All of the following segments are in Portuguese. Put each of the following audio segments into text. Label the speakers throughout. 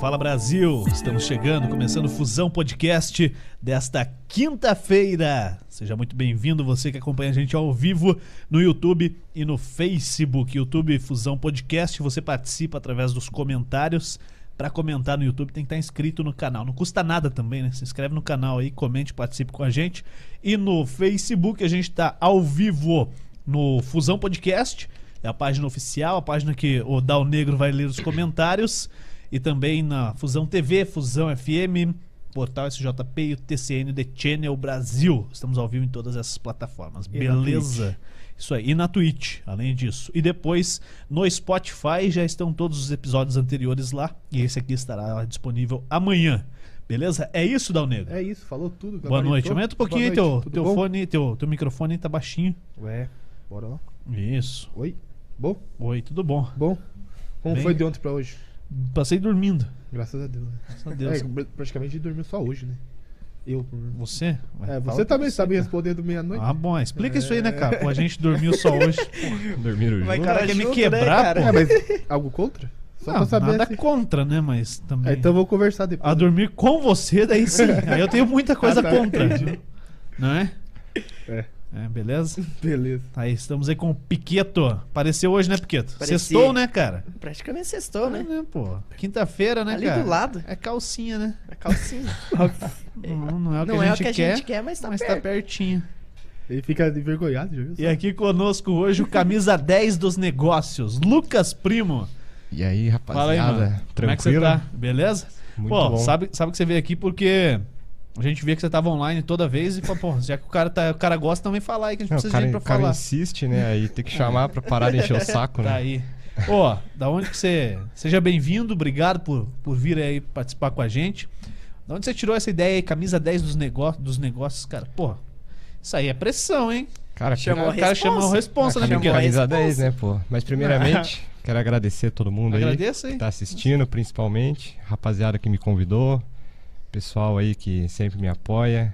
Speaker 1: Fala Brasil, estamos chegando, começando o Fusão Podcast desta quinta-feira. Seja muito bem-vindo você que acompanha a gente ao vivo no YouTube e no Facebook. YouTube Fusão Podcast, você participa através dos comentários. Para comentar no YouTube tem que estar inscrito no canal. Não custa nada também, né? Se inscreve no canal aí, comente, participe com a gente. E no Facebook a gente está ao vivo no Fusão Podcast. É a página oficial, a página que o Dal Negro vai ler os comentários. E também na Fusão TV, Fusão FM, Portal SJP e o TCN The Channel Brasil. Estamos ao vivo em todas essas plataformas.
Speaker 2: E na
Speaker 1: Beleza? Isso aí. E na Twitch, além disso. E depois no Spotify já estão todos os episódios anteriores lá. E esse aqui estará disponível amanhã. Beleza? É isso, Dal Negro?
Speaker 2: É isso, falou tudo.
Speaker 1: Boa noite.
Speaker 2: gabaritou.
Speaker 1: Aumenta um pouquinho aí
Speaker 2: Boa
Speaker 1: teu,
Speaker 2: noite, tudo
Speaker 1: teu
Speaker 2: bom?
Speaker 1: fone, teu, teu microfone tá baixinho.
Speaker 2: Ué, bora lá.
Speaker 1: Isso.
Speaker 2: Oi, bom,
Speaker 1: Oi, tudo bom?
Speaker 2: bom. Como
Speaker 1: Bem.
Speaker 2: foi de ontem pra hoje?
Speaker 1: Passei dormindo.
Speaker 2: Graças a Deus, né?
Speaker 1: Graças a Deus.
Speaker 2: É, pr- praticamente dormiu só hoje, né? Eu, pelo menos.
Speaker 1: Você?
Speaker 2: É,
Speaker 1: Fala pra
Speaker 2: você também sabe responder do meia-noite.
Speaker 1: Ah, bom, explica isso aí, né, cara? Pô, a gente dormiu só hoje.
Speaker 3: Dormiram junto.
Speaker 4: Vai
Speaker 1: O cara
Speaker 4: Tá
Speaker 1: quer me
Speaker 4: junto, né,
Speaker 1: quebrar,
Speaker 4: cara?
Speaker 2: É,
Speaker 1: pô.
Speaker 2: mas algo contra? Só
Speaker 1: Não,
Speaker 2: pra saber
Speaker 1: nada
Speaker 2: assim.
Speaker 1: contra, né? Mas também.
Speaker 2: É, então eu vou conversar depois.
Speaker 1: A dormir com você, daí sim. Aí eu tenho muita coisa
Speaker 2: Ah, tá,
Speaker 1: contra.
Speaker 2: entendi.
Speaker 1: Não é?
Speaker 2: É.
Speaker 1: É, beleza?
Speaker 2: Beleza.
Speaker 1: Aí estamos aí com o Piqueto. Apareceu hoje, né, Piqueto?
Speaker 4: Apareci.
Speaker 1: Sextou, né, cara?
Speaker 4: Praticamente sextou,
Speaker 1: É,
Speaker 4: né?
Speaker 1: né, pô? Quinta-feira, né,
Speaker 4: Ali
Speaker 1: cara?
Speaker 4: do lado.
Speaker 1: É calcinha, né?
Speaker 4: A calcinha.
Speaker 1: Não, não é o que
Speaker 4: Não
Speaker 1: a
Speaker 4: é o
Speaker 1: gente
Speaker 4: que a
Speaker 1: quer,
Speaker 4: gente quer, mas tá
Speaker 1: mas tá
Speaker 4: perto.
Speaker 1: pertinho.
Speaker 2: Ele fica envergonhado, já viu?
Speaker 1: E aqui conosco hoje o camisa 10 dos negócios, Lucas Primo.
Speaker 3: E aí,
Speaker 1: Fala aí,
Speaker 3: rapaziada?
Speaker 1: mano. Como é que você
Speaker 3: Tranquilo?
Speaker 1: tá? Beleza?
Speaker 3: Muito
Speaker 1: pô,
Speaker 3: bom.
Speaker 1: Sabe, sabe que você veio aqui porque a gente via que você tava online toda vez e falou, pô, já que o cara, tá, o cara gosta, então vem falar aí que a gente
Speaker 3: Não, o
Speaker 1: precisa de
Speaker 3: cara,
Speaker 1: gente
Speaker 3: o
Speaker 1: pra
Speaker 3: cara
Speaker 1: falar.
Speaker 3: insiste, né? Aí tem que chamar pra parar de encher o saco, né?
Speaker 1: Tá aí. Ó, da onde que você. Seja bem-vindo, obrigado por, por vir aí participar com a gente. Da onde você tirou essa ideia aí, camisa 10 dos, negó dos negócios, cara? Pô, isso aí é pressão, hein?
Speaker 3: Cara,
Speaker 4: Chamou
Speaker 1: O
Speaker 4: a
Speaker 3: primeiro-
Speaker 1: cara chamou a responsa,
Speaker 4: responsa.
Speaker 1: né,
Speaker 3: Chamou
Speaker 4: Miguel?
Speaker 3: a
Speaker 1: Piqueto?
Speaker 3: camisa 10, né, pô? Mas primeiramente, quero agradecer a todo mundo
Speaker 1: Agradeço,
Speaker 3: aí
Speaker 1: hein?
Speaker 3: que tá assistindo, principalmente. Rapaziada que me convidou, pessoal aí que sempre me apoia.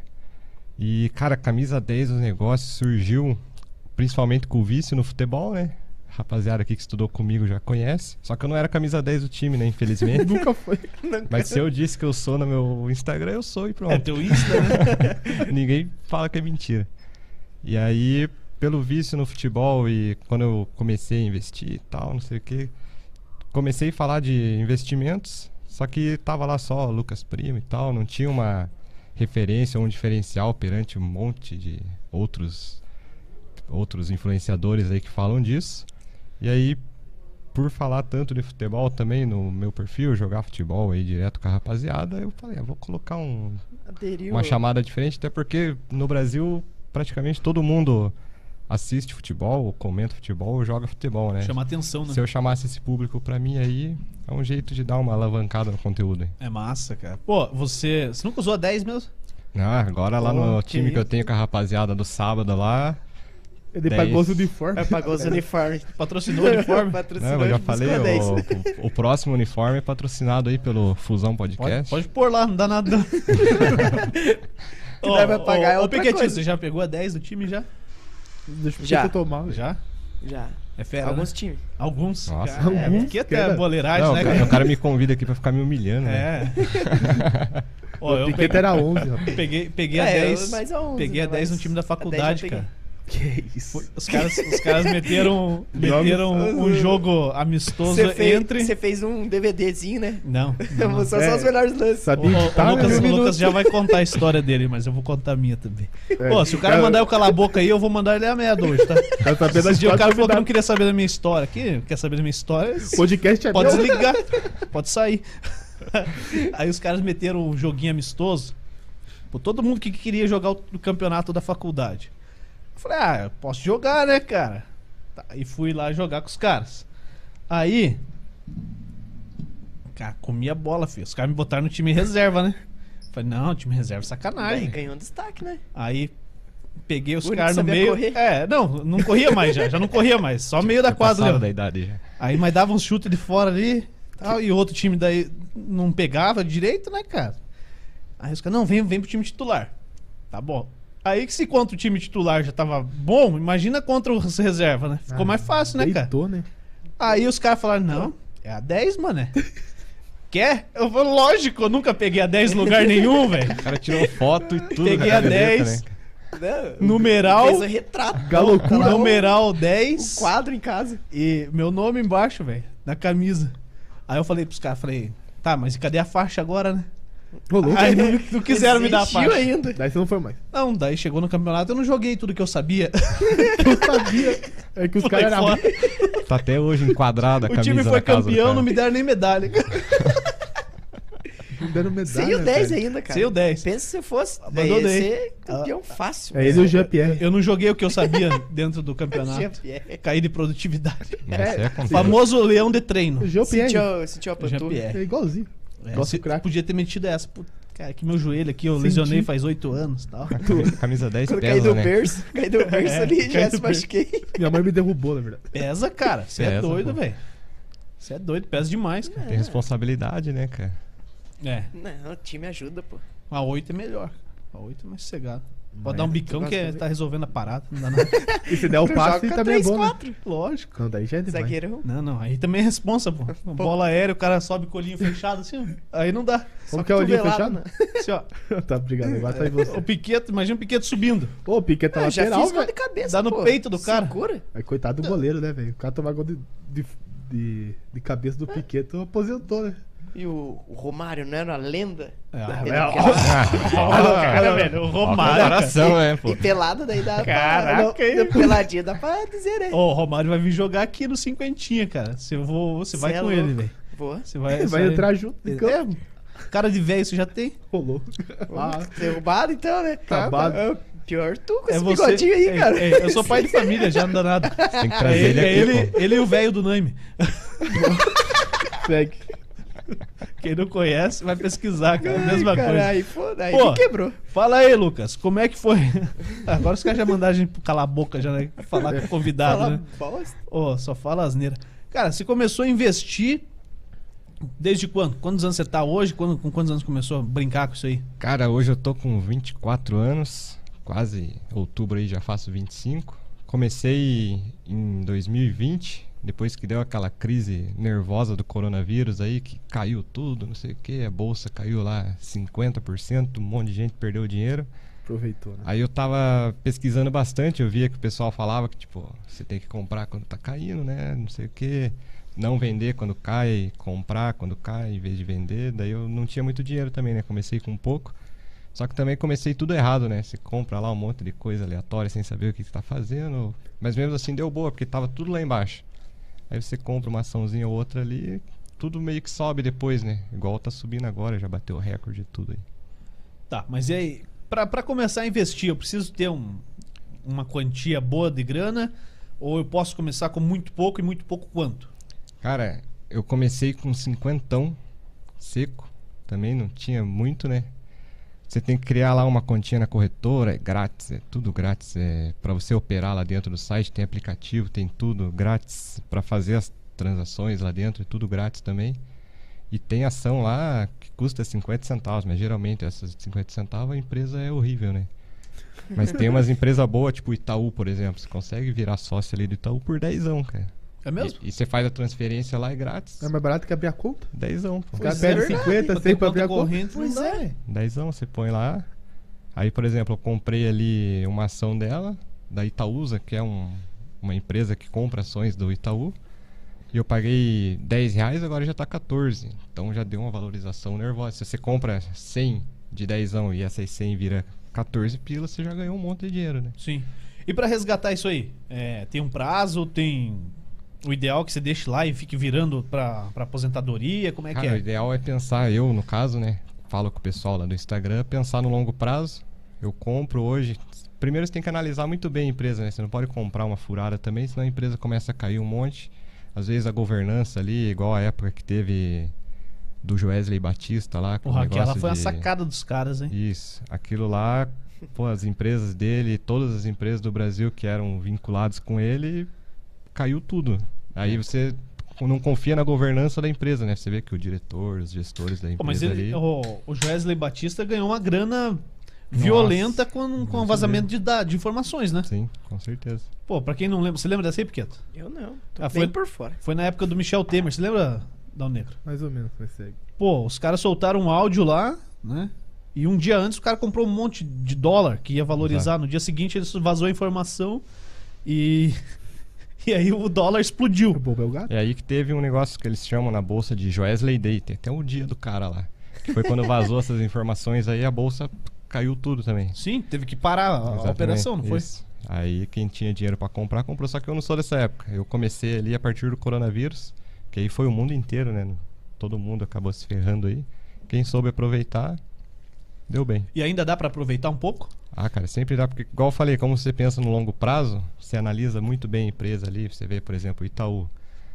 Speaker 3: E, cara, a camisa 10 dos negócios surgiu principalmente com o vício no futebol, né? Rapaziada aqui que estudou comigo já conhece. Só que eu não era camisa 10 do time, né? Infelizmente.
Speaker 2: Nunca foi.
Speaker 3: Mas se eu disse que eu sou no meu Instagram, eu sou e pronto.
Speaker 1: É teu Insta, né?
Speaker 3: Ninguém fala que é mentira. E aí, pelo vício no futebol e quando eu comecei a investir e tal, não sei o que, comecei a falar de investimentos, só que tava lá só Lucas Primo e tal, não tinha uma referência ou um diferencial perante um monte de outros outros influenciadores aí que falam disso. E aí, por falar tanto de futebol também no meu perfil, jogar futebol aí direto com a rapaziada, eu falei, ah, vou colocar um
Speaker 4: Aderiu.
Speaker 3: uma chamada diferente, até porque no Brasil praticamente todo mundo assiste futebol, ou comenta futebol, ou joga futebol, né?
Speaker 1: Chama atenção, né?
Speaker 3: Se eu chamasse esse público pra mim aí, é um jeito de dar uma alavancada no conteúdo. Hein?
Speaker 1: É massa, cara. Pô, você. Você nunca usou a 10 mesmo?
Speaker 3: Ah, agora lá
Speaker 4: Oh,
Speaker 3: no
Speaker 4: que
Speaker 3: time que eu
Speaker 4: isso.
Speaker 3: tenho com a rapaziada do sábado lá,
Speaker 2: Ele
Speaker 3: Dez.
Speaker 2: pagou os uniformes. É,
Speaker 4: Vai pagar os uniformes.
Speaker 1: Patrocinou o uniforme?
Speaker 3: né, eu já falei, o, o- o próximo uniforme é patrocinado aí pelo Fusão
Speaker 1: Pode,
Speaker 3: Podcast.
Speaker 1: pode pôr lá, não dá nada. Ó,
Speaker 4: daí vai pagar é
Speaker 1: ô, ô,
Speaker 4: outra
Speaker 1: Piquetinho,
Speaker 4: coisa.
Speaker 1: você já pegou a 10 do time já?
Speaker 2: Deixa eu
Speaker 4: Já.
Speaker 2: ver se eu tomar.
Speaker 1: Já?
Speaker 4: Já.
Speaker 1: É fera,
Speaker 4: Alguns
Speaker 1: né?
Speaker 4: times.
Speaker 1: Alguns.
Speaker 3: Nossa.
Speaker 1: Cara, é,
Speaker 2: Alguns,
Speaker 1: Piqueto é
Speaker 2: cara.
Speaker 1: boleiragem,
Speaker 3: Não,
Speaker 1: né,
Speaker 3: o, cara, é um o cara me convida aqui pra ficar me humilhando, né?
Speaker 1: É. Ó, eu
Speaker 2: Piqueta
Speaker 1: peguei,
Speaker 2: era 11, rapaz.
Speaker 1: peguei, peguei a
Speaker 4: É,
Speaker 1: 10.
Speaker 4: mas é 11,
Speaker 1: peguei a
Speaker 4: né,
Speaker 1: 10 no
Speaker 4: mas
Speaker 1: time da
Speaker 4: a 10 já
Speaker 1: faculdade,
Speaker 4: peguei.
Speaker 1: cara.
Speaker 2: Que isso.
Speaker 1: Os caras, os caras meteram, meteram um jogo amistoso
Speaker 4: Você fez,
Speaker 1: entre.
Speaker 4: você fez um DVDzinho, né?
Speaker 1: Não, não, não.
Speaker 4: Só, só os
Speaker 2: É.
Speaker 4: melhores lances.
Speaker 1: O,
Speaker 2: Sabia
Speaker 1: o- o
Speaker 2: editar, né?
Speaker 1: Lucas, o
Speaker 2: Um
Speaker 1: Lucas
Speaker 2: minuto.
Speaker 1: já vai contar a história dele, mas eu vou contar a minha também.
Speaker 2: É.
Speaker 1: Pô, se o cara mandar eu calar a boca aí, eu vou mandar ele a merda hoje, tá?
Speaker 2: Tá sabendo a
Speaker 1: Esse dia o
Speaker 2: história
Speaker 1: cara falou que
Speaker 2: do
Speaker 1: não queria saber da minha história. Que quer saber da minha história?
Speaker 2: podcast é
Speaker 1: Pode
Speaker 2: meu.
Speaker 1: desligar, pode sair. Aí os caras meteram um joguinho amistoso. Pô, todo mundo que queria jogar o o campeonato da faculdade. Eu falei, ah, eu posso jogar, né, cara? Tá, e fui lá jogar com os caras. Aí. Cara, comi a bola, filho. Os caras me botaram no time reserva, né? Eu Falei, não, time reserva é
Speaker 4: Daí
Speaker 1: sacanagem.
Speaker 4: ganhou um destaque, né?
Speaker 1: Aí peguei os
Speaker 4: Bonito
Speaker 1: caras no
Speaker 4: saber
Speaker 1: meio.
Speaker 4: correr.
Speaker 1: É, não, não corria mais já, já não corria mais, só meio da
Speaker 3: Já
Speaker 1: quadra.
Speaker 3: passaram
Speaker 1: mesmo.
Speaker 3: da idade já.
Speaker 1: Aí mas dava um chute de fora ali, tal, e o outro time daí não pegava direito, né, cara? Aí os caras, não, vem, vem pro time titular. Tá bom. Aí que se contra o time titular já tava bom, imagina contra os reserva, né? Ficou mais fácil, né, cara?
Speaker 2: Deitou, né?
Speaker 1: Aí os caras falaram, não, é a 10, mané. Quer? Eu vou, lógico, eu nunca peguei a 10 em lugar nenhum, velho.
Speaker 3: O cara tirou foto e tudo.
Speaker 1: Peguei
Speaker 3: na
Speaker 1: a
Speaker 3: gaveta,
Speaker 1: 10.
Speaker 3: né?
Speaker 4: Não,
Speaker 1: Numeral,
Speaker 4: Fez um retrato.
Speaker 2: Galocura.
Speaker 4: Tá lá um-
Speaker 1: numeral
Speaker 4: Um
Speaker 1: 10
Speaker 4: quadro em casa.
Speaker 1: e meu nome embaixo, velho, na camisa. Aí eu falei pros caras, falei, tá, mas cadê a faixa agora, né?
Speaker 2: Rolou.
Speaker 1: Aí não, não quiseram me dar a
Speaker 4: Existiu
Speaker 1: faixa.
Speaker 4: ainda.
Speaker 2: Daí você não foi mais.
Speaker 1: Não, daí chegou no campeonato, eu não joguei tudo que eu sabia.
Speaker 2: Eu sabia. É que os
Speaker 1: Foi
Speaker 2: caras eram.
Speaker 1: fora.
Speaker 3: Tá até hoje enquadrada
Speaker 1: o
Speaker 3: a camisa
Speaker 1: time foi
Speaker 3: na casa do
Speaker 1: campeão,
Speaker 3: cara.
Speaker 1: não me deram nem medalha.
Speaker 2: Não deram medalha.
Speaker 4: Sem o 10
Speaker 2: velho.
Speaker 4: ainda, cara.
Speaker 1: Sei o 10.
Speaker 4: Pensa se você fosse.
Speaker 1: Abandonei. Ah,
Speaker 4: Ia ser campeão fácil. né?
Speaker 2: É ele e o Jean-Pierre.
Speaker 1: Eu não joguei o que eu sabia dentro do campeonato.
Speaker 4: Jean-Pierre.
Speaker 1: Caí de produtividade.
Speaker 3: Nossa, é, acontece.
Speaker 1: Famoso leão de treino.
Speaker 2: O Jean-Pierre.
Speaker 4: Sentiu, sentiu a panturra.
Speaker 1: Jean-Pierre.
Speaker 2: É igualzinho.
Speaker 1: É,
Speaker 2: Nosso
Speaker 1: se-
Speaker 2: craque.
Speaker 1: Podia ter metido essa. Pô, cara, que meu joelho aqui eu
Speaker 2: Senti.
Speaker 1: lesionei faz oito anos e tal.
Speaker 3: A camisa- Camisa 10
Speaker 4: Quando caí
Speaker 3: pesa,
Speaker 4: do
Speaker 3: né?
Speaker 4: berço, caí do berço
Speaker 1: É,
Speaker 4: ali,
Speaker 1: caí
Speaker 4: já
Speaker 1: do
Speaker 4: se machuquei.
Speaker 2: Minha mãe me derrubou, na verdade.
Speaker 1: Pesa, cara. Você é
Speaker 3: Pesa,
Speaker 1: doido,
Speaker 3: pô.
Speaker 1: velho. Você é doido, pesa demais, cara.
Speaker 3: Tem responsabilidade, né, cara?
Speaker 1: É.
Speaker 4: Não, o time ajuda, pô.
Speaker 1: A oito é melhor. A oito é mais sossegado.
Speaker 3: Mas
Speaker 1: Pode dar um bicão
Speaker 4: gosta
Speaker 1: que é-
Speaker 4: de-
Speaker 1: tá resolvendo a parada. Não dá nada.
Speaker 2: E se der o passe,
Speaker 4: Joga
Speaker 2: também é
Speaker 4: três,
Speaker 2: bom, né?
Speaker 4: quatro.
Speaker 1: Lógico.
Speaker 2: Não, daí já é demais.
Speaker 4: Zagueirão.
Speaker 1: Não, não. Aí também é responsa, pô. Bola aérea, o cara sobe colinho fechado assim. ó. Aí não dá.
Speaker 2: Como que é o olhinho fechado?
Speaker 4: cotovelada,
Speaker 1: Assim, ó.
Speaker 2: tá, obrigado. Agora tá em você.
Speaker 1: O Piqueto, imagina o Piqueto subindo.
Speaker 2: Ô, o Piquet tá
Speaker 4: Não, Ah, já
Speaker 2: lateral,
Speaker 4: fiz gol
Speaker 2: velho.
Speaker 4: de cabeça,
Speaker 1: Dá no
Speaker 4: pô.
Speaker 1: peito do cara.
Speaker 4: Segura.
Speaker 2: Aí, coitado do goleiro, né, velho? O cara tomar gol de, de, de, de cabeça do Piquet, tu aposentou, né?
Speaker 4: E o, o Romário não era uma lenda?
Speaker 1: Ah,
Speaker 4: Ele-
Speaker 1: cara, velho. O
Speaker 3: Ó,
Speaker 1: Romário. cara.
Speaker 3: comparação, né, pô?
Speaker 4: E pelada daí dá
Speaker 1: Caraca,
Speaker 4: pra...
Speaker 1: hein?
Speaker 4: Não, peladinha dá pra dizer, né?
Speaker 1: Ô, o Romário vai vir jogar aqui no cinquentinha, cara. Você, vou, você vai
Speaker 4: Cê é
Speaker 1: com
Speaker 4: louco.
Speaker 1: ele, velho.
Speaker 4: Boa.
Speaker 1: Você vai,
Speaker 2: Vai
Speaker 1: você-
Speaker 2: entrar junto então. em campo.
Speaker 1: Cara de velho, você já tem?
Speaker 2: Rolou. Ah,
Speaker 4: Derrubado então, né?
Speaker 2: Acabado.
Speaker 4: É o pior tu com esse bigodinho aí,
Speaker 1: Tá é-
Speaker 4: cara.
Speaker 1: é, eu sou pai de família, já não dá nada.
Speaker 3: Tem que
Speaker 1: É
Speaker 3: trazer
Speaker 1: ele,
Speaker 3: ele
Speaker 1: é
Speaker 3: aqui,
Speaker 1: ele, ele e o velho do Naime.
Speaker 2: segue.
Speaker 1: Quem não conhece, vai pesquisar, cara.
Speaker 4: Ai,
Speaker 1: é Mesma
Speaker 4: cara,
Speaker 1: coisa.
Speaker 4: Aí, pô, aí
Speaker 1: Pô.
Speaker 4: me quebrou.
Speaker 1: Fala aí, Lucas, como é que foi? Agora os caras já mandaram a gente calar a boca, já né? falar com o convidado,
Speaker 4: Fala
Speaker 1: né?
Speaker 4: bosta.
Speaker 1: Ô, só fala asneira. Cara, você começou a investir desde quando? Quantos anos você tá hoje? Quando, com quantos anos começou a brincar com isso aí?
Speaker 3: pô. Cara, hoje eu tô com 24 anos, quase outubro aí já faço 25. Comecei em 2020, depois que deu aquela crise nervosa do coronavírus aí, que caiu tudo, não sei o que, a bolsa caiu lá 50%, um monte de gente perdeu dinheiro.
Speaker 2: Aproveitou, né?
Speaker 3: Aí eu tava pesquisando bastante, eu via que o pessoal falava que, tipo, você tem que comprar quando tá caindo, né? Não sei o quê. Não vender quando cai, comprar quando cai em vez de vender. Daí eu não tinha muito dinheiro também, né? Comecei com pouco. Só que também comecei tudo errado, né? Você compra lá um monte de coisa aleatória sem saber o que, que tá fazendo. Mas mesmo assim deu boa, porque tava tudo lá embaixo. Aí você compra uma açãozinha ou outra ali, tudo meio que sobe depois, né? Igual tá subindo agora, já bateu o recorde e tudo aí.
Speaker 1: Tá, mas e aí? Pra, pra começar a investir, eu preciso ter um- uma quantia boa de grana? Ou eu posso começar com muito pouco e muito pouco quanto?
Speaker 3: Cara, eu comecei com cinquentão seco, também não tinha muito, né? Você tem que criar lá uma continha na corretora, é grátis, é tudo grátis, é para você operar lá dentro do site, tem aplicativo, tem tudo grátis para fazer as transações lá dentro, é tudo grátis também. E tem ação lá que custa 50 centavos, mas geralmente essas de 50 centavos a empresa é horrível, né? Mas tem umas empresas boas, tipo Itaú, por exemplo, você consegue virar sócio ali do Itaú por 10, cara.
Speaker 1: É mesmo?
Speaker 3: E e você faz a transferência lá é grátis.
Speaker 2: É mais barato que abrir a conta.
Speaker 3: Dezão, pô.
Speaker 2: O cara
Speaker 1: Pois é,
Speaker 2: perde
Speaker 1: verdade.
Speaker 2: 50,
Speaker 1: Pra ter
Speaker 2: 100 pra
Speaker 1: conta
Speaker 2: abrir a conta.
Speaker 1: corrente, não
Speaker 4: Pois
Speaker 1: dá,
Speaker 4: é.
Speaker 1: velho.
Speaker 3: Dezão, você põe lá. Aí, por exemplo, eu comprei ali uma ação dela, da Itaúsa, que é um- uma empresa que compra ações do Itaú. E eu paguei 10 reais, agora já tá 14. Então já deu uma valorização nervosa. Se você compra 100 de dezão e essas 100 vira 14 pilas, você já ganhou um monte de dinheiro, né?
Speaker 1: Sim. E pra resgatar isso aí? É, tem um prazo? Tem. O ideal é que você deixe lá e fique virando pra, pra aposentadoria? Como é que
Speaker 3: Cara, o
Speaker 1: é?
Speaker 3: ideal é pensar, eu no caso, né? Falo com o pessoal lá do Instagram, pensar no longo prazo. Eu compro hoje. Primeiro você tem que analisar muito bem a empresa, né? Você não pode comprar uma furada também, senão a empresa começa a cair um monte. Às vezes a governança ali, igual a época que teve do Joesley Batista lá. Com o
Speaker 1: Porra, aquela
Speaker 3: negócio
Speaker 1: foi uma
Speaker 3: de-
Speaker 1: sacada dos caras, hein?
Speaker 3: Isso. Aquilo lá, pô, as empresas dele, todas as empresas do Brasil que eram vinculadas com ele, caiu tudo.
Speaker 1: É.
Speaker 3: Aí você não confia na governança da empresa, né? Você vê que o diretor, os gestores da empresa
Speaker 1: Pô, mas ele- é
Speaker 3: ali...
Speaker 1: o, o Wesley Batista ganhou uma grana violenta com, com
Speaker 3: Nossa,
Speaker 1: vazamento de, da- de informações, né?
Speaker 3: Sim, com certeza.
Speaker 1: Pô, pra quem não lembra, você lembra dessa aí, Piqueto?
Speaker 4: Eu não. Tô
Speaker 1: Ah,
Speaker 4: bem
Speaker 1: foi-
Speaker 4: por fora.
Speaker 1: Foi na época do Michel Temer, você lembra? Dá um negro.
Speaker 2: Mais ou menos, mas segue.
Speaker 1: Pô, os caras soltaram um áudio lá, né? E um dia antes o cara comprou um monte de dólar que ia valorizar. No dia seguinte ele vazou a informação e. E aí o dólar
Speaker 2: O
Speaker 1: explodiu.
Speaker 2: bobo é o gato?
Speaker 3: É aí que teve um negócio que eles chamam na bolsa de Joesley Day, tem até o dia do cara lá. Que foi quando vazou essas informações aí, a bolsa caiu tudo também.
Speaker 1: Sim, teve que parar a- a,
Speaker 3: Exatamente,
Speaker 1: operação, não foi?
Speaker 3: isso. Aí quem tinha dinheiro pra comprar, comprou. Só que eu não sou dessa época. Eu comecei ali a partir do coronavírus, que aí foi o mundo inteiro, né? Todo mundo acabou se ferrando aí. Quem soube aproveitar, deu bem.
Speaker 1: E ainda dá pra aproveitar um pouco?
Speaker 3: Ah, cara, sempre dá, porque igual eu falei, como você pensa no longo prazo, você analisa muito bem a empresa ali, você vê, por exemplo, o Itaú.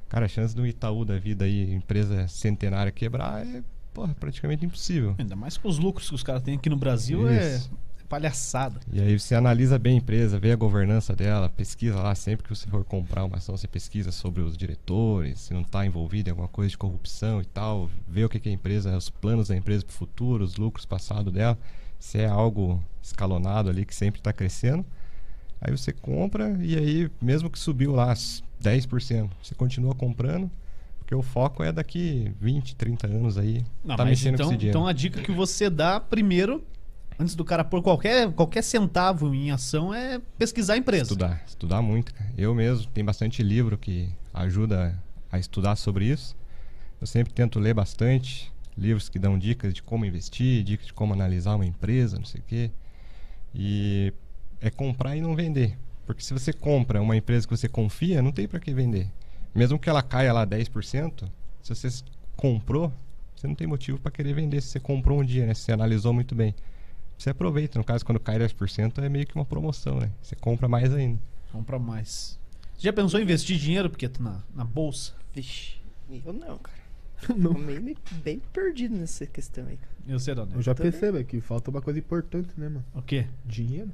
Speaker 3: Cara, a chance do Itaú da vida aí, empresa centenária quebrar, é porra, praticamente impossível.
Speaker 1: Ainda mais com os lucros que os caras têm aqui no Brasil é,
Speaker 3: Isso.
Speaker 1: é palhaçada.
Speaker 3: E aí você analisa bem a empresa, vê a governança dela, pesquisa lá, sempre que você for comprar uma ação, você pesquisa sobre os diretores, se não está envolvido em alguma coisa de corrupção e tal, vê o que, que a empresa, os planos da empresa para o futuro, os lucros passados dela, se é algo escalonado ali que sempre está crescendo. Aí você compra e aí, mesmo que subiu lá s- 10%, você continua comprando, porque o foco é daqui 20, 30 anos aí,
Speaker 1: Não,
Speaker 3: tá
Speaker 1: mas
Speaker 3: mexendo
Speaker 1: então,
Speaker 3: com esse dinheiro.
Speaker 1: então a dica que você dá primeiro, antes do cara pôr qualquer, qualquer centavo em ação, é pesquisar a empresa.
Speaker 3: Estudar, estudar muito, cara. Eu mesmo, tem bastante livro que ajuda a estudar sobre isso. Eu sempre tento ler bastante, livros que dão dicas de como investir, dicas de como analisar uma empresa, não sei o quê. E é comprar e não vender. Porque se você compra uma empresa que você confia, não tem para que vender. Mesmo que ela caia lá 10%, se você s- comprou, você não tem motivo para querer vender se você comprou um dia, né? Se você analisou muito bem. Você aproveita, no caso, quando cai 10%, é meio que uma promoção, né? Você compra mais ainda.
Speaker 1: Compra Então, mais. Você já pensou em investir dinheiro, Piqueto, na, na bolsa?
Speaker 4: Vixe, eu não, cara. Tô meio, meio- bem perdido nessa questão aí.
Speaker 1: Eu sei, Dona.
Speaker 2: Eu já
Speaker 4: também.
Speaker 2: percebo é que falta uma coisa importante, né, mano?
Speaker 1: O quê?
Speaker 2: Dinheiro.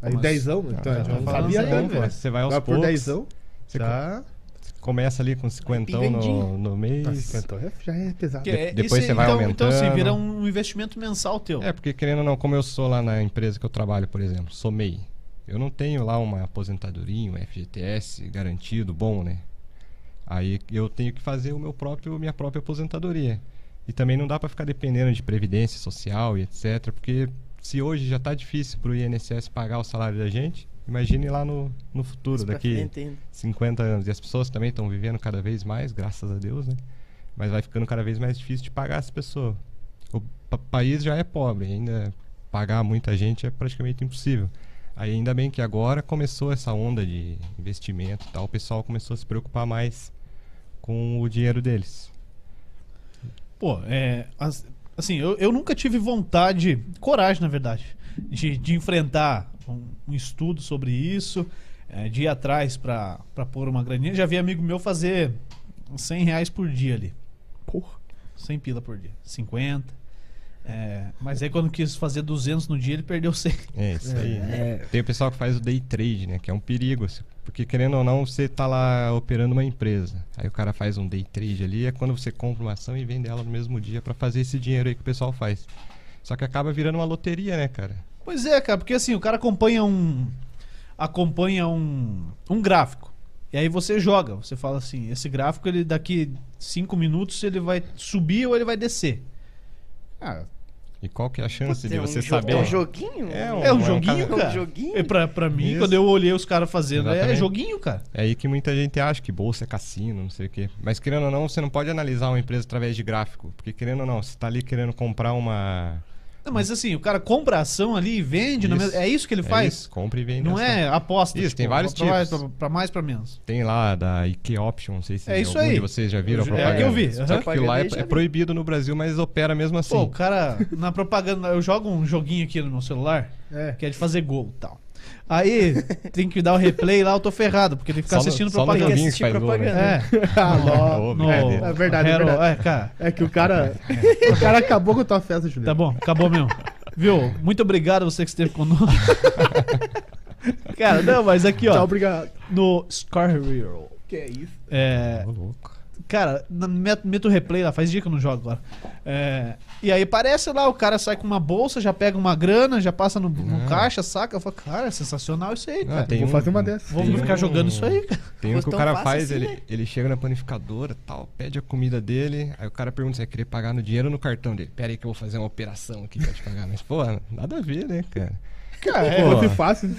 Speaker 2: Aí
Speaker 1: Mas-
Speaker 2: dezão, né? Então,
Speaker 3: Cara,
Speaker 2: eu já
Speaker 1: não
Speaker 2: sabia,
Speaker 1: fala
Speaker 2: né,
Speaker 1: assim,
Speaker 2: velho?
Speaker 3: Você vai aos
Speaker 2: Vai por
Speaker 3: poucos,
Speaker 2: dezão,
Speaker 3: você
Speaker 2: já... tá.
Speaker 3: co- começa ali com 50 no,
Speaker 4: vendinho.
Speaker 3: no
Speaker 2: Ah,
Speaker 3: mês.
Speaker 2: 50 é- já é pesado.
Speaker 1: Que é-
Speaker 3: depois
Speaker 1: esse-
Speaker 3: você vai
Speaker 1: então, Então, assim,
Speaker 3: aumentando.
Speaker 1: vira um investimento mensal teu.
Speaker 3: É, porque querendo ou não, como eu sou lá na empresa que eu trabalho, por exemplo, sou MEI. Eu não tenho lá uma aposentadoria, um FGTS garantido, bom, né? Aí eu tenho que fazer o meu próprio, minha própria aposentadoria. E também não dá pra ficar dependendo de previdência social e etc, porque se hoje já tá difícil pro INSS pagar o salário da gente, imagine lá no, no futuro,
Speaker 4: Mas pra
Speaker 3: daqui
Speaker 4: frente ainda.
Speaker 3: 50 anos. E as pessoas também estão vivendo cada vez mais, graças a Deus, né? Mas vai ficando cada vez mais difícil de pagar as pessoas. O pa- país já é pobre, ainda pagar muita gente é praticamente impossível. Aí ainda bem que agora começou essa onda de investimento e tal, o pessoal começou a se preocupar mais com o dinheiro deles.
Speaker 1: Pô, é. as- Assim, eu, eu nunca tive vontade, coragem, na verdade, de, de enfrentar um, um estudo sobre isso, é, de ir atrás pra pra pôr uma graninha. Já vi amigo meu fazer 100 reais por dia ali.
Speaker 2: Porra.
Speaker 1: 100 pila por dia. 50. É, mas aí quando quis fazer 200 no dia, ele perdeu 100.
Speaker 3: É isso aí. né?
Speaker 2: É,
Speaker 3: Tem o pessoal que faz o day trade, né? Que é um perigo, assim, porque querendo ou não, você tá lá operando uma empresa. Aí o cara faz um day trade ali, é quando você compra uma ação e vende ela no mesmo dia pra fazer esse dinheiro aí que o pessoal faz. Só que acaba virando uma loteria, né, cara?
Speaker 1: Pois é, cara, porque assim, o cara acompanha um. Acompanha um, um gráfico. E aí você joga, você fala assim, esse gráfico, ele daqui 5 minutos ele vai subir ou ele vai descer. Ah,
Speaker 3: E qual que é a chance
Speaker 4: Putz,
Speaker 3: de
Speaker 4: é um
Speaker 3: você
Speaker 4: jogo-
Speaker 3: saber?
Speaker 4: É um joguinho?
Speaker 3: É um-
Speaker 1: é um
Speaker 3: é
Speaker 1: joguinho,
Speaker 4: cara-
Speaker 1: cara.
Speaker 4: É um joguinho?
Speaker 1: E pra, pra mim,
Speaker 3: Isso.
Speaker 1: quando eu olhei os caras fazendo, é
Speaker 3: Exatamente.
Speaker 1: joguinho, cara.
Speaker 3: É aí que muita gente acha que bolsa é cassino, não sei o quê. Mas querendo ou não, você não pode analisar uma empresa através de gráfico. Porque querendo ou não, você tá ali querendo comprar uma.
Speaker 1: Não, mas assim, o cara compra a ação ali e vende, na
Speaker 3: Isso.
Speaker 1: mesma- é isso que ele
Speaker 3: É
Speaker 1: faz?
Speaker 3: isso, compra e vende.
Speaker 1: Não
Speaker 3: ação.
Speaker 1: é aposta.
Speaker 3: Isso, tem vários
Speaker 1: pra mais,
Speaker 3: tipos.
Speaker 1: pra, pra mais, pra menos.
Speaker 3: Tem lá da IK Option, não sei se
Speaker 1: É isso
Speaker 3: algum
Speaker 1: aí.
Speaker 3: de vocês já viram
Speaker 1: Eu
Speaker 3: a
Speaker 1: já-
Speaker 3: propaganda.
Speaker 1: é que eu vi,
Speaker 3: Só
Speaker 1: aham.
Speaker 3: que aquilo lá é,
Speaker 4: Propaganda eu já
Speaker 3: é
Speaker 4: vi.
Speaker 3: proibido no Brasil, mas opera mesmo assim.
Speaker 1: Pô, o cara, na propaganda, eu jogo um joguinho aqui no meu celular,
Speaker 2: é.
Speaker 1: que é de fazer gol e tal. Aí tem que dar o replay lá, eu tô ferrado, porque tem que ficar
Speaker 3: Só no-
Speaker 1: assistindo
Speaker 3: só no
Speaker 1: propaganda.
Speaker 3: joguinho
Speaker 4: assistir
Speaker 3: que faz gol, né?
Speaker 4: propaganda.
Speaker 1: É,
Speaker 2: Ah, ló.
Speaker 3: Ô,
Speaker 1: no-
Speaker 3: brincadeira.
Speaker 2: É verdade, é
Speaker 1: Hero-
Speaker 2: verdade.
Speaker 1: é, cara,
Speaker 2: É que o cara. o cara acabou com a tua festa,
Speaker 1: tá
Speaker 2: Juliano.
Speaker 1: bom, acabou mesmo. Viu? Muito obrigado você que esteve conosco. cara, não, mas aqui,
Speaker 2: Tchau,
Speaker 1: ó,
Speaker 2: obrigado.
Speaker 1: no Scar Hero,
Speaker 2: Que é isso?
Speaker 1: é,
Speaker 3: Ô, louco.
Speaker 1: Cara, na- meto, meto replay lá, faz dia que eu não jogo agora. É, e aí aparece lá, o cara sai com uma bolsa, já pega uma grana, já passa no, no
Speaker 3: Ah.
Speaker 1: caixa, saca. Eu falo, cara, é sensacional isso aí, cara.
Speaker 3: Ah, tem
Speaker 2: Vou
Speaker 3: um-
Speaker 2: fazer uma dessas.
Speaker 1: Vamos
Speaker 3: tem
Speaker 1: ficar
Speaker 3: um-
Speaker 1: jogando isso aí, cara.
Speaker 3: Tem um
Speaker 4: Fosse
Speaker 3: que o
Speaker 4: tão
Speaker 3: cara
Speaker 4: fácil
Speaker 3: faz,
Speaker 4: assim,
Speaker 3: ele,
Speaker 4: né?
Speaker 3: ele chega na panificadora tal, pede a comida dele, aí o cara pergunta se vai querer pagar no dinheiro ou no cartão dele. Pera aí que eu vou fazer uma operação aqui pra te pagar. Mas, pô, nada a ver, né, cara?
Speaker 2: Cara,
Speaker 3: é,
Speaker 2: é
Speaker 3: pô.
Speaker 2: muito fácil.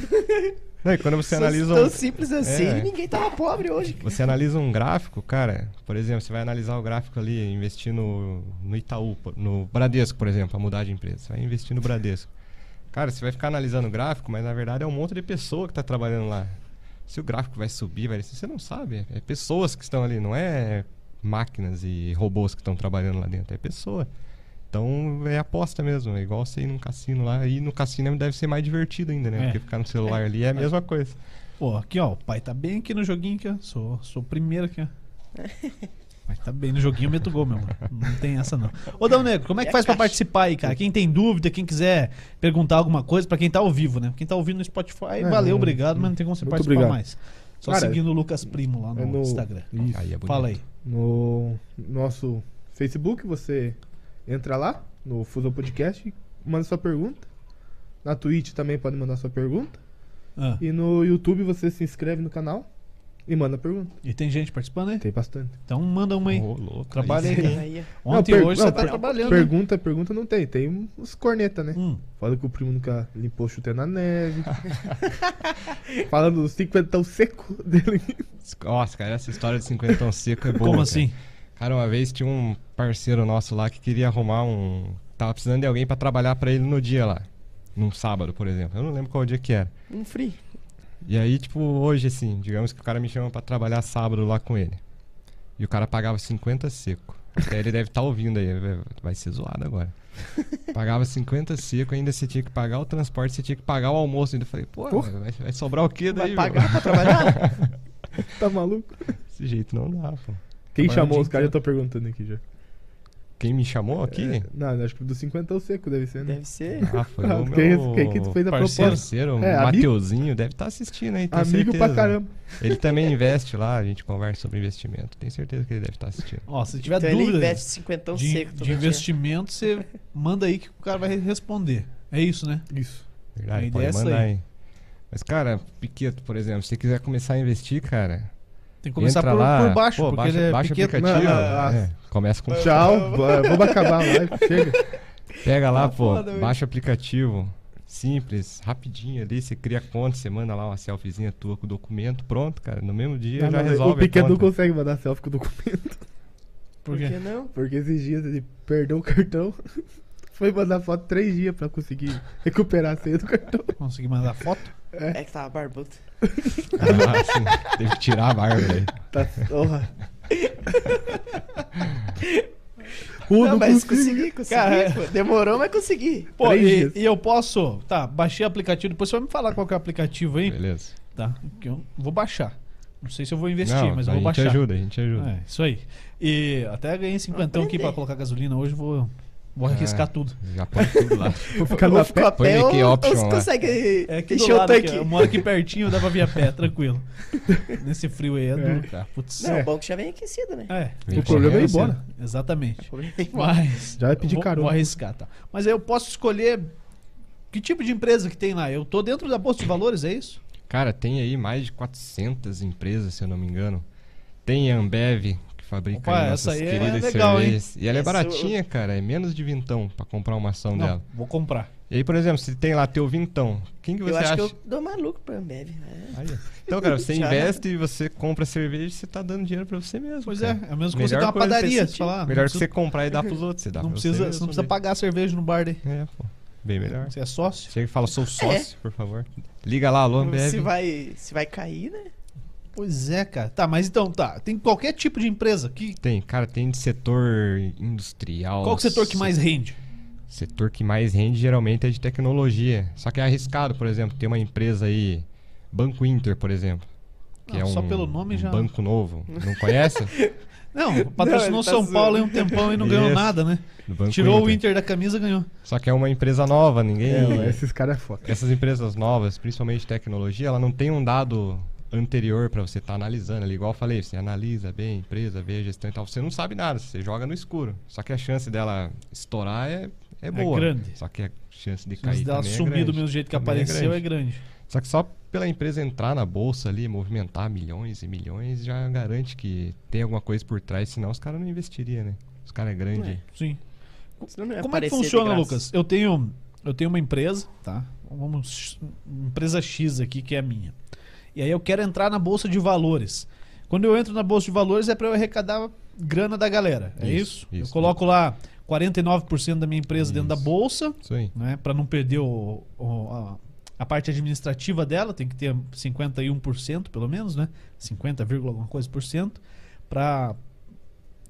Speaker 3: Não, e quando você analisa
Speaker 4: Tão
Speaker 3: um,
Speaker 4: simples assim
Speaker 3: É.
Speaker 4: e ninguém tava pobre hoje.
Speaker 3: você analisa um gráfico, cara, por exemplo, você vai analisar o gráfico ali, investir no, no Itaú, pô, no Bradesco, por exemplo, pra mudar de empresa. Você vai investir no Bradesco. Cara, você vai ficar analisando o gráfico, mas na verdade é um monte de pessoa que tá trabalhando lá. Se o gráfico vai subir, vai descer, você não sabe. É pessoas que estão ali, não é máquinas e robôs que estão trabalhando lá dentro, é pessoa. Então é aposta mesmo, é igual você ir num cassino lá. E no cassino deve ser mais divertido ainda, né?
Speaker 1: É.
Speaker 3: Porque ficar no celular ali é a mesma coisa.
Speaker 1: Pô, aqui ó, o pai tá bem aqui no joguinho aqui, ó. Sou, sou o primeiro aqui, ó. Mas tá bem no joguinho, eu meto gol, meu mano. Não tem essa, não. Ô, Dão Negro, como é que
Speaker 4: É
Speaker 1: faz pra
Speaker 4: caixa.
Speaker 1: participar aí, cara? Quem tem dúvida, quem quiser perguntar alguma coisa, pra quem tá ao vivo, né? Quem tá ouvindo no Spotify,
Speaker 2: É,
Speaker 1: valeu,
Speaker 2: não-
Speaker 1: obrigado, mas não tem como você
Speaker 2: muito
Speaker 1: participar
Speaker 2: obrigado.
Speaker 1: mais. Só
Speaker 2: Cara,
Speaker 1: seguindo o Lucas Primo lá no,
Speaker 2: é no-
Speaker 1: Instagram.
Speaker 2: Isso.
Speaker 3: Aí é bonito.
Speaker 1: Fala aí.
Speaker 2: no nosso Facebook, você entra lá no Fusão Podcast, manda sua pergunta. Na Twitch também pode mandar sua pergunta.
Speaker 1: Ah,
Speaker 2: E no YouTube você se inscreve no canal e manda pergunta.
Speaker 1: e tem gente participando aí?
Speaker 2: Tem bastante.
Speaker 1: Então manda uma aí.
Speaker 3: Ô, louco,
Speaker 1: Trabalha aí,
Speaker 3: aí sim.
Speaker 1: cara.
Speaker 4: Aí,
Speaker 1: Ontem
Speaker 2: Não,
Speaker 1: e
Speaker 2: per-
Speaker 1: hoje
Speaker 2: não,
Speaker 1: você tá
Speaker 2: per-
Speaker 1: trabalhando. né?
Speaker 2: Pergunta, pergunta não tem. Tem uns corneta, né?
Speaker 1: Hum,
Speaker 2: Fala que o primo nunca limpou o chute na neve. Falando dos 50 seco dele.
Speaker 3: Nossa, cara, essa história de cinquentão seco é boa.
Speaker 1: como
Speaker 3: cara.
Speaker 1: assim?
Speaker 3: Cara, uma vez tinha um parceiro nosso lá que queria arrumar um. Tava precisando de alguém pra trabalhar pra ele no dia lá. Num sábado, por exemplo. Eu não lembro qual dia que era.
Speaker 4: um free.
Speaker 3: E aí, tipo, hoje, assim, digamos que o cara me chama pra trabalhar sábado lá com ele. E o cara pagava 50 seco. Até ele deve estar ouvindo aí, vai- vai ser zoado agora. Pagava 50 seco, ainda você tinha que pagar o transporte, você tinha que pagar o almoço. Ainda falei, pô, vai, vai sobrar o quê daí?
Speaker 4: Vai
Speaker 3: meu?
Speaker 4: pagar pra trabalhar?
Speaker 2: Tá maluco?
Speaker 3: Desse jeito não dá, pô.
Speaker 2: Quem
Speaker 3: Trabalhando
Speaker 2: chamou
Speaker 3: o
Speaker 2: os
Speaker 3: dia
Speaker 2: caras? Eu tô perguntando aqui já.
Speaker 3: Quem me chamou aqui?
Speaker 2: É, não, acho que dos 50 seco deve ser, né?
Speaker 4: Deve ser.
Speaker 3: Ah, foi
Speaker 2: Ah,
Speaker 3: o meu
Speaker 2: quem- quem que fez a
Speaker 3: parceiro,
Speaker 2: proposta?
Speaker 3: o
Speaker 2: É, amigo-
Speaker 3: Mateuzinho, deve estar assistindo aí, tenho
Speaker 2: Amigo
Speaker 3: certeza.
Speaker 2: pra caramba.
Speaker 3: Ele também investe lá, a gente conversa sobre investimento. Tenho certeza que ele deve estar assistindo.
Speaker 1: Ó, se tiver
Speaker 4: então ele
Speaker 1: dúvida
Speaker 4: investe cinquentão
Speaker 1: de,
Speaker 4: seco
Speaker 1: de
Speaker 4: todo dia.
Speaker 1: investimento, você manda aí que o cara vai re- responder. É isso, né?
Speaker 2: Isso.
Speaker 1: A
Speaker 3: Verdade,
Speaker 1: ideia é
Speaker 3: pode
Speaker 1: essa
Speaker 3: mandar
Speaker 1: aí.
Speaker 3: aí. Mas, cara, Piqueto, por exemplo, se você quiser começar a investir, cara,
Speaker 1: Tem que começar
Speaker 3: entra
Speaker 1: por,
Speaker 3: lá,
Speaker 1: por baixo,
Speaker 3: pô,
Speaker 1: porque
Speaker 3: baixa,
Speaker 1: ele é
Speaker 3: baixa o
Speaker 1: pequeno.
Speaker 3: aplicativo.
Speaker 2: Não,
Speaker 3: é, começa com...
Speaker 2: Tchau, va- vamos acabar a live. Chega.
Speaker 3: Pega lá,
Speaker 1: Tá
Speaker 3: pô,
Speaker 1: foda, velho.
Speaker 3: baixa o aplicativo. Simples, rapidinho ali, você cria a conta, você manda lá uma selfiezinha tua com o documento, pronto, cara. No mesmo dia
Speaker 2: Não,
Speaker 3: já
Speaker 2: não,
Speaker 3: resolve
Speaker 2: o
Speaker 3: a
Speaker 2: Piquet não
Speaker 3: conta.
Speaker 2: consegue mandar selfie com o documento.
Speaker 1: Por
Speaker 4: Por
Speaker 1: quê?
Speaker 4: que não?
Speaker 2: Porque esses dias ele perdeu o cartão. Foi mandar foto três dias pra conseguir recuperar a senha do cartão.
Speaker 1: Consegui mandar foto?
Speaker 4: É que tava barbudo.
Speaker 3: Ah, sim. Teve que tirar a barba aí.
Speaker 2: Tá, porra. Uh,
Speaker 4: não,
Speaker 2: não
Speaker 4: mas
Speaker 2: consegui.
Speaker 4: consegui, consegui.
Speaker 1: Cara,
Speaker 4: pô. Demorou, mas consegui.
Speaker 1: Pô,
Speaker 2: Três
Speaker 1: e,
Speaker 2: dias.
Speaker 1: e eu posso. Tá, baixei o aplicativo. Depois você vai me falar qual que é o aplicativo aí.
Speaker 3: Beleza.
Speaker 1: Tá, que eu vou baixar. Não sei se eu vou investir,
Speaker 3: Não,
Speaker 1: mas eu vou
Speaker 3: a gente
Speaker 1: baixar.
Speaker 3: ajuda, a gente ajuda.
Speaker 1: É, isso aí. E até ganhei cinquentão aqui pra
Speaker 4: Aprender.
Speaker 1: colocar gasolina hoje, vou, vou arriscar tudo.
Speaker 3: Já põe É. tudo lá.
Speaker 2: Vou ficar no
Speaker 4: Ficou a
Speaker 2: pé.
Speaker 3: Põe
Speaker 4: pé ou,
Speaker 3: aqui,
Speaker 4: ou
Speaker 3: option
Speaker 4: você
Speaker 3: lá.
Speaker 4: consegue
Speaker 1: É aqui do
Speaker 4: encher o
Speaker 1: lado, aqui,
Speaker 4: tanque?
Speaker 1: eu moro aqui pertinho, dá pra vir a pé, tranquilo. Nesse frio aí é duro, cara. Putz.
Speaker 4: Não,
Speaker 1: É.
Speaker 4: o banco já vem aquecido, né?
Speaker 2: O problema é ir embora.
Speaker 1: Exatamente.
Speaker 4: Problema.
Speaker 1: Mas.
Speaker 2: Já vai pedir
Speaker 1: vou,
Speaker 2: carona.
Speaker 1: Vou arriscar, tá? Mas aí eu posso escolher que tipo de empresa que tem lá. Eu tô dentro da Bolsa de Valores, é isso?
Speaker 3: Cara, tem aí mais de 400 empresas, se eu não me engano. Tem a Ambev, que fabrica
Speaker 1: Opa,
Speaker 3: aí
Speaker 1: essa
Speaker 3: nossas
Speaker 1: aí é
Speaker 3: queridas
Speaker 1: legal, hein?
Speaker 3: cervejas. E ela é
Speaker 4: Essa
Speaker 3: baratinha, cara. É menos de vintão pra comprar uma ação dela.
Speaker 1: vou comprar.
Speaker 3: E aí, por exemplo, se tem lá teu vintão, quem que
Speaker 4: Eu
Speaker 3: você
Speaker 4: acho
Speaker 3: acha?
Speaker 4: que eu dou maluco pra Ambev. né?
Speaker 3: Aí, ó. então, cara, você
Speaker 4: Já, né?
Speaker 3: investe e você compra cerveja e você tá dando dinheiro pra você mesmo.
Speaker 1: Pois é,
Speaker 3: cara.
Speaker 1: é o mesmo que
Speaker 3: Melhor
Speaker 1: você ter uma
Speaker 3: coisa
Speaker 1: padaria.
Speaker 3: desse
Speaker 1: Você
Speaker 3: tipo.
Speaker 1: fala, ah, não
Speaker 3: Melhor que
Speaker 1: precisa,
Speaker 3: você comprar e dar pros outros. Você dá
Speaker 1: não
Speaker 3: pra
Speaker 1: precisa,
Speaker 3: você,
Speaker 1: você não
Speaker 3: mesmo,
Speaker 1: precisa
Speaker 3: daí.
Speaker 1: pagar a cerveja no bar daí.
Speaker 3: É, pô. Bem melhor.
Speaker 1: Você é sócio?
Speaker 3: Chega e fala, sou sócio, por favor. Liga lá, alô,
Speaker 4: Se
Speaker 3: Ambev.
Speaker 4: vai, se vai cair, né?
Speaker 1: Pois é, cara. Tá, mas então, tá. Tem qualquer tipo de empresa. Que,
Speaker 3: Tem, cara, tem de setor industrial.
Speaker 1: qual que é o setor que mais rende?
Speaker 3: Setor que mais rende geralmente é de tecnologia. Só que é arriscado, por exemplo, tem uma empresa aí, Banco Inter, por exemplo. Que
Speaker 1: Não,
Speaker 3: é um,
Speaker 1: Ah, só pelo nome
Speaker 3: um
Speaker 1: já-
Speaker 3: banco novo. Não conhece?
Speaker 1: Não, patrocinou
Speaker 4: Não, ele tá
Speaker 1: São
Speaker 4: zoando.
Speaker 1: Paulo em um tempão e não ganhou
Speaker 3: Isso.
Speaker 1: nada, né?
Speaker 3: Do Banco
Speaker 1: Tirou o Inter da camisa ganhou.
Speaker 3: Só que é uma empresa nova, ninguém.
Speaker 2: É, esses caras é foda.
Speaker 3: Essas empresas novas, principalmente de tecnologia, ela não tem um dado anterior pra você estar analisando ali. Igual eu falei, você analisa bem a empresa, vê a gestão e tal. Você não sabe nada, você joga no escuro. Só que a chance dela estourar é, é boa.
Speaker 1: grande.
Speaker 3: Só que a chance de
Speaker 1: Mas
Speaker 3: cair
Speaker 1: dela
Speaker 3: também é
Speaker 1: sumir do
Speaker 3: grande.
Speaker 1: mesmo jeito que
Speaker 3: Também é
Speaker 1: apareceu é
Speaker 3: grande.
Speaker 1: grande.
Speaker 3: Só que só pela empresa entrar na bolsa ali, movimentar milhões e milhões, já garante que tem alguma coisa por trás, senão os caras não investiriam, né? Os caras é grande.
Speaker 4: Não é.
Speaker 1: Sim.
Speaker 4: Senão não ia
Speaker 1: Como é que
Speaker 4: aparecer de
Speaker 1: funciona,
Speaker 4: graça.
Speaker 1: Lucas? Eu tenho, eu tenho uma empresa, tá? Vamos, empresa X aqui que é a minha. E aí eu quero entrar na bolsa de valores. Quando eu entro na bolsa de valores é para eu arrecadar grana da galera. É isso?
Speaker 3: Isso,
Speaker 1: eu
Speaker 3: isso.
Speaker 1: coloco lá 49% da minha empresa dentro da
Speaker 3: Isso.
Speaker 1: bolsa,
Speaker 3: Isso aí.
Speaker 1: né, para não perder o, o- a, a parte administrativa dela, tem que ter 51% pelo menos, né? 50, vírgula alguma coisa por cento para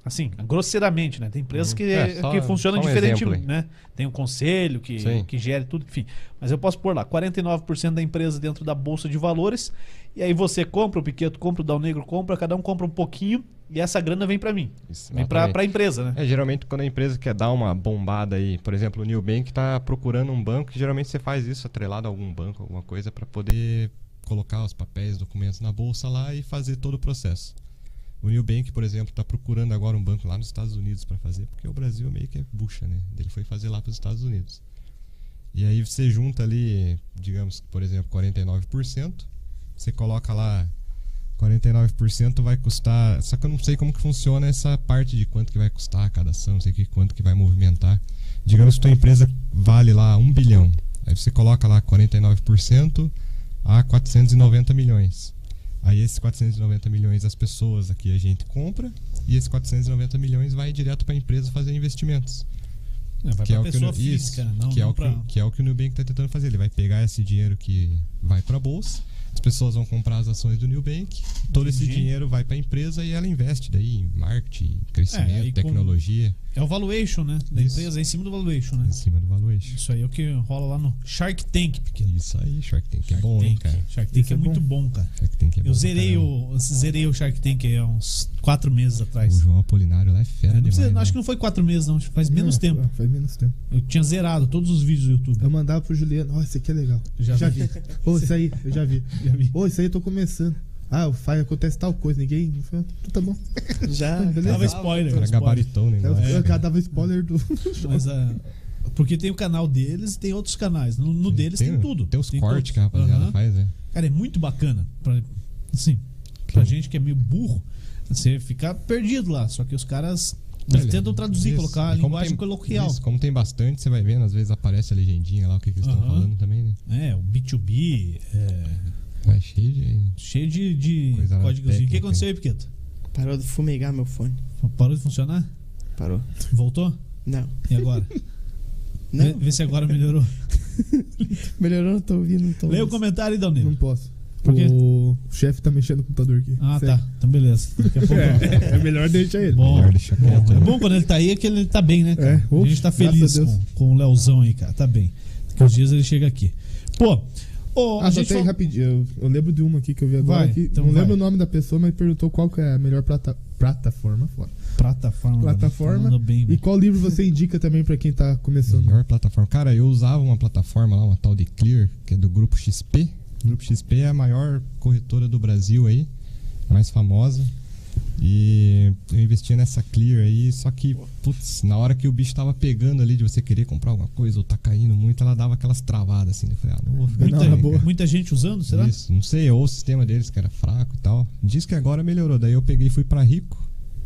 Speaker 1: assim, grosseiramente, né? Tem empresas
Speaker 3: Uhum.
Speaker 1: que,
Speaker 3: É, só-
Speaker 1: que funcionam
Speaker 3: só um
Speaker 1: diferente,
Speaker 3: exemplo aí.
Speaker 1: né? Tem um conselho que,
Speaker 3: Sim.
Speaker 1: que gere tudo, enfim. Mas eu posso pôr lá 49% da empresa dentro da bolsa de valores e aí você compra o Piqueto, compra o Dal Negro, compra, cada um compra um pouquinho e essa grana vem para mim.
Speaker 3: Isso,
Speaker 1: Vem para
Speaker 3: exatamente.
Speaker 1: para a empresa, né?
Speaker 3: É, geralmente quando a empresa quer dar uma bombada aí, por exemplo, o Nubank tá procurando um banco, geralmente você faz isso atrelado a algum banco, alguma coisa para poder colocar os papéis, documentos na bolsa lá e fazer todo o processo. O Nubank, por exemplo, está procurando agora um banco lá nos Estados Unidos para fazer, porque o Brasil meio que é bucha, né? Ele foi fazer lá para os Estados Unidos. E aí você junta ali, digamos, por exemplo, 49%, você coloca lá 49% vai custar. Só que eu não sei como que funciona essa parte de quanto que vai custar cada ação, não sei que quanto que vai movimentar. Digamos que tua empresa vale lá 1 bilhão. Aí você coloca lá 49% a 490 milhões. Aí esses 490 milhões as pessoas aqui a gente compra e esses 490 milhões vai direto para a empresa fazer investimentos
Speaker 1: vai
Speaker 3: que é o que, o Nu-
Speaker 1: né?
Speaker 3: isso, que, é o que, que é o que o Nubank está tentando fazer. Ele vai pegar esse dinheiro que vai para a bolsa, as pessoas vão comprar as ações do Nubank, todo esse
Speaker 1: Entendi.
Speaker 3: dinheiro vai para a empresa e ela investe daí em marketing, em
Speaker 1: É,
Speaker 3: crescimento,
Speaker 1: aí com-
Speaker 3: tecnologia,
Speaker 1: É o valuation, né? Da
Speaker 3: Isso.
Speaker 1: empresa, é em cima do valuation, né?
Speaker 3: em cima do valuation.
Speaker 1: Isso aí é o que rola lá no Shark Tank, pequeno.
Speaker 3: Isso aí, Shark Tank é
Speaker 1: Shark
Speaker 3: bom,
Speaker 1: Tank.
Speaker 3: hein, cara?
Speaker 1: Shark Tank
Speaker 2: Isso
Speaker 1: é,
Speaker 2: é
Speaker 1: muito bom, cara.
Speaker 3: Shark Tank é bom
Speaker 1: Eu
Speaker 3: pra
Speaker 1: zerei
Speaker 3: caramba.
Speaker 1: o, zerei o Shark Tank aí há uns quatro meses atrás.
Speaker 3: O João Apolinário lá é
Speaker 1: É,
Speaker 3: fera
Speaker 1: não
Speaker 3: demais.
Speaker 1: precisa- acho que
Speaker 3: né?
Speaker 1: não foi quatro meses, não. acho que Faz menos
Speaker 2: É,
Speaker 1: tempo.
Speaker 2: Faz menos tempo.
Speaker 1: Eu tinha zerado todos os vídeos do YouTube.
Speaker 2: Eu mandava pro Juliano, ó, esse aqui é legal.
Speaker 1: Eu já
Speaker 2: Já,
Speaker 1: vi.
Speaker 2: vi. Ô, isso aí, eu já vi.
Speaker 1: Já vi.
Speaker 2: Ô, isso aí eu tô começando. Ah, o Fire acontece tal coisa, ninguém. Eu falei, Tá bom.
Speaker 1: Já
Speaker 2: beleza.
Speaker 1: dava spoiler.
Speaker 3: Era
Speaker 1: spoiler.
Speaker 3: gabaritão
Speaker 1: é
Speaker 3: o
Speaker 1: Ah,
Speaker 2: Eu,
Speaker 3: negócio. É.
Speaker 2: eu
Speaker 3: cara.
Speaker 2: dava spoiler do.
Speaker 1: Mas, ah, porque tem o canal deles e tem outros canais. No, no deles tem, tudo.
Speaker 3: Tem os
Speaker 1: todos.
Speaker 3: cortes que a rapaziada
Speaker 1: Aham.
Speaker 3: faz, né?
Speaker 1: Cara, é muito bacana. Pra, assim, pra gente que é meio burro, você fica perdido lá. Só que os caras eles
Speaker 3: Olha,
Speaker 1: tentam traduzir,
Speaker 3: isso.
Speaker 1: colocar a
Speaker 3: E como
Speaker 1: linguagem
Speaker 3: tem-
Speaker 1: coloquial.
Speaker 3: isso, como tem bastante, você vai vendo, às vezes aparece a legendinha lá, o que, que eles estão
Speaker 1: Aham.
Speaker 3: falando também, né?
Speaker 1: É, o B2B, é,
Speaker 3: Vai cheio de.
Speaker 1: cheio de, de
Speaker 3: Coisa
Speaker 1: códigozinho. O que
Speaker 3: técnica,
Speaker 1: aconteceu aí, Piqueto?
Speaker 4: Parou de fumegar meu fone.
Speaker 1: Parou de funcionar?
Speaker 4: Parou.
Speaker 1: Voltou?
Speaker 4: Não.
Speaker 1: E agora? Vê,
Speaker 4: Não.
Speaker 1: vê se agora melhorou.
Speaker 4: Melhorou, não tô ouvindo, não tô
Speaker 1: Leia o
Speaker 4: ouvindo.
Speaker 1: comentário aí,
Speaker 2: Não
Speaker 1: Danilo.
Speaker 2: posso.
Speaker 1: Por quê?
Speaker 2: O chefe tá mexendo no computador aqui.
Speaker 1: Ah,
Speaker 2: Sério.
Speaker 1: tá. Então beleza. Daqui a pouco.
Speaker 2: É, é melhor deixar ele.
Speaker 1: Bom,
Speaker 3: Melhor deixar quieto,
Speaker 1: bom. é
Speaker 3: né?
Speaker 1: bom quando ele tá aí é que ele tá bem, né? cara?
Speaker 2: É,
Speaker 1: a
Speaker 2: ufa,
Speaker 1: gente tá
Speaker 2: graças a
Speaker 1: feliz
Speaker 2: Deus.
Speaker 1: com, com o Leozão aí, cara. Tá bem. Daqui uns dias ele chega aqui. Pô, ô,
Speaker 2: Ah,
Speaker 1: a
Speaker 2: só
Speaker 1: gente
Speaker 2: tem
Speaker 1: falou-
Speaker 2: rapidinho. Eu, eu lembro de uma aqui que eu vi agora.
Speaker 1: Vai,
Speaker 2: que
Speaker 1: então
Speaker 2: não
Speaker 1: vai.
Speaker 2: lembro o nome da pessoa, mas perguntou qual que é a melhor plata- plataforma. Foda.
Speaker 1: plataforma.
Speaker 2: Plataforma.
Speaker 1: Falando Bem,
Speaker 2: E
Speaker 1: velho.
Speaker 2: qual livro você indica também pra quem tá começando?
Speaker 3: Melhor plataforma. Cara, eu usava uma plataforma lá, uma tal de Clear, que é do Grupo XP. O Grupo XP é a maior corretora do Brasil aí, mais famosa. E eu investia nessa Clear aí, só que, putz, na hora que o bicho tava pegando ali de você querer comprar alguma coisa ou tá caindo muito, ela dava aquelas travadas assim. né? Eu falei, ah, não vou ficar
Speaker 2: Não,
Speaker 1: muita,
Speaker 3: também,
Speaker 2: na boa.
Speaker 3: cara.
Speaker 1: muita gente usando, será?
Speaker 3: Isso, não sei, ou o sistema deles que era fraco e tal. Diz que agora melhorou. Daí eu peguei e fui pra rico.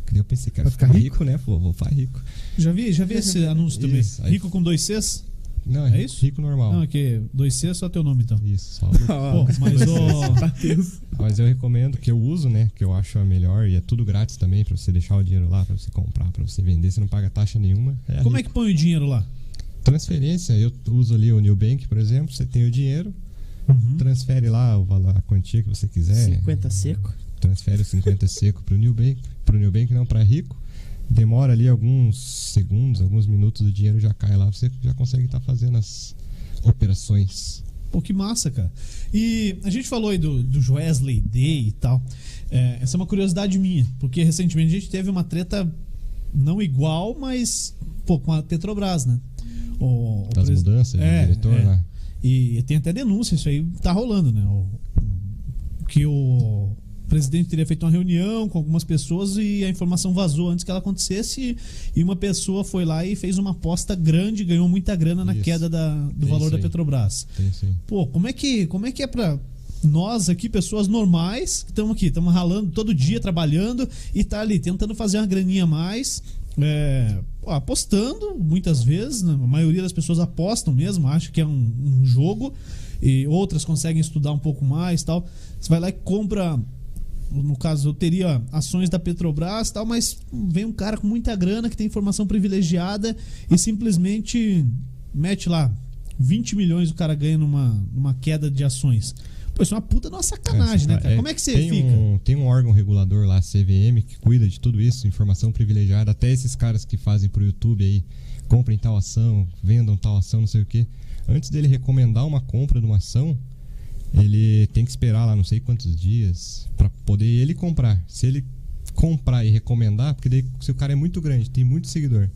Speaker 3: Que daí eu pensei, cara,
Speaker 2: Pra
Speaker 3: ficar
Speaker 2: ficar
Speaker 3: rico, né? Pô, vou pra rico.
Speaker 1: Já vi, já vi esse anúncio também.
Speaker 3: Isso, aí-
Speaker 1: Rico com dois Cs?
Speaker 3: Não,
Speaker 1: É
Speaker 3: é
Speaker 1: isso?
Speaker 3: isso? rico normal.
Speaker 1: Não, aqui, dois Cs só teu nome então.
Speaker 3: Isso, só o-
Speaker 1: Pô, mas ô.
Speaker 3: Mas eu recomendo que eu uso, né? Que eu acho a melhor e é tudo grátis também pra você deixar o dinheiro lá, pra você comprar, pra você vender, você não paga taxa nenhuma. É
Speaker 1: Como
Speaker 3: a
Speaker 1: é que põe o dinheiro lá?
Speaker 3: transferência? Eu uso ali o Nubank, por exemplo, você tem o dinheiro,
Speaker 1: Hum.
Speaker 3: Uhum. transfere lá o valor, a quantia que você quiser.
Speaker 4: 50 seco.
Speaker 3: transfere os 50 seco pro Nubank, pro Nubank não para Rico. Demora ali alguns segundos, alguns minutos, o dinheiro já cai lá, você já consegue estar fazendo as operações.
Speaker 1: Pô, que massa, cara. E a gente falou aí do, do Wesley Day e tal. É, essa é uma curiosidade minha, porque recentemente a gente teve uma treta não igual, mas pô, com a Petrobras, né? O, o
Speaker 3: Das
Speaker 1: pres-
Speaker 3: mudanças de
Speaker 1: É,
Speaker 3: diretor
Speaker 1: é.
Speaker 3: lá.
Speaker 1: E tem até denúncia, isso aí tá rolando, né? O, o que o presidente teria feito uma reunião com algumas pessoas e a informação vazou antes que ela acontecesse e uma pessoa foi lá e fez uma aposta grande, ganhou muita grana na
Speaker 3: Isso.
Speaker 1: queda da- do
Speaker 3: É
Speaker 1: valor
Speaker 3: isso
Speaker 1: da
Speaker 3: aí.
Speaker 1: Petrobras.
Speaker 3: Tem sim.
Speaker 1: Pô, como é que, como é, que é pra nós aqui, pessoas normais, que estamos aqui, estamos ralando todo dia, trabalhando e tá ali tentando fazer uma graninha a mais, é, apostando muitas vezes, né? a maioria das pessoas apostam mesmo, acha que é um, um jogo e outras conseguem estudar um pouco mais tal. Você vai lá e compra no caso, eu teria ações da Petrobras e tal, mas vem um cara com muita grana que tem informação privilegiada e simplesmente mete lá 20 milhões o cara ganha numa, numa queda de ações. Pô, isso é uma puta de uma sacanagem, né, cara? Como é que você
Speaker 3: tem
Speaker 1: fica?
Speaker 3: Um, tem um órgão regulador lá, CVM, que cuida de tudo isso, informação privilegiada. Até esses caras que fazem pro YouTube aí, comprem tal ação, vendam tal ação, não sei o quê. Antes dele recomendar uma compra de uma ação, ele tem que esperar lá não sei quantos dias pra poder ele comprar. Se ele comprar e recomendar, porque daí, se o cara é muito grande, tem muito seguidor,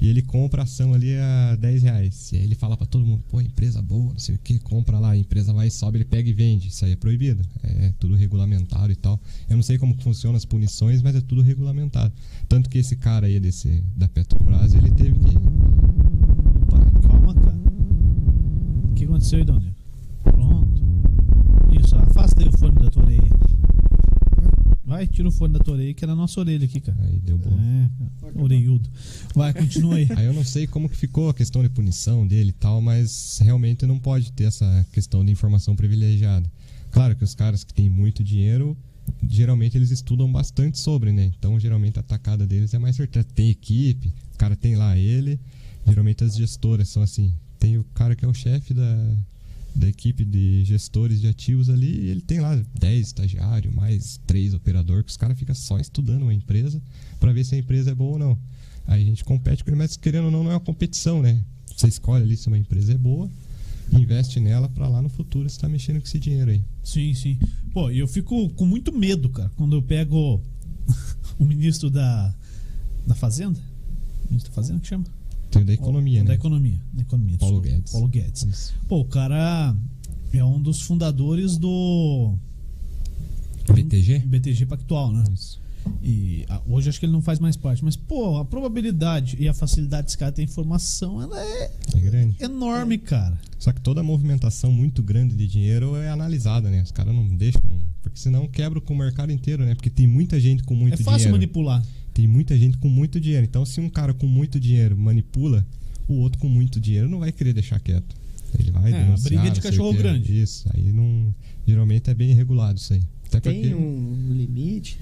Speaker 3: e ele compra a ação ali a 10 reais. E aí ele fala pra todo mundo, pô, empresa boa, não sei o que, compra lá, a empresa vai, sobe, ele pega e vende. Isso aí é proibido. É tudo regulamentado e tal. Eu não sei como que funcionam as punições, mas é tudo regulamentado. Tanto que esse cara aí desse, da Petrobras, ele teve que. Opa,
Speaker 1: Calma, cara. O que aconteceu aí, Dona? Pronto. Isso, afasta aí o fone da tua orelha. Vai, tira o fone da tua orelha, que era a nossa orelha aqui, cara.
Speaker 3: aí deu bom.
Speaker 1: É, orelhudo. Vai, continua aí.
Speaker 3: Aí eu não sei como que ficou a questão de punição dele e tal, mas realmente não pode ter essa questão de informação privilegiada. Claro que os caras que têm muito dinheiro, geralmente eles estudam bastante sobre, né? Então geralmente a atacada deles é mais certa. Tem equipe, o cara tem lá ele, geralmente as gestoras são assim. Tem o cara que é o chefe da, da equipe de gestores de ativos ali, e ele tem lá 10 estagiários, mais 3 operador, que os caras ficam só estudando uma empresa para ver se a empresa é boa ou não. Aí a gente compete com ele, mas querendo ou não, não é uma competição, né? Você escolhe ali se uma empresa é boa, investe nela para lá no futuro você tá mexendo com esse dinheiro aí.
Speaker 1: Sim, sim. Pô, eu fico com muito medo, cara, quando eu pego o ministro da, da Fazenda. Ministro da Fazenda que chama?
Speaker 3: Tem o da economia,
Speaker 1: Da
Speaker 3: né?
Speaker 1: economia. Da economia
Speaker 3: Paulo
Speaker 1: desculpa.
Speaker 3: Guedes.
Speaker 1: Paulo Guedes.
Speaker 3: Isso.
Speaker 1: Pô, o cara é um dos fundadores do
Speaker 3: BTG?
Speaker 1: BTG Pactual, né?
Speaker 3: Isso.
Speaker 1: E ah, hoje acho que ele não faz mais parte. Mas, pô, a probabilidade e a facilidade desse cara ter informação, ela é
Speaker 3: É grande.
Speaker 1: enorme, cara.
Speaker 3: Só que toda movimentação muito grande de dinheiro é analisada, né? Os caras não deixam. Porque senão quebra com o mercado inteiro, né? Porque tem muita gente com muito
Speaker 1: é fácil
Speaker 3: dinheiro.
Speaker 1: manipular.
Speaker 3: Tem muita gente com muito dinheiro. Então, se um cara com muito dinheiro manipula, o outro com muito dinheiro não vai querer deixar quieto. Ele vai
Speaker 1: É, a
Speaker 3: denunciar,
Speaker 1: briga de
Speaker 3: não sei o
Speaker 1: cachorro
Speaker 3: quê.
Speaker 1: grande.
Speaker 3: Isso, aí não. Geralmente é bem regulado isso aí. Até
Speaker 4: Tem
Speaker 3: porque-
Speaker 4: um limite?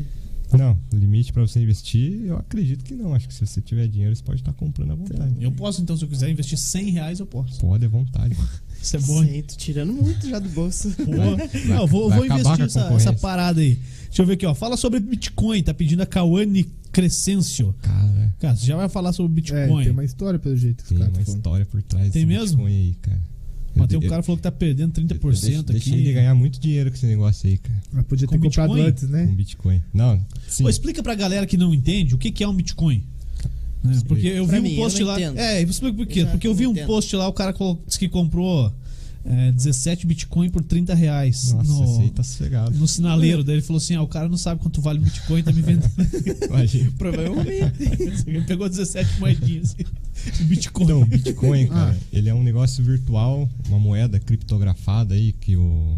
Speaker 3: Não, limite pra você investir, eu acredito que não. Acho que se você tiver dinheiro, você pode estar comprando à vontade.
Speaker 1: Eu posso, então, se eu quiser investir 100 reais, eu posso.
Speaker 3: Pode à vontade.
Speaker 1: Isso é bom. Tá hein?
Speaker 4: Sei, tô tirando muito já do bolso.
Speaker 1: Boa. Não, eu vou,
Speaker 3: vai
Speaker 1: vou
Speaker 3: acabar
Speaker 1: investir
Speaker 3: com a
Speaker 1: essa,
Speaker 3: concorrência.
Speaker 1: essa parada aí. Deixa eu ver aqui, ó. Fala sobre Bitcoin, tá pedindo a Kawane Crescencio.
Speaker 3: Cara,
Speaker 1: Cara, você já vai falar sobre
Speaker 2: É,
Speaker 1: Bitcoin.
Speaker 2: tem uma história pelo jeito que os
Speaker 3: tem
Speaker 2: caras
Speaker 3: uma
Speaker 2: estão falando.
Speaker 3: história por trás
Speaker 1: Tem
Speaker 3: desse
Speaker 1: mesmo?
Speaker 3: Bitcoin aí, cara.
Speaker 1: Mas tem
Speaker 3: Eu-
Speaker 1: um
Speaker 3: eu-
Speaker 1: cara que falou que tá perdendo
Speaker 3: eu deixei-
Speaker 1: 30% aqui.
Speaker 3: Deixei de ganhar muito dinheiro com esse negócio aí, cara.
Speaker 2: Mas podia ter
Speaker 1: Com
Speaker 2: comprado
Speaker 1: Bitcoin?
Speaker 2: antes,
Speaker 3: Com
Speaker 2: né?
Speaker 3: Bitcoin. Não, sim.
Speaker 1: Pô, explica pra galera que não entende o que, que é um Bitcoin. Né, Porque eu vi
Speaker 4: Pra
Speaker 1: um
Speaker 4: mim, eu
Speaker 1: post
Speaker 4: não
Speaker 1: lá.
Speaker 4: entendo.
Speaker 1: É, explica por quê.
Speaker 4: Eu já
Speaker 1: Porque eu vi
Speaker 4: não
Speaker 1: um
Speaker 4: entendo.
Speaker 1: post lá, o cara colo- disse que comprou é, 17 Bitcoin por 30 reais.
Speaker 3: Nossa,
Speaker 1: no...
Speaker 3: esse aí tá sossegado.
Speaker 1: No sinaleiro, daí ele falou assim: ah, o cara não sabe quanto vale o Bitcoin, tá me vendendo.
Speaker 3: Imagina.
Speaker 1: Provavelmente. Ele pegou 17 moedinhas de Bitcoin.
Speaker 3: Então, o
Speaker 1: Ah.
Speaker 3: Bitcoin, cara, ele é um negócio virtual, uma moeda criptografada aí que o,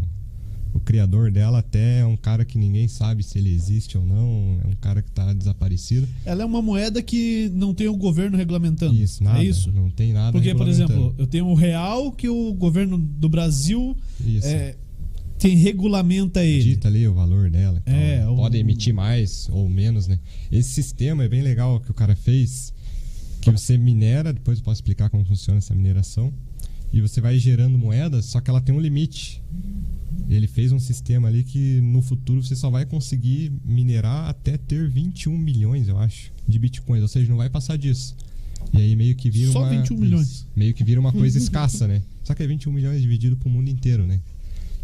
Speaker 3: o criador dela até é um cara que ninguém sabe se ele existe ou não, é um cara que tá desaparecido.
Speaker 1: Ela é uma moeda que não tem o governo regulamentando.
Speaker 3: Isso, nada.
Speaker 1: É isso?
Speaker 3: Não tem nada.
Speaker 1: Porque, por
Speaker 3: regulamentando.
Speaker 1: exemplo, eu tenho o real que o governo do Brasil
Speaker 3: Isso.
Speaker 1: é, tem regulamenta ele.
Speaker 3: Dita ali o valor dela. e
Speaker 1: É,
Speaker 3: tal. né?
Speaker 1: o-
Speaker 3: Pode emitir mais ou menos, né? Esse sistema é bem legal que o cara fez, que você minera, depois eu posso explicar como funciona essa mineração, e você vai gerando moedas, só que ela tem um limite. Ele fez um sistema ali que no futuro você só vai conseguir minerar até ter 21 milhões, eu acho, de bitcoins, ou seja, não vai passar disso. E aí meio que vira
Speaker 1: Só
Speaker 3: uma
Speaker 1: 21 milhões.
Speaker 3: um Meio que vira uma coisa escassa, né? Só que é 21 milhões dividido pro mundo inteiro, né?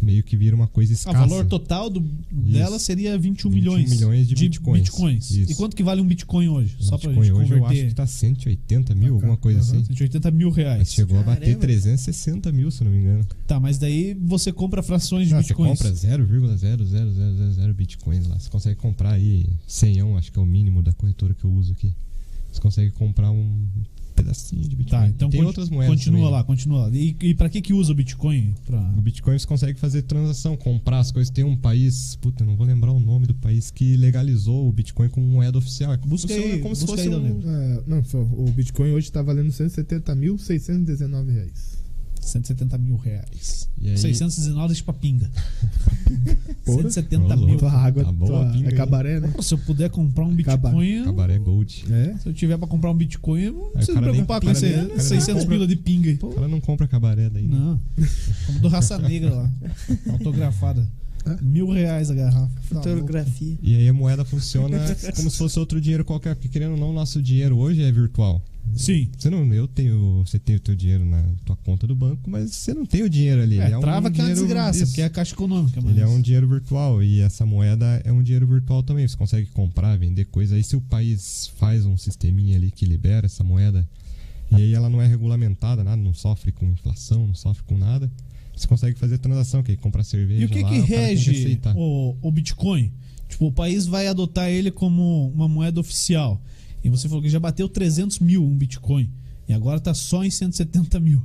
Speaker 3: meio que vira uma coisa
Speaker 1: O
Speaker 3: escassa.
Speaker 1: Ah, valor total do, dela seria 21 milhões,
Speaker 3: 21 milhões de bitcoins. Isso.
Speaker 1: E quanto que vale um bitcoin hoje? Só pra
Speaker 3: Bitcoin
Speaker 1: gente
Speaker 3: hoje eu acho
Speaker 1: converter.
Speaker 3: que tá 180 mil, alguma coisa
Speaker 1: Aham,
Speaker 3: assim.
Speaker 1: 180 mil
Speaker 3: Mas
Speaker 1: reais.
Speaker 3: chegou a bater
Speaker 4: Caramba.
Speaker 3: 360 mil, se não me engano.
Speaker 1: Tá, mas daí você compra frações de
Speaker 3: Não, você
Speaker 1: bitcoins.
Speaker 3: compra 0,00000 bitcoins lá. Você consegue comprar aí 100, acho que é o mínimo da corretora que eu uso aqui. Você consegue comprar um pedacinho de bitcoin.
Speaker 1: Tá, então
Speaker 3: Tem
Speaker 1: conti-
Speaker 3: outras moedas
Speaker 1: Continua
Speaker 3: também. né?
Speaker 1: lá, continua lá. E, e pra que que usa o bitcoin? Pra...
Speaker 3: O Bitcoin você consegue fazer transação, comprar as coisas. Tem um país, puta, eu não vou lembrar o nome do país, que legalizou o Bitcoin como moeda oficial. É como
Speaker 1: Busca
Speaker 3: se fosse-
Speaker 1: aí,
Speaker 3: é como se
Speaker 1: busca
Speaker 3: fosse
Speaker 1: aí,
Speaker 3: um...
Speaker 1: Leonardo.
Speaker 2: Ah, não, só, o Bitcoin hoje tá valendo 170.619 reais.
Speaker 1: 170 mil reais.
Speaker 3: E aí-
Speaker 1: 619 deixa pra pinga.
Speaker 2: Porra.
Speaker 1: 170
Speaker 3: Ô,
Speaker 1: mil.
Speaker 2: Tua água,
Speaker 3: Tá boa
Speaker 2: tua,
Speaker 3: a pinga,
Speaker 2: é
Speaker 3: hein?
Speaker 2: cabaré, né?
Speaker 1: Pô, Se eu puder comprar um
Speaker 2: Acaba-
Speaker 1: bitcoin, eu-
Speaker 3: Cabaré Gold.
Speaker 2: É.
Speaker 1: se eu tiver pra comprar um bitcoin, eu não preciso me
Speaker 3: cara nem-
Speaker 1: preocupar com
Speaker 3: cara
Speaker 1: esse
Speaker 3: nem- cara nem
Speaker 1: 600
Speaker 3: compra.
Speaker 1: pila de pinga. aí. Pô,
Speaker 3: O cara não compra cabaré daí. né?
Speaker 1: Não. Como do Raça Negra lá. Autografada. Mil reais a garrafa. Tá
Speaker 4: Fotografia.
Speaker 3: E aí a moeda funciona como se fosse outro dinheiro qualquer, porque querendo ou não, nosso dinheiro hoje é virtual.
Speaker 1: Sim.
Speaker 3: Você não, eu tenho, você tem o teu dinheiro na tua conta do banco, mas você não tem o dinheiro ali.
Speaker 1: É,
Speaker 3: Ele um
Speaker 1: trava que é uma
Speaker 3: dinheiro-
Speaker 1: desgraça,
Speaker 3: isso.
Speaker 1: porque é a caixa econômica, mas.
Speaker 3: Ele é um dinheiro virtual e essa moeda é um dinheiro virtual também. Você consegue comprar, vender coisa. Aí se o país faz um sisteminha ali que libera essa moeda e aí ela não é regulamentada, nada, não sofre com inflação, não sofre com nada, você consegue fazer transação, que é comprar cerveja
Speaker 1: E o que
Speaker 3: lá,
Speaker 1: que
Speaker 3: o cara tem que
Speaker 1: rege
Speaker 3: aceitar.
Speaker 1: o, o Bitcoin? Tipo, o país vai adotar ele como uma moeda oficial. E você falou que já bateu 300 mil um Bitcoin. E agora tá só em 170 mil.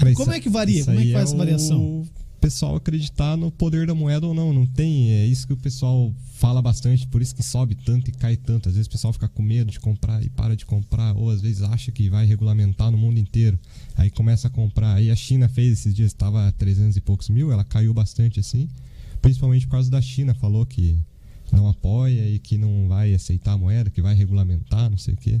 Speaker 3: Mas
Speaker 1: Como
Speaker 3: isso-
Speaker 1: é que varia?
Speaker 3: isso
Speaker 1: Como é
Speaker 3: aí
Speaker 1: que faz essa variação?
Speaker 3: O pessoal acreditar no poder da moeda ou não, não tem. É isso que o pessoal fala bastante, por isso que sobe tanto e cai tanto. Às vezes o pessoal fica com medo de comprar e para de comprar, ou às vezes acha que vai regulamentar no mundo inteiro. Aí começa a comprar. Aí a China fez esses dias, estava a 300 e poucos mil, ela caiu bastante assim, principalmente por causa da China, falou que não apoia e que não vai aceitar a moeda, que vai regulamentar, não sei o quê.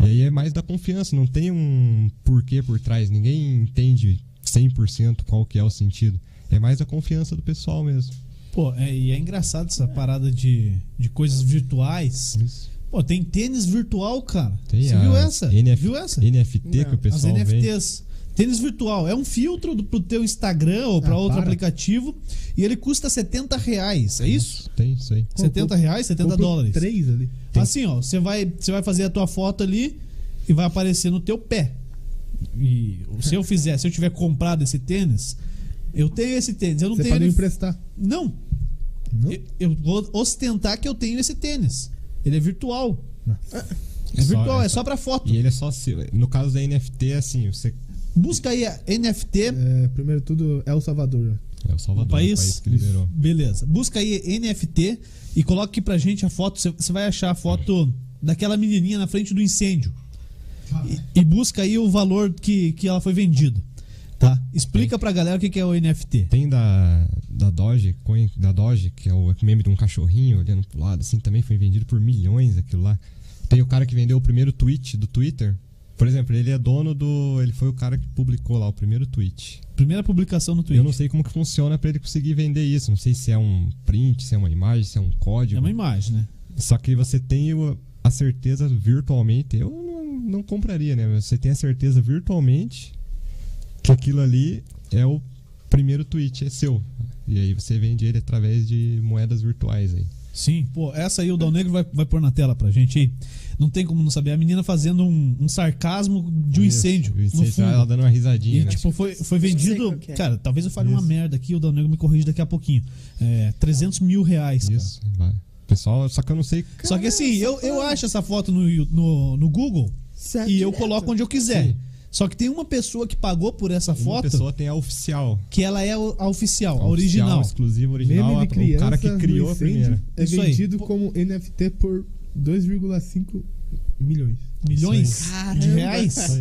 Speaker 3: E aí é mais da confiança, não tem um porquê por trás, ninguém entende 100% qual que é o sentido. É mais a confiança do pessoal mesmo.
Speaker 1: Pô, é, e é engraçado essa parada de, de coisas virtuais. Pô, tem tênis virtual, cara.
Speaker 3: Tem
Speaker 1: Você
Speaker 3: a
Speaker 1: viu essa?
Speaker 3: NF
Speaker 1: Viu essa?
Speaker 3: NFT que
Speaker 4: Não,
Speaker 3: o pessoal
Speaker 1: As
Speaker 3: vende.
Speaker 1: NFTs. Tênis virtual. É um filtro do, pro teu Instagram ou pra
Speaker 2: Ah,
Speaker 1: outro
Speaker 2: para.
Speaker 1: aplicativo. E ele custa 70 reais, é isso?
Speaker 3: Tem isso aí.
Speaker 1: 70 reais, 70
Speaker 2: Comprou
Speaker 1: dólares.
Speaker 2: Três ali.
Speaker 1: Assim, ó, você vai, você vai fazer a tua foto ali e vai aparecer no teu pé. E se eu fizer, se eu tiver comprado esse tênis, eu tenho esse tênis, eu não
Speaker 2: Você
Speaker 1: tenho
Speaker 2: pode
Speaker 1: ele.
Speaker 2: emprestar.
Speaker 1: Não.
Speaker 2: Não?
Speaker 1: Eu, eu vou ostentar que eu tenho esse tênis. Ele é virtual. É
Speaker 3: Só-
Speaker 1: virtual,
Speaker 3: é
Speaker 1: é só pra foto.
Speaker 3: E ele é só se- no caso da NFT assim, você
Speaker 1: Busca aí a NFT
Speaker 2: É, primeiro tudo, El Salvador.
Speaker 3: é o Salvador,
Speaker 1: o país.
Speaker 3: o país que liberou.
Speaker 1: Beleza. Busca aí NFT e coloca aqui pra gente a foto. Você- Você vai achar a foto daquela menininha na frente do incêndio. E, e busca aí o valor que, que ela foi vendida. Tá? Explica pra galera o que que é o NFT.
Speaker 3: Tem da, da Doge, coin, da Doge, que é o meme de um cachorrinho olhando pro lado, assim, também foi vendido por milhões aquilo lá. Tem o cara que vendeu o primeiro tweet do Twitter. Por exemplo, ele é dono do. Ele foi o cara que publicou lá o primeiro tweet.
Speaker 1: Primeira publicação no
Speaker 3: Eu
Speaker 1: Twitter.
Speaker 3: não sei como que funciona pra ele conseguir vender isso. Não sei se é um print, se é uma imagem, se é um código.
Speaker 1: É uma imagem, né?
Speaker 3: Só que você tem o- a certeza virtualmente. Eu não, não compraria, né? Mas Você tem a certeza virtualmente que aquilo ali é o primeiro tweet, é seu. E aí você vende ele através de moedas virtuais aí.
Speaker 1: Sim, pô, essa aí o Dal Negro vai, vai pôr na tela pra gente aí. Não tem como não saber. A menina fazendo um, um sarcasmo de um
Speaker 3: Isso,
Speaker 1: incêndio.
Speaker 3: o
Speaker 1: no
Speaker 3: incêndio,
Speaker 1: fundo.
Speaker 3: ela dando uma risadinha,
Speaker 1: E,
Speaker 3: né?
Speaker 1: tipo, foi, foi
Speaker 4: sei
Speaker 1: vendido.
Speaker 4: qual que é.
Speaker 1: Cara, talvez eu fale uma
Speaker 3: Isso.
Speaker 1: merda aqui, o Dalnego me corrige daqui a pouquinho. É, 300 mil reais, cara.
Speaker 3: Isso, vai. Pessoal, só que eu não sei.
Speaker 1: Só que assim, eu, eu acho essa foto no, Yu- no, no Google
Speaker 4: Certo.
Speaker 1: e eu coloco um onde eu quiser.
Speaker 3: Sim.
Speaker 1: Só que tem uma pessoa que pagou por essa
Speaker 3: Uma
Speaker 1: foto
Speaker 3: pessoa tem a oficial.
Speaker 1: que ela é o- a oficial, a
Speaker 3: oficial,
Speaker 1: original.
Speaker 3: exclusiva, original.
Speaker 2: Meme
Speaker 3: a-
Speaker 2: de criança
Speaker 3: o cara que
Speaker 2: no
Speaker 3: criou a
Speaker 2: incêndio
Speaker 3: primeira.
Speaker 2: É
Speaker 1: Isso aí.
Speaker 2: vendido
Speaker 1: Pô.
Speaker 2: como NFT por 2,5 milhões.
Speaker 1: Milhões
Speaker 4: Isso aí.
Speaker 1: de
Speaker 4: Caramba.
Speaker 1: reais.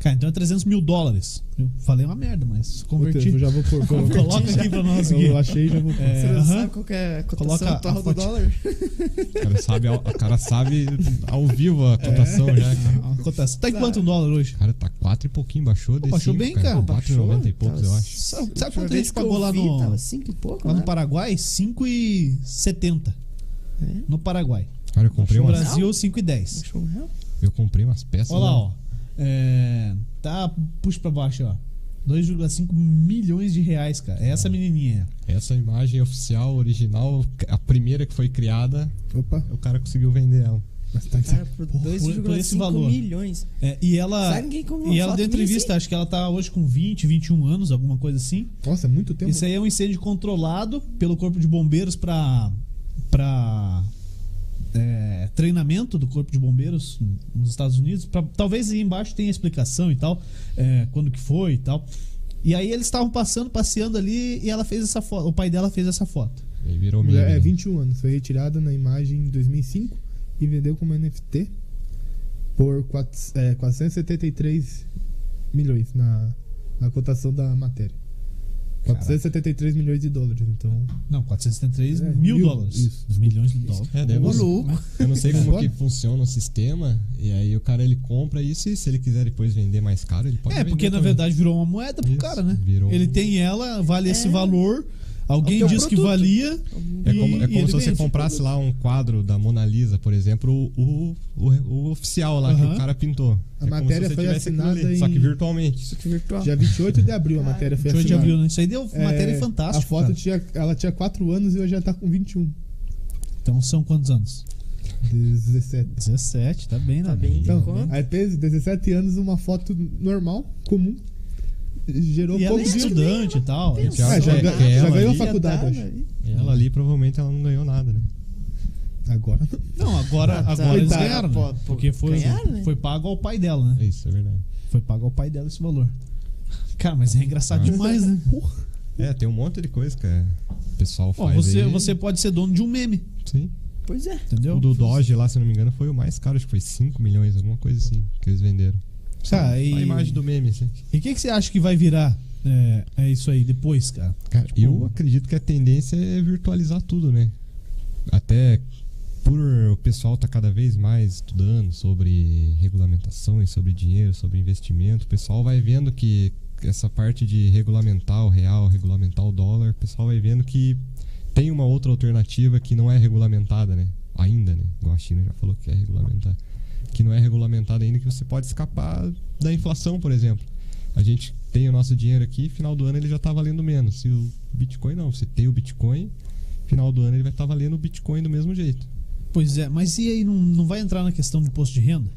Speaker 1: Cara, então é 300 mil dólares. Eu falei uma merda, mas
Speaker 2: Ô, Teus,
Speaker 1: converti.
Speaker 2: eu já vou pôr.
Speaker 1: Coloca aqui pra nós aqui.
Speaker 2: Eu achei e já vou pôr.
Speaker 1: É,
Speaker 4: Você não
Speaker 1: aham.
Speaker 4: sabe qual que é a
Speaker 1: Coloca
Speaker 4: cotação
Speaker 1: a
Speaker 4: atual do
Speaker 1: foto.
Speaker 4: dólar?
Speaker 3: O cara sabe, ao- o cara sabe ao vivo a cotação já. cara.
Speaker 4: é.
Speaker 1: Ah, acontece. Tá em quanto um dólar hoje?
Speaker 3: Cara, tá 4 e pouquinho, baixou desse.
Speaker 1: baixou então bem, cara. Pô,
Speaker 3: 4,90 e poucos, eu acho.
Speaker 1: Sabe,
Speaker 4: Sabe
Speaker 1: sabe quanto é a
Speaker 4: vez
Speaker 1: gente
Speaker 4: que eu
Speaker 1: pagou lá
Speaker 4: vi,
Speaker 1: no,
Speaker 4: Tava cinco e pouco,
Speaker 1: lá no
Speaker 4: né?
Speaker 1: Paraguai? 5,70
Speaker 4: É.
Speaker 1: no Paraguai.
Speaker 3: Cara, eu comprei
Speaker 1: No
Speaker 3: umas,
Speaker 1: Brasil, 5,10.
Speaker 4: Achou um real?
Speaker 3: eu comprei umas peças. né?
Speaker 1: Olha lá,
Speaker 3: lá.
Speaker 1: ó. É, tá, puxa pra baixo, ó. 2,5 milhões de reais, cara. É Essa menininha.
Speaker 3: Essa imagem oficial, original, a primeira que foi criada,
Speaker 2: Opa,
Speaker 3: o cara conseguiu vender ela.
Speaker 2: mas tá
Speaker 4: Cara, por
Speaker 1: Por- por esse
Speaker 4: 2,5
Speaker 1: valor.
Speaker 4: milhões.
Speaker 1: É, e ela.
Speaker 4: Sabe ninguém comprou
Speaker 1: E
Speaker 4: uma
Speaker 1: ela
Speaker 4: foto
Speaker 1: deu
Speaker 4: minha
Speaker 1: entrevista,
Speaker 4: assim?
Speaker 1: acho que ela tá hoje com 20, 21 anos, alguma coisa assim.
Speaker 2: Nossa, é muito tempo.
Speaker 1: Isso aí é um incêndio controlado pelo Corpo de Bombeiros para para é, treinamento do Corpo de Bombeiros nos Estados Unidos. Pra- talvez aí embaixo tenha explicação e tal, é, quando que foi e tal. E aí eles estavam passando, passeando ali e ela fez essa foto. O pai dela fez essa foto.
Speaker 3: E aí virou meme.
Speaker 2: Mulher,
Speaker 3: né?
Speaker 2: é 21 anos. Foi retirada na imagem em 2005 e vendeu como NFT por quatro, é, 473 milhões na, na cotação da matéria. 473 milhões de dólares, então.
Speaker 1: Não, 473
Speaker 2: É,
Speaker 1: mil,
Speaker 2: mil,
Speaker 1: dólares.
Speaker 2: isso.
Speaker 1: Milhões de dólares.
Speaker 3: É, daí eu,
Speaker 2: Ô,
Speaker 3: não,
Speaker 2: louco.
Speaker 3: eu não sei como
Speaker 2: Foda.
Speaker 3: que funciona o sistema, e aí o cara ele compra isso e se ele quiser depois vender mais caro, ele pode
Speaker 1: É, porque
Speaker 3: vender
Speaker 1: na
Speaker 3: também.
Speaker 1: verdade virou uma moeda pro
Speaker 3: Isso,
Speaker 1: cara, né?
Speaker 3: virou
Speaker 1: Ele
Speaker 3: um-
Speaker 1: tem ela, vale esse valor. Alguém
Speaker 2: É um
Speaker 1: disse que
Speaker 2: produto.
Speaker 1: valia.
Speaker 3: É como,
Speaker 1: e-
Speaker 3: é
Speaker 1: e
Speaker 3: como
Speaker 1: ele
Speaker 3: se você
Speaker 1: vende.
Speaker 3: comprasse lá um quadro da Mona Lisa, por exemplo, o, o, o- o oficial lá que
Speaker 1: Aham.
Speaker 3: o cara pintou.
Speaker 2: A
Speaker 3: é
Speaker 2: matéria
Speaker 3: como se você
Speaker 2: foi
Speaker 3: tivesse aquilo ali,
Speaker 2: assinada em-
Speaker 3: Só que virtualmente.
Speaker 4: Isso aqui virtual.
Speaker 2: Dia 28 de abril a matéria foi
Speaker 1: 28 de
Speaker 2: assinada.
Speaker 1: abril, né? Isso aí deu
Speaker 2: É,
Speaker 1: matéria fantástica.
Speaker 2: A foto
Speaker 1: cara.
Speaker 2: tinha, ela tinha 4 anos e hoje já tá com 21.
Speaker 1: Então são quantos anos?
Speaker 2: 17.
Speaker 1: 17, tá bem, né?
Speaker 4: Tá bem,
Speaker 2: Então,
Speaker 4: Enquanto-
Speaker 2: aí fez 17 anos uma foto normal, comum. Gerou É,
Speaker 1: E ela é
Speaker 2: Tá um pouco de
Speaker 1: estudante e tal.
Speaker 4: Pensa,
Speaker 3: já-
Speaker 4: só
Speaker 3: já
Speaker 4: nada,
Speaker 3: ganhou-
Speaker 4: já
Speaker 3: já ganhou
Speaker 4: dá
Speaker 2: a faculdade,
Speaker 4: na
Speaker 2: acho.
Speaker 4: vida.
Speaker 3: Ela ali provavelmente ela não ganhou nada, né?
Speaker 2: Agora.
Speaker 1: Não, agora,
Speaker 4: Ah, tá.
Speaker 1: agora eles
Speaker 2: Coitado,
Speaker 1: ganharam,
Speaker 4: pô,
Speaker 1: né?
Speaker 4: pô,
Speaker 1: Porque foi,
Speaker 4: ganharam, né?
Speaker 1: foi pago ao pai dela,
Speaker 3: É
Speaker 1: né?
Speaker 3: isso, é verdade.
Speaker 1: Foi pago ao pai dela esse valor. Cara, mas é engraçado
Speaker 3: Ah.
Speaker 1: demais, né? Porra.
Speaker 3: É, tem um monte de coisa que é, o pessoal
Speaker 1: Ó,
Speaker 3: faz.
Speaker 1: você,
Speaker 3: aí.
Speaker 1: você pode ser dono de um meme,
Speaker 3: Sim.
Speaker 4: Pois é.
Speaker 1: entendeu?
Speaker 3: O do Doge lá, se eu não me engano, foi o mais caro, acho que foi 5 milhões, alguma coisa assim, que eles venderam.
Speaker 1: Tá, e-
Speaker 3: A imagem do meme, assim.
Speaker 1: E o que, que você acha que vai virar é, é isso aí depois, cara?
Speaker 3: Cara, eu acredito que a tendência é virtualizar tudo, né? Até por o pessoal tá cada vez mais estudando sobre regulamentações, sobre dinheiro, sobre investimento, o pessoal vai vendo que essa parte de regulamentar o real, regulamentar o dólar, o pessoal vai vendo que tem uma outra alternativa que não é regulamentada, né? Ainda, né? Igual a China já falou que é regulamentar. Que não é regulamentada ainda, que você pode escapar da inflação, por exemplo. A gente tem o nosso dinheiro aqui, final do ano ele já tá valendo menos. E o Bitcoin não, você tem o Bitcoin, final do ano ele vai estar valendo o Bitcoin do mesmo jeito.
Speaker 1: Pois é, mas e aí não, não vai entrar na questão do imposto de renda?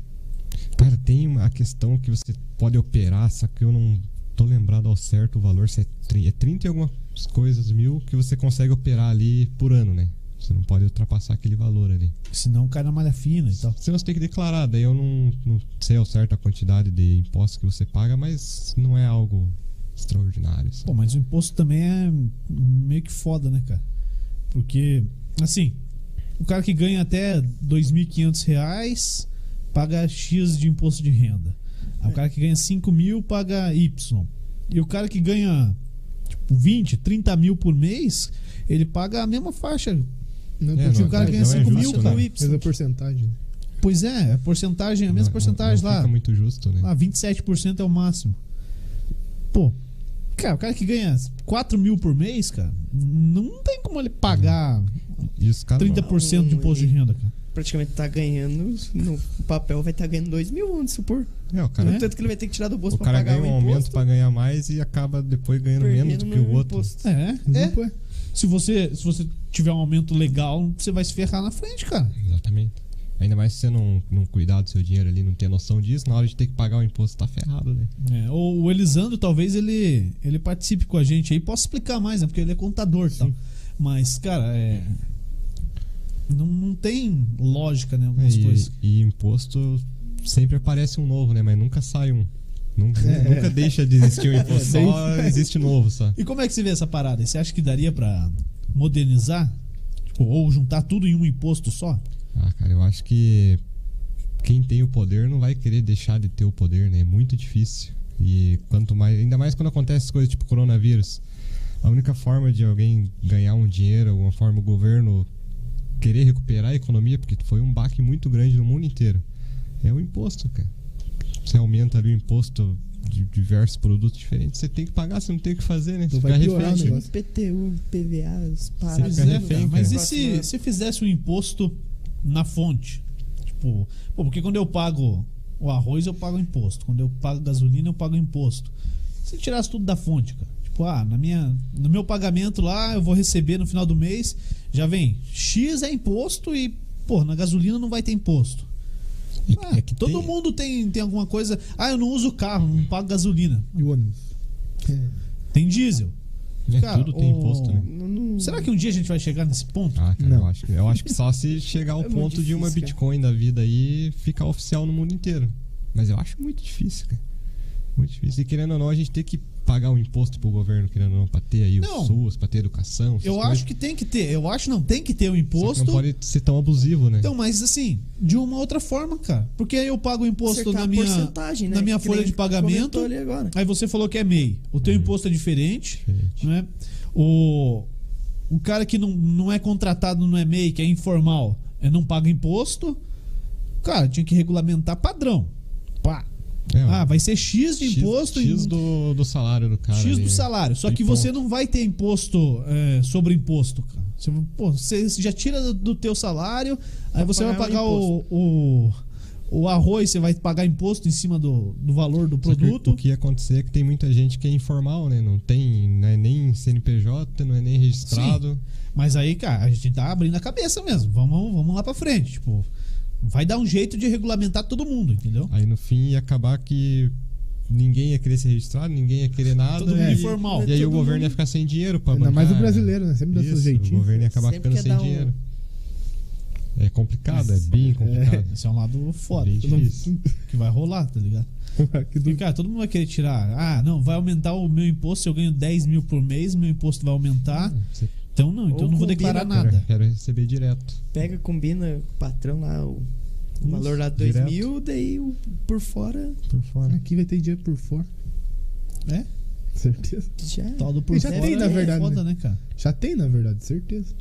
Speaker 3: Cara, tem uma- a questão que você pode operar, só que eu não tô lembrado ao certo o valor, se é, tri- é 30 e algumas coisas mil que você consegue operar ali por ano, né? Você não pode ultrapassar aquele valor ali.
Speaker 1: Senão cai na malha fina e tal.
Speaker 3: Você não tem que declarar, daí eu não, não sei ao certo a quantidade de impostos que você paga, mas não é algo extraordinário. sabe?
Speaker 1: Pô, mas o imposto também é meio que foda, né, cara? Porque, assim, o cara que ganha até R$ 2.500 reais paga X de imposto de renda. Aí O cara que ganha 5 mil paga Y. E o cara que ganha, tipo, 20, 30 mil por mês, ele paga a mesma faixa.
Speaker 2: Não,
Speaker 3: É,
Speaker 2: porque
Speaker 3: não,
Speaker 1: o cara
Speaker 3: não
Speaker 1: ganha
Speaker 3: é
Speaker 1: 5 mil
Speaker 3: justo,
Speaker 1: com
Speaker 3: né?
Speaker 1: Y.
Speaker 2: Mas a porcentagem. né?
Speaker 1: Pois é, a porcentagem, a
Speaker 3: Não- não-
Speaker 1: mesma porcentagem
Speaker 3: não
Speaker 1: lá.
Speaker 3: Fica muito justo, né?
Speaker 1: Ah, 27% é o máximo. Pô, cara, o cara que ganha 4 mil por mês, cara, não tem como ele pagar
Speaker 3: E os caras
Speaker 1: 30% de imposto de renda, cara.
Speaker 4: Praticamente tá ganhando. No papel vai estar ganhando 2 mil, vamos supor.
Speaker 3: É, o cara,
Speaker 1: É?
Speaker 4: Tanto que ele vai ter que tirar do bolso
Speaker 3: o
Speaker 4: pra
Speaker 3: cara
Speaker 4: pagar
Speaker 3: ganha
Speaker 4: o
Speaker 3: um
Speaker 4: imposto,
Speaker 3: aumento pra ganhar mais e acaba depois ganhando menos do que
Speaker 4: perdendo
Speaker 3: o outro.
Speaker 4: imposto.
Speaker 1: É, é.
Speaker 2: Limpo, é.
Speaker 1: Se você, se você tiver um aumento legal, você vai se ferrar na frente, cara.
Speaker 3: Exatamente. Ainda mais se você não, não cuidar do seu dinheiro ali, não ter noção disso, na hora de ter que pagar o imposto, tá ferrado, né?
Speaker 1: É, ou o Elisandro, talvez ele, ele participe com a gente aí. Posso explicar mais, né? Porque ele é contador e tal. Mas, cara, é. Não, não tem lógica, né? Algumas coisas.
Speaker 3: E, e imposto sempre aparece um novo, né? Mas nunca sai um. Nunca,
Speaker 4: É.
Speaker 3: nunca deixa de existir um imposto, só existe novo, só.
Speaker 1: E como é que você vê essa parada? Você acha que daria pra modernizar? Tipo, ou juntar tudo em um imposto só?
Speaker 3: Ah, cara, eu acho que quem tem o poder não vai querer deixar de ter o poder, né? É muito difícil. E quanto mais, ainda mais quando acontece coisas tipo coronavírus, a única forma de alguém ganhar um dinheiro, alguma forma o governo querer recuperar a economia, porque foi um baque muito grande no mundo inteiro, é o imposto, cara. Você aumenta ali o imposto de diversos produtos diferentes, você tem que pagar, você não tem o que fazer, né? Você
Speaker 2: Então vai
Speaker 3: fica
Speaker 4: Tá
Speaker 2: piorar o
Speaker 3: refém,
Speaker 2: negócio.
Speaker 3: né?
Speaker 4: PTU, PVA, os
Speaker 1: Pois
Speaker 4: paradas. né,
Speaker 3: Pois
Speaker 1: é,
Speaker 3: é,
Speaker 1: cara.
Speaker 3: cara.
Speaker 1: Mas e
Speaker 4: Próximo
Speaker 1: se,
Speaker 4: ano.
Speaker 1: se fizesse um imposto na fonte? Tipo, pô, porque quando eu pago o arroz, eu pago imposto. Quando eu pago gasolina, eu pago imposto. se tirasse tudo da fonte, cara. Tipo, ah, na minha, no meu pagamento lá, eu vou receber no final do mês, já vem X é imposto e, pô, na gasolina não vai ter imposto. Ah,
Speaker 3: É que
Speaker 1: todo
Speaker 3: tem-
Speaker 1: mundo tem, tem alguma coisa. Ah, eu não uso carro, não pago gasolina.
Speaker 2: E o ônibus? É,
Speaker 1: Tem diesel.
Speaker 3: É,
Speaker 1: Cara,
Speaker 3: tudo tem
Speaker 1: o-
Speaker 3: imposto, né?
Speaker 4: Não, não-
Speaker 1: Será que um dia a gente vai chegar nesse ponto?
Speaker 3: Ah, cara,
Speaker 2: Não.
Speaker 3: eu acho, que- eu acho que só se chegar ao
Speaker 4: É muito
Speaker 3: ponto de uma
Speaker 4: difícil, cara.
Speaker 3: Bitcoin da vida aí ficar oficial no mundo inteiro. Mas eu acho muito difícil, cara. Muito difícil. E querendo ou não, a gente tem que pagar um imposto pro governo, querendo ou não, pra ter aí
Speaker 1: Não.
Speaker 3: o SUS, pra ter educação. essas
Speaker 1: Eu
Speaker 3: coisas.
Speaker 1: acho que tem que ter. Eu acho não, tem que ter o
Speaker 3: Só que
Speaker 1: imposto.
Speaker 3: Não pode ser tão abusivo, né?
Speaker 1: Então, mas assim, de uma outra forma, cara. Porque aí eu pago o imposto
Speaker 4: Acertar
Speaker 1: na
Speaker 4: a
Speaker 1: minha,
Speaker 4: porcentagem, né?
Speaker 1: na minha
Speaker 4: Que
Speaker 1: folha
Speaker 4: nem
Speaker 1: de pagamento.
Speaker 4: comentou ali agora.
Speaker 1: Aí você falou que é MEI. O teu imposto é diferente,
Speaker 3: Uhum. Diferente.
Speaker 1: né? O, o cara que não, não é contratado no MEI, que é informal, é, não paga imposto. Cara, tinha que regulamentar padrão. Pá.
Speaker 3: É,
Speaker 1: Ah,
Speaker 3: ó,
Speaker 1: vai ser X de
Speaker 3: X-
Speaker 1: imposto
Speaker 3: X,
Speaker 1: em-
Speaker 3: do, do salário do cara.
Speaker 1: X
Speaker 3: ali,
Speaker 1: do
Speaker 3: né?
Speaker 1: salário. Só
Speaker 3: E
Speaker 1: que
Speaker 3: ponto.
Speaker 1: você não vai ter imposto é, sobre imposto, cara. Você, pô, você já tira do- do teu salário, aí você vai
Speaker 4: pagar
Speaker 1: pagar
Speaker 4: o
Speaker 1: o, o, o arroz, você vai pagar imposto em cima do, do valor do
Speaker 3: Só que
Speaker 1: produto.
Speaker 3: O que ia acontecer é que tem muita gente que é informal, né? Não tem não é nem CNPJ, não é nem registrado.
Speaker 1: Mas aí, cara, a gente tá abrindo a cabeça mesmo. Vamos, vamos lá pra frente. Tipo, vai dar um jeito de regulamentar todo mundo, entendeu?
Speaker 3: Aí no fim ia acabar que ninguém ia querer ser registrado, ninguém ia querer nada.
Speaker 1: Todo mundo
Speaker 3: e,
Speaker 1: informal.
Speaker 3: E aí o
Speaker 4: Todo
Speaker 3: governo
Speaker 4: mundo-
Speaker 3: ia ficar sem dinheiro pra
Speaker 2: Ainda
Speaker 3: bancar.
Speaker 2: mais o brasileiro, né? Sempre dá
Speaker 3: Isso,
Speaker 2: seu jeitinho.
Speaker 3: O governo ia acabar
Speaker 4: Sempre
Speaker 3: ficando
Speaker 4: quer
Speaker 3: sem
Speaker 4: dar um-
Speaker 3: dinheiro. É complicado, é bem complicado.
Speaker 1: Esse é um lado foda.
Speaker 3: Bem
Speaker 1: todo mundo-
Speaker 3: difícil.
Speaker 1: que vai rolar, tá ligado?
Speaker 3: é
Speaker 2: Aqui do-
Speaker 1: E, cara, todo mundo vai querer tirar. Ah, não, vai aumentar o meu imposto. Se eu ganho 10 mil por mês, meu imposto vai aumentar.
Speaker 3: Você
Speaker 1: Então não, então
Speaker 4: Ou
Speaker 1: eu não vou
Speaker 4: combina-
Speaker 1: declarar
Speaker 3: quero,
Speaker 1: nada.
Speaker 3: quero receber direto.
Speaker 4: Pega, combina com o patrão lá, o, o valor lá de
Speaker 3: direto.
Speaker 4: 2 mil, daí o, por fora
Speaker 3: Por fora.
Speaker 2: Aqui vai ter dinheiro por fora.
Speaker 1: É?
Speaker 2: Certeza.
Speaker 4: já.
Speaker 1: Tal do por
Speaker 2: Já
Speaker 1: fora
Speaker 2: tem, na
Speaker 1: é
Speaker 2: verdade,
Speaker 1: foda, né, cara?
Speaker 2: Já tem, na verdade, certeza.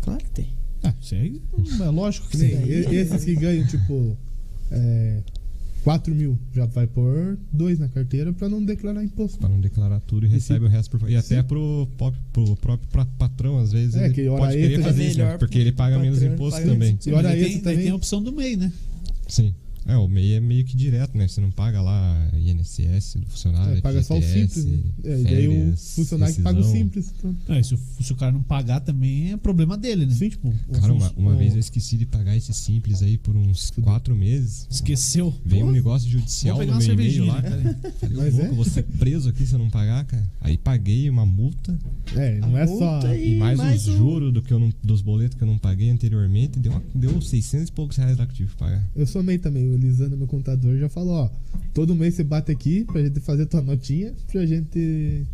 Speaker 4: Claro que tem.
Speaker 1: Ah, isso aí hum, é lógico que
Speaker 2: Que nem
Speaker 1: tem.
Speaker 4: daí-
Speaker 2: e- esses que ganham, tipo, é, 4 mil, já vai pôr 2 na carteira pra não declarar imposto.
Speaker 3: Pra não declarar tudo e,
Speaker 2: se-
Speaker 3: recebe o resto por fora. E
Speaker 2: se-
Speaker 3: até pro, pop- pro próprio pra- patrão, às vezes,
Speaker 2: É,
Speaker 3: ele
Speaker 2: que hora
Speaker 3: pode querer
Speaker 2: extra
Speaker 3: fazer
Speaker 4: é
Speaker 3: isso, né?
Speaker 4: melhor
Speaker 3: Porque ele paga
Speaker 4: pro
Speaker 3: menos
Speaker 4: patrão,
Speaker 3: imposto
Speaker 4: ele paga
Speaker 3: também.
Speaker 4: menos
Speaker 1: Sim,
Speaker 2: e
Speaker 1: mas
Speaker 2: olha
Speaker 1: daí
Speaker 2: esse
Speaker 1: tem, daí
Speaker 2: também.
Speaker 1: tem a opção do MEI, né?
Speaker 3: Sim. É, o MEI é meio que direto, né? Você não paga lá INSS do funcionário,
Speaker 2: É, paga só o
Speaker 3: FGTS,
Speaker 2: simples. né? É, e daí o
Speaker 3: férias,
Speaker 2: funcionário que paga o
Speaker 3: rescisão.
Speaker 2: simples. pronto.
Speaker 1: É, se, o, se o cara não pagar também é problema dele, né? Sim, tipo, o
Speaker 3: Cara, uma,
Speaker 1: funcio-
Speaker 3: uma
Speaker 1: o-
Speaker 3: vez eu esqueci de pagar esse simples aí por uns quatro meses.
Speaker 1: Esqueceu.
Speaker 3: Veio um
Speaker 1: Pô,
Speaker 3: negócio
Speaker 1: Vou
Speaker 3: judicial no
Speaker 1: pegar uma
Speaker 3: meu e-mail
Speaker 1: cervejinha.
Speaker 3: lá.
Speaker 1: ali,
Speaker 3: Cara.
Speaker 1: peraí.
Speaker 3: Falei,
Speaker 2: Mas
Speaker 3: louco,
Speaker 2: é?
Speaker 3: vou ser preso aqui se eu não pagar, cara. Aí paguei uma multa
Speaker 2: É, não
Speaker 1: Ah,
Speaker 4: A
Speaker 2: é só.
Speaker 4: multa
Speaker 3: e mais, uns
Speaker 1: um.
Speaker 4: o-
Speaker 3: juros do que eu não, dos boletos que eu não paguei anteriormente. Deu, uma, deu 600 e poucos reais lá que eu tive que pagar.
Speaker 2: Eu sou MEI também, o Elisandro, meu contador, já falou, ó, todo mês você bate aqui pra gente fazer tua notinha, pra gente.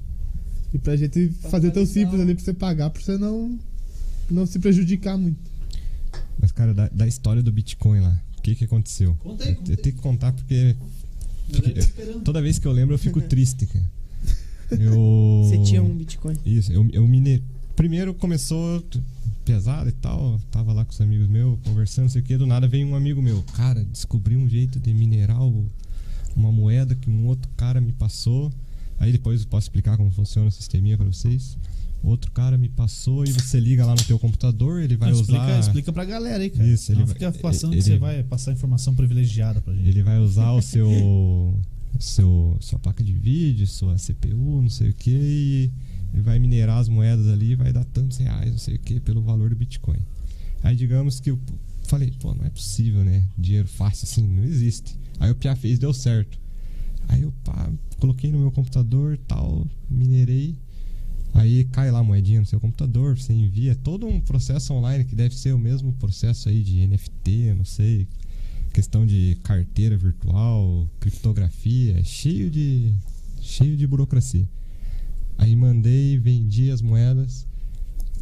Speaker 2: E pra gente fazer teu
Speaker 4: atualizar.
Speaker 2: simples ali pra você pagar, pra você não. Não se prejudicar muito.
Speaker 3: Mas, cara, da, da história do Bitcoin lá, o que que aconteceu?
Speaker 1: Conta aí,
Speaker 3: Eu-
Speaker 1: conta
Speaker 3: eu tenho que contar porque
Speaker 1: Galera tá esperando.
Speaker 3: Toda vez que eu lembro, eu fico triste, cara. Eu.
Speaker 4: Você tinha um Bitcoin.
Speaker 3: Isso, eu, eu mine... Primeiro começou t- pesado e tal, eu tava lá com os amigos meus conversando, não sei o que, do nada veio um amigo meu. Cara, descobri um jeito de minerar o- uma moeda que um outro cara me passou. Aí depois eu posso explicar como funciona o sisteminha pra vocês. Outro cara me passou e você liga lá no teu computador, ele vai
Speaker 1: Não,
Speaker 3: usar...
Speaker 1: explica, explica pra galera aí, cara.
Speaker 3: Isso, ele
Speaker 1: não
Speaker 3: vai-
Speaker 1: fica passando que
Speaker 3: ele-
Speaker 1: você vai passar informação privilegiada pra gente.
Speaker 3: Ele vai usar o seu, o seu sua placa de vídeo, sua CPU, não sei o que, e ele vai minerar as moedas ali, e vai dar tantos reais, não sei o que, pelo valor do Bitcoin. Aí digamos que eu falei, pô, não é possível, né? Dinheiro fácil assim, não existe. Aí o Pia fez, deu certo. Aí eu pá, coloquei no meu computador, tal, minerei. Aí cai lá a moedinha no seu computador, você envia é todo um processo online que deve ser o mesmo processo aí de NFT, não sei, questão de carteira virtual, criptografia, é cheio de cheio de burocracia. Aí mandei, vendi as moedas.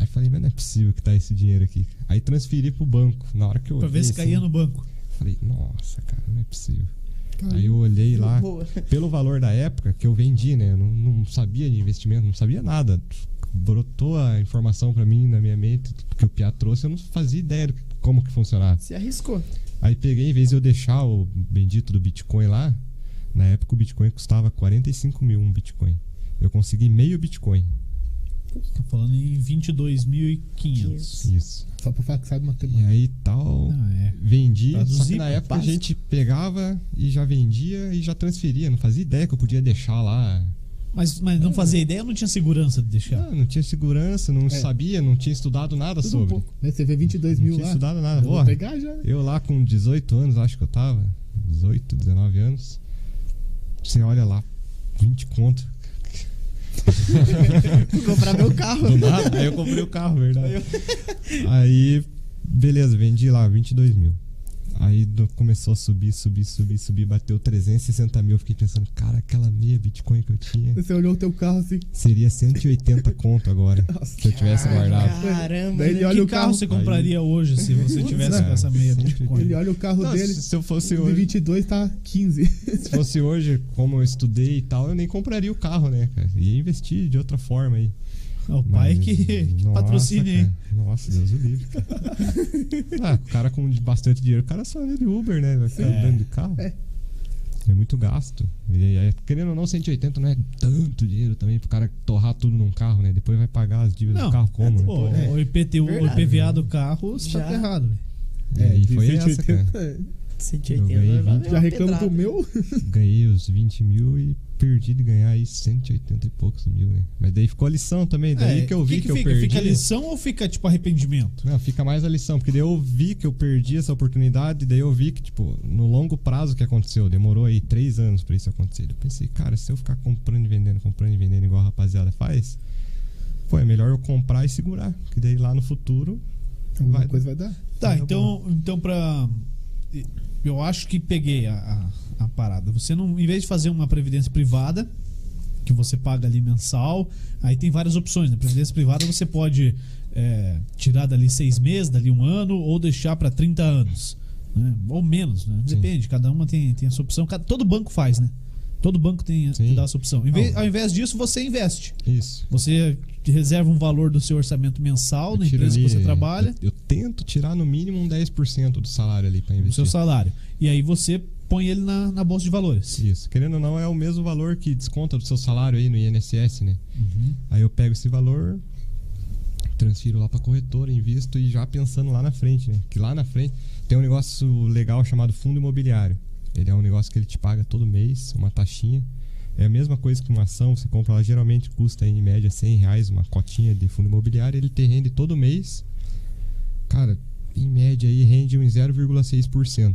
Speaker 3: Aí falei, mas não é possível que tá esse dinheiro aqui. Aí transferi pro banco. Na hora que eu
Speaker 1: Pra
Speaker 3: olhei,
Speaker 1: ver se
Speaker 3: assim,
Speaker 1: caía no banco.
Speaker 3: Falei, nossa, cara, não é possível. Aí eu olhei lá,
Speaker 4: Boa.
Speaker 3: pelo valor da época que eu vendi, né? Eu não, não sabia de investimento, não sabia nada. Brotou a informação pra mim na minha mente que o Pia trouxe, eu não fazia ideia do que- como que funcionava.
Speaker 4: Se arriscou.
Speaker 3: Aí peguei, em vez de eu deixar o bendito do Bitcoin lá, na época o Bitcoin custava 45 mil um Bitcoin. Eu consegui meio Bitcoin.
Speaker 1: Tá falando em 22.500.
Speaker 3: Isso.
Speaker 2: Só pra falar que sabe
Speaker 3: E
Speaker 2: matemática.
Speaker 3: aí tal.
Speaker 1: Não, é.
Speaker 3: Vendi,
Speaker 1: Tá
Speaker 3: só que
Speaker 1: zica,
Speaker 3: na época
Speaker 1: básico.
Speaker 3: a gente pegava e já vendia e já transferia. Não fazia ideia que eu podia deixar lá.
Speaker 1: Mas, mas não fazia ideia, não tinha segurança de deixar.
Speaker 3: Ah, não tinha segurança,
Speaker 1: É.
Speaker 3: não sabia, não tinha estudado nada
Speaker 2: Tudo um
Speaker 3: sobre.
Speaker 2: pouco. Né? Você vê 22
Speaker 3: Não
Speaker 2: mil
Speaker 3: tinha
Speaker 2: lá.
Speaker 3: estudado
Speaker 2: eu
Speaker 3: nada.
Speaker 2: vou
Speaker 3: Porra,
Speaker 2: pegar já, né?
Speaker 3: eu lá com 18 anos, acho que eu tava. 18, 19 anos. Você olha lá, 20 conto.
Speaker 4: Vou comprar meu carro.
Speaker 3: Do nada, aí eu comprei o carro, verdade. Aí, beleza, vendi lá, 22 mil. Aí do- começou a subir, subir, subir, subir, bateu 360 mil. Eu Fiquei pensando, cara, aquela meia Bitcoin que eu tinha
Speaker 2: Você olhou o teu carro assim.
Speaker 3: seria 180 conto agora, se eu tivesse guardado.
Speaker 4: Caramba. né?
Speaker 2: Daí ele olha
Speaker 1: que
Speaker 2: o
Speaker 1: carro,
Speaker 2: carro.
Speaker 1: você compraria hoje se você tivesse
Speaker 3: É,
Speaker 1: com essa meia Bitcoin?
Speaker 2: Ele olha o carro
Speaker 3: Não,
Speaker 2: dele.
Speaker 3: se, se eu fosse
Speaker 2: De
Speaker 3: hoje,
Speaker 2: 22 tá 15.
Speaker 3: se fosse hoje, como eu estudei e tal, eu nem compraria o carro, né, cara? Ia investir de outra forma aí.
Speaker 1: Ah, o pai
Speaker 3: Mas,
Speaker 1: que, que
Speaker 3: nossa,
Speaker 1: patrocina, hein?
Speaker 3: cara. Nossa, Deus o livre, cara. ah, o cara com bastante dinheiro, o cara só anda de Uber, né? Vai ficar
Speaker 1: É.
Speaker 3: andando de carro.
Speaker 2: É.
Speaker 3: É. muito gasto. E, aí, é, querendo ou não, 180 não é tanto dinheiro também pro cara torrar tudo num carro, né? Depois vai pagar as dívidas
Speaker 1: Não,
Speaker 3: do carro como, né?
Speaker 1: Pô,
Speaker 2: É.
Speaker 1: O IPTU, o
Speaker 4: Verdade.
Speaker 1: IPVA do carro, você tá
Speaker 4: Já.
Speaker 1: ferrado. velho.
Speaker 3: É, e
Speaker 2: de
Speaker 3: foi essa, cara.
Speaker 4: 180
Speaker 3: Eu ganhei
Speaker 4: vai
Speaker 3: vinte.
Speaker 4: dar
Speaker 2: Já
Speaker 4: uma
Speaker 2: reclamo
Speaker 4: pedrada.
Speaker 2: do meu?
Speaker 3: Ganhei os 20 mil e perdi de ganhar aí 180 e poucos mil, né? Mas daí ficou a lição também, daí
Speaker 1: É,
Speaker 3: que eu vi que, eu
Speaker 1: fica?
Speaker 3: perdi.
Speaker 1: Fica lição ou fica, tipo, arrependimento?
Speaker 3: Não, fica mais a lição, porque daí eu vi que eu perdi essa oportunidade, daí eu vi que, tipo, no longo prazo que aconteceu, demorou aí três anos pra isso acontecer. Eu pensei, cara, se eu ficar comprando e vendendo, comprando e vendendo igual a rapaziada faz, pô, é melhor eu comprar e segurar, que daí lá no futuro.
Speaker 2: Alguma
Speaker 3: Vai.
Speaker 2: coisa vai dar.
Speaker 1: Tá,
Speaker 3: Tá
Speaker 1: então, então pra... Eu acho que peguei a, a, a parada. Você não... Em vez de fazer uma previdência privada, que você paga ali mensal, aí tem várias opções. Na previdência privada você pode é, tirar dali seis meses, dali um ano, ou deixar pra 30 anos. né? Ou menos, né?
Speaker 3: Sim.
Speaker 1: Depende, cada uma tem, tem a sua opção. Cada- todo banco faz, né? Todo banco tem que
Speaker 3: Sim.
Speaker 1: dá essa opção. Em vez-
Speaker 3: Não.
Speaker 1: ao invés disso, você investe.
Speaker 3: Isso.
Speaker 1: Você reserva um valor do seu orçamento mensal
Speaker 3: Eu
Speaker 1: na
Speaker 3: tiro
Speaker 1: empresa que
Speaker 3: ali-
Speaker 1: você trabalha,
Speaker 3: Eu, eu tento tirar no mínimo um 10% do salário ali pra
Speaker 1: o
Speaker 3: investir.
Speaker 1: seu salário. E aí você põe ele na, na bolsa de valores.
Speaker 3: Isso. Querendo ou não, é o mesmo valor que desconta do seu salário aí no INSS, né?
Speaker 1: Uhum.
Speaker 3: Aí eu pego esse valor, transfiro lá pra corretora, invisto e já pensando lá na frente, né? Que lá na frente tem um negócio legal chamado fundo imobiliário. Ele é um negócio que ele te paga todo mês, uma taxinha. É a mesma coisa que uma ação, você compra lá, geralmente custa em média 100 reais uma cotinha de fundo imobiliário, ele te rende todo mês. Cara, em média aí rende uns 0,6%.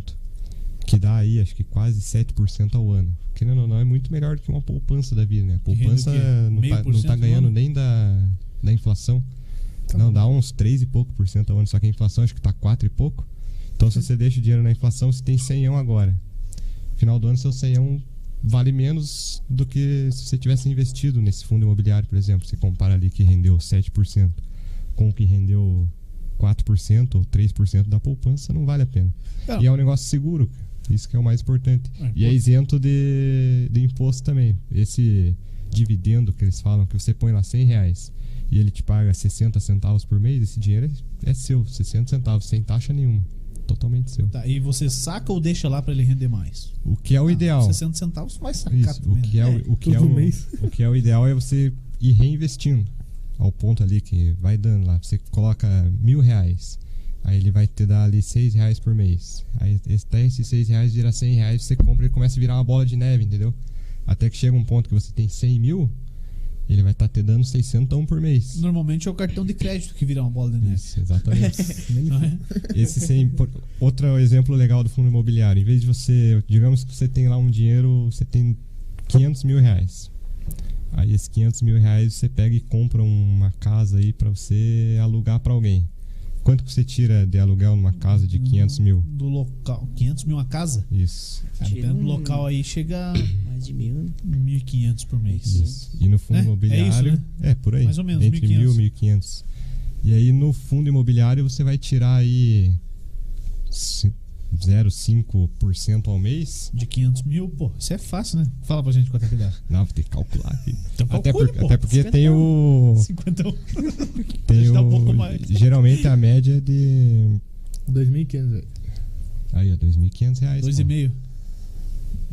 Speaker 3: Que dá aí, acho que quase 7% ao ano. Querendo ou não, é muito melhor do que uma poupança da vida, né? A
Speaker 1: E rende o
Speaker 3: poupança
Speaker 1: quê?
Speaker 3: não
Speaker 1: Meio
Speaker 3: tá,
Speaker 1: por
Speaker 3: não
Speaker 1: cento
Speaker 3: tá
Speaker 1: ao
Speaker 3: ganhando
Speaker 1: ano?
Speaker 3: nem da, da inflação. Não, dá uns 3 e pouco por cento ao ano, só que a inflação acho que tá 4 e pouco. Então, se você deixa o dinheiro na inflação, você tem 100 agora. Final do ano, seu 100 vale menos do que se você tivesse investido nesse fundo imobiliário, por exemplo. Você compara ali que rendeu 7% com o que rendeu 4% ou 3% da poupança, não vale a pena.
Speaker 1: Não.
Speaker 3: E é um negócio seguro, cara. isso que é o mais importante.
Speaker 1: É,
Speaker 3: e é isento de, de imposto também. Esse dividendo que eles falam, que você põe lá 100 reais e ele te paga 60 centavos por mês, esse dinheiro é, é seu, 60 centavos, sem taxa nenhuma. Totalmente seu.
Speaker 1: Tá, e você saca ou deixa lá para ele render mais?
Speaker 3: O que é o
Speaker 1: Ah,
Speaker 3: ideal.
Speaker 1: 60 centavos vai sacar
Speaker 3: Isso, o
Speaker 1: também.
Speaker 3: que é,
Speaker 1: né?
Speaker 3: o, o que é
Speaker 2: todo
Speaker 3: o,
Speaker 2: mês.
Speaker 3: o que é o ideal é você ir reinvestindo ao ponto ali que vai dando lá. Você coloca mil reais, aí ele vai te dar ali seis reais por mês. Aí esse- até esses seis reais vira cem reais, você compra e começa a virar uma bola de neve, entendeu? Até que chega um ponto que você tem cem mil, ele vai estar te dando 600 por mês.
Speaker 1: Normalmente é o cartão de crédito que vira uma bola de neve.
Speaker 3: Isso, exatamente.
Speaker 1: não é?
Speaker 3: Esse sem, por- outro exemplo legal do fundo imobiliário. Em vez de você, digamos que você tem lá um dinheiro, você tem 500 mil reais. Aí esses 500 mil reais você pega e compra uma casa aí pra você alugar pra alguém. Quanto que você tira de aluguel numa casa É de 500 mil?
Speaker 1: Do local. 500 mil a casa?
Speaker 3: Isso.
Speaker 1: Cara,
Speaker 4: Tira
Speaker 1: dependendo do
Speaker 4: um-
Speaker 1: local aí chega a
Speaker 4: Mais de mil, né?
Speaker 1: 1.500 por mês.
Speaker 3: Isso. E no fundo
Speaker 1: É, é
Speaker 3: imobiliário. É,
Speaker 1: isso,
Speaker 3: por aí.
Speaker 1: Mais ou menos,
Speaker 3: Entre
Speaker 1: 1.500.
Speaker 3: mil e 1.500. E aí no fundo imobiliário você vai tirar aí ci- 0,5% ao mês.
Speaker 1: De 500 mil, pô, isso é fácil, né? Fala pra gente quanto é que dá.
Speaker 3: Não, vou ter que calcular aqui.
Speaker 1: Então
Speaker 3: até,
Speaker 1: calcule,
Speaker 3: por-
Speaker 1: pô.
Speaker 3: até porque
Speaker 4: 50
Speaker 3: tem
Speaker 1: um-
Speaker 3: o.
Speaker 1: 50
Speaker 3: Tem
Speaker 1: dá
Speaker 3: o
Speaker 1: um pouco mais.
Speaker 3: geralmente a média é de.
Speaker 2: 2.500, velho.
Speaker 3: Aí, ó, 2.500 reais.
Speaker 1: Dois e
Speaker 3: pô.
Speaker 1: meio.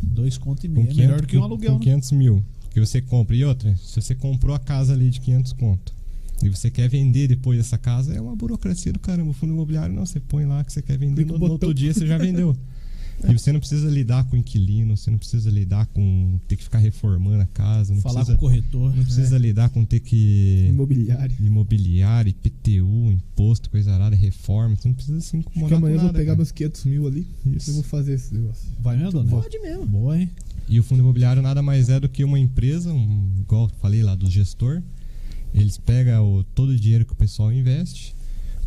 Speaker 1: Dois conto e
Speaker 3: Com
Speaker 1: meio. É
Speaker 3: 500
Speaker 1: melhor do que um
Speaker 3: com-
Speaker 1: aluguel,
Speaker 3: Com
Speaker 1: né?
Speaker 3: 500 mil que você compra. E outra, se você comprou a casa ali de 500 conto, E você quer vender depois dessa casa, é uma burocracia do caramba. O fundo imobiliário, não, você põe lá que você quer vender,
Speaker 2: Clica
Speaker 3: no,
Speaker 2: o
Speaker 3: no outro
Speaker 2: botão.
Speaker 3: dia você já vendeu. E você não precisa lidar com o inquilino, você não precisa lidar com ter que ficar reformando a casa, não
Speaker 1: falar
Speaker 3: precisa,
Speaker 1: com o é. corretor. né?
Speaker 3: não precisa lidar com ter que
Speaker 2: Imobiliário.
Speaker 3: imobiliário, IPTU, imposto, coisa arada, reforma, você não precisa se
Speaker 2: Acho que
Speaker 3: incomodar com
Speaker 2: amanhã eu
Speaker 3: nada.
Speaker 2: vou pegar
Speaker 3: cara.
Speaker 2: meus 500 mil ali e eu
Speaker 3: Isso.
Speaker 2: vou fazer esse negócio.
Speaker 3: né,
Speaker 1: Vai mesmo, dona?
Speaker 4: Pode mesmo.
Speaker 1: Boa, hein?
Speaker 3: E o fundo imobiliário nada mais é do que uma empresa, um, igual eu falei lá do gestor. Eles pegam o- todo o dinheiro que o pessoal investe,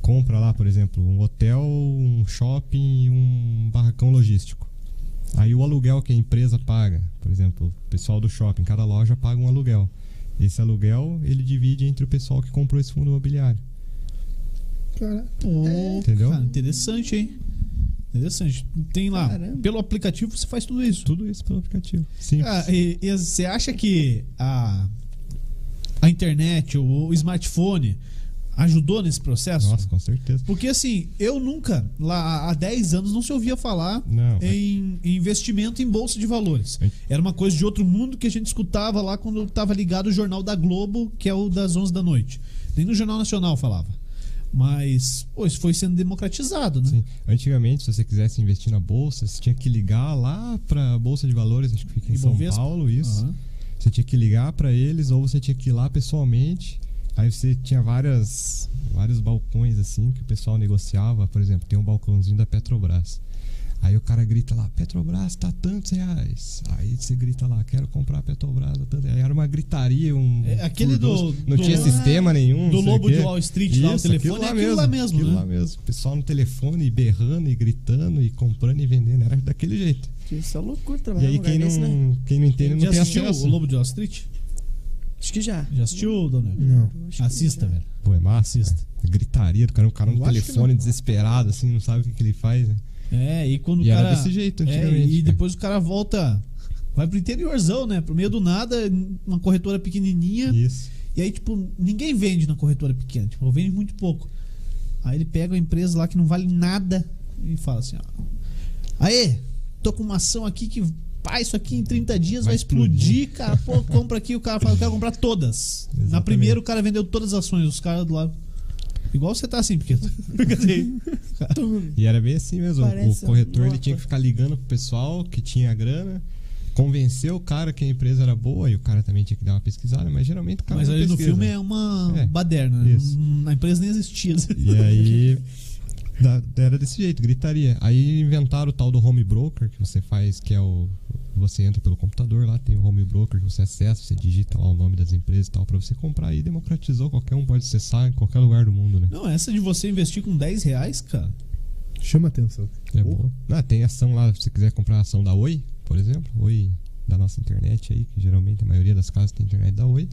Speaker 3: compra lá, por exemplo, um hotel, um shopping e um barracão logístico. Aí o aluguel que a empresa paga, por exemplo, o pessoal do shopping, cada loja paga um aluguel. Esse aluguel ele divide entre o pessoal que comprou esse fundo imobiliário.
Speaker 2: Caraca.
Speaker 1: Pô,
Speaker 3: Entendeu?
Speaker 1: cara, É. interessante, hein? Interessante. Tem lá,
Speaker 4: Caramba.
Speaker 1: pelo aplicativo você faz tudo isso.
Speaker 3: Tudo isso pelo aplicativo. Sim.
Speaker 1: Ah, e, e você acha que a, a internet ou o smartphone ajudou nesse
Speaker 2: é
Speaker 1: processo?
Speaker 3: Nossa, com certeza.
Speaker 1: Porque assim, eu nunca, lá há 10 anos, não se ouvia falar
Speaker 3: Não. Uhum.
Speaker 1: em, em investimento em bolsa de valores.
Speaker 3: É.
Speaker 1: Era uma coisa de outro mundo que a gente escutava lá quando estava ligado o jornal da Globo, que é o das 11 da noite. Nem no Jornal Nacional falava. Mas, pô, isso foi sendo democratizado, né?
Speaker 3: Sim. Antigamente, se você quisesse investir na bolsa, você tinha que ligar lá para bolsa de valores, acho que fica em
Speaker 1: Ibovespa.
Speaker 3: São Paulo, isso.
Speaker 1: Aham.
Speaker 3: Você tinha que ligar para eles ou você tinha que ir lá pessoalmente. Aí você tinha várias vários balcões assim que o pessoal negociava, por exemplo, tem um balcãozinho da Petrobras. Aí o cara grita lá, Petrobras tá tantos reais. Aí você grita lá, quero comprar a Petrobras. Tá tantos reais. Aí era uma gritaria, um.
Speaker 1: É, aquele
Speaker 3: furdunço.
Speaker 1: do-
Speaker 3: Não
Speaker 1: do-
Speaker 3: tinha sistema nenhum.
Speaker 1: do
Speaker 3: não sei o
Speaker 1: Lobo de
Speaker 3: quê.
Speaker 1: Wall Street lá, o telefone, é aquilo lá mesmo,
Speaker 3: aquilo
Speaker 1: né?
Speaker 3: lá mesmo. O pessoal no telefone, e berrando, e gritando, e comprando e vendendo. Era daquele jeito.
Speaker 4: Que isso é loucura
Speaker 3: E
Speaker 4: trabalhar
Speaker 3: aí
Speaker 4: num lugar
Speaker 3: quem
Speaker 4: desse, né?
Speaker 3: não, quem não entende não
Speaker 1: Já
Speaker 3: tem
Speaker 1: assistiu
Speaker 3: acesso.
Speaker 1: o Lobo de Wall Street?
Speaker 4: Acho que já.
Speaker 1: Já assistiu, dona? Eva?
Speaker 2: Não.
Speaker 4: Acho que
Speaker 1: Assista,
Speaker 4: já.
Speaker 1: velho.
Speaker 3: Pô, é massa.
Speaker 1: Assista.
Speaker 3: cara. Gritaria do cara, um cara no
Speaker 2: Eu acho que
Speaker 3: telefone
Speaker 2: não.
Speaker 3: desesperado, assim, não sabe o que, que ele faz. Né?
Speaker 1: É, e quando
Speaker 3: E
Speaker 1: o cara.
Speaker 3: era desse jeito
Speaker 1: É,
Speaker 3: antigamente.
Speaker 1: e
Speaker 3: cara.
Speaker 1: depois o cara volta. Vai pro interiorzão, né? Pro meio do nada, uma corretora pequenininha.
Speaker 3: Isso.
Speaker 1: E aí, tipo, ninguém vende na corretora pequena. Tipo, vende muito pouco. Aí ele pega a empresa lá que não vale nada e fala assim: ó. Aê, tô com uma ação aqui que. Pá, isso aqui em 30 dias vai,
Speaker 3: Vai
Speaker 1: explodir, cara. Pô, compra aqui. O cara fala: eu quero comprar todas. Na
Speaker 3: Exatamente.
Speaker 1: primeira, o cara vendeu todas as ações. Os caras do lado. Igual você tá assim, Piqueto. Fica assim.
Speaker 3: E era bem assim mesmo.
Speaker 4: Parece
Speaker 3: o corretor ele
Speaker 4: uma
Speaker 3: tinha
Speaker 4: coisa.
Speaker 3: que ficar ligando pro pessoal que tinha a grana, convencer o cara que a empresa era boa e o cara também tinha que dar uma pesquisada, mas geralmente o cara
Speaker 1: Mas
Speaker 3: não
Speaker 1: aí no
Speaker 3: Tá pesquisa.
Speaker 1: filme é uma
Speaker 3: É,
Speaker 1: baderna. né?
Speaker 3: isso.
Speaker 1: Na empresa nem existia.
Speaker 3: E aí da- era desse jeito, gritaria. Aí inventaram o tal do home broker que você faz, que é o você entra pelo computador lá, tem o home broker que você acessa, você digita lá o nome das empresas e tal pra você comprar e democratizou, qualquer um pode acessar em qualquer lugar do mundo, né?
Speaker 1: Não, essa de você investir com 10 reais, cara.
Speaker 2: Chama atenção.
Speaker 3: É bom. Ah, tem ação lá, se você quiser comprar a ação da Oi, por exemplo, Oi da nossa internet aí, que geralmente a maioria das casas tem internet da Oi.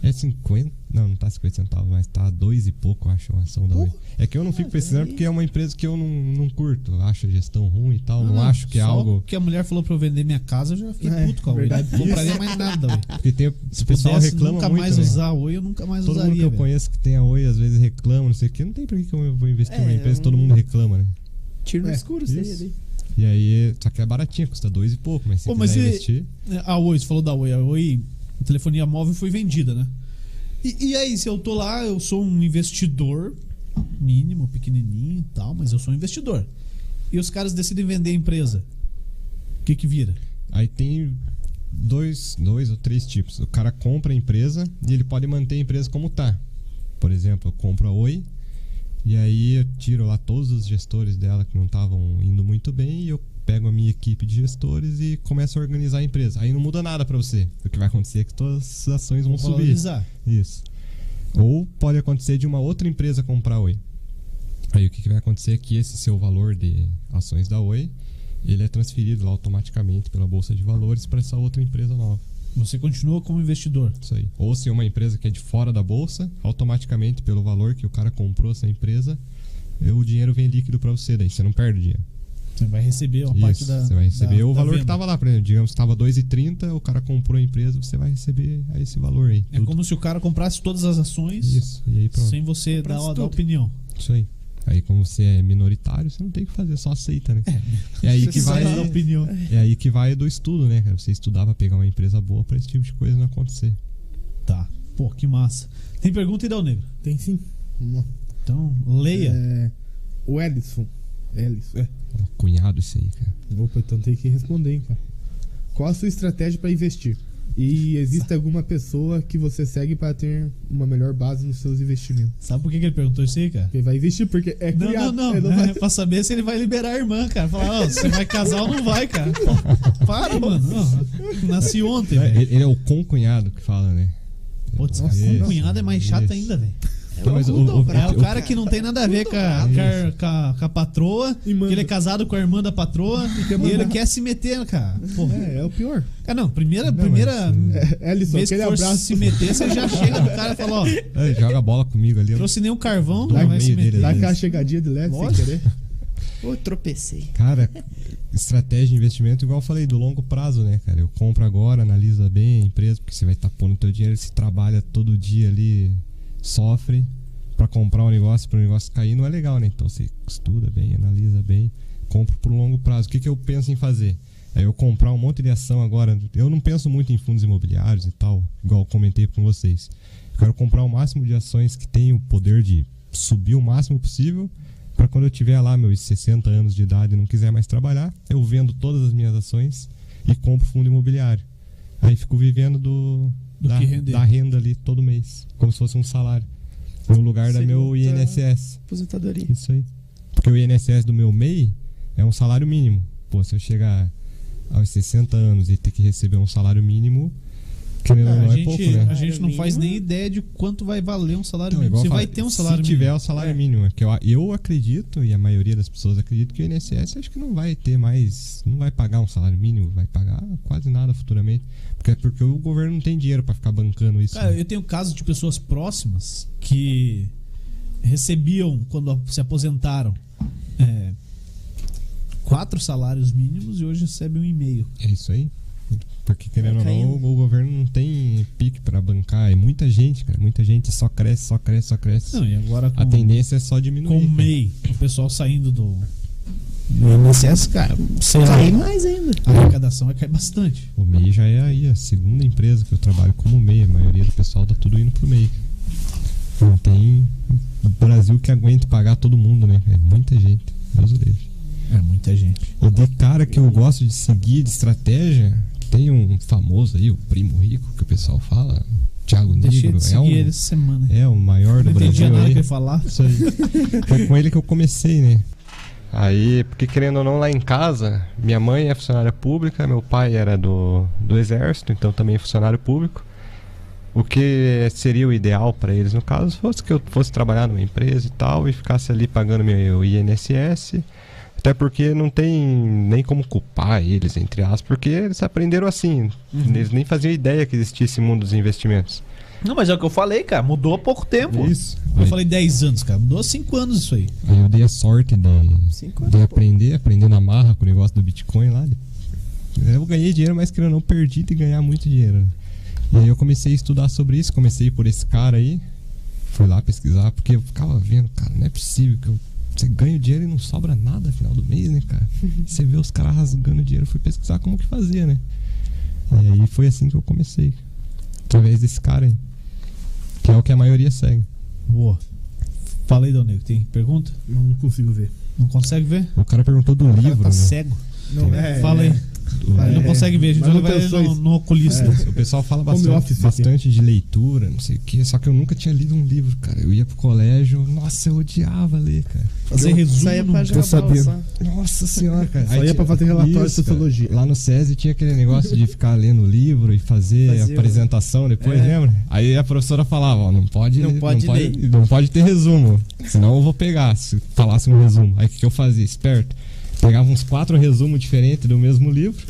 Speaker 3: É 50, não, não tá 50 centavos, mas tá dois e pouco, eu acho, a ação da Oi. É que eu não fico
Speaker 4: mas
Speaker 3: pesquisando
Speaker 4: aí-
Speaker 3: porque é uma empresa que eu não, não curto, eu acho a gestão ruim e tal, não,
Speaker 1: Ah,
Speaker 3: acho que é
Speaker 1: só
Speaker 3: algo.
Speaker 1: que a mulher falou pra eu vender minha casa, eu já fiquei
Speaker 2: É,
Speaker 1: puto com a Oi.
Speaker 2: verdade.
Speaker 1: Não compraria mais nada, Oi.
Speaker 3: Porque tem, o pessoal
Speaker 1: Pudesse
Speaker 3: reclama
Speaker 1: nunca
Speaker 3: muito.
Speaker 1: mais
Speaker 3: né?
Speaker 1: usar a Oi, eu nunca mais
Speaker 3: Todo
Speaker 1: usaria. né?
Speaker 3: mundo que eu
Speaker 1: velho.
Speaker 3: conheço que tem a Oi, às vezes reclama, não sei o que, não tem pra que que eu vou investir em uma
Speaker 4: É,
Speaker 3: empresa,
Speaker 4: eu
Speaker 3: todo
Speaker 4: não-
Speaker 3: mundo reclama, né?
Speaker 4: Tiro no
Speaker 2: É,
Speaker 4: escuro seria né?
Speaker 3: isso.
Speaker 4: daí.
Speaker 3: E aí, só que é baratinho, custa dois e pouco, mas se
Speaker 1: Pô,
Speaker 3: você
Speaker 1: mas
Speaker 3: quiser
Speaker 1: e-
Speaker 3: investir.
Speaker 1: É, A Oi, você falou da Oi. A Oi, a telefonia móvel foi vendida, né? E, e aí, se eu tô lá, eu sou um investidor mínimo, pequenininho e tal, mas eu sou um investidor. E os caras decidem vender a empresa. O que que vira?
Speaker 3: Aí tem dois, dois ou três tipos. O cara compra a empresa e ele pode manter a empresa como tá. Por exemplo, eu compro a Oi e aí eu tiro lá todos os gestores dela que não estavam indo muito bem e eu pego a minha equipe de gestores e começo a organizar a empresa. Aí não muda nada pra você. O que vai acontecer é que todas as ações vão subir.
Speaker 1: Valorizar.
Speaker 3: Isso. Ou pode acontecer de uma outra empresa comprar a Oi. Aí o que, que vai acontecer é que esse seu valor de ações da Oi, ele é transferido lá automaticamente pela bolsa de valores para essa outra empresa nova.
Speaker 1: Você continua como investidor.
Speaker 3: Isso aí. Ou se é uma empresa que é de fora da bolsa, automaticamente pelo valor que o cara comprou essa empresa, eh, o dinheiro vem líquido para você daí, você não perde o dinheiro.
Speaker 1: Você vai receber uma parte
Speaker 3: Isso,
Speaker 1: da.
Speaker 3: você vai receber
Speaker 1: da-
Speaker 3: o
Speaker 1: da
Speaker 3: valor que
Speaker 1: venda.
Speaker 3: estava lá, por exemplo, digamos que estava 2,30, o cara comprou a empresa, você vai receber esse valor aí.
Speaker 1: É
Speaker 3: tudo.
Speaker 1: como se o cara comprasse todas as ações
Speaker 3: Isso, e aí pronto.
Speaker 1: sem você dar,
Speaker 4: Comprasse
Speaker 1: dar
Speaker 4: tudo.
Speaker 1: opinião.
Speaker 3: Isso aí. Aí como você é minoritário, você não tem o que fazer, só aceita, né? É aí que
Speaker 1: Só
Speaker 3: vai,
Speaker 1: dar opinião.
Speaker 3: é aí que vai do estudo, né? cara? Você estudar pra pegar uma empresa boa pra esse tipo de coisa não acontecer.
Speaker 1: Tá. Pô, que massa. Tem pergunta, Idal Negro?
Speaker 2: Tem sim. Vamos lá.
Speaker 1: Então, leia.
Speaker 2: É, o Ellison. Ellison, é.
Speaker 3: Ó, Cunhado isso aí, cara.
Speaker 2: Opa, então tem que responder, hein, cara. Qual a sua estratégia para investir? E existe alguma pessoa que você segue para ter uma melhor base nos seus investimentos?
Speaker 1: Sabe por que que ele perguntou isso aí, cara?
Speaker 2: Porque vai investir porque é
Speaker 1: Não,
Speaker 2: criado.
Speaker 1: não, não.
Speaker 2: é,
Speaker 1: É
Speaker 2: vai-
Speaker 1: pra saber se ele vai liberar a irmã, cara. Falar, "Ó, você vai casar ou não vai, cara. Para, mano. Ó, nasci ontem, velho.
Speaker 3: Ele, ele é o concunhado que fala, né?
Speaker 1: Putz,
Speaker 3: Nossa,
Speaker 1: com
Speaker 3: isso,
Speaker 1: cunhado é mais chato
Speaker 3: isso.
Speaker 1: ainda, velho.
Speaker 3: Então, mas o- o-
Speaker 1: É o
Speaker 3: o-
Speaker 1: cara que não tem nada a ver com a, com a- com a- com a patroa, que
Speaker 2: E manda.
Speaker 1: ele é casado com a irmã da patroa e ele quer se meter, cara. Porra.
Speaker 2: é, é o pior.
Speaker 1: Ah, não, primeira, primeira
Speaker 2: É, Ellison,
Speaker 1: vez que
Speaker 2: aquele
Speaker 1: for
Speaker 2: abraço.
Speaker 1: se meter, você já chega no cara e fala, ó,
Speaker 3: É, joga bola comigo ali. eu-
Speaker 1: trouxe nem um carvão,
Speaker 3: Do
Speaker 1: não vai se
Speaker 3: meio dele,
Speaker 1: meter.
Speaker 2: Dá
Speaker 3: né?
Speaker 2: aquela chegadinha de leve
Speaker 1: Lógico.
Speaker 2: sem querer.
Speaker 4: Ô, tropecei.
Speaker 3: Cara, estratégia de investimento, igual eu falei, do longo prazo, né, cara? Eu compro agora, analisa bem a empresa, porque você vai estar pondo teu dinheiro, se trabalha todo dia ali, sofre pra comprar um negócio, para o negócio cair, não é legal, né? Então você estuda bem, analisa bem, compra pro longo prazo. O que, que eu penso em fazer? É eu comprar um monte de ação agora. Eu não penso muito em fundos imobiliários e tal, igual eu comentei com vocês. Eu quero comprar o máximo de ações que tem o poder de subir o máximo possível para quando eu tiver lá meus 60 anos de idade e não quiser mais trabalhar, eu vendo todas as minhas ações e compro fundo imobiliário. Aí fico vivendo do,
Speaker 1: Do
Speaker 3: da,
Speaker 1: que render.
Speaker 3: da renda ali todo mês, como se fosse um salário. No lugar da
Speaker 4: Seria
Speaker 3: meu
Speaker 4: um tra-
Speaker 3: INSS.
Speaker 4: Aposentadoria.
Speaker 3: Isso aí. Porque o INSS do meu MEI é um salário mínimo. Pô, se eu chegar aos 60 anos e ter que receber um salário mínimo, que não,
Speaker 1: Ah, a,
Speaker 3: não é
Speaker 1: gente,
Speaker 3: pouco,
Speaker 1: a
Speaker 3: né?
Speaker 1: gente não
Speaker 4: Salário
Speaker 1: faz nem
Speaker 4: mínimo.
Speaker 1: ideia de quanto vai valer um salário
Speaker 3: Então,
Speaker 1: mínimo.
Speaker 3: igual
Speaker 1: Você
Speaker 3: eu
Speaker 1: vai
Speaker 3: falei,
Speaker 1: ter um salário
Speaker 3: se
Speaker 1: mínimo.
Speaker 3: tiver o salário mínimo, é que eu, eu acredito e a maioria das pessoas acredita que o INSS acho que não vai ter mais, não vai pagar um salário mínimo, vai pagar quase nada futuramente, porque é porque o governo não tem dinheiro pra ficar bancando isso.
Speaker 1: Cara,
Speaker 3: né?
Speaker 1: eu tenho casos de pessoas próximas que recebiam, quando se aposentaram, é, quatro salários mínimos e hoje recebem um e-mail.
Speaker 3: É isso aí. Porque querendo ou
Speaker 4: Vai
Speaker 3: não,
Speaker 4: caindo.
Speaker 3: o governo não tem pique pra bancar, é muita gente, cara, muita gente só cresce, só cresce, só cresce.
Speaker 1: Não, e agora com,
Speaker 3: a tendência é só diminuir.
Speaker 1: com o
Speaker 3: cara.
Speaker 1: MEI, o pessoal saindo do, do INSS, cara, sei lá,
Speaker 4: Tem mais ainda.
Speaker 1: a arrecadação vai cair bastante.
Speaker 3: O MEI já é aí a segunda empresa que eu trabalho como MEI. A maioria do pessoal tá tudo indo pro MEI. Não tem Brasil que aguente pagar todo mundo, né? É muita gente. Deus o livre.
Speaker 1: É muita gente.
Speaker 3: E de cara que eu gosto de seguir de estratégia, tem um famoso aí, o Primo Rico, que o pessoal fala. Thiago
Speaker 1: Deixei
Speaker 3: Negro.
Speaker 1: de
Speaker 3: É,
Speaker 1: seguir ele
Speaker 3: um,
Speaker 1: essa semana.
Speaker 3: é o maior do
Speaker 1: Não entendia
Speaker 3: Brasil
Speaker 1: nada que
Speaker 3: aí.
Speaker 1: eu ia falar.
Speaker 3: Isso aí. Foi com ele que eu comecei, né?
Speaker 5: Aí, porque querendo ou não, lá em casa, minha mãe é funcionária pública, meu pai era do, do exército, então também é funcionário público. O que seria o ideal para eles, no caso, fosse que eu fosse trabalhar numa empresa e tal, e ficasse ali pagando meu INSS. Até porque não tem nem como culpar eles, entre aspas, porque eles aprenderam assim.
Speaker 1: Uhum.
Speaker 5: Eles nem faziam ideia que existia esse mundo dos investimentos.
Speaker 6: Não, mas é o que eu falei, cara. Mudou há pouco tempo.
Speaker 3: Isso.
Speaker 1: É Eu falei 10 anos, cara. Mudou 5 anos isso aí.
Speaker 3: Aí eu dei a sorte de,
Speaker 4: Cinco
Speaker 3: de
Speaker 4: anos. pô.
Speaker 3: aprender, aprender na marra com o negócio do Bitcoin lá. né? Eu ganhei dinheiro, mas querendo ou não, perdi de ganhar muito dinheiro. né? E aí eu comecei a estudar sobre isso, comecei por esse cara aí. Fui lá pesquisar, porque eu ficava vendo, cara, não é possível que eu- você ganha dinheiro e não sobra nada no final do mês, né, cara? Você vê os caras rasgando dinheiro, eu fui pesquisar como que fazia, né? E aí foi assim que eu comecei. Através desse cara aí. Que é o que a maioria segue.
Speaker 1: Boa. Falei, Dal Negro. Tem pergunta?
Speaker 2: Não consigo ver.
Speaker 1: Não consegue ver?
Speaker 3: O cara perguntou do
Speaker 1: O cara
Speaker 3: livro,
Speaker 1: tá
Speaker 3: né?
Speaker 1: cego.
Speaker 2: Não, é,
Speaker 1: Fala aí.
Speaker 3: Do-
Speaker 1: Ele não
Speaker 2: É,
Speaker 1: consegue ver, a gente vai levar ele no,
Speaker 2: manutenções.
Speaker 1: no oculista.
Speaker 3: O pessoal fala
Speaker 2: Home
Speaker 3: bastante,
Speaker 2: office,
Speaker 3: bastante de leitura, não sei o quê, só que eu nunca tinha lido um livro, cara. Eu ia pro colégio, nossa, eu odiava ler, cara.
Speaker 1: Fazer
Speaker 2: Eu
Speaker 1: resumo.
Speaker 4: Saia
Speaker 1: no-
Speaker 4: pra jogar
Speaker 2: sabendo.
Speaker 4: bola só.
Speaker 3: Nossa senhora, cara.
Speaker 2: Só
Speaker 3: Aí
Speaker 2: ia
Speaker 3: tinha-
Speaker 2: pra fazer relatório de
Speaker 3: cara.
Speaker 2: sociologia.
Speaker 3: Lá no SESI tinha aquele negócio de ficar lendo o livro e fazer,
Speaker 4: Fazer o-
Speaker 3: apresentação depois,
Speaker 4: É.
Speaker 3: lembra? Aí a professora falava, ó, não pode,
Speaker 4: Não pode ler.
Speaker 3: não pode ter resumo, senão eu vou pegar se falasse um resumo. Aí o que que eu fazia? Esperto. Pegava uns quatro resumos diferentes do mesmo livro,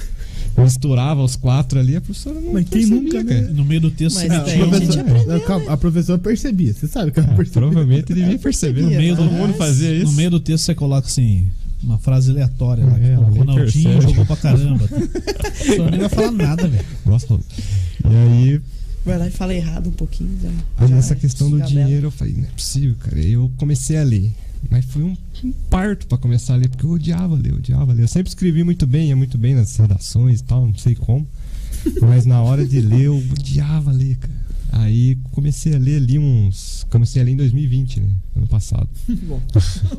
Speaker 3: misturava os quatro ali, a professora não
Speaker 2: Mas quem
Speaker 3: percebia,
Speaker 2: nunca, né?
Speaker 3: cara.
Speaker 1: No meio do texto,
Speaker 4: Mas
Speaker 1: você
Speaker 4: daí
Speaker 1: tinha
Speaker 4: a
Speaker 1: um-
Speaker 4: gente aprendeu.
Speaker 2: Não, calma, a professora percebia. Você sabe que ela
Speaker 3: Ah,
Speaker 2: percebia.
Speaker 3: provavelmente devia perceber.
Speaker 1: no meio do
Speaker 4: Todo mundo
Speaker 3: fazia isso.
Speaker 1: No meio do texto você coloca assim, uma frase aleatória lá,
Speaker 3: É,
Speaker 1: que o
Speaker 3: ela nem
Speaker 1: Ronaldinho
Speaker 3: percebe.
Speaker 1: jogou pra caramba. A pessoa nem vai falar nada, velho.
Speaker 3: Gosto. E aí,
Speaker 4: Vai lá e fala errado um pouquinho. Já,
Speaker 3: aí
Speaker 4: já
Speaker 3: Ah,
Speaker 4: é né?
Speaker 3: nessa questão do
Speaker 4: fica bela.
Speaker 3: dinheiro, eu falei, não é possível, cara. Aí eu comecei a ler. Mas foi um, um parto pra começar a ler, porque eu odiava ler, eu odiava ler. Eu sempre escrevi muito bem, ia muito bem nas redações e tal, não sei como. Mas na hora de ler, eu odiava ler, cara. Aí comecei a ler ali uns. Comecei a ler em 2020, né? Ano passado.
Speaker 4: Bom.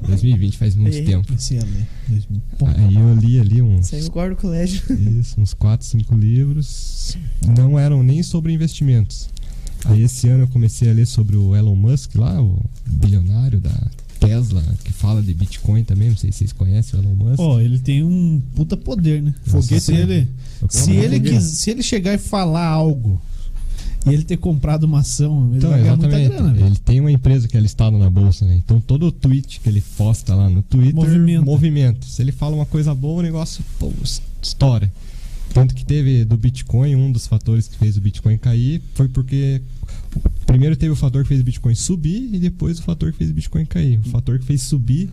Speaker 3: 2020 faz muito
Speaker 4: Ei.
Speaker 3: tempo.
Speaker 1: Comecei a ler. Dois mil- Pô,
Speaker 3: Aí eu li ali uns.
Speaker 4: Saiu agora do colégio.
Speaker 3: Isso, uns 4, 5 livros. Não eram nem sobre investimentos. Aí esse ano eu comecei a ler sobre o Elon Musk lá, o bilionário da Tesla, que fala de Bitcoin também, não sei se vocês conhecem o Elon Musk.
Speaker 1: Pô, ele tem um puta poder, né?
Speaker 3: Nossa,
Speaker 1: Foguete
Speaker 3: sim.
Speaker 1: ele.
Speaker 3: Eu
Speaker 1: Se
Speaker 3: quero
Speaker 1: ele,
Speaker 3: ver.
Speaker 1: quis, se ele chegar e falar algo e ele ter comprado uma ação, ele
Speaker 3: Então,
Speaker 1: vai ganhar é muita
Speaker 3: exatamente.
Speaker 1: grana, né? velho.
Speaker 3: ele tem uma empresa que é listada na bolsa, né? Então todo o tweet que ele posta lá no Twitter
Speaker 1: Movimenta.
Speaker 3: movimento. Se ele fala uma coisa boa, o negócio pô, es- estoura. Tanto que teve do Bitcoin, um dos fatores que fez o Bitcoin cair foi porque primeiro teve o fator que fez o Bitcoin subir e depois o fator que fez o Bitcoin cair. O fator que fez subir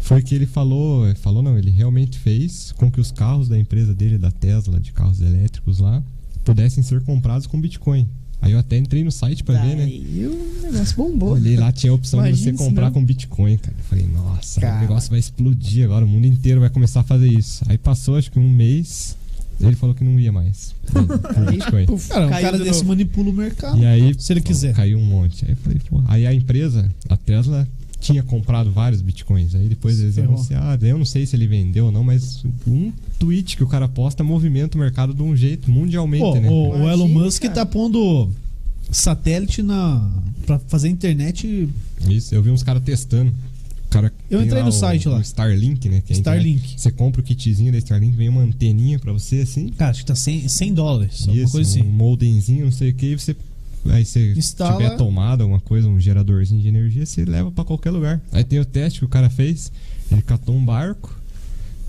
Speaker 3: foi que ele falou, é, falou não, ele realmente fez com que os carros da empresa dele, da Tesla, de carros elétricos lá, pudessem ser comprados com Bitcoin. Aí eu até entrei no site pra ver, né?
Speaker 4: Daí o negócio bombou.
Speaker 3: Olhei lá, tinha a opção
Speaker 4: Imagina
Speaker 3: de
Speaker 4: se
Speaker 3: você comprar
Speaker 4: não.
Speaker 3: com Bitcoin, cara. Eu falei, nossa,
Speaker 4: Cara.
Speaker 3: o negócio vai explodir agora, o mundo inteiro vai começar a fazer isso. Aí passou acho que um mês, ele falou que não ia mais. né, com Bitcoin.
Speaker 4: Puf,
Speaker 1: Cara, um
Speaker 4: caiu
Speaker 1: cara
Speaker 4: de
Speaker 1: desse
Speaker 4: novo.
Speaker 1: manipula o mercado.
Speaker 3: E aí,
Speaker 1: Se ele
Speaker 3: pô,
Speaker 1: quiser.
Speaker 3: Caiu um monte. Aí eu falei, pô. Aí a empresa, a Tesla, tinha comprado vários bitcoins. Aí depois eles
Speaker 1: Ferrou.
Speaker 3: anunciaram. Eu não sei se ele vendeu ou não, mas um tweet que o cara posta movimenta o mercado de um jeito mundialmente,
Speaker 1: Pô,
Speaker 3: né?
Speaker 1: o, o
Speaker 4: Imagina,
Speaker 1: Elon Musk
Speaker 4: cara.
Speaker 1: tá pondo satélite na para fazer internet
Speaker 3: Isso, eu vi uns caras testando. O Cara,
Speaker 1: Eu
Speaker 3: tem
Speaker 1: entrei no
Speaker 3: o-
Speaker 1: site lá.
Speaker 3: O Starlink, né? que é a internet.
Speaker 1: Starlink.
Speaker 3: Você compra o kitzinho da Starlink, vem uma anteninha pra você assim.
Speaker 1: Cara, acho que tá 100, 100 dólares, alguma
Speaker 3: isso,
Speaker 1: coisa
Speaker 3: um
Speaker 1: assim.
Speaker 3: moldenzinho, não sei o que, e você. Aí você
Speaker 1: Instala.
Speaker 3: tiver tomada alguma coisa, um geradorzinho de energia, você leva pra qualquer lugar. Aí tem o teste que o cara fez, ele catou um barco,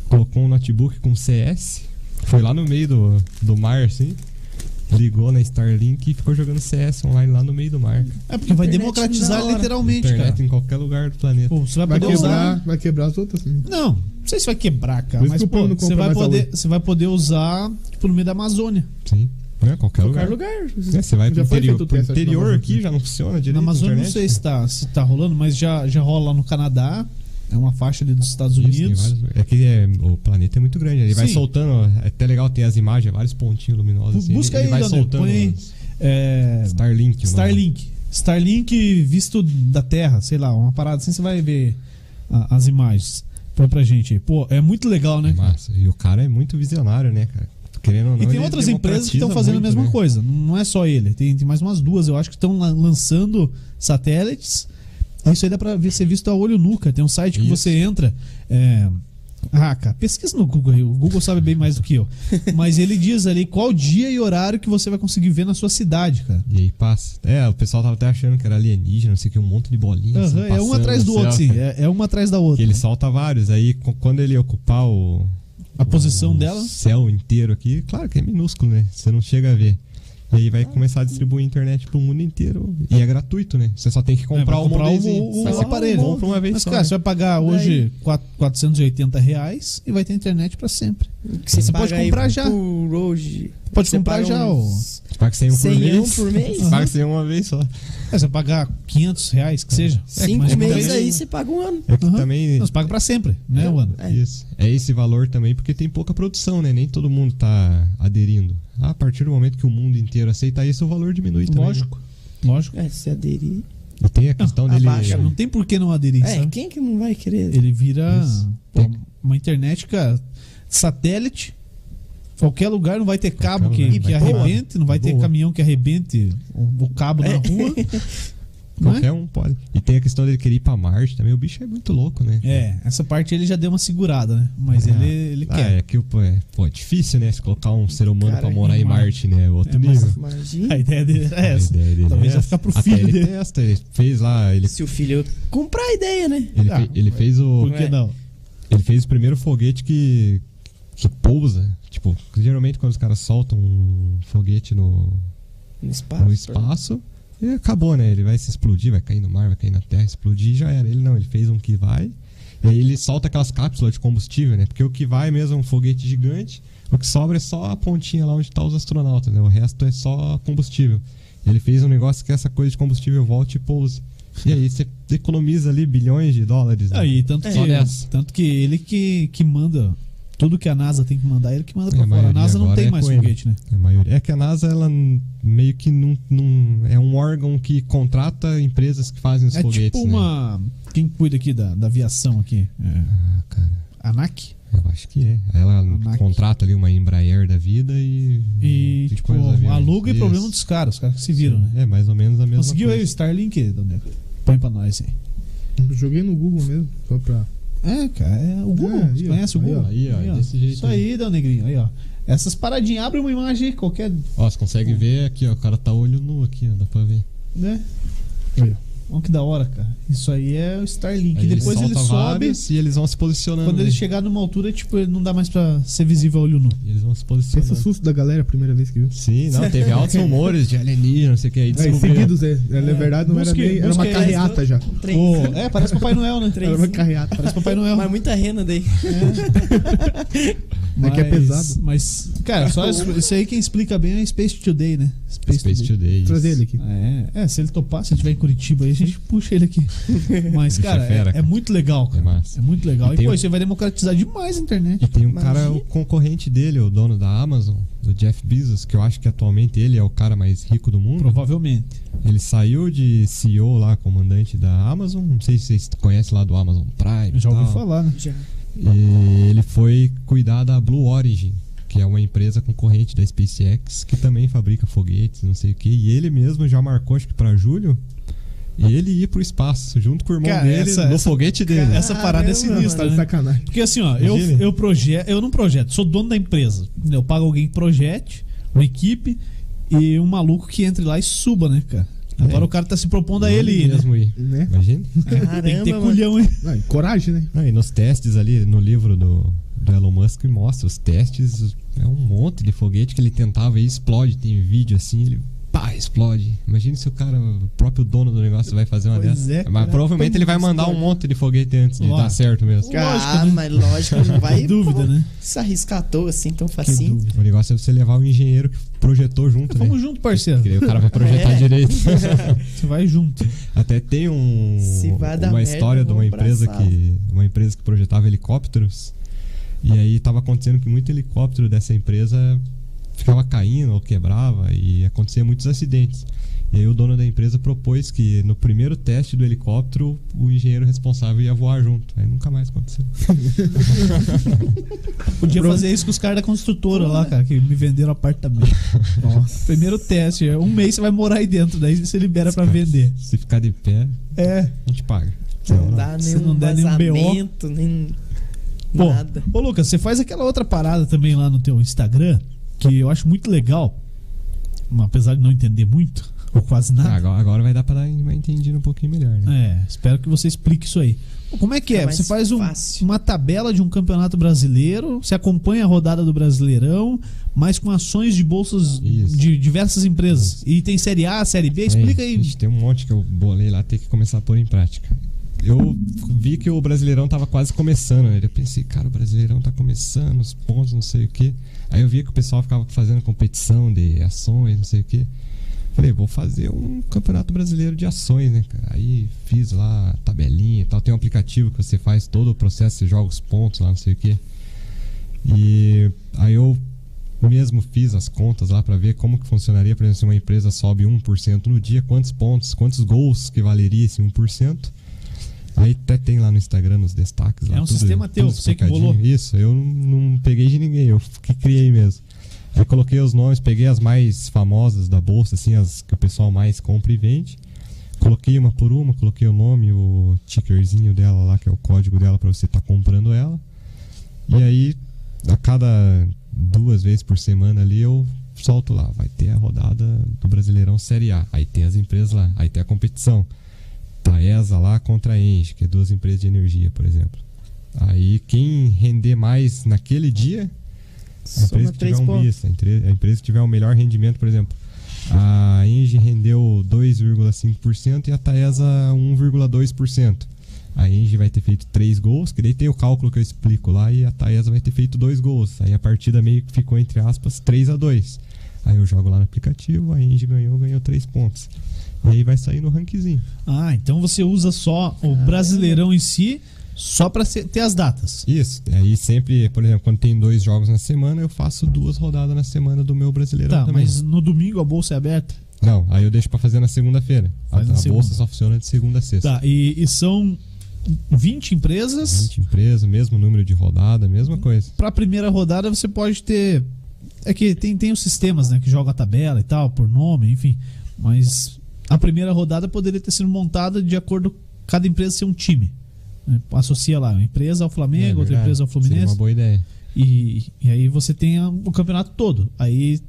Speaker 3: colocou um notebook com CS, foi lá no meio do, do mar assim, ligou na Starlink e ficou jogando CS online lá no meio do mar.
Speaker 1: É porque vai
Speaker 4: Internet
Speaker 1: democratizar
Speaker 4: na hora.
Speaker 1: literalmente,
Speaker 3: Internet
Speaker 1: cara.
Speaker 3: em qualquer lugar do planeta.
Speaker 1: Pô, você vai
Speaker 2: Vai
Speaker 1: poder
Speaker 2: quebrar,
Speaker 1: usar.
Speaker 2: vai quebrar as outras. né?
Speaker 1: Não, não sei se vai quebrar, cara,
Speaker 2: Por isso
Speaker 1: mas
Speaker 2: que o
Speaker 1: pô,
Speaker 2: povo não
Speaker 1: você
Speaker 2: compra
Speaker 1: vai
Speaker 2: mais
Speaker 1: poder,
Speaker 2: aluno.
Speaker 1: você vai poder usar tipo, no meio da Amazônia.
Speaker 3: Sim. Né? Qualquer,
Speaker 4: Qualquer
Speaker 3: lugar.
Speaker 4: lugar.
Speaker 3: É, você vai pro
Speaker 2: Já foi
Speaker 3: interior,
Speaker 2: feito o
Speaker 3: pro
Speaker 2: teste, acho, na
Speaker 3: interior
Speaker 2: Amazônia.
Speaker 3: aqui, já não funciona direito.
Speaker 1: Na
Speaker 3: a
Speaker 1: Amazônia não
Speaker 3: internet.
Speaker 1: sei se tá, se tá rolando, mas já, já rola lá no Canadá. É uma faixa ali dos Estados
Speaker 3: Isso, tem
Speaker 1: Unidos.
Speaker 3: vários- é que é- o planeta é muito grande. Ele vai
Speaker 1: Sim.
Speaker 3: soltando. ó, É até legal, tem as imagens, vários pontinhos luminosos. Assim,
Speaker 1: Busca aí,
Speaker 3: ele, ele vai
Speaker 1: Leandro,
Speaker 3: soltando.
Speaker 1: põe aí.
Speaker 3: os-
Speaker 1: É,
Speaker 3: Starlink. o nome.
Speaker 1: Starlink. Starlink visto da Terra, sei lá, uma parada assim, você vai ver a- as imagens. Põe pra gente aí. Pô, é muito legal, né?
Speaker 3: Massa. E o cara é muito visionário, né, cara? Querendo ou não.
Speaker 1: E tem
Speaker 3: ele
Speaker 1: outras empresas que estão
Speaker 3: democratiza
Speaker 1: fazendo
Speaker 3: muito,
Speaker 1: a mesma
Speaker 3: né?
Speaker 1: coisa. Não é só ele. Tem, tem mais umas duas, eu acho, que estão lançando satélites. Isso aí dá pra ver- ser visto a olho nu, cara. Tem um site que
Speaker 3: Isso.
Speaker 1: você entra. É... Ah, cara, pesquisa no Google aí. O Google sabe bem mais do que eu. Mas ele diz ali qual dia e horário que você vai conseguir ver na sua cidade, cara.
Speaker 3: E aí passa. É, o pessoal tava até achando que era alienígena, não sei o que, um monte de bolinhas.
Speaker 1: Aham,
Speaker 3: assim,
Speaker 1: é um
Speaker 3: passando
Speaker 1: atrás
Speaker 3: no
Speaker 1: do
Speaker 3: céu.
Speaker 1: outro, sim. É, é uma atrás da
Speaker 3: Que
Speaker 1: outra.
Speaker 3: ele solta vários. Aí co- quando ele ocupar o,
Speaker 1: A posição
Speaker 3: o
Speaker 1: dela.
Speaker 3: céu inteiro aqui, claro que é minúsculo, né? Você não chega a ver. E aí vai começar a distribuir internet pro mundo inteiro. E é gratuito, né? Você só tem que comprar
Speaker 1: É, vai
Speaker 3: o
Speaker 1: comprar o-
Speaker 3: moldezinho.
Speaker 1: o- o
Speaker 3: Mas você
Speaker 1: aparelho.
Speaker 3: Compra uma vez
Speaker 1: Mas,
Speaker 3: só.
Speaker 1: cara,
Speaker 3: né?
Speaker 1: você vai pagar hoje quatro- 480 reais e vai ter internet pra sempre.
Speaker 4: Você,
Speaker 1: Você pode
Speaker 4: paga aí
Speaker 1: comprar já.
Speaker 4: Por hoje.
Speaker 1: Pode
Speaker 4: Você
Speaker 1: comprar
Speaker 4: paga
Speaker 1: já
Speaker 4: uns
Speaker 3: Você paga 100 um por
Speaker 4: 100
Speaker 3: mês.
Speaker 4: um por mês?
Speaker 3: Você paga 100 uma vez só.
Speaker 1: É, você vai pagar 500 reais, que seja. É,
Speaker 4: Cinco
Speaker 1: mas
Speaker 4: meses
Speaker 1: também-
Speaker 4: aí você paga um ano.
Speaker 3: É que
Speaker 1: Aham.
Speaker 3: também.
Speaker 1: Não, você paga pra sempre, né, Wanda?
Speaker 4: É.
Speaker 3: Isso. É esse valor também, porque tem pouca produção, né? Nem todo mundo tá aderindo. A partir do momento que o mundo inteiro aceitar isso, o valor diminui também. né?
Speaker 1: Lógico. Ah, Lógico.
Speaker 4: É, se aderir.
Speaker 3: E tem a questão dele.
Speaker 4: abaixa,
Speaker 1: Não tem por que não aderir,
Speaker 4: É,
Speaker 1: sabe?
Speaker 4: quem que não vai querer?
Speaker 1: Ele vira
Speaker 3: Isso.
Speaker 1: pô, uma internet, cara, satélite. Qualquer lugar não vai ter cabo
Speaker 3: Qualquer
Speaker 1: que,
Speaker 3: lugar,
Speaker 1: que
Speaker 3: vai ter
Speaker 1: arrebente, não vai ter
Speaker 3: Boa. É.
Speaker 1: caminhão que arrebente o o cabo na rua. Não é?
Speaker 3: Qualquer um pode. E tem a questão dele querer ir pra Marte também. O bicho é muito louco, né?
Speaker 1: É, essa parte ele já deu uma segurada, né? Mas
Speaker 3: Ah.
Speaker 1: ele, ele
Speaker 3: Ah,
Speaker 1: quer.
Speaker 3: é que o- pô, é, pô, é difícil, né? Se colocar um ser humano
Speaker 4: Cara,
Speaker 3: pra morar em
Speaker 1: em
Speaker 3: Marte, né? Outro
Speaker 1: É, mas-
Speaker 3: nível.
Speaker 1: A
Speaker 4: Imagina.
Speaker 1: ideia dele era
Speaker 3: A
Speaker 1: essa.
Speaker 3: ideia dele
Speaker 1: Talvez
Speaker 3: é
Speaker 1: vai
Speaker 3: essa.
Speaker 1: ficar pro
Speaker 3: Até
Speaker 1: filho
Speaker 3: ele
Speaker 1: dele.
Speaker 3: testa, ele fez lá, ele,
Speaker 4: Se o filho comprar a ideia, né?
Speaker 3: ele,
Speaker 1: Ah,
Speaker 3: fe- ele fez o
Speaker 1: Por que não?
Speaker 3: ele fez o primeiro foguete que que pousa, tipo, geralmente quando os caras soltam um foguete no,
Speaker 4: No espaço.
Speaker 3: no espaço, e acabou, né? Ele vai se explodir, vai cair no mar, vai cair na terra, explodir, e já era. Ele não, ele fez um que vai. E aí ele solta aquelas cápsulas de combustível, né? Porque o que vai mesmo é um foguete gigante, o que sobra é só a pontinha lá onde tá os astronautas, né? O resto é só combustível. Ele fez um negócio que essa coisa de combustível volte e pouse. E aí você economiza ali bilhões de dólares. né?
Speaker 1: Aí, tanto,
Speaker 3: Só nessa.
Speaker 1: que, tanto que ele que, que manda Tudo que a NASA tem que mandar, ele que manda
Speaker 3: É,
Speaker 1: pra
Speaker 3: a
Speaker 1: fora. A
Speaker 3: maioria
Speaker 1: NASA não
Speaker 3: agora
Speaker 1: tem
Speaker 3: é
Speaker 1: mais
Speaker 3: com ele.
Speaker 1: foguete, né?
Speaker 3: A maioria. É que a NASA, ela n- meio que não, não- É um órgão que contrata empresas que fazem os
Speaker 1: É
Speaker 3: foguetes.
Speaker 1: tipo
Speaker 3: Né?
Speaker 1: uma. Quem cuida aqui da, da aviação aqui? É,
Speaker 3: Ah, cara.
Speaker 1: ANAC?
Speaker 3: Eu acho que é. Ela
Speaker 1: Mac.
Speaker 3: contrata ali uma Embraer da vida e.
Speaker 1: E, tipo,
Speaker 3: põe os aviões.
Speaker 1: aluga e
Speaker 3: Isso.
Speaker 1: problema dos caras, os caras que se viram, né?
Speaker 3: É, mais ou menos a mesma
Speaker 1: Conseguiu aí o
Speaker 3: coisa.
Speaker 1: Starlink, Daniel? Põe pra nós aí.
Speaker 2: Eu Joguei no Google mesmo, só pra.
Speaker 1: É, cara, é o Google.
Speaker 2: É, aí,
Speaker 1: Você conhece o
Speaker 2: aí,
Speaker 1: Google?
Speaker 2: ó,
Speaker 3: aí, ó, desse jeito
Speaker 1: Isso aí, Dão Negrinho, aí, ó. Essas paradinhas, abre uma imagem aí, qualquer.
Speaker 3: Ó, você consegue ver aqui, ó. O cara tá olho nu aqui, ó. Dá pra ver.
Speaker 1: né?
Speaker 2: Aí,
Speaker 1: Olha que da hora, cara. Isso aí é o Starlink.
Speaker 3: Aí
Speaker 1: depois ele,
Speaker 3: solta
Speaker 1: sobe.
Speaker 3: vários E eles vão se posicionando.
Speaker 1: Quando ele
Speaker 3: né?
Speaker 1: chegar numa altura, tipo, ele não dá mais pra ser visível a olho nu.
Speaker 3: E Eles vão se
Speaker 2: Esse é o
Speaker 3: posicionando.
Speaker 2: susto da galera a primeira vez que viu.
Speaker 3: Sim, não, teve altos rumores de alienígena, não sei o que. Aí
Speaker 2: É, em
Speaker 3: descobriu.
Speaker 2: seguidos, é. é, Na verdade, não
Speaker 1: busque-
Speaker 2: era nem. Era
Speaker 1: busque
Speaker 2: uma
Speaker 1: aí,
Speaker 2: carreata já.
Speaker 4: Três.
Speaker 1: Ô, é, parece Papai Noel, né?
Speaker 4: Três.
Speaker 2: Era uma carreata.
Speaker 1: Parece Papai Noel.
Speaker 4: Mas muita rena daí.
Speaker 2: É que é pesado.
Speaker 1: Mas, cara, só isso, isso aí quem explica bem é Space Today, né?
Speaker 3: Space Today. isso.
Speaker 2: Trazer ele aqui.
Speaker 1: É, é, se ele topar, se ele estiver em Curitiba aí, a gente puxa ele aqui. Mas,
Speaker 3: Bicho
Speaker 1: cara,
Speaker 3: é fera,
Speaker 1: é, é
Speaker 3: cara.
Speaker 1: muito legal,
Speaker 3: É
Speaker 1: cara.
Speaker 3: massa.
Speaker 1: É muito legal.
Speaker 3: E
Speaker 1: E,
Speaker 3: tem
Speaker 1: pô,
Speaker 3: um-
Speaker 1: isso aí vai democratizar demais a internet.
Speaker 3: E tem um
Speaker 4: Imagina.
Speaker 3: cara, o concorrente dele, o dono da Amazon, do Jeff Bezos, que eu acho que atualmente ele é o cara mais rico do mundo.
Speaker 1: Provavelmente.
Speaker 3: Ele saiu de CEO lá, comandante da Amazon. Não sei se vocês conhecem lá do Amazon Prime. e
Speaker 1: Eu já ouvi
Speaker 3: tal.
Speaker 1: falar, né?
Speaker 4: Já.
Speaker 3: E ele foi cuidar da Blue Origin, que é uma empresa concorrente da SpaceX, que também fabrica foguetes, não sei o que. E ele mesmo já marcou, acho que pra julho, ele ir pro espaço, junto com o irmão
Speaker 1: Cara,
Speaker 3: dele,
Speaker 1: essa-
Speaker 3: no
Speaker 1: essa-
Speaker 3: foguete dele.
Speaker 1: Essa parada é
Speaker 2: Tá
Speaker 1: sinistra,
Speaker 2: de
Speaker 1: né?
Speaker 2: sacanagem.
Speaker 1: Porque assim, ó, eu,
Speaker 3: Imagina.
Speaker 1: eu, proje eu não projeto, sou dono da empresa. Eu pago alguém que projete, uma equipe, e um maluco que entre lá e suba, né, cara? Agora o cara tá se propondo a ele ir, né?
Speaker 3: mesmo ir.
Speaker 2: Né?
Speaker 3: Imagina.
Speaker 4: Caramba,
Speaker 1: Tem que ter
Speaker 4: mano.
Speaker 1: culhão, hein?
Speaker 2: Ah, e coragem, né?
Speaker 3: Ah, e nos testes ali, no livro do, do Elon Musk, mostra os testes. É um monte de foguete que ele tentava e explode. Tem vídeo assim, ele pá, explode. Imagina se o cara, o próprio dono do negócio, vai fazer uma
Speaker 1: Pois
Speaker 3: dessas.
Speaker 1: é,
Speaker 3: Mas
Speaker 1: cara.
Speaker 3: provavelmente ele vai mandar um monte de foguete antes de
Speaker 1: Lógico.
Speaker 3: dar certo mesmo.
Speaker 4: ah, mas lógico, não vai
Speaker 1: Dúvida, né?
Speaker 4: se arriscar à toa assim tão
Speaker 1: Sem
Speaker 4: facinho.
Speaker 1: dúvida.
Speaker 3: O negócio é você levar o engenheiro que projetou junto, né?
Speaker 1: Vamos junto, parceiro.
Speaker 3: Porque daí o cara vai projetar
Speaker 4: É.
Speaker 3: direito.
Speaker 1: Você vai junto.
Speaker 3: Até tem um,
Speaker 4: Se vai dar
Speaker 3: uma
Speaker 4: merda,
Speaker 3: história de uma
Speaker 4: vamos pra
Speaker 3: empresa
Speaker 4: sala.
Speaker 3: que uma empresa que projetava helicópteros e aí tava acontecendo que muito helicóptero dessa empresa ficava caindo ou quebrava e acontecia muitos acidentes. E aí o dono da empresa propôs que no primeiro teste do helicóptero o engenheiro responsável ia voar junto. Aí nunca mais aconteceu.
Speaker 1: Podia fazer isso com os caras da construtora lá, cara, que me venderam apartamento. Nossa. Primeiro teste, é um mês você vai morar aí dentro, daí você libera pra vender.
Speaker 3: Se ficar de pé,
Speaker 1: É.
Speaker 3: a gente paga.
Speaker 4: Não dá
Speaker 1: Se
Speaker 4: nenhum
Speaker 1: não der nenhum BO.
Speaker 4: vazamento, nem
Speaker 1: Pô,
Speaker 4: nada.
Speaker 1: Ô, Lucas, você faz aquela outra parada também lá no teu Instagram, que eu acho muito legal, mas apesar de não entender muito, ou quase
Speaker 3: Ah,
Speaker 1: nada.
Speaker 3: agora, agora vai dar pra dar uma entendida um pouquinho melhor, né?
Speaker 1: É, espero que você explique isso aí. Pô, Como é que
Speaker 4: Fica
Speaker 1: é?
Speaker 4: mais
Speaker 1: Você faz um-
Speaker 4: fácil.
Speaker 1: uma tabela de um campeonato brasileiro, você acompanha a rodada do Brasileirão, mas com ações de bolsas
Speaker 3: Isso.
Speaker 1: de diversas empresas. E tem Série A, Série B, explica
Speaker 3: Tem,
Speaker 1: aí.
Speaker 3: vixe, tem um monte que eu bolei lá, tem que começar a pôr em prática. Eu vi que o Brasileirão tava quase começando, né? Eu pensei, cara, o Brasileirão tá começando, os pontos, não sei o quê. Aí eu via que o pessoal ficava fazendo competição de ações, não sei o quê. Falei, vou fazer um campeonato brasileiro de ações, né, cara? Aí fiz lá a tabelinha e tal. Tem um aplicativo que você faz todo o processo, você joga os pontos lá, não sei o quê. E aí eu mesmo fiz as contas lá para ver como que funcionaria, por exemplo, se uma empresa sobe 1% no dia, quantos pontos, quantos gols que valeria esse 1%. Aí até tem lá no Instagram nos destaques. lá,
Speaker 1: É um
Speaker 3: tudo-
Speaker 1: sistema teu,
Speaker 3: tudo
Speaker 1: você que
Speaker 3: explicadinho.
Speaker 1: bolou.
Speaker 3: Isso, eu não não peguei de ninguém, eu que criei mesmo. Aí coloquei os nomes, peguei as mais famosas da bolsa, assim, as que o pessoal mais compra e vende. Coloquei uma por uma, coloquei o nome, o tickerzinho dela lá, que é o código dela para você estar comprando ela. E aí, a cada duas vezes por semana ali, eu solto lá. Vai ter a rodada do Brasileirão Série A. Aí tem as empresas lá, aí tem a competição. Taesa lá contra a Enge, que é duas empresas de energia, por exemplo. Aí quem render mais naquele dia, a
Speaker 4: Soma
Speaker 3: empresa que
Speaker 4: três
Speaker 3: tiver um
Speaker 4: pontos.
Speaker 3: bis, a entre- a empresa que tiver o melhor rendimento, por exemplo. A Engie rendeu 2,5% e a Taesa 1,2%. A Engie vai ter feito 3 gols, que daí tem o cálculo que eu explico lá, e a Taesa vai ter feito 2 gols. Aí a partida meio que ficou, entre aspas, 3 a 2 Aí eu jogo lá no aplicativo, a Engie ganhou, ganhou 3 pontos. E aí vai sair no rankzinho.
Speaker 4: Ah.
Speaker 1: Ah, então você usa só o Brasileirão em si Só pra ser- ter as datas.
Speaker 3: Isso. Aí sempre, por exemplo, quando tem dois jogos na semana, eu faço duas rodadas na semana do meu brasileirão
Speaker 1: Tá,
Speaker 3: também.
Speaker 1: mas no domingo a bolsa é aberta?
Speaker 3: Não, aí eu deixo pra fazer na segunda-feira. A,
Speaker 1: Faz na
Speaker 3: a
Speaker 1: segunda.
Speaker 3: bolsa só funciona de segunda a sexta.
Speaker 1: Tá, e, e são 20 empresas.
Speaker 3: 20 empresas, mesmo número de rodada, mesma coisa.
Speaker 1: Pra primeira rodada você pode ter. É que tem, tem os sistemas, né? Que joga a tabela e tal, por nome, enfim. Mas a primeira rodada poderia ter sido montada de acordo com cada empresa ser um time. né? Associa lá uma empresa ao
Speaker 3: É,
Speaker 1: Flamengo, outra
Speaker 3: verdade.
Speaker 1: empresa ao
Speaker 3: Seria
Speaker 1: Fluminense.
Speaker 3: uma boa ideia.
Speaker 1: E, e aí você tem a- o campeonato todo. Aí.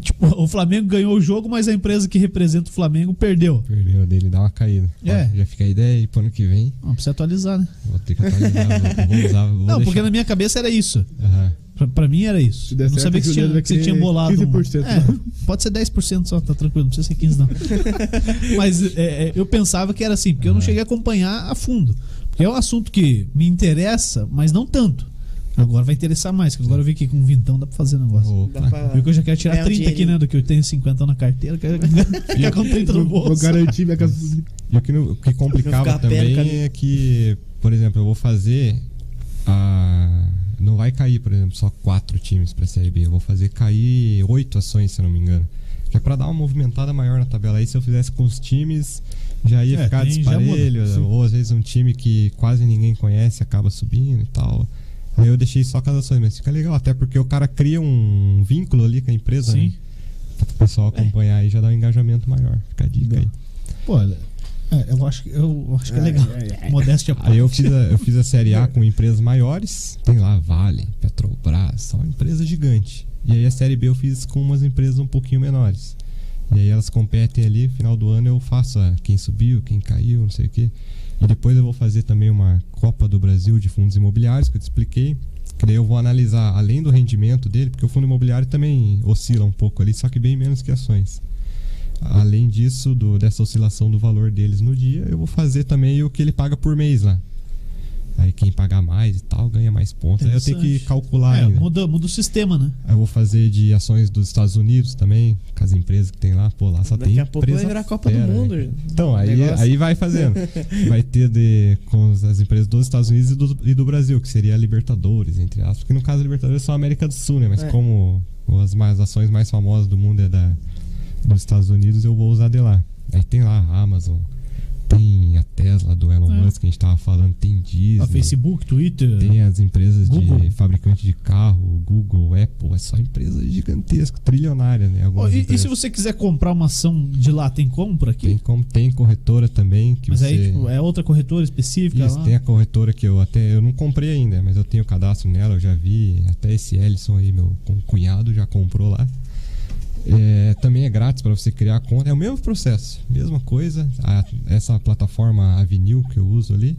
Speaker 1: Tipo, o Flamengo ganhou o jogo, mas a empresa que representa o Flamengo perdeu.
Speaker 3: Perdeu dele, dá uma caída. Ó,
Speaker 1: É.
Speaker 3: já fica a ideia e pro ano que vem
Speaker 1: Ah, precisa atualizar, né?
Speaker 3: vou ter que atualizar. vou, vou usar, vou
Speaker 1: não,
Speaker 3: deixar.
Speaker 1: porque na minha cabeça era isso.
Speaker 3: Aham.
Speaker 1: Pra, pra mim era isso.
Speaker 2: Se der
Speaker 1: Eu não
Speaker 2: certo,
Speaker 1: sabia
Speaker 2: o
Speaker 1: que, você
Speaker 2: Juliano
Speaker 1: tinha,
Speaker 2: vai
Speaker 1: que você tinha
Speaker 2: querer
Speaker 1: bolado. um-
Speaker 2: 15%
Speaker 1: É, pode ser 10% só, tá tranquilo, não precisa ser 15% não. Mas é, é, eu pensava que era assim, porque eu não cheguei a acompanhar a fundo. Porque é um assunto que me interessa, mas não tanto. Agora vai interessar mais, que agora eu vi que com um vintão dá pra fazer negócio.
Speaker 3: Opa.
Speaker 4: Dá pra...
Speaker 1: Viu que eu já quero tirar
Speaker 4: Ganhar um
Speaker 1: 30 aqui,
Speaker 4: dinheirinho.
Speaker 1: né? Do que eu tenho 50 na carteira, quero ficar com 30 no
Speaker 2: Vou, vou
Speaker 1: bolso.
Speaker 2: garantir minha casa pública.
Speaker 3: E o que, no- o que complicava
Speaker 4: Não ficar a pé no
Speaker 3: também
Speaker 4: caminho.
Speaker 3: é que, por exemplo, eu vou fazer a. Não vai cair, por exemplo, só quatro times pra Série B. Eu vou fazer cair oito ações, se eu não me engano. Que é pra dar uma movimentada maior na tabela. Aí se eu fizesse com os times, já ia
Speaker 1: É,
Speaker 3: ficar
Speaker 1: tem- já muda,
Speaker 3: desparelho.
Speaker 1: sim.
Speaker 3: ou às vezes um time que quase ninguém conhece acaba subindo e tal. Aí eu deixei só com as ações, mas fica legal, até porque o cara cria um vínculo ali com a empresa,
Speaker 1: Sim.
Speaker 3: né? Pra o pessoal acompanhar aí já dá um engajamento maior. Fica a dica aí.
Speaker 1: Pô, é, eu acho, que- eu acho que é legal. Modéstia à
Speaker 3: Aí eu
Speaker 1: parte.
Speaker 3: fiz, a, eu fiz a Série A com empresas maiores. Tem lá Vale, Petrobras, são empresas gigantes. E aí a Série B eu fiz com umas empresas um pouquinho menores. E aí elas competem ali, final do ano eu faço a quem subiu, quem caiu, não sei o quê. E depois eu vou fazer também uma Copa do Brasil de fundos imobiliários, que eu te expliquei. Que daí eu vou analisar, além do rendimento dele, porque o fundo imobiliário também oscila um pouco ali, só que bem menos que ações. Além disso, do- dessa oscilação do valor deles no dia, eu vou fazer também o que ele paga por mês lá. Aí quem pagar mais e tal ganha mais pontos. Aí eu tenho que
Speaker 1: Interessante.
Speaker 3: calcular
Speaker 1: É,
Speaker 3: ainda.
Speaker 1: muda, muda o sistema, né?
Speaker 3: Aí eu vou fazer de ações dos Estados Unidos também, com as empresas que tem lá. Pô, lá só
Speaker 4: Daqui
Speaker 3: tem
Speaker 4: a pouco
Speaker 3: empresa
Speaker 4: vai virar Copa do
Speaker 3: fera,
Speaker 4: Mundo.
Speaker 3: velho.
Speaker 4: gente.
Speaker 3: Então, aí,
Speaker 4: Negócio.
Speaker 3: aí vai fazendo. Vai ter de, com as- as empresas dos Estados Unidos e do, e do Brasil, que seria a Libertadores, entre aspas. Porque no caso a Libertadores é só a América do Sul, né? Mas
Speaker 4: É.
Speaker 3: como as mais, ações mais famosas do mundo é da, dos Estados Unidos, eu vou usar de lá. Aí tem lá a Amazon, tem a Tesla do Elon
Speaker 1: É.
Speaker 3: Musk que a gente tava falando, tem Disney.
Speaker 1: Ah, Facebook, Twitter.
Speaker 3: né? Tem as empresas de
Speaker 1: Google.
Speaker 3: fabricante de carro, Google, Apple, é só empresa gigantesca, trilionária, né?
Speaker 1: Ó,
Speaker 3: Algumas
Speaker 1: e, e
Speaker 3: empresas.
Speaker 1: se você quiser comprar uma ação de lá, tem como por aqui?
Speaker 3: Tem como tem corretora também que
Speaker 1: Mas
Speaker 3: você
Speaker 1: aí tipo, é outra corretora específica
Speaker 3: Isso,
Speaker 1: lá?
Speaker 3: tem a corretora que eu até eu não comprei ainda, mas eu tenho o cadastro nela, eu já vi, até esse Ellison aí, meu com- cunhado, já comprou lá. É, também é grátis para você criar a conta, é o mesmo processo, mesma coisa. A- essa plataforma Avenil que eu uso ali,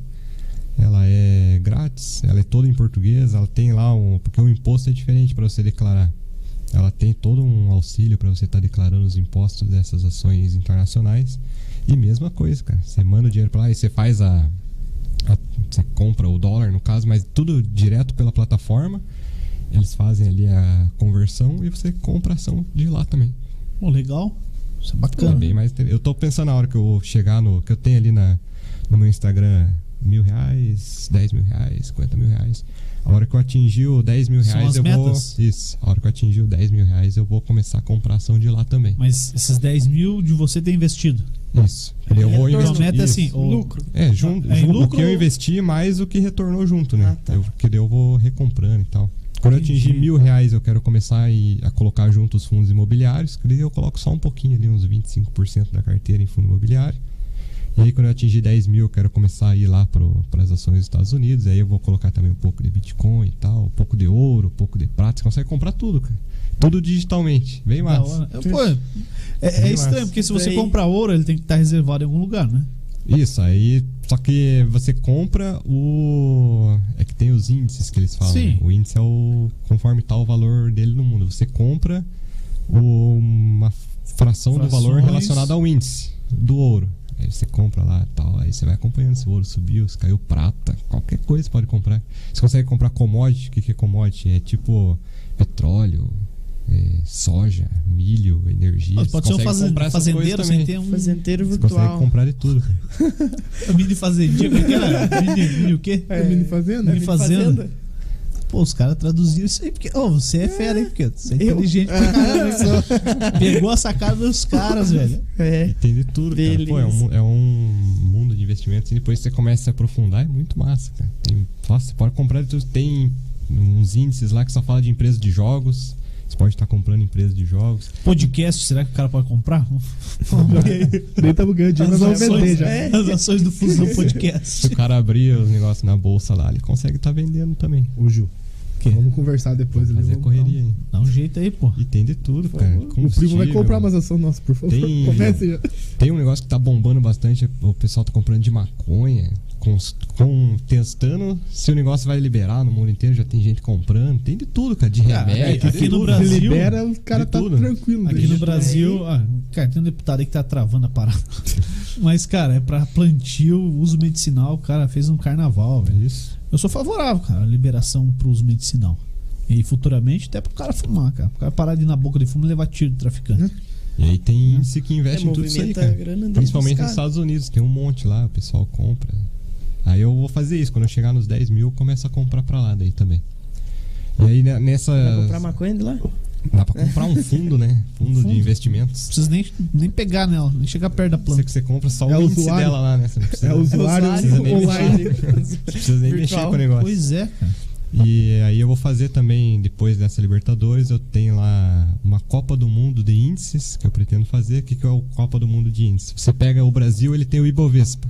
Speaker 3: ela é grátis, ela é toda em português, ela tem lá um. Porque o imposto é diferente para você declarar. Ela tem todo um auxílio para você estar declarando os impostos dessas ações internacionais. E mesma coisa, cara. Você manda o dinheiro para lá e você faz a, a- Você compra o dólar, no caso, mas tudo direto pela plataforma. Eles fazem ali a conversão e você compra a ação de lá também.
Speaker 1: Pô, legal. Isso é
Speaker 3: É
Speaker 1: bacana.
Speaker 3: bem mais inter- Eu tô pensando na hora que eu chegar no. que eu tenho ali na, no meu Instagram mil reais, dez mil reais, 50 mil reais. A hora que eu atingir o 10 mil
Speaker 1: São
Speaker 3: reais,
Speaker 1: as
Speaker 3: eu
Speaker 1: metas?
Speaker 3: vou. Isso. A hora que eu atingir o 10 mil reais, eu vou começar a comprar ação de lá também.
Speaker 1: Mas esses 10 mil de você ter investido.
Speaker 3: Isso. Eu vou
Speaker 1: Então, a
Speaker 3: investir.
Speaker 1: meta é assim,
Speaker 3: Isso.
Speaker 1: o-
Speaker 4: Lucro.
Speaker 3: É, junto,
Speaker 1: É, em
Speaker 3: o
Speaker 1: lucro-
Speaker 3: que eu investi mais o que retornou junto, né?
Speaker 4: Ah, tá.
Speaker 3: eu, que daí eu vou recomprando e tal. Quando eu
Speaker 1: Entendi.
Speaker 3: atingir mil reais, eu quero começar a ir- a colocar junto os fundos imobiliários, que daí eu coloco só um pouquinho ali, uns 25% da carteira em fundo imobiliário. E aí quando eu atingir 10 mil, eu quero começar a ir lá para as ações dos Estados Unidos. Aí eu vou colocar também um pouco de Bitcoin e tal, um pouco de ouro, um pouco de prata. Você consegue comprar tudo, cara. Tudo digitalmente.
Speaker 1: Da
Speaker 3: Bem massa.
Speaker 1: hora. Pô, é, é
Speaker 3: Bem
Speaker 1: estranho,
Speaker 3: massa.
Speaker 1: porque se você
Speaker 4: Daí-
Speaker 1: comprar ouro, ele tem que estar reservado em algum lugar, né?
Speaker 3: Isso, aí. Só que você compra o. É que tem os índices que eles falam.
Speaker 1: Sim.
Speaker 3: né? O índice é o. conforme tal o valor dele no mundo. Você compra o- uma fração do valor
Speaker 1: Frações.
Speaker 3: relacionado ao índice do ouro. Aí você compra lá tal. Aí você vai acompanhando se o ouro subiu, se caiu prata, qualquer coisa você pode comprar. Você consegue comprar commodity. O que que é commodity? É tipo petróleo, é, soja, milho, energia.
Speaker 1: Mas
Speaker 3: Você
Speaker 1: pode ser um
Speaker 3: consegue
Speaker 1: fazen-
Speaker 3: comprar essas
Speaker 1: fazendeiro
Speaker 3: coisas
Speaker 1: sem
Speaker 3: também.
Speaker 1: ter um
Speaker 4: Fazendeiro
Speaker 3: Você consegue
Speaker 4: virtual.
Speaker 3: comprar de tudo. cara.
Speaker 1: mini fazendinha. Como é que era? Mini, mini o quê?
Speaker 2: É, mini fazenda?
Speaker 1: mini fazenda. Pô, os caras traduziram isso aí, porque. Ô, você é fera, hein, porque você é
Speaker 4: Eu?
Speaker 1: inteligente pra caramba, hein? Pegou a sacada dos caras, velho.
Speaker 4: É.
Speaker 3: E tem de tudo, cara. Pô, é um, mu- é um mundo de investimentos. E depois você começa a se aprofundar, é muito massa, cara. Tem, nossa, você pode comprar de tudo. Tem uns índices lá que só fala de empresa de jogos. Você pode estar comprando empresa de jogos.
Speaker 1: Podcast, será que o cara pode comprar?
Speaker 2: Daí tava Então, ganhando
Speaker 3: Tá
Speaker 2: dinheiro, nós vamos vender já.
Speaker 1: é, as ações do Fusão Podcast.
Speaker 3: Se o cara abrir os negócios na bolsa lá, ele consegue estar vendendo também.
Speaker 2: Ô, Gil,
Speaker 1: Quê?
Speaker 2: vamos conversar depois ali.
Speaker 3: Fazer
Speaker 2: vamos
Speaker 3: correria, hein?
Speaker 1: Dá um jeito aí, pô.
Speaker 3: E tem de tudo,
Speaker 2: dar um-
Speaker 3: cara.
Speaker 2: O primo vai
Speaker 3: É, Combustível.
Speaker 2: comprar umas ações nossas, por favor.
Speaker 3: Tem-
Speaker 2: Comece já.
Speaker 3: Tem um negócio que tá bombando bastante, o pessoal tá comprando de maconha, cons- com- testando se o negócio vai liberar no mundo inteiro, já tem gente comprando, tem de tudo, cara, de
Speaker 1: Cara,
Speaker 3: remédio.
Speaker 1: aqui-
Speaker 3: tem
Speaker 1: aqui no
Speaker 3: tudo.
Speaker 1: Brasil-
Speaker 2: Se libera, o cara
Speaker 3: de
Speaker 2: tá
Speaker 3: tudo.
Speaker 2: tranquilo.
Speaker 1: Aqui
Speaker 2: deixa.
Speaker 1: no Brasil, ah, cara, tem um deputado aí que tá travando a parada. Mas, cara, é pra plantio, uso medicinal, o cara fez um carnaval, velho.
Speaker 3: Isso.
Speaker 1: Eu sou favorável, cara, à liberação pro uso medicinal. E futuramente até pro cara fumar, cara. Pro cara parar de ir na boca de fumo e levar tiro de traficante.
Speaker 3: E aí tem índice que investe
Speaker 4: É,
Speaker 3: em tudo isso aí,
Speaker 4: movimenta
Speaker 3: cara.
Speaker 4: a grana dos
Speaker 3: Principalmente nos
Speaker 4: caras.
Speaker 3: Estados Unidos, tem um monte lá, o pessoal compra. Aí eu vou fazer isso, quando eu chegar nos 10 mil, eu começo a comprar pra lá daí também. E aí né, nessa.
Speaker 4: Vai comprar maconha de lá?
Speaker 3: Dá pra comprar um fundo, né? Fundo,
Speaker 1: Fundo.
Speaker 3: de investimentos.
Speaker 1: Não precisa nem, nem pegar nela, nem chegar perto da
Speaker 3: Você,
Speaker 1: planta.
Speaker 3: você compra só o
Speaker 2: É
Speaker 3: índice
Speaker 2: usuário.
Speaker 3: dela lá, né? Você não precisa,
Speaker 2: É usuário
Speaker 3: precisa nem
Speaker 2: online.
Speaker 3: mexer. precisa nem mexer
Speaker 4: Virtual.
Speaker 3: com o negócio.
Speaker 1: Pois é, cara.
Speaker 3: E aí eu vou fazer também, depois dessa Libertadores, eu tenho lá uma Copa do Mundo de Índices, que eu pretendo fazer. O que, que é o Copa do Mundo de Índices? Você pega o Brasil, ele tem o Ibovespa.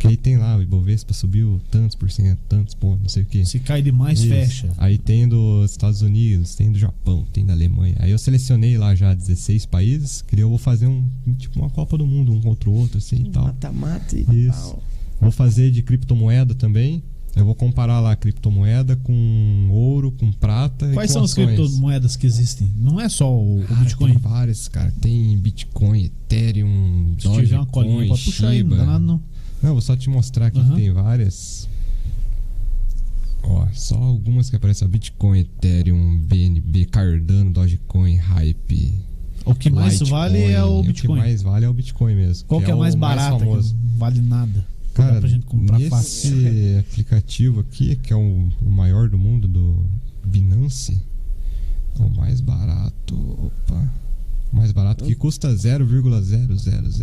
Speaker 3: Que aí tem lá, o Ibovespa subiu tantos por cento, tantos pontos, não sei o quê.
Speaker 1: Se cai demais,
Speaker 3: Isso.
Speaker 1: fecha.
Speaker 3: Aí tem dos Estados Unidos, tem do Japão, tem da Alemanha. Aí eu selecionei lá já 16 países, que eu vou fazer um tipo uma Copa do Mundo, um contra o outro, assim e tal.
Speaker 4: Mata-mata e
Speaker 3: Isso.
Speaker 4: pau.
Speaker 3: Vou fazer de criptomoeda também. Eu vou comparar lá a criptomoeda com ouro, com prata e
Speaker 1: Quais
Speaker 3: com
Speaker 1: são as
Speaker 3: ações.
Speaker 1: criptomoedas que existem? Não é só o, o
Speaker 3: Cara,
Speaker 1: Bitcoin.
Speaker 3: Tem várias, cara. Tem Bitcoin, Ethereum,
Speaker 1: Se tiver uma colinha,
Speaker 3: Dogecoin,
Speaker 1: pode puxar aí, não
Speaker 3: Shiba.
Speaker 1: dá nada não.
Speaker 3: Não, vou só te mostrar aqui
Speaker 1: Aham.
Speaker 3: que tem várias. Ó, só algumas que aparecem. ó, Bitcoin, Ethereum, BNB, Cardano, Dogecoin, Hype.
Speaker 1: O que mais
Speaker 3: Litecoin.
Speaker 1: vale é o
Speaker 3: O
Speaker 1: Bitcoin.
Speaker 3: que mais vale é o Bitcoin mesmo.
Speaker 1: Qual que é a
Speaker 3: o
Speaker 1: mais barata? que
Speaker 3: famoso.
Speaker 1: não vale nada.
Speaker 3: Cara,
Speaker 1: Dá pra gente comprar
Speaker 3: nesse
Speaker 1: fácil. né?
Speaker 3: aplicativo aqui, que é o, o maior do mundo, do Binance, é o mais barato. Opa. O mais barato que custa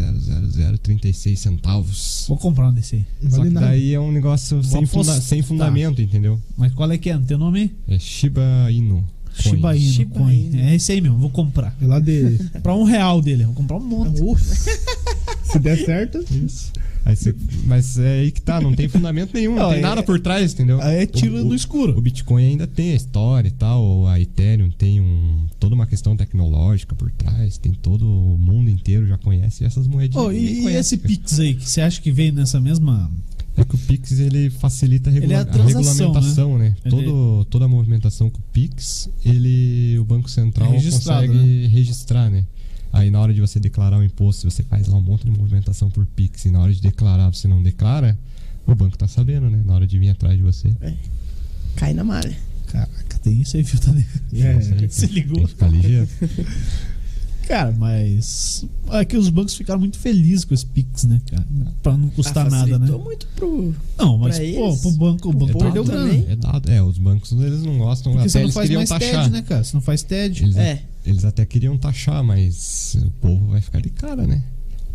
Speaker 3: 0,0000036 centavos.
Speaker 1: Vou comprar um desse aí.
Speaker 3: Só
Speaker 2: vale
Speaker 3: que
Speaker 2: nada.
Speaker 3: daí é um negócio sem, funda-
Speaker 1: apostar.
Speaker 3: sem fundamento, entendeu?
Speaker 1: Mas qual é que é? Não tem nome?
Speaker 3: É Shiba Inu. Coin.
Speaker 1: Shiba Inu.
Speaker 4: Shiba
Speaker 1: coin.
Speaker 4: Inu.
Speaker 1: É esse aí mesmo, vou comprar.
Speaker 2: É lá de.
Speaker 1: Comprar um real dele, vou comprar um monte.
Speaker 2: Se der certo,
Speaker 3: Isso. Aí você- mas é aí que tá, não tem fundamento nenhum, não,
Speaker 1: Não,
Speaker 3: tem
Speaker 1: é-
Speaker 3: nada por trás, entendeu?
Speaker 1: Aí é tiro
Speaker 3: O- o-
Speaker 1: no
Speaker 3: O
Speaker 1: escuro.
Speaker 3: Bitcoin ainda tem a história e tal, a Ethereum tem um, toda uma questão tecnológica por trás, tem todo o mundo inteiro já conhece essas moedinhas. né?
Speaker 1: Ô,
Speaker 3: ninguém
Speaker 1: Oh, e, e
Speaker 3: conhece,
Speaker 1: esse
Speaker 3: cara.
Speaker 1: Pix aí, que você acha que veio nessa mesma.
Speaker 3: É que o Pix ele facilita a,
Speaker 1: Ele é a
Speaker 3: regula- a
Speaker 1: transação,
Speaker 3: regulamentação, né?
Speaker 1: Ele-
Speaker 3: Todo, toda a movimentação com o Pix, ele o Banco Central
Speaker 1: É registrado,
Speaker 3: consegue registrar, né? Aí na hora de você declarar o imposto, você faz lá um monte de movimentação por Pix e na hora de declarar você não declara, o banco tá sabendo, né? Na hora de vir atrás de você.
Speaker 4: Cai na malha.
Speaker 1: Caraca, tem isso aí, viu? Tadeu?
Speaker 2: é,
Speaker 1: Se
Speaker 3: Tem
Speaker 1: ligou.
Speaker 3: que ficar ligeiro.
Speaker 1: Cara, mas. É que os bancos ficaram muito felizes com esse Pix, né, cara? Pra não custar nada, né?
Speaker 4: Ah, Facilitou muito pro.
Speaker 1: Não, mas,
Speaker 4: pra
Speaker 1: pô,
Speaker 4: eles.
Speaker 1: pro banco, o banco
Speaker 3: É
Speaker 1: tá
Speaker 4: dado,
Speaker 1: lucrando.
Speaker 4: também.
Speaker 3: É dado. É, os bancos eles não gostam,
Speaker 1: Porque
Speaker 3: até
Speaker 1: você não
Speaker 3: eles
Speaker 1: faz
Speaker 3: queriam
Speaker 1: mais
Speaker 3: taxar.
Speaker 1: TED, né, cara? Você não faz TED.
Speaker 3: Eles,
Speaker 4: É.
Speaker 3: eles até queriam taxar, mas o povo vai ficar de cara, né?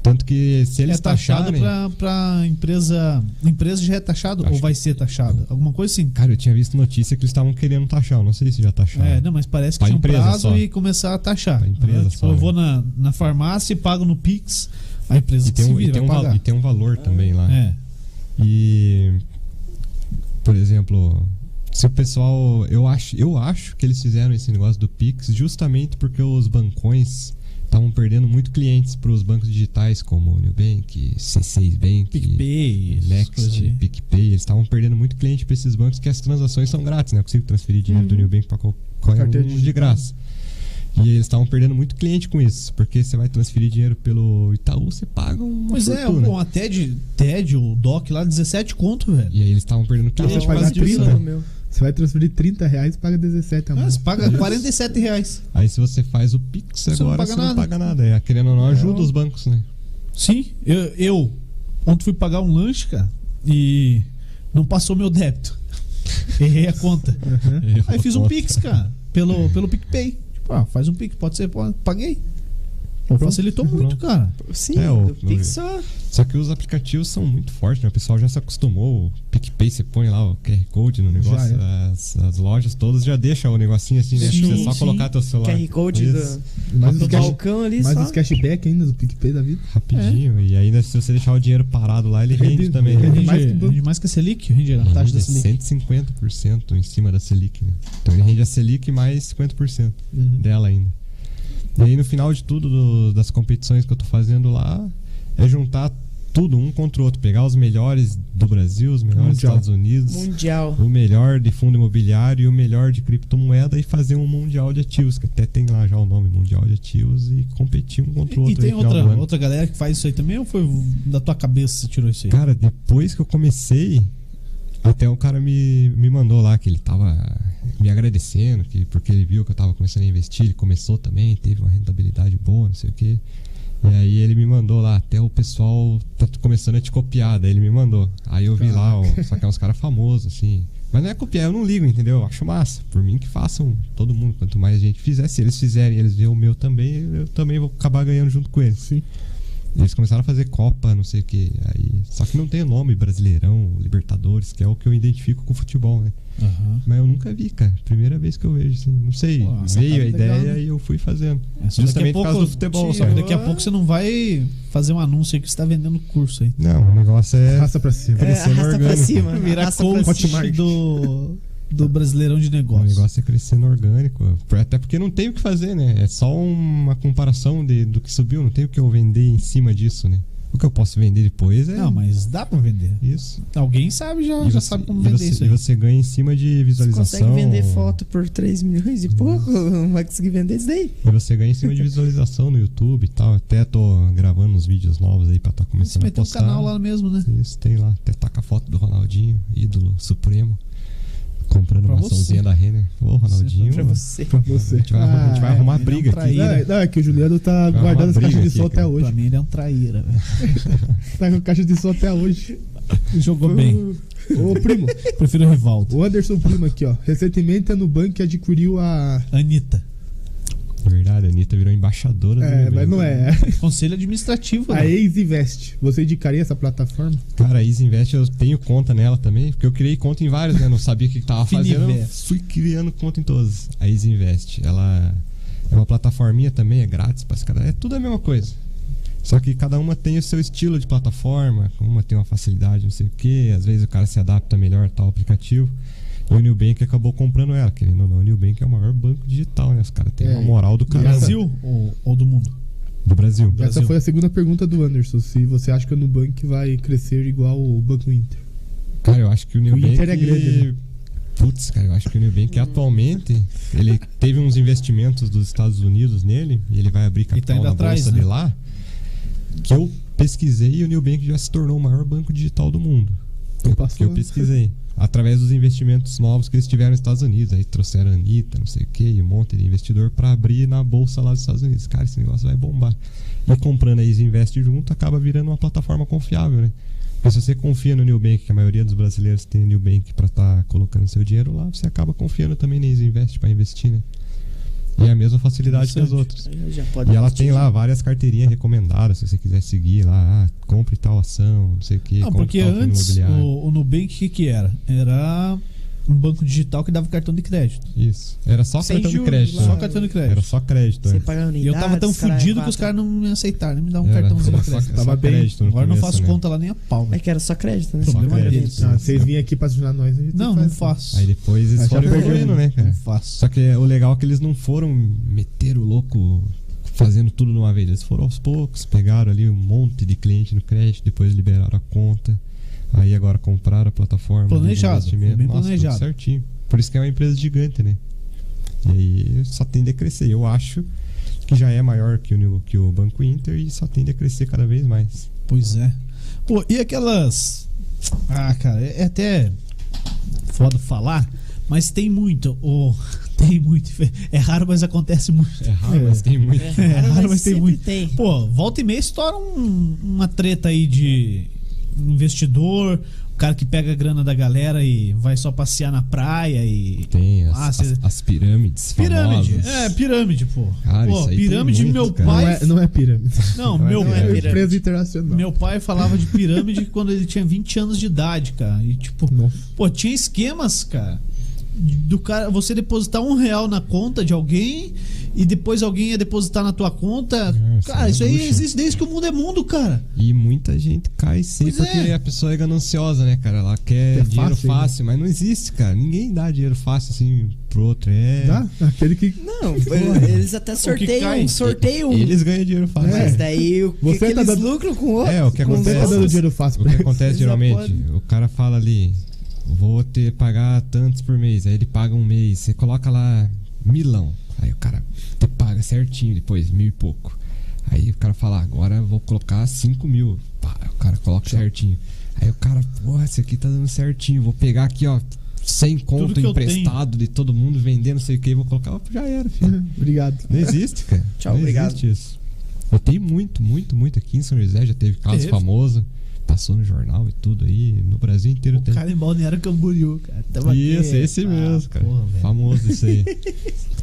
Speaker 3: Tanto que se eles
Speaker 1: é taxado
Speaker 3: taxarem.
Speaker 1: pra, pra empresa. Empresa já é taxado
Speaker 3: Acho
Speaker 1: ou vai ser taxado? Alguma coisa assim.
Speaker 3: Cara, eu tinha visto notícia que eles estavam querendo taxar, eu não sei se já taxaram.
Speaker 1: É, não, mas parece que
Speaker 3: Pra
Speaker 1: tinha um
Speaker 3: empresa
Speaker 1: prazo
Speaker 3: só.
Speaker 1: e começar a taxar.
Speaker 3: Pra empresa
Speaker 1: tipo,
Speaker 3: só,
Speaker 1: eu
Speaker 3: né?
Speaker 1: vou na, na farmácia e pago no Pix, a empresa
Speaker 3: e, tem
Speaker 1: que
Speaker 3: um,
Speaker 1: se
Speaker 3: e,
Speaker 1: vira,
Speaker 3: tem um
Speaker 1: vai
Speaker 3: val-
Speaker 1: pagar.
Speaker 3: e tem um valor né? também lá.
Speaker 1: É.
Speaker 3: E. Por exemplo, se o pessoal. Eu acho, eu acho que eles fizeram esse negócio do Pix justamente porque os bancões estavam perdendo muito clientes para os bancos digitais como o Nubank, C6 Bank.
Speaker 1: PicPay, essas coisas
Speaker 3: Next,
Speaker 1: aí.
Speaker 3: PicPay, eles estavam perdendo muito cliente para esses bancos que as transações são grátis, né? Eu consigo transferir dinheiro
Speaker 1: Uhum.
Speaker 3: do Nubank para qualquer
Speaker 2: Carteira
Speaker 3: um de
Speaker 2: digital.
Speaker 3: graça. E eles estavam perdendo muito cliente com isso, porque você vai transferir dinheiro pelo Itaú, você paga uma
Speaker 1: Pois é,
Speaker 3: fortuna.
Speaker 1: bom, a TED, TED, o DOC lá, 17 conto, velho.
Speaker 3: E aí eles estavam perdendo cliente
Speaker 2: você
Speaker 3: por
Speaker 2: pagar
Speaker 3: causa disso,
Speaker 2: trinta,
Speaker 3: né?
Speaker 4: meu.
Speaker 2: você Você vai transferir 30 reais e paga 17 a
Speaker 1: Ah,
Speaker 2: mais.
Speaker 1: você paga 47 reais.
Speaker 3: Aí se você faz o Pix
Speaker 1: não
Speaker 3: agora,
Speaker 1: paga
Speaker 3: você não
Speaker 1: nada.
Speaker 3: paga nada. É, querendo ou não, ajuda
Speaker 2: Não.
Speaker 3: os bancos, né?
Speaker 1: Sim, eu, eu ontem fui pagar um lanche, cara, e não passou meu débito. Errei a conta. Aí fiz um Pix, cara, pelo, pelo PicPay. Tipo, ah, faz um Pix, pode ser, pode. paguei. Pô, facilitou muito, cara.
Speaker 4: Sim,
Speaker 3: É, o-
Speaker 4: o Pix só.
Speaker 3: Só que os aplicativos são muito fortes, né? O pessoal já se acostumou. O PicPay, você põe lá o QR Code no negócio.
Speaker 1: é.
Speaker 3: as, as lojas todas já deixam o negocinho assim, né? Acho que
Speaker 4: Sim,
Speaker 3: você só
Speaker 4: sim.
Speaker 3: colocar teu celular.
Speaker 4: QR Code
Speaker 3: Isso,
Speaker 4: do,
Speaker 2: Mais
Speaker 4: do
Speaker 2: os, cash,
Speaker 4: balcão ali
Speaker 2: mais
Speaker 4: só.
Speaker 2: os cashback ainda do PicPay da vida.
Speaker 3: Rapidinho. E ainda se você deixar o dinheiro parado lá, ele rende,
Speaker 2: Rende-
Speaker 3: também. né?
Speaker 2: rende
Speaker 1: Rende,
Speaker 2: mais que banco.
Speaker 1: rende mais que a Selic, rende a taxa da
Speaker 3: Rende
Speaker 1: Selic.
Speaker 3: 150% em cima da Selic, né? Então ele rende a Selic mais 50%
Speaker 2: Uhum.
Speaker 3: dela ainda. E aí no final de tudo, do- das competições que eu tô fazendo lá, é juntar tudo um contra o outro. Pegar os melhores do Brasil, os melhores dos
Speaker 2: Mundial.
Speaker 3: Estados Unidos,
Speaker 4: Mundial.
Speaker 3: o melhor de fundo imobiliário e o melhor de criptomoeda e fazer um mundial de ativos, que até tem lá já o nome, mundial de ativos, e competir um contra o
Speaker 1: E,
Speaker 3: outro.
Speaker 1: e tem
Speaker 3: no final
Speaker 1: outra,
Speaker 3: do ano.
Speaker 1: outra galera que faz isso aí também ou foi da tua cabeça que você tirou isso aí?
Speaker 3: Cara, depois que eu comecei, até o cara me, me mandou lá que ele tava me agradecendo, que, porque ele viu que eu tava começando a investir, ele começou também, teve uma rentabilidade boa, não sei o quê. E aí ele me mandou lá, até o pessoal tá começando a te copiar, daí ele me mandou. Aí eu vi lá, ó, só que é uns caras famosos, assim. Mas não é copiar, eu não ligo, entendeu? Eu acho massa. Por mim que façam todo mundo. Quanto mais gente fizer, se eles fizerem, eles verem o meu também, eu também vou acabar ganhando junto com eles.
Speaker 2: Sim.
Speaker 3: Eles começaram a fazer Copa, não sei o que. Aí... Só que não tem nome Brasileirão, Libertadores, que é o que eu identifico com o futebol, né?
Speaker 1: Aham.
Speaker 3: Mas eu nunca vi, cara. Primeira vez que eu vejo, assim. Não sei.
Speaker 1: Pô, essa
Speaker 3: veio
Speaker 1: tá
Speaker 3: a
Speaker 1: legal,
Speaker 3: ideia
Speaker 1: né?
Speaker 3: e eu fui fazendo.
Speaker 1: É, só
Speaker 3: Justamente por causa do futebol,
Speaker 1: te-
Speaker 3: só.
Speaker 1: Daqui a pouco você não vai fazer um anúncio aí que você tá vendendo curso aí.
Speaker 3: Não, o negócio é.
Speaker 2: Raça pra cima.
Speaker 4: É,
Speaker 3: crescendo
Speaker 4: arrasta pra
Speaker 3: orgânico.
Speaker 4: cima.
Speaker 3: É
Speaker 1: Virar
Speaker 4: arrasta pra
Speaker 1: coach
Speaker 4: cima.
Speaker 1: do, do Brasileirão de
Speaker 3: O
Speaker 1: Negócios.
Speaker 3: negócio é crescendo orgânico. Por- Até porque não tem o que fazer, né? É só uma comparação de, do que subiu. Não tem o que eu vender em cima disso, né? O que eu posso vender depois é.
Speaker 1: Não, mas dá pra vender.
Speaker 3: Isso.
Speaker 1: Alguém sabe já,
Speaker 3: E
Speaker 1: já
Speaker 3: você-
Speaker 1: sabe como
Speaker 3: e
Speaker 1: vender
Speaker 3: você,
Speaker 1: isso
Speaker 3: e
Speaker 1: aí.
Speaker 3: você ganha em cima de
Speaker 4: Você
Speaker 3: visualização.
Speaker 4: consegue vender foto por 3 milhões e pouco? Não vai conseguir vender isso daí.
Speaker 3: E você ganha em cima de visualização no YouTube e tal. Até tô gravando uns vídeos novos aí pra tá
Speaker 1: Você
Speaker 3: começando a
Speaker 1: meteu um
Speaker 3: postar.
Speaker 1: canal lá mesmo, né?
Speaker 3: Isso, tem lá. Até taca a foto do Ronaldinho, ídolo supremo. Comprando
Speaker 1: Pra
Speaker 3: uma
Speaker 1: você.
Speaker 3: açãozinha da Renner. Ô, Ronaldinho.
Speaker 4: é Pra você.
Speaker 2: Pra você.
Speaker 3: A gente vai, arrumar- a gente vai
Speaker 2: Ah,
Speaker 3: arrumar
Speaker 1: ele é um
Speaker 3: briga aqui.
Speaker 1: traíra.
Speaker 2: Não, é- não, é que o Juliano tá
Speaker 3: Vai
Speaker 2: guardando
Speaker 3: arrumar
Speaker 2: as caixas
Speaker 3: briga
Speaker 2: de som
Speaker 3: aqui,
Speaker 2: até
Speaker 3: cara.
Speaker 1: Pra
Speaker 2: hoje.
Speaker 1: mim ele é um traíra, velho.
Speaker 2: Tá com caixa de som até hoje.
Speaker 1: Jogou bem.
Speaker 2: Ô, primo.
Speaker 1: Prefiro o Rivaldo.
Speaker 2: O Anderson Primo aqui, ó. Recentemente a Nubank adquiriu a.
Speaker 1: Anitta.
Speaker 3: Verdade, a Anitta virou embaixadora do
Speaker 2: É,
Speaker 3: Nubank.
Speaker 2: mas não é.
Speaker 1: Conselho administrativo,
Speaker 2: A
Speaker 1: né?
Speaker 2: Easy Invest. Você indicaria essa plataforma?
Speaker 3: Cara, a Easy Invest eu tenho conta nela também, porque eu criei conta em várias, né? Não sabia o que que tava fazendo. eu
Speaker 1: Fininvest.
Speaker 3: Fui criando conta em todas. A Easy Invest, ela é uma plataforminha também, é grátis para cada. É tudo a mesma coisa. Só que cada uma tem o seu estilo de plataforma, uma tem uma facilidade, não sei o quê, às vezes o cara se adapta melhor a tal aplicativo. E o Nubank acabou comprando ela, querendo ou não. O Nubank é o maior banco digital, né? Os caras têm
Speaker 2: É,
Speaker 3: uma moral do caramba.
Speaker 1: Brasil ou, ou do mundo?
Speaker 3: Do Brasil.
Speaker 1: Brasil.
Speaker 2: Essa foi a segunda pergunta do Anderson. Se você acha que a Nubank vai crescer igual o Banco Inter.
Speaker 3: Cara, eu acho que o Nubank.
Speaker 2: Inter é grande,
Speaker 3: Putz, cara, eu acho que o Nubank atualmente ele teve uns investimentos dos Estados Unidos nele e ele vai abrir
Speaker 1: tá
Speaker 3: capital
Speaker 1: indo
Speaker 3: na
Speaker 1: atrás,
Speaker 3: bolsa
Speaker 1: né?
Speaker 3: de lá. Que eu pesquisei e o Nubank já se tornou o maior banco digital do mundo.
Speaker 2: Então
Speaker 3: Que
Speaker 2: passou.
Speaker 3: eu pesquisei. Através dos investimentos novos que eles tiveram nos Estados Unidos. Aí trouxeram a Anitta, não sei o que, e um monte de investidor pra abrir na bolsa lá dos Estados Unidos. Cara, esse negócio vai bombar. E comprando a Easy Invest junto, acaba virando uma plataforma confiável, né? Porque se você confia no Nubank, que a maioria dos brasileiros tem o Nubank pra estar colocando seu dinheiro lá, você acaba confiando também na Easy Invest pra investir, né? E é a mesma facilidade que as
Speaker 1: Interessante.
Speaker 3: outras.
Speaker 4: Já pode
Speaker 3: E ela tem lá várias carteirinhas recomendadas, se você quiser seguir lá, ah, compre tal ação, não sei o que.
Speaker 1: Não, porque antes
Speaker 3: imobiliário.
Speaker 1: o, o Nubank o que, que era? Era um banco digital que dava cartão de crédito.
Speaker 3: Isso. Era só
Speaker 4: Sem
Speaker 3: cartão de
Speaker 4: juros,
Speaker 3: crédito.
Speaker 4: lá.
Speaker 1: Só
Speaker 3: né?
Speaker 1: cartão de crédito.
Speaker 3: Era só crédito.
Speaker 4: Você
Speaker 3: né?
Speaker 4: paga
Speaker 1: E eu tava tão fudido que os caras não me aceitaram, nem me dar um
Speaker 3: Era-
Speaker 1: cartãozinho
Speaker 3: era
Speaker 1: de
Speaker 3: só-
Speaker 1: crédito.
Speaker 3: só
Speaker 2: Tava bem.
Speaker 3: crédito no
Speaker 1: Agora eu não
Speaker 3: começo,
Speaker 1: faço
Speaker 3: né?
Speaker 1: conta lá nem a pau.
Speaker 4: É que era só crédito, né?
Speaker 1: Só
Speaker 4: Problema
Speaker 1: crédito.
Speaker 4: deles.
Speaker 2: Ah, vocês vêm aqui patrocinar nós. a gente
Speaker 1: Não, não
Speaker 2: faz. né?
Speaker 1: faço.
Speaker 3: Aí depois
Speaker 2: Aí
Speaker 3: eles
Speaker 2: já
Speaker 3: foram
Speaker 2: perdeu.
Speaker 3: evoluindo, né, cara?
Speaker 1: Não faço.
Speaker 3: Só que é- o legal é que eles não foram meter o louco fazendo tudo de uma vez. Eles foram aos poucos, pegaram ali um monte de cliente no crédito, depois liberaram a conta. Aí agora compraram a plataforma. ali de
Speaker 1: Planejado,
Speaker 3: investimento.
Speaker 1: foi bem
Speaker 3: Nossa, tudo
Speaker 1: planejado.
Speaker 3: certinho. Por isso que é uma empresa gigante, né? E aí só tende a crescer. Eu acho que já é maior que o, New- que o Banco Inter e só tende a crescer cada vez mais.
Speaker 1: Pois é. Pô, e aquelas. Ah, cara, é é até foda falar, Mas tem muito. Oh, tem muito. É raro, mas acontece muito.
Speaker 3: É raro, mas tem muito.
Speaker 1: É raro, mas tem
Speaker 7: sempre
Speaker 1: muito.
Speaker 7: tem.
Speaker 1: Pô, volta e meia estoura um- uma treta aí de investidor, o cara que pega a grana da galera e vai só passear na praia e.
Speaker 3: Tem as,
Speaker 1: Ah,
Speaker 3: as-
Speaker 1: cê-
Speaker 3: as pirâmides
Speaker 1: Pirâmide.
Speaker 3: famosas.
Speaker 1: É, pirâmide, pô.
Speaker 3: Cara,
Speaker 1: pô,
Speaker 3: isso aí tem
Speaker 1: pirâmide,
Speaker 3: muito,
Speaker 1: meu
Speaker 3: cara.
Speaker 1: pai.
Speaker 2: Não é, não é pirâmide.
Speaker 1: Não,
Speaker 3: Não é
Speaker 1: meu,
Speaker 3: pirâmide.
Speaker 2: É
Speaker 4: pirâmide.
Speaker 2: empresa internacional.
Speaker 1: meu pai falava de pirâmide quando ele tinha 20 anos de idade, cara. E tipo,
Speaker 2: Nossa.
Speaker 1: Pô, tinha esquemas, cara. Do cara, você depositar um real na conta de alguém e depois alguém ia depositar na tua conta.
Speaker 3: Nossa,
Speaker 1: cara,
Speaker 3: é
Speaker 1: isso aí
Speaker 3: bruxa.
Speaker 1: existe desde que o mundo é mundo, cara.
Speaker 3: E muita gente cai sem
Speaker 1: Pois
Speaker 3: porque
Speaker 1: é.
Speaker 3: a pessoa é gananciosa, né, cara? Ela
Speaker 2: É
Speaker 3: quer dinheiro
Speaker 2: fácil,
Speaker 3: fácil,
Speaker 2: né?
Speaker 3: mas não existe, cara. Ninguém dá dinheiro fácil assim pro outro. É.
Speaker 2: Tá? Aquele que.
Speaker 4: Não, eles até
Speaker 1: cai?
Speaker 4: sorteiam, sorteiam. um.
Speaker 3: Eles né? ganham dinheiro fácil.
Speaker 4: Mas daí o que,
Speaker 2: Você
Speaker 4: que
Speaker 2: tá
Speaker 4: eles
Speaker 2: dando-
Speaker 4: lucram com o outro?
Speaker 3: É, o que
Speaker 4: com os
Speaker 2: Você
Speaker 3: acontece.
Speaker 2: tá dando
Speaker 4: outros?
Speaker 2: dinheiro fácil
Speaker 3: O
Speaker 2: pra
Speaker 3: que
Speaker 2: ele.
Speaker 3: acontece
Speaker 4: Eles
Speaker 3: geralmente?
Speaker 4: apoiam.
Speaker 3: O cara fala ali, vou ter pagar tantos por mês, aí ele paga um mês, você coloca lá milão, aí o cara te paga certinho depois, mil e pouco. Aí o cara fala, agora eu vou colocar cinco mil. Pá, o cara coloca certinho. Aí o cara, porra, esse aqui tá dando certinho, vou pegar aqui, ó, sem conto
Speaker 1: que eu
Speaker 3: emprestado de todo mundo, vendendo, não sei o que, vou colocar, ó, já era, filho.
Speaker 2: Obrigado.
Speaker 3: Não existe, cara.
Speaker 4: Tchau,
Speaker 3: Não
Speaker 4: obrigado.
Speaker 3: Existe isso. Eu tenho muito, muito, muito aqui em São José, já teve caso
Speaker 1: Teve.
Speaker 3: famoso, passou no jornal e tudo aí, no Brasil inteiro
Speaker 1: O
Speaker 3: tem.
Speaker 1: cara em Balneário Camboriú, cara. Tava aqui.
Speaker 3: Isso, esse
Speaker 1: Ah,
Speaker 3: mesmo, cara.
Speaker 1: porra, velho.
Speaker 3: famoso isso aí.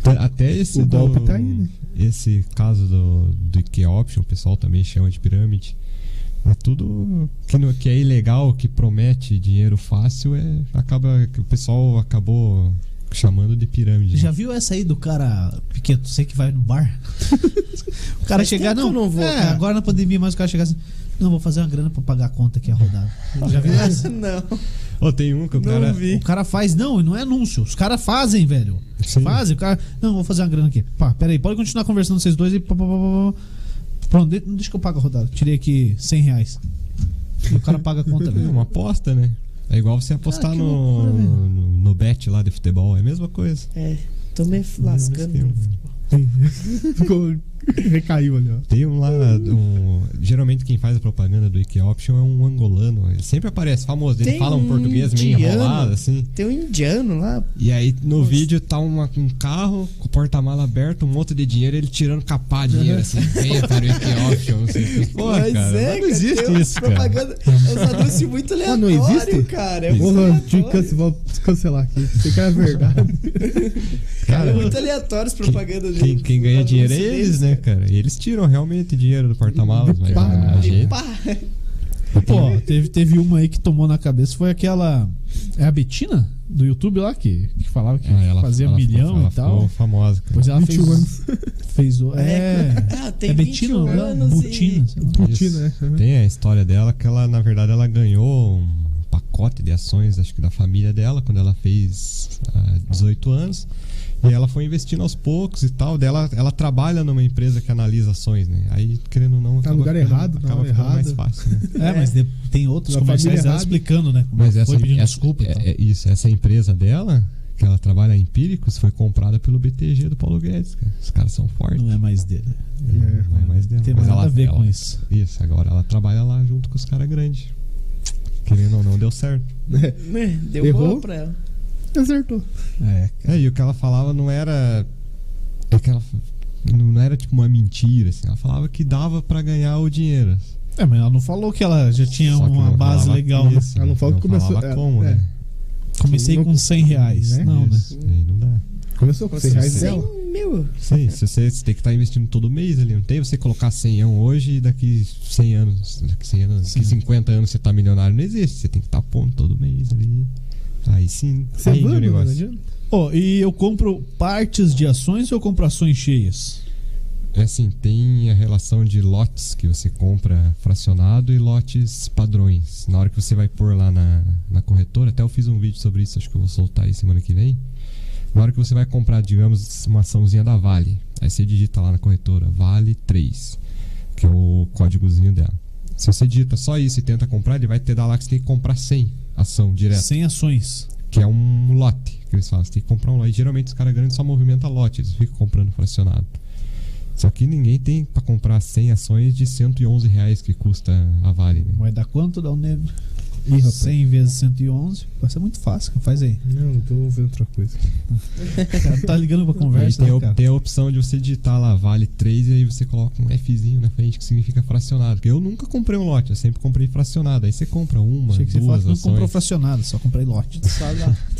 Speaker 3: Até- Até esse
Speaker 2: O
Speaker 3: do-
Speaker 2: golpe tá aí, né?
Speaker 3: Esse caso do, do IKEA Option, o pessoal também chama de pirâmide. Mas tudo que, não- que é ilegal, que promete dinheiro fácil, é, acaba, que o pessoal acabou chamando de pirâmide. né?
Speaker 1: Já viu essa aí do cara, Piqueto, você que vai no bar? o cara
Speaker 4: Faz
Speaker 1: chegar,
Speaker 4: tempo que
Speaker 1: não.
Speaker 4: eu não vou,
Speaker 1: é,
Speaker 4: cara.
Speaker 1: agora na pandemia, mas o cara chegar assim. Não, vou fazer uma grana pra pagar a conta aqui a rodada. Já viu essa?
Speaker 3: tá
Speaker 4: Não.
Speaker 3: Ô, tem um que o
Speaker 4: Não
Speaker 3: cara.
Speaker 4: vi.
Speaker 1: O cara faz, não, não é anúncio. Os caras fazem, velho.
Speaker 3: Sim.
Speaker 1: Fazem, o cara. Não, vou fazer uma grana aqui. Pá, peraí, pode continuar conversando vocês dois e. Pá, pá, pá, pá, pá. Pronto, de- deixa que eu pago a rodada. Tirei aqui 100 reais. E o cara paga a conta,
Speaker 3: É
Speaker 1: velho.
Speaker 3: uma aposta, né? É igual você apostar
Speaker 4: Ah,
Speaker 1: que
Speaker 3: no,
Speaker 1: loucura, velho.
Speaker 3: no, no bet lá de futebol, é a mesma coisa.
Speaker 4: É, tô me lascando.
Speaker 3: Tem um,
Speaker 2: Ficou. Recaiu ali, ó.
Speaker 3: tem um lá, um- geralmente quem faz a propaganda do Ike Option é um angolano. Ele sempre aparece famoso, ele
Speaker 4: Tem
Speaker 3: fala um
Speaker 4: um
Speaker 3: português meio
Speaker 4: indiano.
Speaker 3: enrolado, assim.
Speaker 4: Tem um indiano lá.
Speaker 3: E aí no vídeo tá uma- um carro com o porta-mala aberto, um monte de dinheiro, ele tirando capá de dinheiro, assim, venha para o Ike Option, não sei o que. Pô,
Speaker 4: Mas
Speaker 3: cara,
Speaker 4: é,
Speaker 3: mas não
Speaker 4: cara,
Speaker 3: existe
Speaker 4: tem
Speaker 3: isso, cara.
Speaker 4: propaganda. É um anúncio muito
Speaker 2: Ah,
Speaker 4: aleatório,
Speaker 2: não existe?
Speaker 4: cara. É
Speaker 3: Existe.
Speaker 4: muito
Speaker 2: Porra, tinha que
Speaker 4: aleatório.
Speaker 2: cancelar, cancelar aqui. Você quer a verdade?
Speaker 3: Cara,
Speaker 4: É muito aleatório as propagandas
Speaker 3: Quem,
Speaker 4: deles,
Speaker 3: quem ganha
Speaker 4: os
Speaker 3: dinheiro é
Speaker 4: anúncios
Speaker 3: eles,
Speaker 4: deles.
Speaker 3: né, cara? E Eles tiram realmente dinheiro do porta-malas, mas
Speaker 2: Pá.
Speaker 3: a gente.
Speaker 4: Pá, né?
Speaker 1: Pô, teve, teve uma aí que tomou na cabeça, foi aquela. É a Betina do YouTube lá que, que falava que
Speaker 3: Ah, ela-
Speaker 1: fazia
Speaker 3: ela
Speaker 1: milhão
Speaker 3: ficou- ela
Speaker 1: e tal.
Speaker 3: ficou famosa, cara.
Speaker 1: Depois ela
Speaker 2: 21 anos.
Speaker 1: fez. fez o, é.
Speaker 4: Ah, tem
Speaker 1: É, Betina,
Speaker 4: 21
Speaker 3: né?
Speaker 1: não?
Speaker 4: anos
Speaker 1: Butina. sei lá.
Speaker 2: Putin,
Speaker 3: Isso.
Speaker 2: né? Uhum.
Speaker 3: Tem a história dela que ela, na verdade, ela ganhou um pacote de ações, acho que da família dela, quando ela fez ah, 18 anos. E ela foi investindo aos poucos e tal. Dela, ela trabalha numa empresa que analisa ações, né? Aí, querendo ou não,
Speaker 1: Tá
Speaker 3: acaba
Speaker 2: lugar
Speaker 3: ficando-
Speaker 2: errado, na
Speaker 3: acaba
Speaker 2: hora
Speaker 3: ficando mais
Speaker 2: errada.
Speaker 3: fácil, né?
Speaker 1: É, mas de- tem outros
Speaker 2: Da
Speaker 1: comerciais
Speaker 2: família
Speaker 1: dela
Speaker 2: errada.
Speaker 1: explicando, né? como
Speaker 3: Mas essa,
Speaker 1: foi pedindo
Speaker 3: essa-
Speaker 1: desculpa. então? e tal.
Speaker 3: é, é isso, essa empresa dela, que ela trabalha em Empíricos, foi comprada pelo BTG do Paulo Guedes, cara. Os caras são fortes.
Speaker 1: Não é mais dele.
Speaker 2: É.
Speaker 3: Não é mais dela.
Speaker 1: Não tem mais
Speaker 3: Mas
Speaker 1: nada
Speaker 3: ela-
Speaker 1: a ver
Speaker 3: ela-
Speaker 1: com isso.
Speaker 3: Isso, agora ela trabalha lá junto com os caras grandes. Querendo ou não, deu certo.
Speaker 2: É.
Speaker 4: né? Deu
Speaker 2: Errou?
Speaker 4: boa pra ela.
Speaker 2: Acertou.
Speaker 3: É, cara, e o que ela falava não era. é que ela f- não era tipo uma mentira, assim. Ela falava que dava pra ganhar o dinheiro.
Speaker 1: É, mas ela não falou que ela já tinha
Speaker 3: Só que
Speaker 1: uma
Speaker 3: não
Speaker 1: base
Speaker 3: falava
Speaker 1: legal. né?
Speaker 3: isso,
Speaker 2: Ela não falou que começou-
Speaker 3: falava
Speaker 2: é,
Speaker 3: como,
Speaker 2: é.
Speaker 3: né?
Speaker 1: Comecei
Speaker 2: Não-
Speaker 1: com 100 reais.
Speaker 2: né?
Speaker 1: Não, né?
Speaker 3: Isso, Aí não dá.
Speaker 2: Começou com 100 reais
Speaker 4: Cem
Speaker 2: dela.
Speaker 4: mil.
Speaker 3: Sim, se você, você tem que estar investindo todo mês ali, não tem você colocar 100 hoje e daqui 100 anos, daqui 100 anos, daqui 50 anos você tá milionário, não existe. Você tem que estar pondo todo mês ali. Aí sim,
Speaker 2: Você é né? manda,
Speaker 3: rende o
Speaker 2: Tá não
Speaker 3: negócio.
Speaker 2: adianta.
Speaker 1: Pô, e eu compro partes de ações ou eu compro ações cheias?
Speaker 3: É assim, tem a relação de lotes que você compra fracionado e lotes padrões. Na hora que você vai pôr lá na, na corretora, até eu fiz um vídeo sobre isso, acho que eu vou soltar aí semana que vem. Na hora que você vai comprar, digamos, uma açãozinha da Vale, aí você digita lá na corretora Vale 3, que é o códigozinho dela. Se você digita só isso e tenta comprar, ele vai te dar lá que você tem que comprar 100 ação direto,
Speaker 1: 100 ações.
Speaker 3: que é um lote que eles falam. Você tem que comprar um lote. E geralmente os caras grandes só movimentam lote, eles ficam comprando fracionado. Só que ninguém tem pra comprar 100 ações de 111 reais que custa a Vale, né?
Speaker 1: Vai dar quanto, dá um negro?
Speaker 2: Ih, rapaz.
Speaker 1: 100 vezes 111. Vai ser muito fácil, cara. faz aí.
Speaker 2: Não, eu tô ouvindo outra coisa.
Speaker 1: Cara, tá ligando pra
Speaker 3: Aí
Speaker 1: conversa,
Speaker 3: tem,
Speaker 1: né,
Speaker 3: a,
Speaker 1: cara?
Speaker 3: tem a opção de você digitar lá vale 3 e aí você coloca um Fzinho na frente que significa fracionado. Porque eu nunca comprei um lote, eu sempre comprei fracionado. Aí você compra uma,
Speaker 1: Achei que você falou
Speaker 3: um, duas
Speaker 1: que não comprou
Speaker 3: ações.
Speaker 1: fracionado, só comprei lote.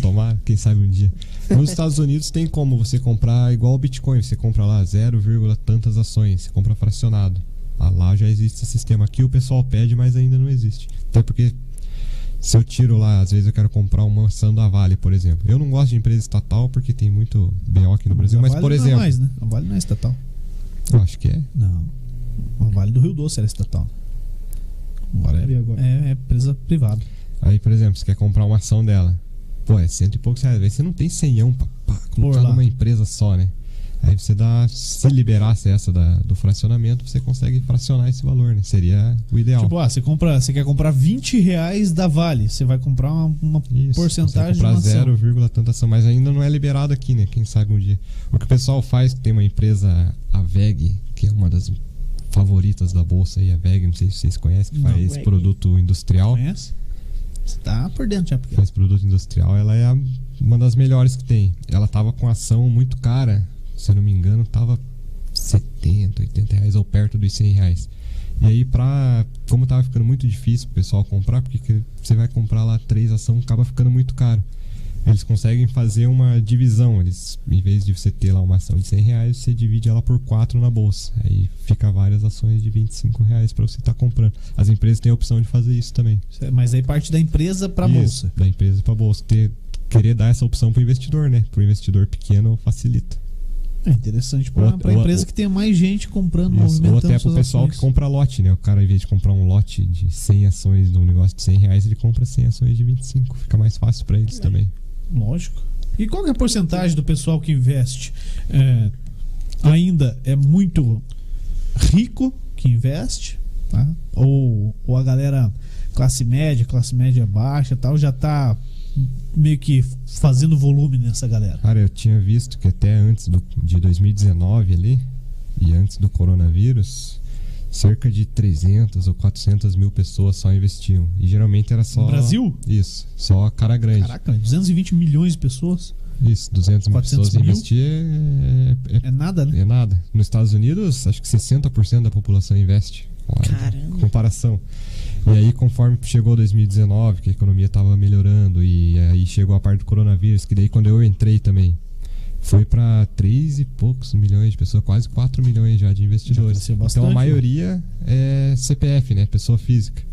Speaker 3: Tomara, quem sabe um dia. Nos Estados Unidos tem como você comprar igual o Bitcoin, você compra lá 0, tantas ações, você compra fracionado. Ah, lá já existe esse sistema aqui, o pessoal pede, mas ainda não existe. Até porque se eu tiro lá, às vezes eu quero comprar uma ação da Vale, por exemplo. Eu não gosto de empresa estatal porque tem muito BO aqui no Brasil,
Speaker 1: A
Speaker 3: mas,
Speaker 1: Vale
Speaker 3: por
Speaker 1: não é
Speaker 3: exemplo,
Speaker 1: mais, né? A Vale não é estatal.
Speaker 3: eu acho que é.
Speaker 1: Não. A Vale do Rio Doce era estatal. Agora
Speaker 2: E agora?
Speaker 1: é, é empresa privada.
Speaker 3: Aí, por exemplo, você quer comprar uma ação dela. Pô, é cento e poucos reais. Aí você não tem senhão pra, pra colocar
Speaker 1: lá.
Speaker 3: numa empresa só, né? Aí você dá. Se liberasse essa da- do fracionamento, você consegue fracionar esse valor, né? Seria o ideal.
Speaker 1: Tipo, ah, você compra, você quer comprar 20 reais da Vale. Você vai comprar uma, uma
Speaker 3: Isso,
Speaker 1: porcentagem
Speaker 3: você
Speaker 1: de uma
Speaker 3: comprar
Speaker 1: ação.
Speaker 3: 0, vírgula tanta ação, mas ainda não é liberado aqui, né? Quem sabe um dia. O que o pessoal faz, tem uma empresa, a VEG, que é uma das favoritas da bolsa aí, a VEG, não sei se vocês conhecem, que
Speaker 1: Não,
Speaker 3: faz
Speaker 4: VEG.
Speaker 3: produto industrial.
Speaker 1: Conhece? Você tá por dentro já, porque
Speaker 3: faz produto industrial, ela é a- uma das melhores que tem. Ela tava com ação muito cara, se eu não me engano, tava 70, 80 reais ou perto dos 100 reais. E aí, pra, como tava ficando muito difícil pro pessoal comprar, porque que você vai comprar lá três ações, acaba ficando muito caro. Eles conseguem fazer uma divisão. Eles, em vez de você ter lá uma ação de 100 reais, você divide ela por quatro na bolsa. Aí fica várias ações de 25 reais pra você estar comprando. As empresas têm a opção de fazer isso também.
Speaker 1: mas aí parte da empresa pra
Speaker 3: Isso,
Speaker 1: bolsa.
Speaker 3: Da empresa pra bolsa. Ter, querer dar essa opção pro investidor, né? Pro investidor pequeno facilita.
Speaker 1: É interessante pra,
Speaker 3: Outra-
Speaker 1: pra empresa
Speaker 3: outra-
Speaker 1: que tenha mais gente comprando,
Speaker 3: Isso. Ou
Speaker 1: movimentando
Speaker 3: até pro
Speaker 1: suas
Speaker 3: pessoal
Speaker 1: ações.
Speaker 3: que compra lote, né? O cara, em vez de comprar um lote de 100 ações num negócio de 100 reais, ele compra 100 ações de 25. Fica mais fácil pra
Speaker 1: É.
Speaker 3: eles também.
Speaker 1: Lógico. E qual que é a porcentagem do pessoal que investe? É, ainda é muito rico que investe, tá? Ou, ou a galera classe média, classe média baixa tal, já tá meio que fazendo volume nessa galera.
Speaker 3: Cara, eu tinha visto que até antes do, de 2019 ali, e antes do coronavírus, cerca de 300 ou 400 mil pessoas só investiam. E geralmente era só...
Speaker 1: No Brasil?
Speaker 3: Isso. Só cara grande.
Speaker 1: Caraca, é 220 milhões de pessoas.
Speaker 3: Isso, 200 mil
Speaker 1: 400
Speaker 3: pessoas
Speaker 1: mil?
Speaker 3: investir é, é-
Speaker 1: É nada, né?
Speaker 3: É nada. Nos Estados Unidos, acho que 60% da população investe. Olha,
Speaker 4: Caramba.
Speaker 3: Comparação. E aí, conforme chegou 2019, que a economia estava melhorando, e aí chegou a parte do coronavírus, que daí quando eu entrei também, foi para 3 e poucos milhões de pessoas, quase 4 milhões já de
Speaker 1: Já
Speaker 3: investidores.
Speaker 1: cresceu bastante,
Speaker 3: então a
Speaker 1: né?
Speaker 3: maioria é CPF, né? Pessoa física.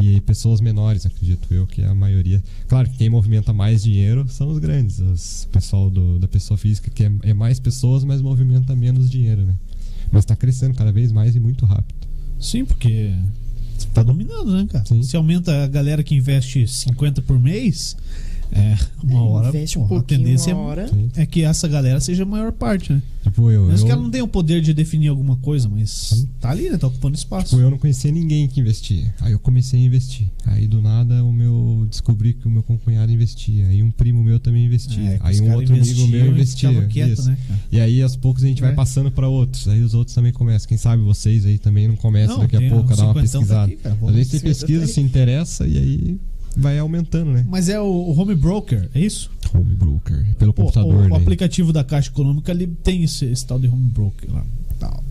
Speaker 3: E aí, pessoas menores, acredito eu, que é a maioria. Claro que quem movimenta mais dinheiro são os grandes, os- o pessoal do- da pessoa física, que é, é mais pessoas, mas movimenta menos dinheiro, né? Mas tá crescendo cada vez mais e muito rápido.
Speaker 1: Sim, porque tá dominando, né, cara?
Speaker 3: Sim.
Speaker 1: Se aumenta a galera que investe 50 por mês, é, uma hora,
Speaker 4: Investe um
Speaker 1: pô, a
Speaker 4: pouquinho
Speaker 1: tendência
Speaker 4: uma
Speaker 1: é-
Speaker 4: hora.
Speaker 3: Sim.
Speaker 1: é que essa galera seja a maior parte, né?
Speaker 3: Tipo, eu.
Speaker 1: Mesmo
Speaker 3: eu-
Speaker 1: que ela não tenha o poder de definir alguma coisa, mas tá ali, né? Tá ocupando espaço.
Speaker 3: Tipo, eu não conhecia ninguém que investia. Aí eu comecei a investir. Aí do nada o meu descobri que o meu concunhado investia. Aí um primo meu também investia.
Speaker 1: É, que os
Speaker 3: aí um
Speaker 1: cara
Speaker 3: outro amigo
Speaker 1: investiam
Speaker 3: meu
Speaker 1: e
Speaker 3: investia.
Speaker 1: ficava quieto,
Speaker 3: Isso.
Speaker 1: né, cara?
Speaker 3: E aí aos poucos a gente
Speaker 1: É.
Speaker 3: vai passando pra outros. Aí os outros também começam. Quem sabe vocês aí também não começam
Speaker 1: Não,
Speaker 3: daqui a
Speaker 1: tem
Speaker 3: pouco a
Speaker 1: um
Speaker 3: dar uma
Speaker 1: cinquentão
Speaker 3: pesquisada.
Speaker 1: daqui, cara, vou-
Speaker 3: Às vezes você
Speaker 4: cinquenta
Speaker 3: pesquisa,
Speaker 4: daqui.
Speaker 3: se interessa e aí vai aumentando, né?
Speaker 1: Mas é o- o home broker, é isso?
Speaker 3: Home broker, pelo
Speaker 1: Pô,
Speaker 3: computador,
Speaker 1: o, o
Speaker 3: né?
Speaker 1: aplicativo da Caixa Econômica ele tem esse, esse tal de home broker lá. Tal.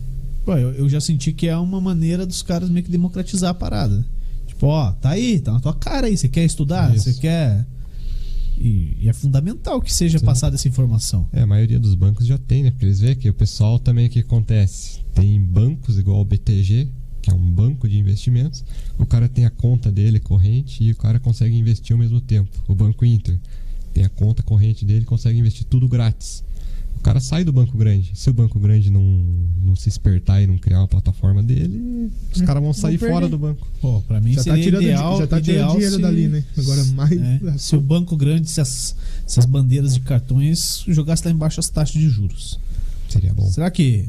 Speaker 1: Pô, eu, eu já senti que é uma maneira dos caras meio que democratizar a parada. né? Tipo, ó, tá aí, tá na tua cara aí. Você quer estudar?
Speaker 3: Isso.
Speaker 1: Você quer. E, e é fundamental que seja
Speaker 3: Sim.
Speaker 1: passada essa informação.
Speaker 3: É, a maioria dos bancos já tem, né? Porque eles veem que o pessoal também o que acontece. Tem bancos igual o BTG, que é um banco de investimentos. O cara tem a conta dele corrente e o cara consegue investir ao mesmo tempo. O Banco Inter tem a conta corrente dele, consegue investir tudo grátis. O cara sai do banco grande. Se o banco grande não, não se espertar e não criar uma plataforma dele, os caras vão sair fora do banco.
Speaker 1: Pô, pra mim
Speaker 2: Já tá
Speaker 1: seria
Speaker 2: tirando,
Speaker 1: ideal.
Speaker 2: já tá tirando
Speaker 1: ideal
Speaker 2: dinheiro
Speaker 1: se-
Speaker 2: dali, né? Agora mais.
Speaker 1: né? Se o banco grande, se as, se as bandeiras de cartões jogasse lá embaixo as taxas de juros.
Speaker 3: Seria bom.
Speaker 1: Será que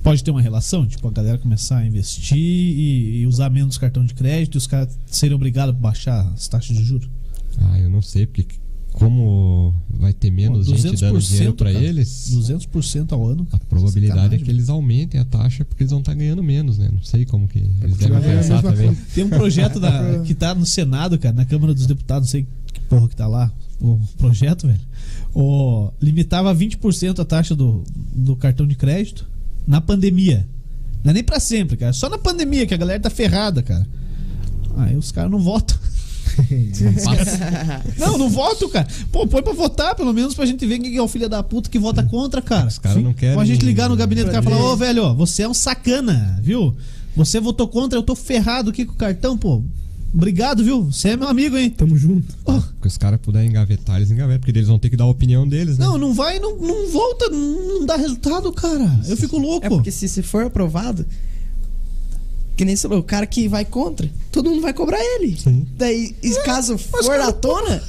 Speaker 1: pode ter uma relação? Tipo, a galera começar a investir e, e usar menos cartão de crédito e os caras serem obrigados a baixar as taxas de juros?
Speaker 3: Ah, eu não sei, porque como vai ter menos
Speaker 1: Pô,
Speaker 3: gente dando
Speaker 1: 200%,
Speaker 3: dinheiro para
Speaker 1: cara.
Speaker 3: eles,
Speaker 1: 200% ao ano.
Speaker 3: a probabilidade é
Speaker 1: Sacanagem.
Speaker 3: que eles aumentem a taxa porque eles vão estar ganhando menos, né? Não sei como que eles
Speaker 2: porque
Speaker 3: devem
Speaker 2: vai ganhar a
Speaker 3: pensar
Speaker 2: mesma
Speaker 3: também.
Speaker 1: Tem um projeto da- que tá no Senado, cara, na Câmara dos Deputados, não sei que porra que tá lá. O projeto, velho. O, limitava a 20% a taxa do, do cartão de crédito na pandemia. Não é nem pra sempre, cara. Só na pandemia que a galera tá ferrada, cara. Aí os caras não votam. Não, não voto, cara. Pô, põe pra votar, pelo menos, pra gente ver quem é o filho da puta que vota contra, cara.
Speaker 3: Os caras não querem-
Speaker 1: Pra gente ligar no gabinete do cara e falar,
Speaker 2: Cadê?
Speaker 1: ô, velho, ó, você é um sacana, viu? Você votou contra, eu tô ferrado aqui com o cartão, pô. Obrigado, viu? Você é meu amigo, hein?
Speaker 2: Tamo junto.
Speaker 3: Que os caras puderem engavetar, eles engavetam, porque eles vão ter que dar a opinião deles, né?
Speaker 1: Não, não vai, não, não volta, não não dá resultado, cara. Eu fico louco.
Speaker 4: É porque se, se for aprovado, que nem você falou, o cara que vai contra, todo mundo vai cobrar ele. Daí, e caso for à tona,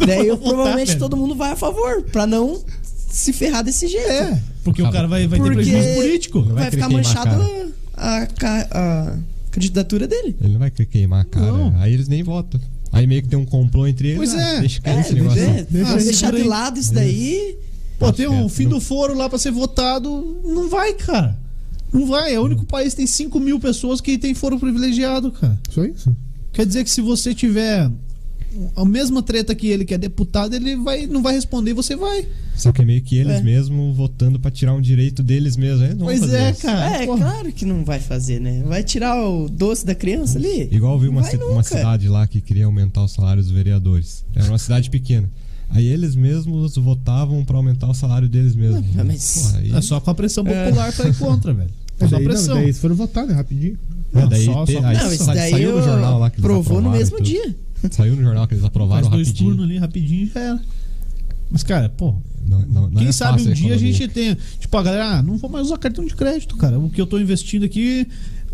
Speaker 4: daí eu,
Speaker 1: vão votar,
Speaker 4: provavelmente
Speaker 1: velho.
Speaker 4: todo mundo vai a favor, pra não se ferrar desse jeito.
Speaker 1: É, porque o
Speaker 3: Acaba-
Speaker 1: cara vai, vai ter
Speaker 4: Porque-
Speaker 1: prejuízo político.
Speaker 4: Vai,
Speaker 3: Não vai
Speaker 4: ficar
Speaker 3: querer queimar a
Speaker 4: manchado a, a ca- a candidatura dele.
Speaker 3: Ele não vai querer queimar a cara.
Speaker 1: Não.
Speaker 3: Aí eles nem votam. Aí meio que tem um complô entre eles.
Speaker 1: Pois
Speaker 3: ah,
Speaker 1: é.
Speaker 3: Deixa cair
Speaker 4: É,
Speaker 3: esse negócio.
Speaker 4: é,
Speaker 2: Deixa
Speaker 4: ah,
Speaker 2: ele
Speaker 4: deixar de
Speaker 1: por aí.
Speaker 4: lado isso daí.
Speaker 1: Pô, tem um
Speaker 3: certo.
Speaker 1: fim
Speaker 3: Não-
Speaker 1: do foro lá pra ser votado. Não vai, cara. Não vai. É o único país que tem 5 mil pessoas que tem foro privilegiado, cara.
Speaker 2: Só isso?
Speaker 1: Quer dizer que se você tiver a mesma treta que ele, que é deputado, ele vai, não vai responder e você vai.
Speaker 3: Só que é meio que eles
Speaker 4: É.
Speaker 3: mesmos votando pra tirar um direito deles mesmo. Eles não vão
Speaker 1: pois
Speaker 3: fazer
Speaker 1: é,
Speaker 3: isso.
Speaker 1: cara.
Speaker 4: é,
Speaker 1: Porra.
Speaker 4: claro que não vai fazer, né? Vai tirar o doce da criança ali?
Speaker 3: Igual eu vi
Speaker 4: Não
Speaker 3: uma,
Speaker 4: vai
Speaker 3: ci- uma
Speaker 4: nunca.
Speaker 3: cidade lá que queria aumentar o salário dos vereadores. Era uma cidade pequena. Aí eles mesmos votavam pra aumentar o salário deles mesmos.
Speaker 4: Ah, mas-
Speaker 3: Porra, aí-
Speaker 1: É só com a pressão popular pra ir contra, velho. É só
Speaker 2: Daí, não,
Speaker 1: pressão.
Speaker 2: daí eles foram votar, né? Rapidinho.
Speaker 3: É, daí
Speaker 1: só-
Speaker 3: te-
Speaker 1: só-
Speaker 3: aí
Speaker 4: Não, isso
Speaker 3: sa-
Speaker 4: daí
Speaker 3: saiu no
Speaker 4: eu-
Speaker 3: jornal lá que eles
Speaker 4: provou no
Speaker 3: aprovaram e
Speaker 4: mesmo
Speaker 3: tudo.
Speaker 4: dia.
Speaker 3: Saiu no jornal que eles
Speaker 1: Faz
Speaker 3: aprovaram
Speaker 1: dois
Speaker 3: rapidinho.
Speaker 1: turnos ali rapidinho e já era. Mas, cara, pô,
Speaker 3: Não- não- não
Speaker 1: quem
Speaker 3: é
Speaker 1: sabe
Speaker 3: fácil
Speaker 1: um dia a
Speaker 3: economia.
Speaker 1: gente tem. Tipo, a galera, ah, não vou mais usar cartão de crédito, cara. O que eu tô investindo aqui,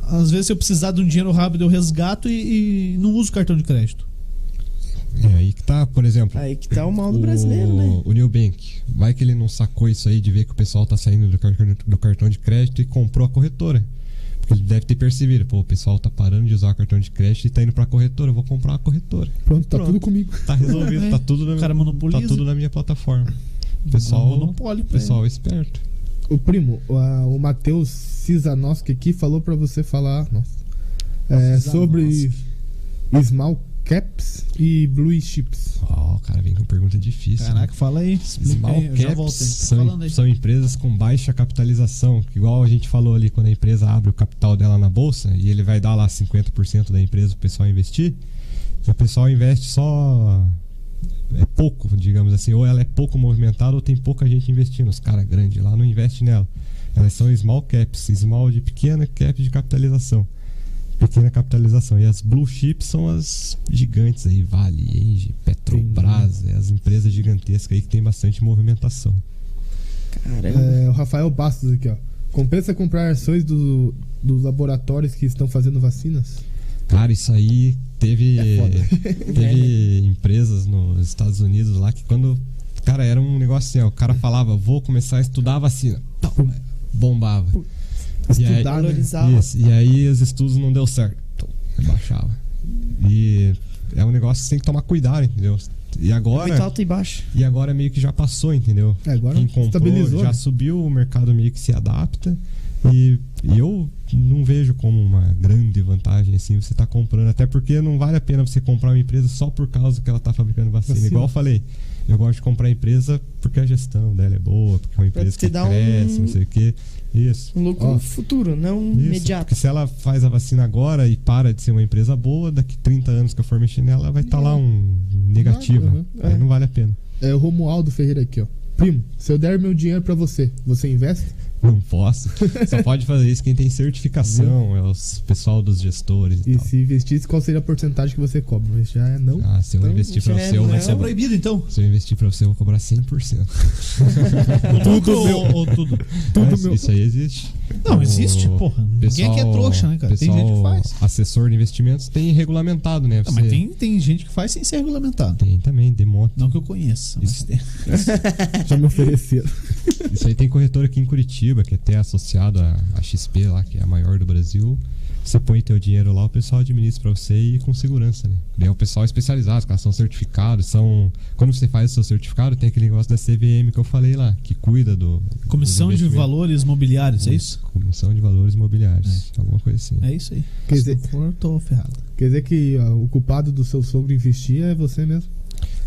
Speaker 1: às vezes, se eu precisar de um dinheiro rápido, eu resgato e, e não uso cartão de crédito.
Speaker 3: É aí que tá, por exemplo.
Speaker 4: Aí que tá o mal do brasileiro, né?
Speaker 3: O Nubank. Vai que ele não sacou isso aí de ver que o pessoal tá saindo do, car- do cartão de crédito e comprou a corretora. Porque ele deve ter percebido, pô, o pessoal tá parando de usar o cartão de crédito e tá indo pra corretora, eu vou comprar uma corretora.
Speaker 2: Pronto, tá
Speaker 3: Pronto.
Speaker 2: tudo comigo.
Speaker 3: Tá resolvido, tá tudo
Speaker 1: O
Speaker 3: na,
Speaker 1: cara monopoliza.
Speaker 3: tá tudo na minha plataforma. O pessoal,
Speaker 1: monopólio,
Speaker 3: o pessoal é esperto.
Speaker 2: O primo, o, a- o Matheus Cisanoski aqui falou pra você falar nossa, é,
Speaker 1: Cisanoski.
Speaker 2: sobre small caps e blue chips.
Speaker 3: Ó, o cara vem com pergunta difícil. né?
Speaker 1: Caraca, fala aí. Explica
Speaker 3: Small
Speaker 1: aí, eu já
Speaker 3: caps
Speaker 1: volto. aí. Tá falando
Speaker 3: são,
Speaker 1: aí.
Speaker 3: são empresas com baixa capitalização, que igual a gente falou ali, quando a empresa abre o capital dela na bolsa e ele vai dar lá 50% da empresa pro pessoal investir, o pessoal investe só. É pouco, digamos assim, ou ela é pouco movimentada ou tem pouca gente investindo. Os caras grandes lá não investem nela. Elas são small caps, small de pequena cap de capitalização. Pequena capitalização. E as blue chips são as gigantes aí, Vale, Engie, Petrobras, é as empresas gigantescas aí que tem bastante movimentação.
Speaker 4: Caramba.
Speaker 2: É, o Rafael Bastos aqui, ó. Compensa comprar ações do- dos laboratórios que estão fazendo vacinas?
Speaker 3: Cara, isso aí teve.
Speaker 2: É né?
Speaker 3: teve empresas nos Estados Unidos lá que quando. Cara, era um negócio assim, ó, o cara falava, vou começar a estudar a vacina. Pau, bombava. E aí-
Speaker 2: Estudar, né?
Speaker 4: Valorizar
Speaker 3: Isso, e aí os estudos não deu certo. Tum, Rebaixava. E é um negócio que você tem que tomar cuidado, entendeu? E
Speaker 2: Então,
Speaker 4: muito
Speaker 3: agora,
Speaker 4: alto e baixo.
Speaker 3: e agora meio que já passou, entendeu?
Speaker 2: É, agora
Speaker 3: Quem comprou
Speaker 2: estabilizou.
Speaker 3: já
Speaker 2: né?
Speaker 3: subiu, o mercado meio que se adapta. E e eu não vejo como uma grande vantagem assim você tá comprando, até porque não vale a pena você comprar uma empresa só por causa que ela tá fabricando vacina.
Speaker 2: Vacina.
Speaker 3: Igual eu falei, eu gosto de comprar empresa porque a gestão dela é boa, porque é uma
Speaker 4: Pra
Speaker 3: empresa
Speaker 4: te
Speaker 3: que
Speaker 4: dar um-
Speaker 3: cresce, não sei o quê. Isso.
Speaker 4: Um lucro
Speaker 2: Ó.
Speaker 4: futuro, não
Speaker 3: Isso,
Speaker 4: imediato.
Speaker 3: Porque se ela faz a vacina agora e para de ser uma empresa boa, daqui 30 anos que eu for mexer nela, vai estar lá um negativo.
Speaker 2: Uhum,
Speaker 3: Aí
Speaker 4: é.
Speaker 3: não vale a pena.
Speaker 2: É o Romualdo Ferreira aqui, ó. Primo, se eu der meu dinheiro pra você, você investe?
Speaker 3: Não posso. Só pode fazer isso quem tem certificação, é o pessoal dos gestores e,
Speaker 2: E
Speaker 3: tal.
Speaker 2: se investisse, qual seria a porcentagem que você cobra? Mas Já é não.
Speaker 3: Ah, se eu
Speaker 4: Então,
Speaker 3: investir pra
Speaker 4: já é
Speaker 3: você, eu vou
Speaker 4: não.
Speaker 1: Isso é
Speaker 3: cobrar.
Speaker 1: proibido, então.
Speaker 3: Se eu investir pra você, eu vou cobrar 100%.
Speaker 1: tudo ou, ou tudo.
Speaker 3: Mas
Speaker 2: meu.
Speaker 3: Isso aí existe.
Speaker 1: Não,
Speaker 3: O
Speaker 1: existe, porra. Ninguém aqui é trouxa, né, cara?
Speaker 3: Pessoal,
Speaker 1: tem gente que faz.
Speaker 3: assessor de investimentos tem regulamentado, né?
Speaker 1: Ah,
Speaker 3: Você-
Speaker 1: mas tem, tem gente que faz sem ser regulamentado.
Speaker 3: Tem também, demônio.
Speaker 1: Não que eu conheça. mas tem.
Speaker 2: Já me ofereceram.
Speaker 3: Isso aí tem corretora aqui em Curitiba, que até é associado à à XP lá, que é a maior do Brasil. Você põe teu dinheiro lá, o pessoal administra pra você e com segurança, né? Daí o pessoal é especializado, os caras são certificados, são. Quando você faz o seu certificado, tem aquele negócio da CVM que eu falei lá, que cuida do. dos
Speaker 1: Comissão de
Speaker 3: investimentos.
Speaker 1: Valores Mobiliários, é isso?
Speaker 3: Comissão de Valores Imobiliários. Alguma coisa assim.
Speaker 1: É isso aí.
Speaker 2: Quer dizer-
Speaker 1: Se não for, tô ferrado.
Speaker 2: Quer dizer que ó, o culpado do seu sogro investir é você mesmo.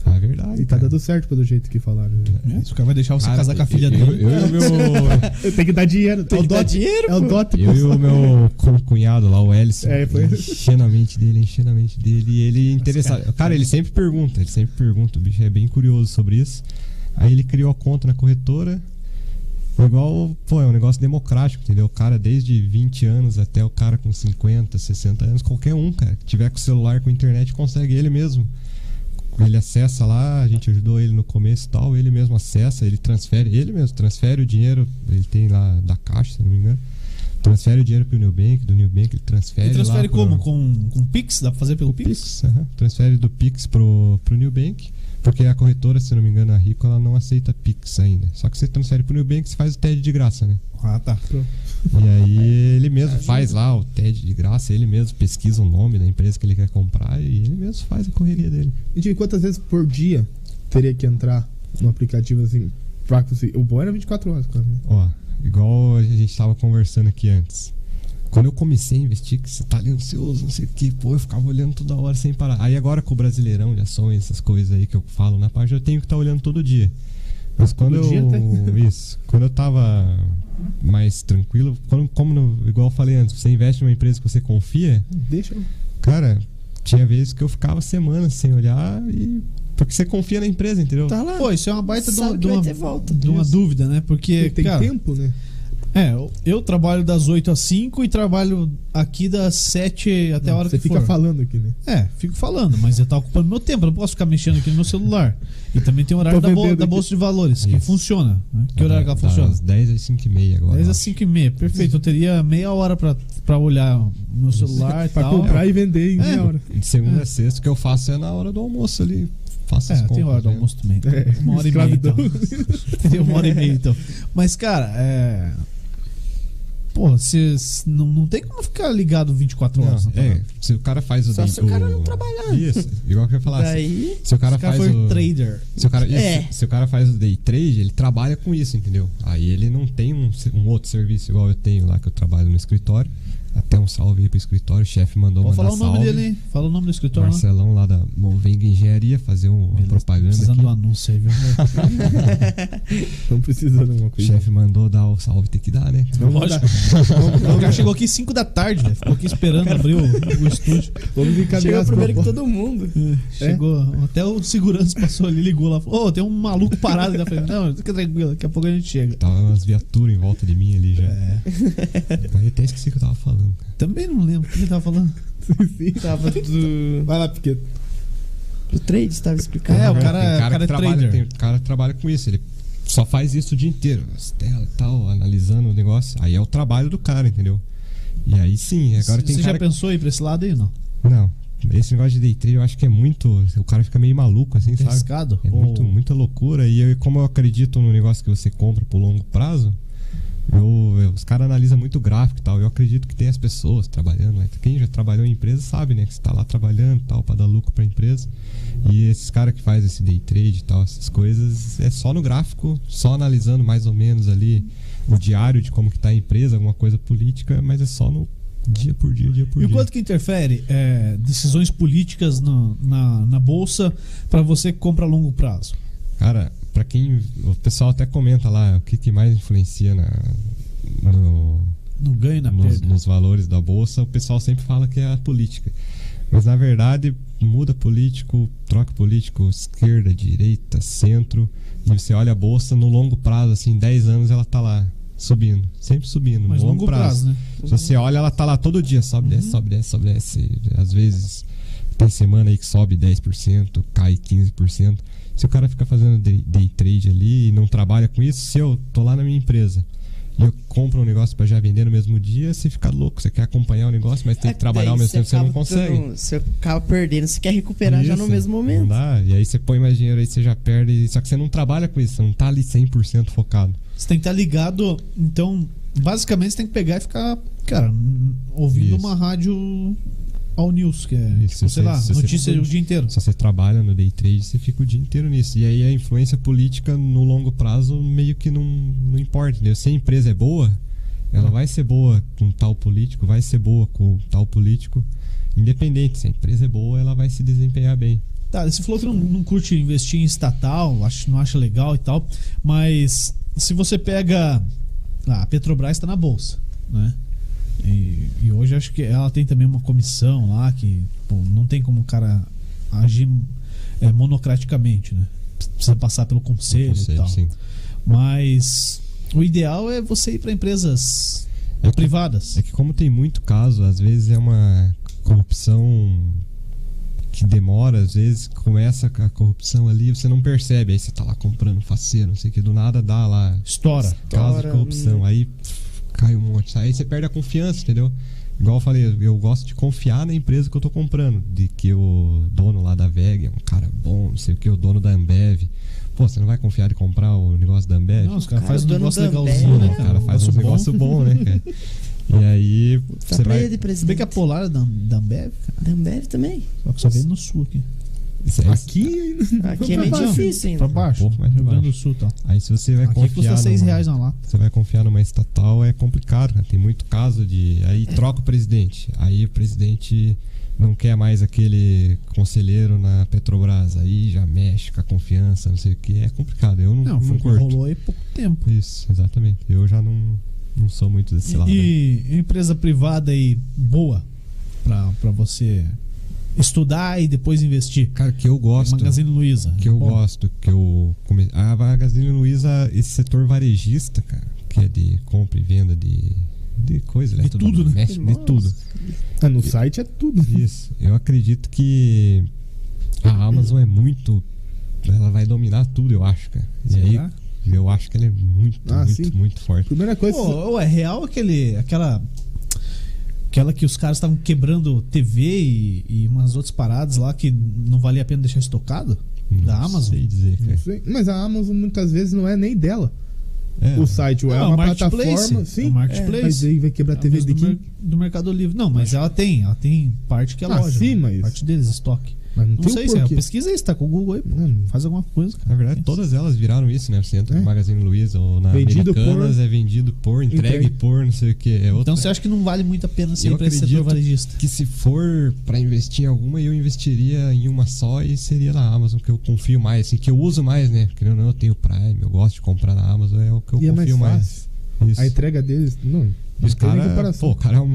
Speaker 3: Ah, É verdade.
Speaker 2: E tá
Speaker 3: cara.
Speaker 2: dando certo pelo jeito que falaram. né?
Speaker 1: Isso, É o cara vai deixar você
Speaker 3: Cara,
Speaker 1: casar com a filha
Speaker 3: eu,
Speaker 1: dele. É.
Speaker 3: Eu, eu, e o meu-
Speaker 2: Tem que dar dinheiro.
Speaker 4: Tem que dar dinheiro,
Speaker 2: É o dote.
Speaker 3: eu e o meu cu- cunhado lá, o Ellison.
Speaker 2: É, foi-
Speaker 3: Enchendo a mente dele, enchendo a mente dele. E ele interessado. Cara, ele sempre pergunta, ele sempre pergunta. O bicho é bem curioso sobre isso. Aí ele criou a conta na corretora. Foi Igual, pô, é um negócio democrático, entendeu? O cara desde 20 anos até o cara com 50, 60 anos, qualquer um, cara, que tiver com celular, com internet, consegue ele mesmo. Ele acessa lá, a gente ajudou ele no começo e tal, ele mesmo acessa, ele transfere, ele mesmo transfere o dinheiro, ele tem lá da caixa, se não me engano. Transfere o dinheiro pro Nubank, do Nubank ele transfere
Speaker 1: Ele transfere
Speaker 3: lá pro-
Speaker 1: como? Com, com Pix? Dá pra fazer pelo Pix?
Speaker 3: Pix, aham. transfere do Pix pro, pro Nubank, porque a corretora, se não me engano, a Rico, ela não aceita Pix ainda. Só que você transfere pro Nubank, você faz o TED de graça, né?
Speaker 1: Ah, tá.
Speaker 3: E aí ele mesmo faz lá o TED de graça, ele mesmo pesquisa o nome da empresa que ele quer comprar e ele mesmo faz a correria dele.
Speaker 2: Gente, quantas vezes por dia teria que entrar no aplicativo assim pra conseguir? O bom era 24 horas, quase. né?
Speaker 3: Ó, igual a gente tava conversando aqui antes. Quando eu comecei a investir, que você tá ali ansioso, não sei o que, pô, eu ficava olhando toda hora sem parar. Aí agora com o Brasileirão de ações, essas coisas aí que eu falo na página, eu tenho que estar olhando todo dia. Mas quando
Speaker 2: Todo dia,
Speaker 3: eu.
Speaker 1: tá?
Speaker 3: Isso. Quando eu tava mais tranquilo, quando, como no- igual eu falei antes, você investe numa empresa que você confia,
Speaker 2: Deixa eu.
Speaker 3: cara, tinha vezes que eu ficava semanas sem olhar e. Porque você confia na empresa, entendeu?
Speaker 4: Tá lá.
Speaker 1: Pô, isso é uma baita de uma,
Speaker 4: Sabe que
Speaker 1: de
Speaker 4: vai
Speaker 1: uma,
Speaker 4: ter volta.
Speaker 1: de uma
Speaker 2: Isso.
Speaker 1: dúvida, né? Porque,
Speaker 2: Tem, tem
Speaker 1: cara,
Speaker 2: tempo, né?
Speaker 1: é, eu, eu trabalho das 8 às 5 e trabalho aqui das 7 até a hora
Speaker 2: Você
Speaker 1: que
Speaker 2: fica
Speaker 1: for.
Speaker 2: falando aqui, né?
Speaker 1: É, fico falando, mas eu tá ocupando meu tempo, eu não posso ficar mexendo aqui no meu celular. E também tem o horário
Speaker 2: Tô
Speaker 1: da, bol-
Speaker 2: vendendo
Speaker 1: da
Speaker 2: aqui.
Speaker 1: Bolsa de Valores, que
Speaker 3: Isso. Tá,
Speaker 1: funciona. né? Que horário que ela
Speaker 3: Das
Speaker 1: funciona?
Speaker 3: 10 às 5 e meia agora.
Speaker 1: 10 às 5 e meia, perfeito. Eu teria meia hora pra, pra olhar o meu celular e
Speaker 2: Pra
Speaker 1: tal.
Speaker 2: comprar e vender em
Speaker 1: É.
Speaker 2: meia hora.
Speaker 3: De segunda a sexta, o que eu faço é na hora do almoço ali. Faço as
Speaker 1: É, tem
Speaker 3: compras,
Speaker 1: hora do
Speaker 3: né?
Speaker 1: almoço também. Uma hora e meia. Então. Tem uma hora e meia, então. Mas, cara, é. Pô, você não, não tem como ficar ligado 24 horas.
Speaker 3: Não,
Speaker 1: né?
Speaker 3: é, se o cara faz o.
Speaker 4: Só se o cara não trabalhar.
Speaker 3: Isso, igual que eu ia falar. se-
Speaker 4: Daí.
Speaker 3: Se o cara,
Speaker 1: Se o cara
Speaker 3: faz
Speaker 1: for
Speaker 3: o
Speaker 1: trader.
Speaker 3: Se o cara, isso,
Speaker 4: É.
Speaker 3: se o cara faz o day trade, ele trabalha com isso, entendeu? Aí ele não tem um, se- um outro serviço igual eu tenho lá que eu trabalho no escritório. Até um salve aí pro escritório, o chefe mandou
Speaker 1: Vamos falar
Speaker 3: mandar
Speaker 1: o nome
Speaker 3: salve.
Speaker 1: dele, hein? Fala o nome do escritor lá.
Speaker 3: Marcelão lá da Movenga Engenharia fazer um- uma
Speaker 1: Beleza,
Speaker 3: propaganda
Speaker 1: Precisando
Speaker 3: aqui.
Speaker 1: do anúncio aí, viu?
Speaker 2: Não precisa de alguma
Speaker 3: O
Speaker 2: coisa.
Speaker 3: chefe mandou dar o salve, tem que dar, né?
Speaker 2: Vamos,
Speaker 1: Lógico.
Speaker 2: dar-
Speaker 1: O cara chegou aqui 5 da tarde, né? Ficou aqui esperando abrir o, o estúdio.
Speaker 2: vamos encaminhar
Speaker 4: Chegou
Speaker 2: as
Speaker 4: primeiro que
Speaker 2: propostas.
Speaker 4: todo mundo.
Speaker 3: É.
Speaker 1: Chegou, até o segurança passou ali, ligou lá. Ô, tem um maluco parado ali na frente. Não, fica tranquilo, daqui a pouco a gente chega.
Speaker 3: Tava umas viaturas em volta de mim ali já. É. Aí eu até esqueci o que eu tava falando. cara.
Speaker 1: Também não lembro o que ele tava falando.
Speaker 4: Tava do.
Speaker 2: Vai lá, Piquet.
Speaker 4: Do trade, você tava explicando.
Speaker 1: É, o cara-
Speaker 3: tem
Speaker 1: cara é
Speaker 3: que trabalha,
Speaker 1: trader.
Speaker 3: tem cara que trabalha com isso, ele só faz isso o dia inteiro, as telas e tal, analisando o negócio. Aí é o trabalho do cara, entendeu? E aí sim, agora tem
Speaker 1: Você já
Speaker 3: cara.
Speaker 1: pensou aí pra esse lado aí, não?
Speaker 3: Não, esse negócio de day trade eu acho que é muito. O cara fica meio maluco assim, sabe?
Speaker 1: Pescado?
Speaker 3: É muito, muita loucura. E eu- como eu acredito no negócio que você compra por longo prazo, eu- eu- os caras analisam muito gráfico e tal. Eu acredito que tem as pessoas trabalhando. né? Quem já trabalhou em empresa sabe, né? Que você tá lá trabalhando e tal, pra dar lucro pra empresa. E esses caras que faz esse day trade e tal, essas coisas, é só no gráfico, só analisando mais ou menos ali o diário de como que tá a empresa, alguma coisa política, mas é só no dia por dia, dia por
Speaker 1: E o
Speaker 3: dia.
Speaker 1: quanto que interfere é, decisões políticas no- na, na bolsa pra você que compra a longo prazo?
Speaker 3: Cara, pra quem. O pessoal até comenta lá o que, que mais influencia na, no-
Speaker 1: No ganho e na
Speaker 3: nos,
Speaker 1: perda?
Speaker 3: nos valores da bolsa. O pessoal sempre fala que é a política. Mas na verdade, muda político, troca político, esquerda, direita, centro. E você olha a bolsa no longo prazo, assim, 10 anos ela tá lá, subindo. Sempre subindo,
Speaker 1: Mas
Speaker 3: no longo, prazo.
Speaker 1: né?
Speaker 3: Se você olha, ela tá lá todo dia, sobe, desce, sobe, desce, sobe, desce. Às vezes tem semana aí que sobe 10%, cai 15%. Se o cara fica fazendo day, day trade ali e não trabalha com isso, se eu tô lá na minha empresa e eu compro um negócio pra já vender no mesmo dia, você fica louco, você quer acompanhar o negócio, mas tem
Speaker 4: É
Speaker 3: que trabalhar ao
Speaker 4: daí
Speaker 3: mesmo tempo, você não
Speaker 4: acaba
Speaker 3: consegue.
Speaker 4: tendo- Você acaba perdendo, você quer recuperar já
Speaker 3: Isso,
Speaker 4: no mesmo
Speaker 3: Não
Speaker 4: momento. Tá
Speaker 3: dá. E aí você põe mais dinheiro aí, você já perde. Só que você não trabalha com isso, você não tá ali 100% focado.
Speaker 1: tá Você tem que estar ligado. Então, basicamente, você tem que pegar e ficar. Cara, n- ouvindo
Speaker 3: Isso.
Speaker 1: uma rádio All News, que é,
Speaker 3: Isso,
Speaker 1: tipo, sei
Speaker 3: você-
Speaker 1: lá,
Speaker 3: você-
Speaker 1: notícia o dia inteiro.
Speaker 3: Se você trabalha no day trade, você fica o dia inteiro nisso. E aí a influência política no longo prazo meio que não, não importa, entendeu? Se a empresa é boa, ela vai ser boa com tal político, vai ser boa com tal político. Independente, se a empresa é boa, ela vai se desempenhar bem.
Speaker 1: Tá, você falou que não, não curte investir em estatal, acho, não acha legal e tal, mas se você pega. ah, a Petrobras está na bolsa, né? E, e hoje acho que ela tem também uma comissão lá que pô, não tem como o cara agir é, monocraticamente, né? Precisa passar pelo conselho, e
Speaker 3: Conselho,
Speaker 1: tal.
Speaker 3: sim.
Speaker 1: Mas o ideal é você ir para empresas
Speaker 3: É que-
Speaker 1: privadas.
Speaker 3: É que como tem muito caso, às vezes é uma corrupção que demora, às vezes começa a corrupção ali, você não percebe, aí você tá lá comprando faceiro, não sei o que, do nada dá lá
Speaker 1: Estoura.
Speaker 3: caso de
Speaker 4: Tora,
Speaker 3: corrupção. Aí pff, cai um monte. Aí você perde a confiança, entendeu? Igual eu falei, eu gosto de confiar na empresa que eu tô comprando. De que o dono lá da VEG é um cara bom, não sei o que, o dono da Ambev. Pô, você não vai confiar de comprar o negócio da Ambev?
Speaker 1: Não, os caras fazem um
Speaker 4: o dono
Speaker 1: negócio
Speaker 4: da
Speaker 1: legalzinho,
Speaker 4: Ambev,
Speaker 1: né,
Speaker 3: Pô, o
Speaker 1: cara?
Speaker 3: cara faz um
Speaker 1: bom.
Speaker 3: negócio bom, né, cara? E aí
Speaker 4: Tá
Speaker 3: você
Speaker 4: pra
Speaker 3: vai.
Speaker 4: ele,
Speaker 1: Se bem
Speaker 4: presidente.
Speaker 1: que a Polar é da, da Ambev, cara.
Speaker 4: Da Ambev também.
Speaker 1: Só que só vem no sul aqui.
Speaker 3: cê-
Speaker 2: Aqui
Speaker 4: Aqui é meio
Speaker 1: Não,
Speaker 4: difícil ainda.
Speaker 1: Pra baixo.
Speaker 3: pouco mais pra
Speaker 1: Rio Grande
Speaker 3: baixo.
Speaker 1: do Sul, tá.
Speaker 3: Aí se você vai
Speaker 1: Aqui
Speaker 3: confiar.
Speaker 1: custa 6
Speaker 3: numa-
Speaker 1: reais na lata.
Speaker 3: Você vai confiar numa estatal é complicado, cara. Tem muito caso de. Aí troca o presidente. Aí o presidente não quer mais aquele conselheiro na Petrobras. Aí já mexe com a confiança, não sei o que. É complicado. Eu não,
Speaker 1: Não,
Speaker 3: não,
Speaker 1: foi o que
Speaker 3: curto.
Speaker 1: rolou aí pouco tempo.
Speaker 3: Isso, exatamente. Eu já não, não sou muito desse lado. aí.
Speaker 1: E e empresa privada aí boa pra, pra você estudar e depois investir.
Speaker 3: Cara, que eu gosto.
Speaker 1: Magazine Luiza.
Speaker 3: Que eu
Speaker 1: Bom,
Speaker 3: gosto, que eu. Come... A Magazine Luiza, esse setor varejista, cara, que é de compra e venda de. De coisa, de
Speaker 1: tudo, né?
Speaker 3: É, De tudo.
Speaker 2: Ah, no site é tudo.
Speaker 3: Isso. Eu acredito que a Amazon é muito. Ela vai dominar tudo, eu acho, cara. E
Speaker 1: Será?
Speaker 3: aí, eu acho que ela é muito,
Speaker 2: Ah,
Speaker 3: muito,
Speaker 2: sim.
Speaker 3: muito forte.
Speaker 2: Primeira coisa.
Speaker 1: Pô, é real aquele, aquela. Aquela que os caras estavam quebrando TV e, e umas outras paradas lá que não valia a pena deixar estocado? da
Speaker 3: Não
Speaker 1: Amazon?
Speaker 3: sei dizer,
Speaker 2: não
Speaker 3: cara.
Speaker 2: sei, Mas a Amazon muitas vezes não é nem dela.
Speaker 3: É,
Speaker 2: O site é
Speaker 1: Não,
Speaker 2: uma
Speaker 1: marketplace.
Speaker 2: plataforma.
Speaker 1: É
Speaker 2: Sim,
Speaker 1: um marketplace.
Speaker 2: Mas aí vai quebrar a TV
Speaker 1: Mas
Speaker 2: de
Speaker 1: do,
Speaker 2: quem?
Speaker 1: mer- do Mercado Livre. Não, mas ela tem. Ela tem parte que é
Speaker 2: Ah,
Speaker 1: loja.
Speaker 2: sim,
Speaker 1: né?
Speaker 2: mas-
Speaker 1: Parte deles, estoque.
Speaker 2: Mas não,
Speaker 1: Não
Speaker 2: tem
Speaker 1: sei
Speaker 2: o
Speaker 1: se é.
Speaker 2: porquê.
Speaker 1: Pesquisa isso, tá com o Google aí. pô.
Speaker 2: Não,
Speaker 1: Faz alguma coisa, cara.
Speaker 3: Na verdade, todas elas viraram isso, né? Você entra
Speaker 2: É.
Speaker 3: no Magazine Luiza ou na
Speaker 2: Vendido
Speaker 3: Americanas,
Speaker 2: por-
Speaker 3: é vendido por, entregue
Speaker 2: Entregue.
Speaker 3: por, não sei o que. É outra...
Speaker 1: Então você acha que não vale muito a pena ser
Speaker 3: Eu
Speaker 1: pra esse setor
Speaker 3: acredito
Speaker 1: varejista?
Speaker 3: que se for pra investir em alguma, eu investiria em uma só e seria na Amazon, que eu confio mais, assim, que eu uso mais, né? Porque eu não eu tenho Prime, eu gosto de comprar na Amazon, é o que eu
Speaker 2: E é mais
Speaker 3: confio mais.
Speaker 2: fácil.
Speaker 3: Isso.
Speaker 2: A
Speaker 1: tá,
Speaker 2: entrega deles. Não,
Speaker 3: E os
Speaker 2: não tem nem
Speaker 3: cara,
Speaker 2: comparação.
Speaker 3: pô, o cara é o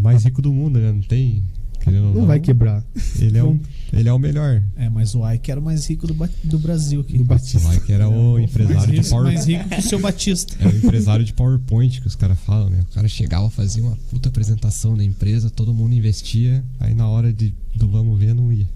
Speaker 3: mais rico do mundo, né? Não tem. Querendo ou
Speaker 2: não vai quebrar.
Speaker 3: Ele é, o, ele é o melhor.
Speaker 1: É, mas o Ike era o mais rico do, Ba- do Brasil aqui.
Speaker 2: Do Batista.
Speaker 3: Vai que era o
Speaker 1: mais,
Speaker 3: empresário de
Speaker 1: rico, mais
Speaker 3: PowerPoint.
Speaker 1: rico que o seu Batista.
Speaker 3: É o empresário de PowerPoint que os caras falam, né? O cara chegava, fazia uma puta apresentação da empresa, todo mundo investia, aí na hora de, do vamos ver não ia.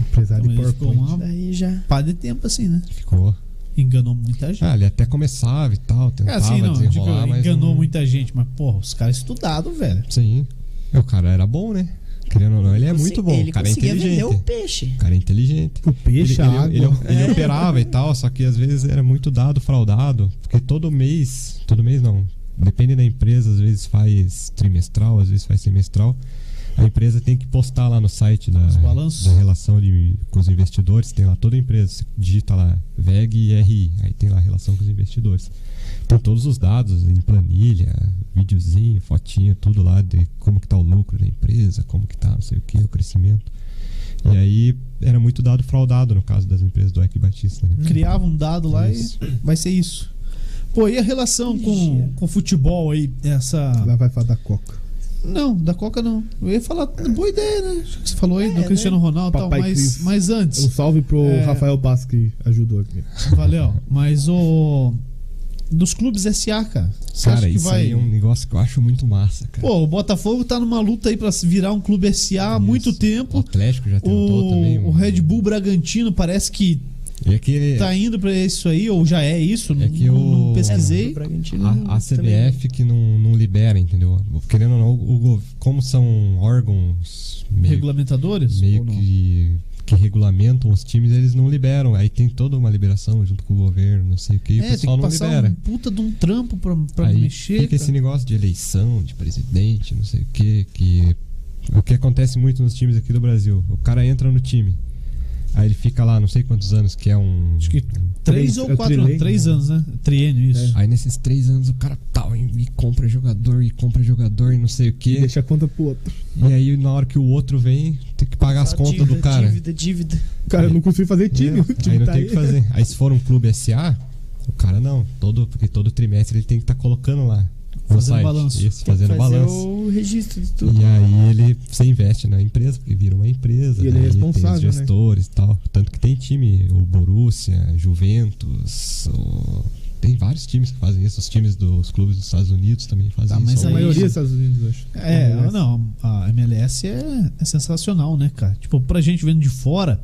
Speaker 2: Empresário
Speaker 1: Então,
Speaker 2: de
Speaker 1: ele ficou
Speaker 2: PowerPoint.
Speaker 1: uma
Speaker 4: Daí já.
Speaker 1: pá de tempo assim, né?
Speaker 3: Ficou.
Speaker 1: Enganou muita gente.
Speaker 3: Ah, ele até começava e tal,
Speaker 1: É
Speaker 3: tentava
Speaker 1: assim, não, eu digo,
Speaker 3: desenrolar, mas
Speaker 1: enganou
Speaker 3: não-
Speaker 1: muita gente, mas porra, os caras estudaram, velho.
Speaker 3: Sim. É, O cara era bom, né? Querendo ou não, ele é
Speaker 4: Conse-
Speaker 3: muito bom.
Speaker 4: Ele
Speaker 3: o cara é
Speaker 4: conseguia
Speaker 3: inteligente.
Speaker 4: vender o
Speaker 3: O
Speaker 4: peixe.
Speaker 3: cara é inteligente.
Speaker 2: O peixe, a água.
Speaker 3: ele, é ele
Speaker 1: É.
Speaker 3: operava e tal, só que às vezes era muito dado fraudado, porque todo mês, todo mês não, depende da empresa, às vezes faz trimestral, às vezes faz semestral. A empresa tem que postar lá no site da,
Speaker 1: Os balanços.
Speaker 3: da relação de, com os investidores, tem lá toda a empresa, você digita lá VEG e RI, aí tem lá a relação com os investidores. Tem todos os dados em planilha, videozinho, fotinho, tudo lá de como que tá o lucro da empresa, como que tá não sei o que, o crescimento. E aí era muito dado fraudado no caso das empresas do Eike Batista. Né?
Speaker 1: Criava um dado lá
Speaker 3: Isso.
Speaker 1: e vai ser isso. Pô, e a relação com, com futebol aí, essa.
Speaker 2: Lá vai falar da Coca.
Speaker 1: Não, da Coca não. Eu ia falar, boa ideia, né? Acho que você falou aí
Speaker 4: É,
Speaker 1: do
Speaker 4: né?
Speaker 1: Cristiano Ronaldo e tal,
Speaker 2: Papai
Speaker 1: mas,
Speaker 2: Cris.
Speaker 1: mas
Speaker 2: Um
Speaker 1: antes,
Speaker 2: salve pro
Speaker 1: É.
Speaker 2: Rafael Basco que ajudou aqui.
Speaker 1: valeu. Mas o. Dos clubes SA, cara. Você acha
Speaker 3: Cara,
Speaker 1: que
Speaker 3: isso
Speaker 1: vai.
Speaker 3: aí é um negócio que eu acho muito massa, cara.
Speaker 1: Pô, o Botafogo tá numa luta aí pra se virar um clube SA há
Speaker 3: Isso.
Speaker 1: muito
Speaker 3: O
Speaker 1: tempo.
Speaker 3: Atlético já tentou também. um-
Speaker 1: O, o Red Bull Bragantino parece que
Speaker 3: E aquele,
Speaker 1: tá indo pra isso aí, ou já é isso,
Speaker 3: É que
Speaker 1: não, não
Speaker 3: o- É,
Speaker 1: pesquisei.
Speaker 4: O Bragantino
Speaker 1: Hum,
Speaker 3: a, a
Speaker 4: também.
Speaker 3: CBF que não, não libera, entendeu? Querendo ou não, o, gov- como são órgãos meio,
Speaker 1: Regulamentadores?
Speaker 3: meio
Speaker 1: ou não?
Speaker 3: que que regulamentam os times, eles não liberam. Aí tem toda uma liberação junto com o governo, não sei o que, e o
Speaker 1: É, tem
Speaker 3: pessoal
Speaker 1: que
Speaker 3: não
Speaker 1: passar
Speaker 3: libera.
Speaker 1: um puta de um trampo pra, pra
Speaker 3: Aí
Speaker 1: mexer.
Speaker 3: fica
Speaker 1: cara.
Speaker 3: esse negócio de eleição, de presidente, não sei o que, que é o que acontece muito nos times aqui do Brasil. O cara entra no time, aí ele fica lá, não sei quantos anos, que é um.
Speaker 1: Acho que três
Speaker 2: Três-
Speaker 1: ou
Speaker 2: é o
Speaker 1: quatro anos.
Speaker 2: triênio,
Speaker 1: Três
Speaker 2: né?
Speaker 1: anos, né? Triênio, isso.
Speaker 3: Aí nesses três anos o cara tal e e compra jogador e compra jogador e não sei o
Speaker 2: E
Speaker 3: que.
Speaker 2: deixa a conta pro outro.
Speaker 3: E aí na hora que o outro vem, tem que pagar as
Speaker 4: Só
Speaker 3: contas do
Speaker 4: dívida,
Speaker 3: cara.
Speaker 4: Dívida, dívida.
Speaker 2: Cara, eu não consigo
Speaker 1: É,
Speaker 2: fazer time. O
Speaker 3: aí
Speaker 2: time
Speaker 3: não
Speaker 2: tá
Speaker 3: tem o que fazer. Aí se for um clube SA, o cara não. Todo, porque todo trimestre ele tem que estar colocando lá. no
Speaker 1: Fazendo
Speaker 3: site.
Speaker 1: balanço. Hum,
Speaker 3: Isso, fazendo
Speaker 4: Fazer
Speaker 3: balanço.
Speaker 4: o registro de tudo.
Speaker 3: E aí ele você investe na empresa, porque vira uma empresa.
Speaker 2: E ele é
Speaker 3: daí
Speaker 2: responsável,
Speaker 3: tem
Speaker 2: né?
Speaker 3: os gestores e tal. Tanto que tem time, o Borussia, Juventus, o- tem vários times que fazem isso. Os times dos clubes dos Estados Unidos também fazem
Speaker 1: Tá,
Speaker 3: isso.
Speaker 1: mas
Speaker 2: A
Speaker 1: aí-
Speaker 3: Alguns-
Speaker 2: maioria dos Estados Unidos, acho.
Speaker 1: É,
Speaker 2: Não,
Speaker 1: não, a MLS é, é sensacional, né, cara? Tipo, pra gente vendo de fora,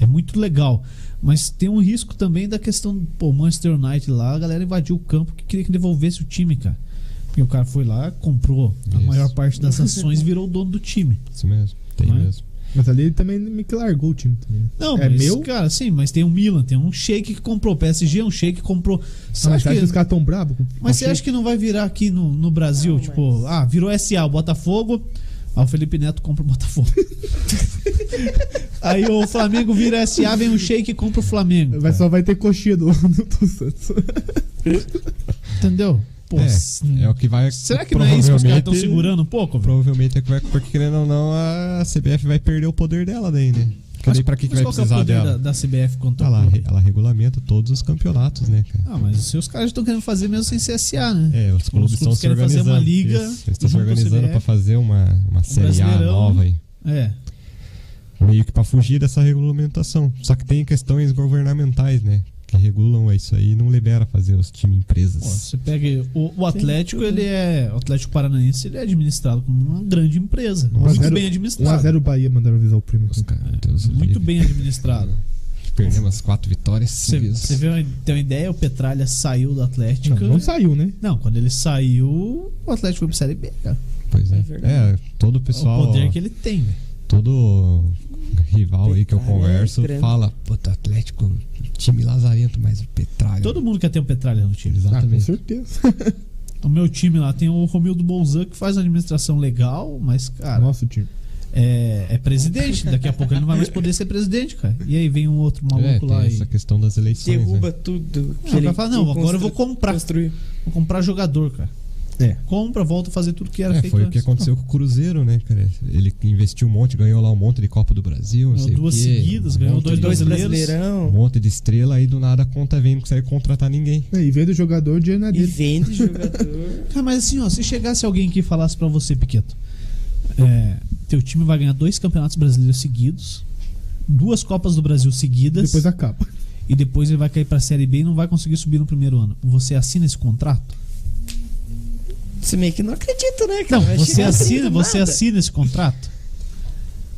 Speaker 1: é muito legal. Mas tem um risco também da questão, pô, Manchester United lá, a galera invadiu o campo que queria que devolvesse o time, cara. E o cara foi lá, comprou a
Speaker 3: Isso.
Speaker 1: maior parte das ações e virou o dono do time.
Speaker 3: Isso mesmo, tem
Speaker 1: Não é?
Speaker 3: mesmo.
Speaker 2: Mas ali ele também meio que largou o time também. né?
Speaker 1: Não,
Speaker 2: é
Speaker 1: mas,
Speaker 2: meu?
Speaker 1: cara, sim, mas tem um Milan, tem um Sheik que comprou, PSG é um Sheik que comprou. Você
Speaker 2: Ah, mas
Speaker 1: acha que-
Speaker 2: os caras tão bravos? com- com
Speaker 1: Mas você
Speaker 2: o
Speaker 1: acha que não vai virar aqui no, no Brasil?
Speaker 4: Não,
Speaker 1: tipo,
Speaker 4: mas-
Speaker 1: ah, virou SA, o Botafogo. Aí o Felipe Neto compra o Botafogo. aí o Flamengo vira SA, vem o Sheik e compra o Flamengo.
Speaker 2: Vai, só vai ter coxinha do, do Santos.
Speaker 1: Entendeu? Pô, s-
Speaker 3: É, é o que vai.
Speaker 1: será que não é isso que os caras estão
Speaker 3: provavelmente-
Speaker 1: segurando um pouco? velho?
Speaker 3: Provavelmente é que vai. Porque querendo ou não, a CBF vai perder o poder dela daí, né? Porque daí pra que, que
Speaker 1: Mas
Speaker 3: vai
Speaker 1: qual que é o
Speaker 3: precisar
Speaker 1: poder
Speaker 3: dela?
Speaker 1: da, da CBF contra
Speaker 3: Ah
Speaker 1: o
Speaker 3: lá,
Speaker 1: clube?
Speaker 3: re- ela regulamenta todos os campeonatos, né, cara?
Speaker 1: Ah, mas se os caras estão querendo fazer mesmo sem ser SA, né?
Speaker 3: É, os clubes estão
Speaker 1: clubes
Speaker 3: se
Speaker 1: querem fazer
Speaker 3: organizando.
Speaker 1: uma liga
Speaker 3: isso, eles estão se
Speaker 1: junto com o
Speaker 3: organizando
Speaker 1: CBF.
Speaker 3: pra fazer uma, uma série A
Speaker 1: Um Brasileirão.
Speaker 3: nova aí.
Speaker 1: É.
Speaker 3: Meio que pra fugir dessa regulamentação. Só que tem questões governamentais, né? Que regulam isso aí e não libera fazer os time empresas.
Speaker 1: Ó, você pega o, o Atlético, ele é. O Atlético Paranaense ele é administrado como uma grande empresa.
Speaker 3: Um a
Speaker 1: muito
Speaker 2: zero-
Speaker 1: bem administrado.
Speaker 2: 1x0 Bahia mandaram avisar o primo.
Speaker 3: Os caras, Deus
Speaker 1: é, Muito
Speaker 3: livre.
Speaker 1: bem administrado.
Speaker 3: Perdemos as quatro vitórias seguidas.
Speaker 1: Você vê uma, tem uma ideia? O Petralha saiu do Atlético.
Speaker 2: Não, não saiu, né?
Speaker 1: Não, quando ele saiu, o Atlético foi pro Série B, cara.
Speaker 3: Pois é.
Speaker 4: É
Speaker 3: É,
Speaker 4: verdade.
Speaker 3: todo o
Speaker 1: o
Speaker 3: pessoal,
Speaker 1: poder que ele tem, velho.
Speaker 3: todo rival aí que eu
Speaker 4: Petralha é
Speaker 3: converso
Speaker 4: grande.
Speaker 3: fala, puta, Atlético, time lazarento, mas o Petralha.
Speaker 1: Todo mundo quer ter um Petralha no time.
Speaker 2: Ah, com
Speaker 3: Exatamente.
Speaker 2: certeza.
Speaker 1: O meu time lá tem o Romildo Bolzan, que faz uma administração legal, mas, cara,
Speaker 2: Nosso time.
Speaker 1: é, é presidente. Daqui a pouco ele não vai mais poder ser presidente, cara. E aí vem um outro
Speaker 3: é,
Speaker 1: maluco
Speaker 3: tem
Speaker 1: lá e.
Speaker 3: essa questão das eleições. né?
Speaker 4: Derruba tudo.
Speaker 1: Ah, vai falar, não, agora eu vou comprar.
Speaker 4: Construir.
Speaker 1: Vou comprar jogador, cara.
Speaker 2: É.
Speaker 1: Compra, volta a fazer tudo que era
Speaker 3: É,
Speaker 1: feito
Speaker 3: foi o que
Speaker 1: antes.
Speaker 3: aconteceu com o Cruzeiro, né, cara? Ele que investiu um monte, ganhou lá um monte de Copa do Brasil. não
Speaker 1: Ganhou
Speaker 3: sei o
Speaker 1: duas
Speaker 3: quê,
Speaker 1: seguidas,
Speaker 3: um
Speaker 1: ganhou
Speaker 3: monte
Speaker 1: dois
Speaker 3: de-
Speaker 4: Dois
Speaker 1: brasileiros. é
Speaker 3: Um
Speaker 4: brasileirão.
Speaker 3: monte de estrela, aí do nada a conta vem, não consegue contratar ninguém.
Speaker 2: É, E vendo o jogador, o dinheiro não é
Speaker 4: E
Speaker 2: dele.
Speaker 4: vende jogador.
Speaker 1: Ah, mas assim, ó, se chegasse alguém aqui e falasse pra você, Piqueto, é, teu time vai ganhar dois campeonatos brasileiros seguidos, duas Copas do Brasil seguidas,
Speaker 2: Depois acaba.
Speaker 1: e depois ele vai cair pra Série B e não vai conseguir subir no primeiro ano. Você assina esse contrato?
Speaker 4: Você meio que não acredita, né, cara?
Speaker 1: Não,
Speaker 4: Vai
Speaker 1: você
Speaker 4: chegar assim
Speaker 1: assina,
Speaker 4: do
Speaker 1: você
Speaker 4: nada.
Speaker 1: assina esse contrato?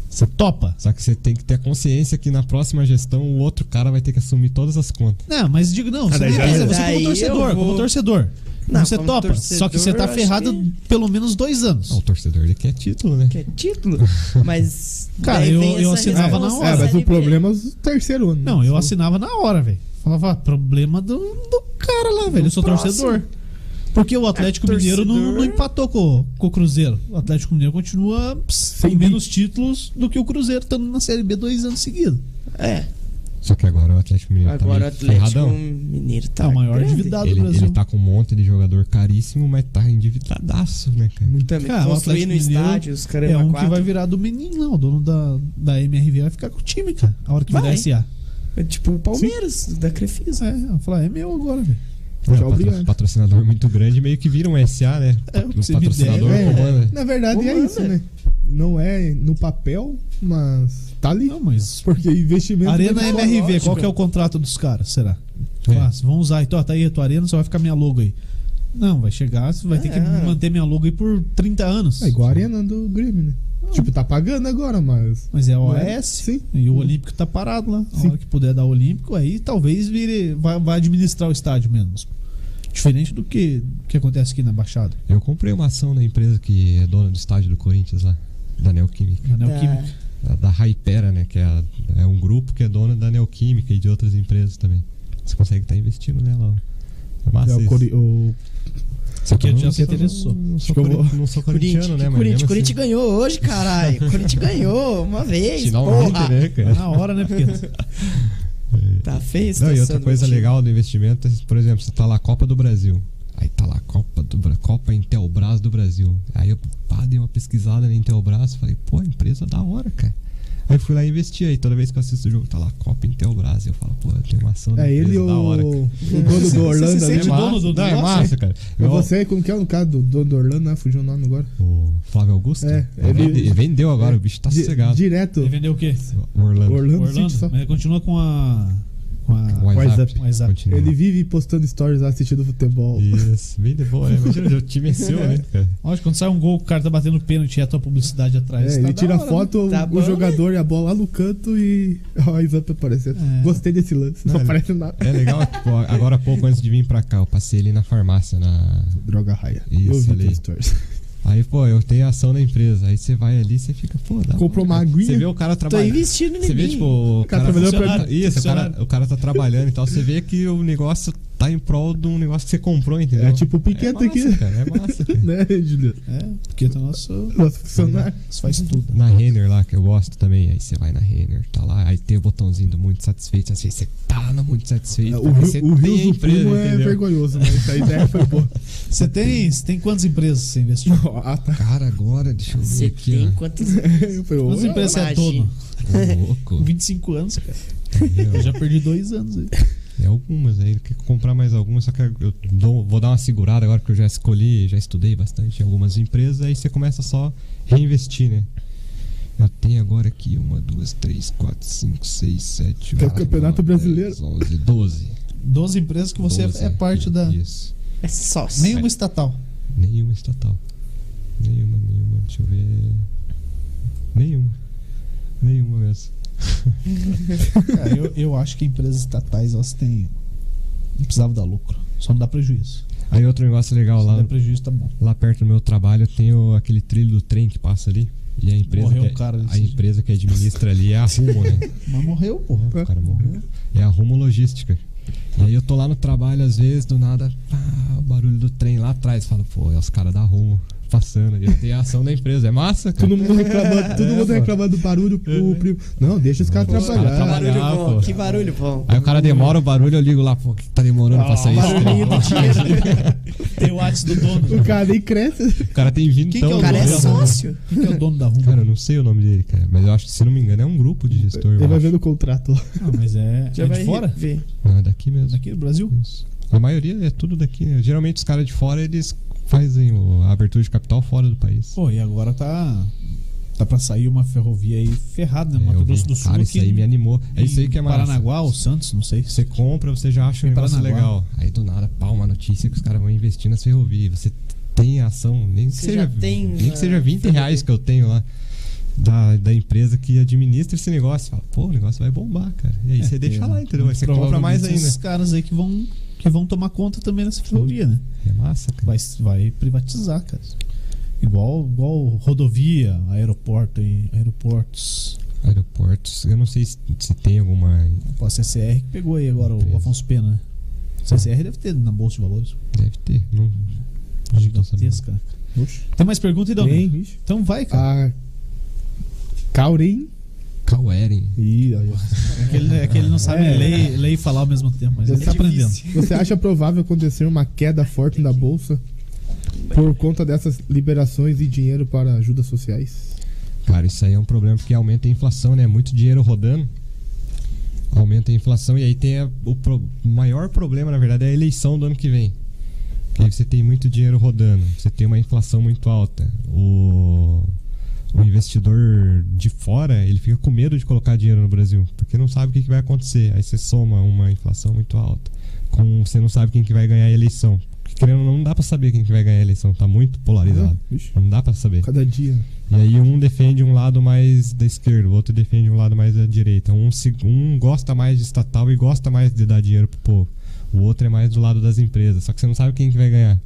Speaker 1: Você topa?
Speaker 3: Só que você tem que ter a consciência que na próxima gestão o outro cara vai ter que assumir todas as contas.
Speaker 1: Não, mas digo, não, você,
Speaker 2: daí
Speaker 1: não
Speaker 2: já
Speaker 1: precisa,
Speaker 4: é.
Speaker 1: você
Speaker 4: Daí
Speaker 1: como
Speaker 4: eu
Speaker 1: torcedor,
Speaker 4: vou.
Speaker 1: como torcedor.
Speaker 4: Não,
Speaker 1: você
Speaker 4: como
Speaker 1: topa, só que você tá
Speaker 4: torcedor, acho
Speaker 1: ferrado
Speaker 4: que-
Speaker 1: pelo menos dois anos.
Speaker 3: Ah, o torcedor ele quer título, né?
Speaker 4: Que é título. Mas.
Speaker 1: Cara,
Speaker 4: daí
Speaker 1: eu-
Speaker 4: vem
Speaker 1: eu
Speaker 4: essa
Speaker 1: assinava na
Speaker 4: resposta.
Speaker 1: hora.
Speaker 2: É, mas
Speaker 4: Série
Speaker 2: o
Speaker 4: B.
Speaker 2: problema é o terceiro ano. né?
Speaker 1: Não, eu assinava na hora, velho. Falava, ah, problema do, do cara lá, velho. Eu sou
Speaker 4: próximo. É,
Speaker 1: torcedor. Porque o Atlético Mineiro não,
Speaker 4: torcedor.
Speaker 1: não empatou com, com o Cruzeiro. O Atlético Mineiro continua pss, com
Speaker 2: Sem
Speaker 1: menos títulos do que o Cruzeiro estando na Série B dois anos seguidos.
Speaker 4: É.
Speaker 3: Só que agora o Atlético Mineiro
Speaker 4: Agora o
Speaker 3: tá meio
Speaker 4: Atlético
Speaker 3: ferradão.
Speaker 4: Mineiro tá.
Speaker 1: Tá o maior
Speaker 4: grande.
Speaker 1: endividado do
Speaker 3: Ele,
Speaker 1: Brasil.
Speaker 3: ele tá com um monte de jogador caríssimo, mas tá endividadaço, né, cara?
Speaker 4: Também
Speaker 1: Cara, o
Speaker 4: construindo
Speaker 1: Atlético Mineiro
Speaker 4: estádio, os caramba,
Speaker 1: é um que
Speaker 4: quatro.
Speaker 1: vai virar do menino, não. O dono da, da MRV vai ficar com o time, cara. A hora que
Speaker 4: Vai.
Speaker 1: virar SA.
Speaker 4: É tipo o Palmeiras, da Crefisa.
Speaker 1: É, eu vou falar, é meu agora, velho.
Speaker 3: É,
Speaker 2: Tchau,
Speaker 3: patro-
Speaker 2: obrigado.
Speaker 3: patrocinador muito grande, meio que vira um SA, né?
Speaker 1: É,
Speaker 3: o
Speaker 1: você me
Speaker 3: patrocinador
Speaker 1: deve,
Speaker 2: é.
Speaker 3: comanda.
Speaker 2: Na verdade é
Speaker 4: Comanda.
Speaker 2: isso, né? Não é no papel, mas tá ali.
Speaker 1: Não, mas.
Speaker 2: Porque investimento.
Speaker 1: Arena
Speaker 2: é
Speaker 1: MRV, qual que é o contrato dos caras, será?
Speaker 3: É.
Speaker 1: Ah, vão usar, então, ó, tá aí a tua arena, só vai ficar minha logo aí. Não, vai chegar, você vai ter que
Speaker 4: Ah.
Speaker 1: manter minha logo aí por 30 anos.
Speaker 2: É igual a arena do Grêmio, né? Tipo, tá pagando agora, mas.
Speaker 1: Mas é a
Speaker 2: Não
Speaker 1: OS
Speaker 2: é? Sim.
Speaker 1: e o Olímpico tá parado lá. A
Speaker 2: Sim.
Speaker 1: hora que puder dar Olímpico, aí talvez vire, vai, vai administrar o estádio menos. Diferente do que, que acontece aqui na Baixada.
Speaker 3: Eu comprei uma ação da empresa que é dona do estádio do Corinthians lá, da Neoquímica.
Speaker 1: Na Neoquímica.
Speaker 3: da, da Hypera, né? Que é, a- é um grupo que é dono da Neoquímica e de outras empresas também. Você consegue estar investindo
Speaker 1: né,
Speaker 3: nela. ó. É massa
Speaker 2: É o
Speaker 3: isso.
Speaker 2: Cori- o- Hum,
Speaker 3: Só que
Speaker 1: Que
Speaker 3: eu
Speaker 1: já
Speaker 3: não
Speaker 1: se
Speaker 3: sou-
Speaker 1: interessou.
Speaker 3: Não sou,
Speaker 2: que eu
Speaker 3: cori-
Speaker 2: vou-
Speaker 3: não sou
Speaker 4: Corinthians,
Speaker 3: corintiano, né? Mas
Speaker 4: Corinthians,
Speaker 3: mesmo assim,
Speaker 4: Corinthians ganhou hoje, caralho. Corinthians ganhou uma vez.
Speaker 3: tirar um
Speaker 4: porra.
Speaker 3: hype, né,
Speaker 1: Tá
Speaker 3: cara? É.
Speaker 1: na hora, né, Piqueto?
Speaker 4: Tá feio a
Speaker 3: Não, e
Speaker 4: situação
Speaker 3: outra
Speaker 4: do
Speaker 3: coisa
Speaker 4: time.
Speaker 3: legal do investimento, é, por exemplo, você tá lá Copa do Brasil. Aí tá lá Copa do Bra- Copa Intelbras do Brasil. Aí eu pá, dei uma pesquisada na Intelbras, falei, pô, empresa da hora, cara. Aí fui lá investir aí, toda vez que eu assisto o jogo, tá lá Copa Intelbras. Eu falo, pô, eu tenho uma ação da
Speaker 2: É
Speaker 3: empresa
Speaker 2: ele o,
Speaker 3: da hora. cara.
Speaker 2: o dono do Orlando
Speaker 1: se
Speaker 3: É
Speaker 1: sente
Speaker 2: ali.
Speaker 1: dono
Speaker 3: massa,
Speaker 1: do
Speaker 3: não, é
Speaker 1: negócio,
Speaker 3: massa, cara.
Speaker 2: É
Speaker 3: Eu-
Speaker 2: você, como que é o cara do dono do Orlando, né? Fugiu o nome agora.
Speaker 3: O Flávio Augusto?
Speaker 2: É,
Speaker 3: Ah,
Speaker 2: ele-
Speaker 3: vende- vendeu agora, o bicho tá
Speaker 2: Di-
Speaker 3: sossegado.
Speaker 2: Direto.
Speaker 1: Ele vendeu o quê?
Speaker 3: O Orlando.
Speaker 2: Orlando,
Speaker 1: Orlando.
Speaker 2: City só.
Speaker 1: Mas continua com a. Com a...
Speaker 3: WhatsApp.
Speaker 2: WhatsApp.
Speaker 1: WhatsApp.
Speaker 3: Continua.
Speaker 2: Ele vive postando stories lá assistindo futebol.
Speaker 3: Isso, bem de boa, né? Imagina, o time é seu, né, cara?
Speaker 1: Lógico, quando sai um gol, o cara tá batendo pênalti e a tua publicidade atrás.
Speaker 2: É,
Speaker 1: Tá
Speaker 2: ele
Speaker 1: da
Speaker 2: tira
Speaker 1: hora,
Speaker 2: foto,
Speaker 4: Tá
Speaker 2: o
Speaker 4: bom, né?
Speaker 2: jogador e a bola lá no canto e ó, a Isap aparecendo.
Speaker 1: É.
Speaker 2: Gostei desse lance, não
Speaker 3: Não, ele-
Speaker 2: aparece nada.
Speaker 3: É legal, tipo, agora há pouco antes de vir pra cá, eu passei ali na farmácia. Na...
Speaker 2: Droga raia.
Speaker 3: Isso,
Speaker 2: eu vi
Speaker 3: ali.
Speaker 2: teus stories.
Speaker 3: Aí, pô, eu tenho ação na empresa. Aí você vai ali, você fica, pô, dá
Speaker 2: Comprou uma aguinha.
Speaker 3: Você vê o cara
Speaker 4: Tô
Speaker 3: trabalhando.
Speaker 4: investindo
Speaker 3: Você
Speaker 4: em
Speaker 3: vê,
Speaker 4: mim.
Speaker 3: tipo, o
Speaker 2: cara
Speaker 3: cara,
Speaker 2: trabalhando pra-
Speaker 3: funcionário. Isso, o cara,
Speaker 1: funcionário.
Speaker 3: o cara tá trabalhando e tal. Você vê que o negócio tá em prol de um negócio que você comprou, entendeu?
Speaker 2: É tipo o Piqueta
Speaker 3: massa,
Speaker 2: aqui.
Speaker 3: Cara, é massa, cara.
Speaker 2: né, Juliano?
Speaker 1: né? É, porque o nosso.
Speaker 2: Nosso funcionário.
Speaker 1: Isso faz tudo.
Speaker 3: Na Renner lá, que eu gosto também. Aí você vai na Renner, tá lá. Aí tem o botãozinho do muito satisfeito. Assim, você tá no muito satisfeito.
Speaker 2: O,
Speaker 3: aí
Speaker 2: Rio-
Speaker 3: você
Speaker 2: o
Speaker 3: tem a
Speaker 2: Rio do
Speaker 3: empresa,
Speaker 2: Primo é
Speaker 3: entendeu?
Speaker 2: vergonhoso, mas a ideia foi boa.
Speaker 1: Você tem, você tem quantas empresas você investiu?
Speaker 2: ah, tá.
Speaker 3: Cara, agora, deixa eu ver
Speaker 4: Você
Speaker 3: aqui,
Speaker 4: tem
Speaker 3: ó.
Speaker 4: quantos.
Speaker 2: Foi
Speaker 1: Quantas
Speaker 2: boa.
Speaker 1: empresas você é
Speaker 4: imagino.
Speaker 1: dono?
Speaker 3: Ô, louco.
Speaker 1: Com 25 anos, cara. Eu
Speaker 3: Entendeu?
Speaker 1: já perdi dois anos aí.
Speaker 3: É algumas aí, quer comprar mais algumas, só que eu dou- vou dar uma segurada agora que eu já escolhi, já estudei bastante algumas empresas, aí você começa só reinvestir, né? Eu tenho agora aqui uma, duas, três, quatro, cinco, seis, sete,
Speaker 2: É o
Speaker 3: oito,
Speaker 2: Campeonato
Speaker 3: nove,
Speaker 2: Brasileiro.
Speaker 3: dez, onze, doze.
Speaker 1: 12 empresas que você é-
Speaker 3: Doze,
Speaker 1: é parte da.
Speaker 3: Isso.
Speaker 4: É sócio.
Speaker 1: Nenhuma estatal.
Speaker 3: Nenhuma estatal. Nenhuma, nenhuma, deixa eu ver. Nenhuma. Nenhuma mesmo.
Speaker 1: Cara, eu, eu acho que empresas estatais, elas têm. Não precisava dar lucro. Só não dá prejuízo.
Speaker 3: Aí outro negócio legal
Speaker 1: Se não
Speaker 3: lá,
Speaker 1: der prejuízo, tá bom.
Speaker 3: Lá perto do meu trabalho tem o- aquele trilho do trem que passa ali. E a empresa,
Speaker 1: Morreu
Speaker 3: que, é-
Speaker 1: um cara
Speaker 3: a
Speaker 1: desse
Speaker 3: empresa que administra ali é a Rumo, né?
Speaker 1: Mas morreu, porra.
Speaker 3: O cara morreu. É a Rumo Logística. E aí eu tô lá no trabalho, às vezes, do nada, pá, o barulho do trem lá atrás. Fala, pô, é os caras da Rumo passando. E eu tenho a ação da empresa. É massa, cara.
Speaker 2: Todo mundo reclamando, todo
Speaker 3: É,
Speaker 2: mundo
Speaker 3: mano.
Speaker 2: reclamando do barulho
Speaker 3: É.
Speaker 2: pro primo. Não, deixa os caras
Speaker 3: Os caras
Speaker 2: trabalhar.
Speaker 3: trabalham.
Speaker 4: tá barulho
Speaker 3: Ah,
Speaker 4: bom,
Speaker 3: pô. Ah,
Speaker 4: que barulho bom.
Speaker 3: Aí o cara demora o barulho, eu ligo lá, pô, que tá demorando pra sair esse trem?
Speaker 4: Barulhinho do dinheiro.
Speaker 1: Tem o WhatsApp do dono.
Speaker 2: O cara nem cresce.
Speaker 3: O cara tem vindo
Speaker 1: Quem que é
Speaker 4: O cara é
Speaker 1: Barulho.
Speaker 4: sócio.
Speaker 1: Quem que é o dono da Rumo?
Speaker 3: Cara, eu não sei o nome dele, cara. Mas eu acho que, se não me engano, é um grupo de gestor.
Speaker 2: Ele
Speaker 3: eu
Speaker 2: vai
Speaker 3: acho.
Speaker 2: ver no contrato. lá.
Speaker 1: Ah, mas é.
Speaker 4: Já
Speaker 1: é
Speaker 4: vai
Speaker 1: de fora?
Speaker 4: ver.
Speaker 3: Não, é daqui mesmo.
Speaker 1: Daqui do Brasil?
Speaker 3: Isso. A maioria é tudo daqui, né? Geralmente os caras de fora eles fazem o- a abertura de capital fora do país.
Speaker 1: Pô, e agora tá. Tá pra sair uma ferrovia aí ferrada, né?
Speaker 3: É, eu
Speaker 1: Mato
Speaker 3: vi.
Speaker 1: Grosso do Sul.
Speaker 3: Cara,
Speaker 1: aqui
Speaker 3: isso aí me animou. É isso aí que é
Speaker 1: em
Speaker 3: massa.
Speaker 1: Paranaguá ou Santos, não sei.
Speaker 3: Você compra, você já acha um
Speaker 1: Em
Speaker 3: negócio
Speaker 1: Paranaguá.
Speaker 3: legal. Aí do nada, pá, uma notícia que os caras vão investir nas ferrovias. Você tem ação, nem que
Speaker 4: Você
Speaker 3: seja,
Speaker 4: já tem
Speaker 3: nem
Speaker 4: na
Speaker 3: que seja 20 reais
Speaker 4: ferrovia.
Speaker 3: que eu tenho lá. Da, da empresa que administra esse negócio. Você Fala, pô, o negócio vai bombar, cara. E aí
Speaker 1: É,
Speaker 3: você
Speaker 1: que
Speaker 3: deixa lá, entendeu? Aí você compra mais
Speaker 1: Provavelmente
Speaker 3: ainda.
Speaker 1: Esses caras aí que vão, que vão tomar conta também nessa ferrovia, né?
Speaker 3: É massa, cara.
Speaker 1: Vai, vai privatizar, cara. Igual, igual rodovia, aeroporto e aeroportos.
Speaker 3: Aeroportos. Eu não sei se, se tem alguma.
Speaker 1: Pô, a CCR que pegou aí agora o
Speaker 3: Empresa.
Speaker 1: Afonso Pena, né? CCR deve ter na Bolsa de Valores.
Speaker 3: Deve ter. Não, não tô sabendo.
Speaker 1: Gigantesca. né? Tem mais pergunta, Idão?
Speaker 2: Tem, vixe.
Speaker 1: Então vai, cara.
Speaker 2: A Kaurin.
Speaker 3: Caueren.
Speaker 2: Ih, aí, ó.
Speaker 1: É que ele, é que ele não sabe
Speaker 2: É.
Speaker 1: ler, ler e falar ao mesmo tempo, mas ele tá aprendendo.
Speaker 2: Você acha provável acontecer uma queda forte na bolsa por conta dessas liberações de dinheiro para ajudas sociais?
Speaker 3: Cara, isso aí é um problema porque aumenta a inflação, né? Muito dinheiro rodando. Aumenta a inflação e aí tem a- o pro- maior problema, na verdade, é a eleição do ano que vem. Porque aí você tem muito dinheiro rodando, você tem uma inflação muito alta. O, o investidor de fora, ele fica com medo de colocar dinheiro no Brasil, porque não sabe o que, que vai acontecer. Aí você soma uma inflação muito alta, com você não sabe quem que vai ganhar a eleição. Porque, Querendo, ou não não dá pra saber quem que vai ganhar a eleição, tá muito polarizado.
Speaker 2: Vixe,
Speaker 3: Não dá pra saber.
Speaker 2: Cada dia.
Speaker 3: E aí um defende um lado mais da esquerda, o outro defende um lado mais da direita. Um, se- um gosta mais de estatal e gosta mais de dar dinheiro pro povo. O outro é mais do lado das empresas. Só que você não sabe quem que vai ganhar.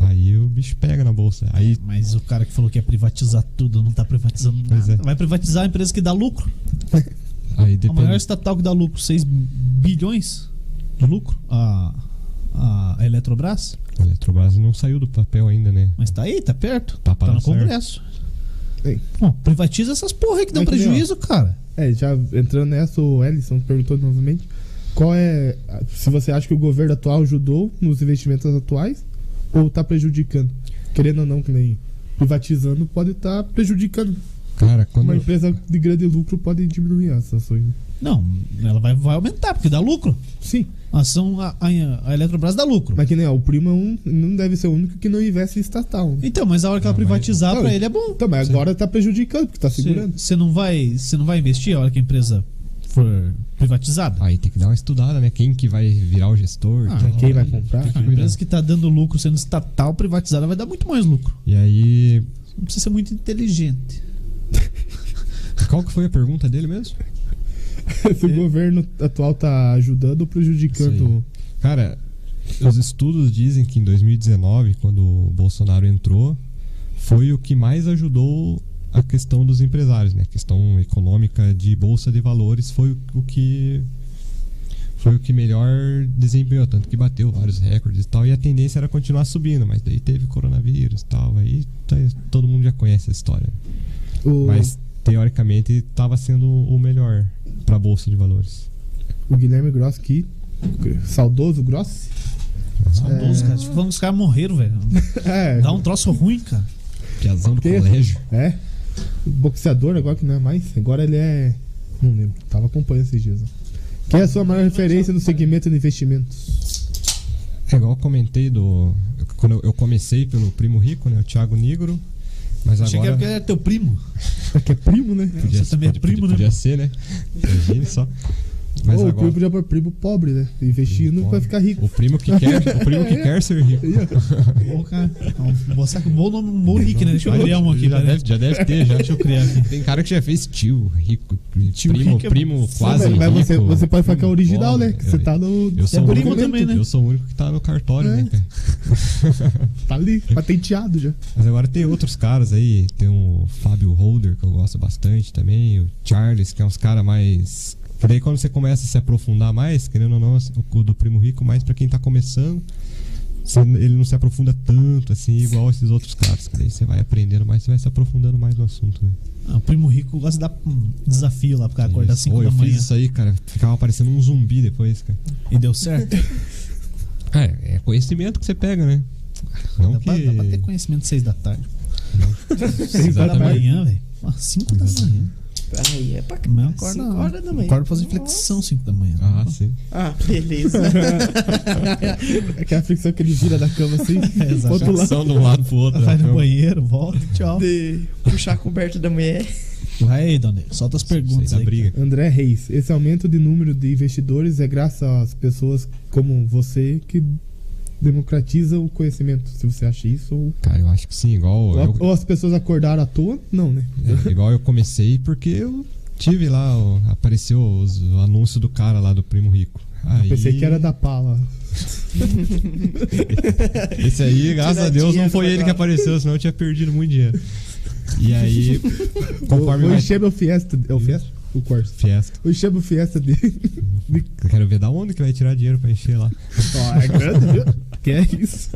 Speaker 3: Aí o bicho pega na bolsa. Aí
Speaker 1: Mas o cara que falou que ia privatizar tudo não tá privatizando
Speaker 3: Pois
Speaker 1: nada.
Speaker 3: é.
Speaker 1: Vai privatizar a empresa que dá lucro.
Speaker 3: Aí
Speaker 1: A maior
Speaker 3: depende.
Speaker 1: estatal que dá lucro, 6 bilhões de lucro. A, a Eletrobras.
Speaker 3: A Eletrobras não saiu do papel ainda, né?
Speaker 1: Mas tá aí, tá perto.
Speaker 3: Tá
Speaker 1: Tá
Speaker 3: para
Speaker 1: no
Speaker 3: certo.
Speaker 1: Congresso.
Speaker 2: Ei.
Speaker 1: Bom, privatiza essas porra aí que dão
Speaker 2: Mas que
Speaker 1: prejuízo, cara.
Speaker 2: É, já entrando nessa, o Ellison perguntou novamente qual é. Se você acha que o governo atual ajudou nos investimentos atuais ou tá prejudicando? Querendo ou não, que nem privatizando, pode estar prejudicando.
Speaker 1: Tá
Speaker 3: Cara, quando.
Speaker 2: Uma empresa de grande lucro pode diminuir as ações. né?
Speaker 1: Não, ela vai, vai aumentar, porque dá lucro.
Speaker 2: Sim,
Speaker 1: A ação, a, a- a Eletrobras dá lucro.
Speaker 2: mas que nem ó, o primo é um, não deve ser o único que não investe em estatal. né?
Speaker 1: Então, mas a hora que ela
Speaker 3: Não, mas-
Speaker 1: privatizar,
Speaker 2: Não,
Speaker 1: pra ele é bom.
Speaker 2: Então, mas agora tá prejudicando, porque tá segurando.
Speaker 1: Você não vai, você não vai investir a hora que a empresa for privatizada.
Speaker 3: Aí tem que dar uma estudada, né? Quem que vai virar o gestor?
Speaker 1: Ah,
Speaker 3: tal.
Speaker 2: Quem vai comprar?
Speaker 1: A empresa que tá dando lucro sendo estatal privatizada vai dar muito mais lucro.
Speaker 3: E aí.
Speaker 1: Não precisa ser muito inteligente.
Speaker 3: Qual que foi a pergunta dele mesmo?
Speaker 2: Se o governo atual tá ajudando ou prejudicando.
Speaker 3: Cara, os estudos dizem que em 2019, quando o Bolsonaro entrou, foi o que mais ajudou a questão dos empresários, né? A questão econômica de bolsa de valores foi o- o que foi o que melhor desempenhou, tanto que bateu vários recordes e tal, e a tendência era continuar subindo, mas daí teve coronavírus e tal, aí tá- todo mundo já conhece a história. né?
Speaker 2: O,
Speaker 3: Mas teoricamente estava sendo o melhor para a bolsa de valores.
Speaker 2: o Guilherme Gross, que. Saudoso Gross?
Speaker 4: É.
Speaker 1: Saudoso, cara. Tipo, falando que os caras morreram, velho.
Speaker 2: É.
Speaker 1: Dá um troço ruim, cara.
Speaker 3: Piazão do
Speaker 2: Que?
Speaker 3: colégio.
Speaker 2: É. O boxeador agora que não é mais. Agora ele é. Não lembro. Tava acompanhando esses dias. ó. Quem é a sua maior referência no segmento de investimentos?
Speaker 3: É igual eu comentei do. eu- Quando eu- eu comecei pelo primo rico, né? O Thiago Nigro. Mas
Speaker 1: Achei que
Speaker 3: agora.
Speaker 1: era porque era teu primo.
Speaker 2: Que é primo, né?
Speaker 3: podia,
Speaker 1: você também é
Speaker 3: podia- podia-
Speaker 1: primo, né?
Speaker 3: Podia ser, né? Imagine só. Mas
Speaker 2: Ou o
Speaker 3: agora.
Speaker 2: primo já foi primo pobre, né? Investindo
Speaker 3: Primo
Speaker 2: pra
Speaker 3: pobre.
Speaker 2: ficar rico.
Speaker 3: O primo que quer, o primo que quer ser rico.
Speaker 1: Bom, cara. Um bom saco- bom nome, um bom nick, né? Deixa eu criar um aqui.
Speaker 3: Já
Speaker 1: peraí.
Speaker 3: deve, já deve ter, já.
Speaker 1: Deixa eu criar aqui.
Speaker 3: Tem cara que já fez tio rico, primo,
Speaker 1: rico é-
Speaker 3: primo quase
Speaker 2: mas
Speaker 3: rico.
Speaker 2: você, você pode ficar
Speaker 3: primo
Speaker 2: original,
Speaker 3: pobre.
Speaker 2: né? Que você
Speaker 3: Eu-
Speaker 2: tá no.
Speaker 3: Eu sou, o
Speaker 1: primo
Speaker 3: único,
Speaker 1: também, né?
Speaker 3: eu sou o único que tá no cartório,
Speaker 2: É.
Speaker 3: né? cara?
Speaker 2: Tá ali, patenteado já.
Speaker 3: Mas agora tem outros caras aí, tem o Fábio Holder, que eu gosto bastante também, o Charles, que é uns caras mais. Que daí quando você começa a se aprofundar mais, querendo ou não, assim, o do Primo Rico, mais pra quem tá começando, você- ele não se aprofunda tanto, assim, igual esses outros caras. Que daí você vai aprendendo mais, você vai se aprofundando mais no assunto, né?
Speaker 1: Ah, o primo rico gosta de dar um desafio lá pro cara acordar
Speaker 3: Isso.
Speaker 1: 5
Speaker 3: Ô,
Speaker 1: da
Speaker 3: eu
Speaker 1: manhã.
Speaker 3: fiz isso aí, cara, ficava parecendo um zumbi depois, cara.
Speaker 1: E deu certo.
Speaker 3: É, é conhecimento que você pega, né? Não
Speaker 1: Dá
Speaker 3: que...
Speaker 1: pra, dá pra ter conhecimento 6 da tarde.
Speaker 2: Seis horas
Speaker 1: Da
Speaker 2: Também.
Speaker 1: manhã, velho. 5 da manhã.
Speaker 4: Aí é pra
Speaker 1: Não,
Speaker 4: Cinco
Speaker 1: acorda,
Speaker 4: horas da manhã.
Speaker 1: Acorda pra fazer flexão 5 da manhã.
Speaker 3: Ah, sim.
Speaker 4: Ah, beleza.
Speaker 2: Aquela fricção É que ele gira da cama assim.
Speaker 1: exato.
Speaker 2: outro lado.
Speaker 3: São de um lado pro outro.
Speaker 1: Vai
Speaker 3: né?
Speaker 1: no banheiro, volta, tchau.
Speaker 4: De puxar a coberta da mulher.
Speaker 1: Vai aí, Donner. Solta as perguntas
Speaker 3: Sei da
Speaker 1: aí.
Speaker 3: briga.
Speaker 2: André Reis, esse aumento de número de investidores é graças às pessoas como você que democratizam o conhecimento. Se você acha isso ou
Speaker 3: Cara, eu acho que sim, igual
Speaker 2: Ou,
Speaker 3: eu,
Speaker 2: ou as pessoas acordaram à toa? Não, né?
Speaker 3: é, igual eu comecei porque eu tive lá, o- apareceu os- o anúncio do cara lá do Primo Rico. Aí,
Speaker 2: Eu pensei que era da pala.
Speaker 3: Esse aí, graças a Deus,
Speaker 4: Tiradinha
Speaker 3: não foi
Speaker 4: do
Speaker 3: ele que
Speaker 4: negócio.
Speaker 3: apareceu, senão eu tinha perdido muito dinheiro. E aí,
Speaker 2: Vou,
Speaker 3: conforme
Speaker 2: vou
Speaker 3: vai-
Speaker 2: encher meu fiesta. É o fiesta? O corso.
Speaker 3: Fiesta.
Speaker 2: Vou encher meu fiesta de.
Speaker 3: Eu quero ver da onde que vai tirar dinheiro pra encher lá.
Speaker 2: Ó, é grande, viu? Que é isso?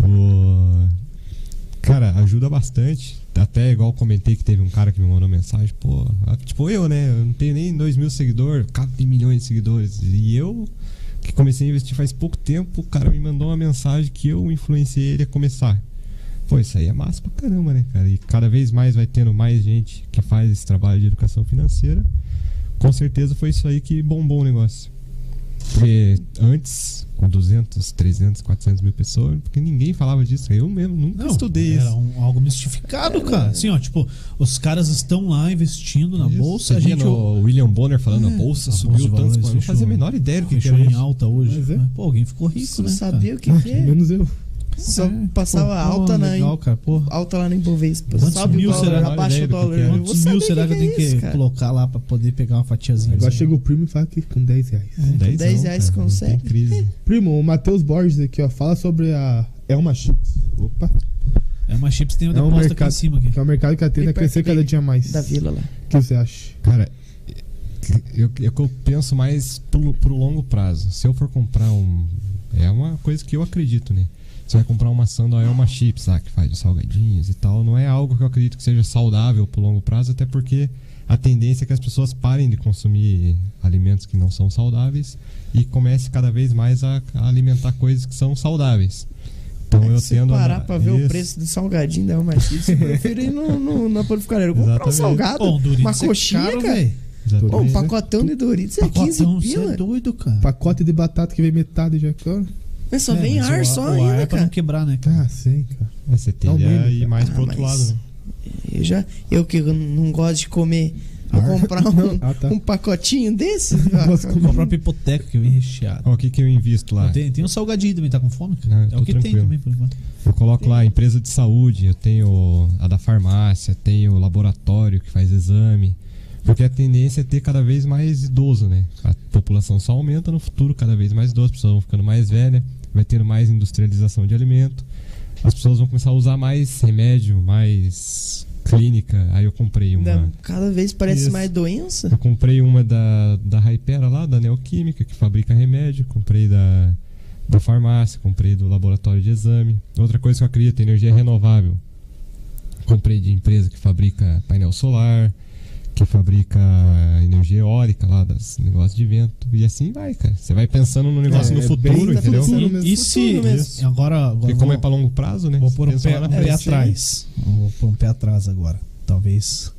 Speaker 3: O- Cara, ajuda bastante. Até igual comentei que teve um cara que me mandou mensagem, pô, ah, tipo eu, né? Eu não tenho nem 2 mil seguidores, o cara tem milhões de seguidores. E eu, que comecei a investir faz pouco tempo, o cara me mandou uma mensagem que eu influenciei ele a começar. Pô, isso aí é massa pra caramba, né, cara? E cada vez mais vai tendo mais gente que faz esse trabalho de educação financeira. Com certeza foi isso aí que bombou o negócio. Porque antes, com 200, 300, 400 mil pessoas, porque ninguém falava disso. Eu mesmo nunca estudei
Speaker 1: era
Speaker 3: isso.
Speaker 1: um- algo mistificado,
Speaker 4: É.
Speaker 1: cara. Assim, ó, tipo, os caras estão lá investindo na
Speaker 3: Isso.
Speaker 1: bolsa,
Speaker 3: Você
Speaker 1: a
Speaker 3: via
Speaker 1: gente
Speaker 3: no William Bonner falando a bolsa
Speaker 1: a
Speaker 3: subiu
Speaker 1: bolsa de
Speaker 3: tanto.
Speaker 1: valores
Speaker 3: Eu não fazia a
Speaker 1: fechou-
Speaker 3: menor ideia do que, que
Speaker 1: fechou
Speaker 3: era
Speaker 1: em
Speaker 3: isso.
Speaker 1: alta hoje.
Speaker 2: Mas é.
Speaker 1: Mas, Pô, alguém ficou rico,
Speaker 4: Não
Speaker 1: né? cara?
Speaker 4: sabia o que,
Speaker 3: Ah,
Speaker 4: que é.
Speaker 2: Menos eu.
Speaker 4: Só
Speaker 1: É,
Speaker 4: passava
Speaker 1: pô,
Speaker 4: alta, na,
Speaker 1: Legal, cara, pô.
Speaker 4: alta lá no Ibovespa.
Speaker 1: Quantos
Speaker 4: Sobe
Speaker 1: mil
Speaker 4: o dólar,
Speaker 1: será?
Speaker 4: abaixa o dólar.
Speaker 3: Olha a ideia do que que é.
Speaker 4: Eu vou
Speaker 1: Quantos
Speaker 4: saber
Speaker 1: mil será que eu
Speaker 4: que
Speaker 1: tenho
Speaker 4: é isso,
Speaker 1: que
Speaker 4: cara.
Speaker 1: colocar lá pra poder pegar uma fatiazinha?
Speaker 2: Agora
Speaker 3: é.
Speaker 1: assim?
Speaker 2: chega o primo e fala que com 10 reais.
Speaker 3: Com 10
Speaker 4: reais
Speaker 3: cara, não tem
Speaker 4: consegue.
Speaker 3: crise.
Speaker 2: Primo, o Matheus Borges aqui, ó, fala sobre a é uma chips. Opa.
Speaker 1: É uma chips, tem uma
Speaker 2: É um
Speaker 1: depósito aqui em
Speaker 2: mercado
Speaker 1: cima. Aqui.
Speaker 2: que é um mercado que atende a
Speaker 4: Bem
Speaker 2: crescer
Speaker 4: perto
Speaker 2: cada
Speaker 4: dele,
Speaker 2: dia mais.
Speaker 4: Da vila lá.
Speaker 2: O que você acha?
Speaker 3: Cara, eu, eu, eu penso mais pro, pro longo prazo. Se eu for comprar um. É uma coisa que eu acredito, né? Você vai comprar uma ação da Elma Chips lá, que faz os salgadinhos e tal. Não é algo que eu acredito que seja saudável pro longo prazo, até porque a tendência é que as pessoas parem de consumir alimentos que não são saudáveis e comece cada vez mais a, a alimentar coisas que são saudáveis. Então eu
Speaker 4: É, Se
Speaker 3: tendo a-
Speaker 4: parar pra ver o
Speaker 3: Isso.
Speaker 4: preço do salgadinho né, da Elma Chips, eu prefiro ir no, no, na panificaria. Eu vou comprar um
Speaker 3: Exatamente.
Speaker 4: salgado,
Speaker 1: Ô, um Doritos
Speaker 4: uma
Speaker 1: é
Speaker 4: coxinha,
Speaker 1: caro,
Speaker 4: cara.
Speaker 1: velho.
Speaker 3: Exatamente.
Speaker 4: Pô, um pacotão de Doritos é 15
Speaker 1: Pacotão, cê
Speaker 4: pila.
Speaker 1: é doido, cara.
Speaker 2: Pacote de batata que vem metade já. cara.
Speaker 4: Mas só
Speaker 1: É,
Speaker 4: vem
Speaker 1: mas
Speaker 4: ar
Speaker 1: o
Speaker 4: só
Speaker 1: o ar
Speaker 4: ainda,
Speaker 1: é pra não
Speaker 4: cara.
Speaker 1: quebrar, né, cara?
Speaker 2: Tá, sim, cara.
Speaker 3: É, Você tem
Speaker 2: Não,
Speaker 3: a
Speaker 2: meme,
Speaker 3: ir mais
Speaker 4: Ah,
Speaker 3: pro outro
Speaker 4: mas-
Speaker 3: lado. né?
Speaker 4: Eu já, eu que não gosto de comer, vou
Speaker 2: Ar?
Speaker 4: comprar um,
Speaker 2: Ah, tá.
Speaker 4: um pacotinho desse.
Speaker 2: Gosto de
Speaker 1: Vou comprar uma hipoteca que vem recheada.
Speaker 3: Ó, o que, que eu invisto lá?
Speaker 1: Tem, tem um salgadinho também, tá com fome? cara?
Speaker 3: Não, eu
Speaker 1: é
Speaker 3: tô
Speaker 1: o que tem
Speaker 3: tranquilo.
Speaker 1: também, por enquanto.
Speaker 3: Eu coloco lá a empresa de saúde, eu tenho a da farmácia, tenho o laboratório que faz exame. Porque a tendência é ter cada vez mais idoso, né? A população só aumenta no futuro, cada vez mais idoso, as pessoas vão ficando mais velhas, vai tendo mais industrialização de alimento, as pessoas vão começar a usar mais remédio, mais clínica. Aí eu comprei uma.
Speaker 4: Ainda Cada vez parece
Speaker 3: Isso.
Speaker 4: mais doença.
Speaker 3: Eu comprei uma da, da Hypera lá, da Neoquímica, que fabrica remédio. Comprei da, da farmácia, comprei do laboratório de exame. Outra coisa que eu acredito, energia renovável. Comprei de empresa que fabrica painel solar, que fabrica energia eólica lá, das negócios de vento. E assim vai, cara. Você vai pensando no negócio
Speaker 2: É,
Speaker 3: no
Speaker 2: é
Speaker 3: futuro,
Speaker 2: bem
Speaker 3: entendeu?
Speaker 2: futuro.
Speaker 1: E,
Speaker 2: Pensando mesmo
Speaker 1: e
Speaker 4: futuro
Speaker 1: se.
Speaker 4: mesmo.
Speaker 1: Agora, agora
Speaker 3: Porque como é
Speaker 1: vou-
Speaker 3: pra longo prazo, né?
Speaker 1: Vou
Speaker 3: Você
Speaker 1: pôr um
Speaker 3: pensa
Speaker 1: pé,
Speaker 3: lá na
Speaker 1: um pé
Speaker 3: frente.
Speaker 1: atrás. Vou pôr um pé atrás agora. Talvez.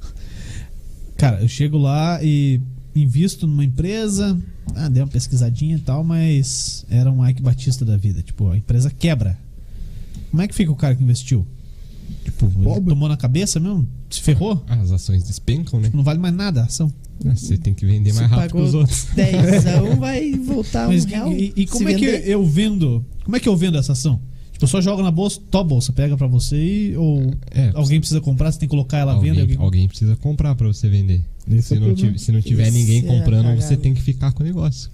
Speaker 1: Cara, eu chego lá e invisto numa empresa. Ah, dei uma pesquisadinha e tal, mas era um Ike Batista da vida. Tipo, a empresa quebra. Como é que fica o cara que investiu? Tipo, ele
Speaker 2: Pobre.
Speaker 1: tomou na cabeça mesmo? Se ferrou?
Speaker 3: As ações despencam, né?
Speaker 1: Não vale mais nada a ação.
Speaker 3: Você tem que vender
Speaker 4: Se
Speaker 3: mais rápido que
Speaker 4: pagou
Speaker 3: os outros.
Speaker 4: 10 a um, vai voltar
Speaker 1: Mas
Speaker 4: um real.
Speaker 1: e, e- e
Speaker 4: se
Speaker 1: como é que
Speaker 4: vender.
Speaker 1: eu vendo? Como é que eu vendo essa ação? Tipo, eu só joga na bolsa, tua bolsa, pega pra você e, ou
Speaker 3: É,
Speaker 1: alguém precisa comprar, você tem que colocar ela à
Speaker 3: alguém,
Speaker 1: venda. alguém-
Speaker 3: alguém precisa comprar pra você vender.
Speaker 2: Esse
Speaker 3: Se
Speaker 2: é o
Speaker 3: não,
Speaker 2: problema.
Speaker 3: tiver, se não tiver
Speaker 4: Isso
Speaker 3: ninguém
Speaker 4: é
Speaker 3: comprando,
Speaker 4: cagada.
Speaker 3: você tem que ficar com o negócio.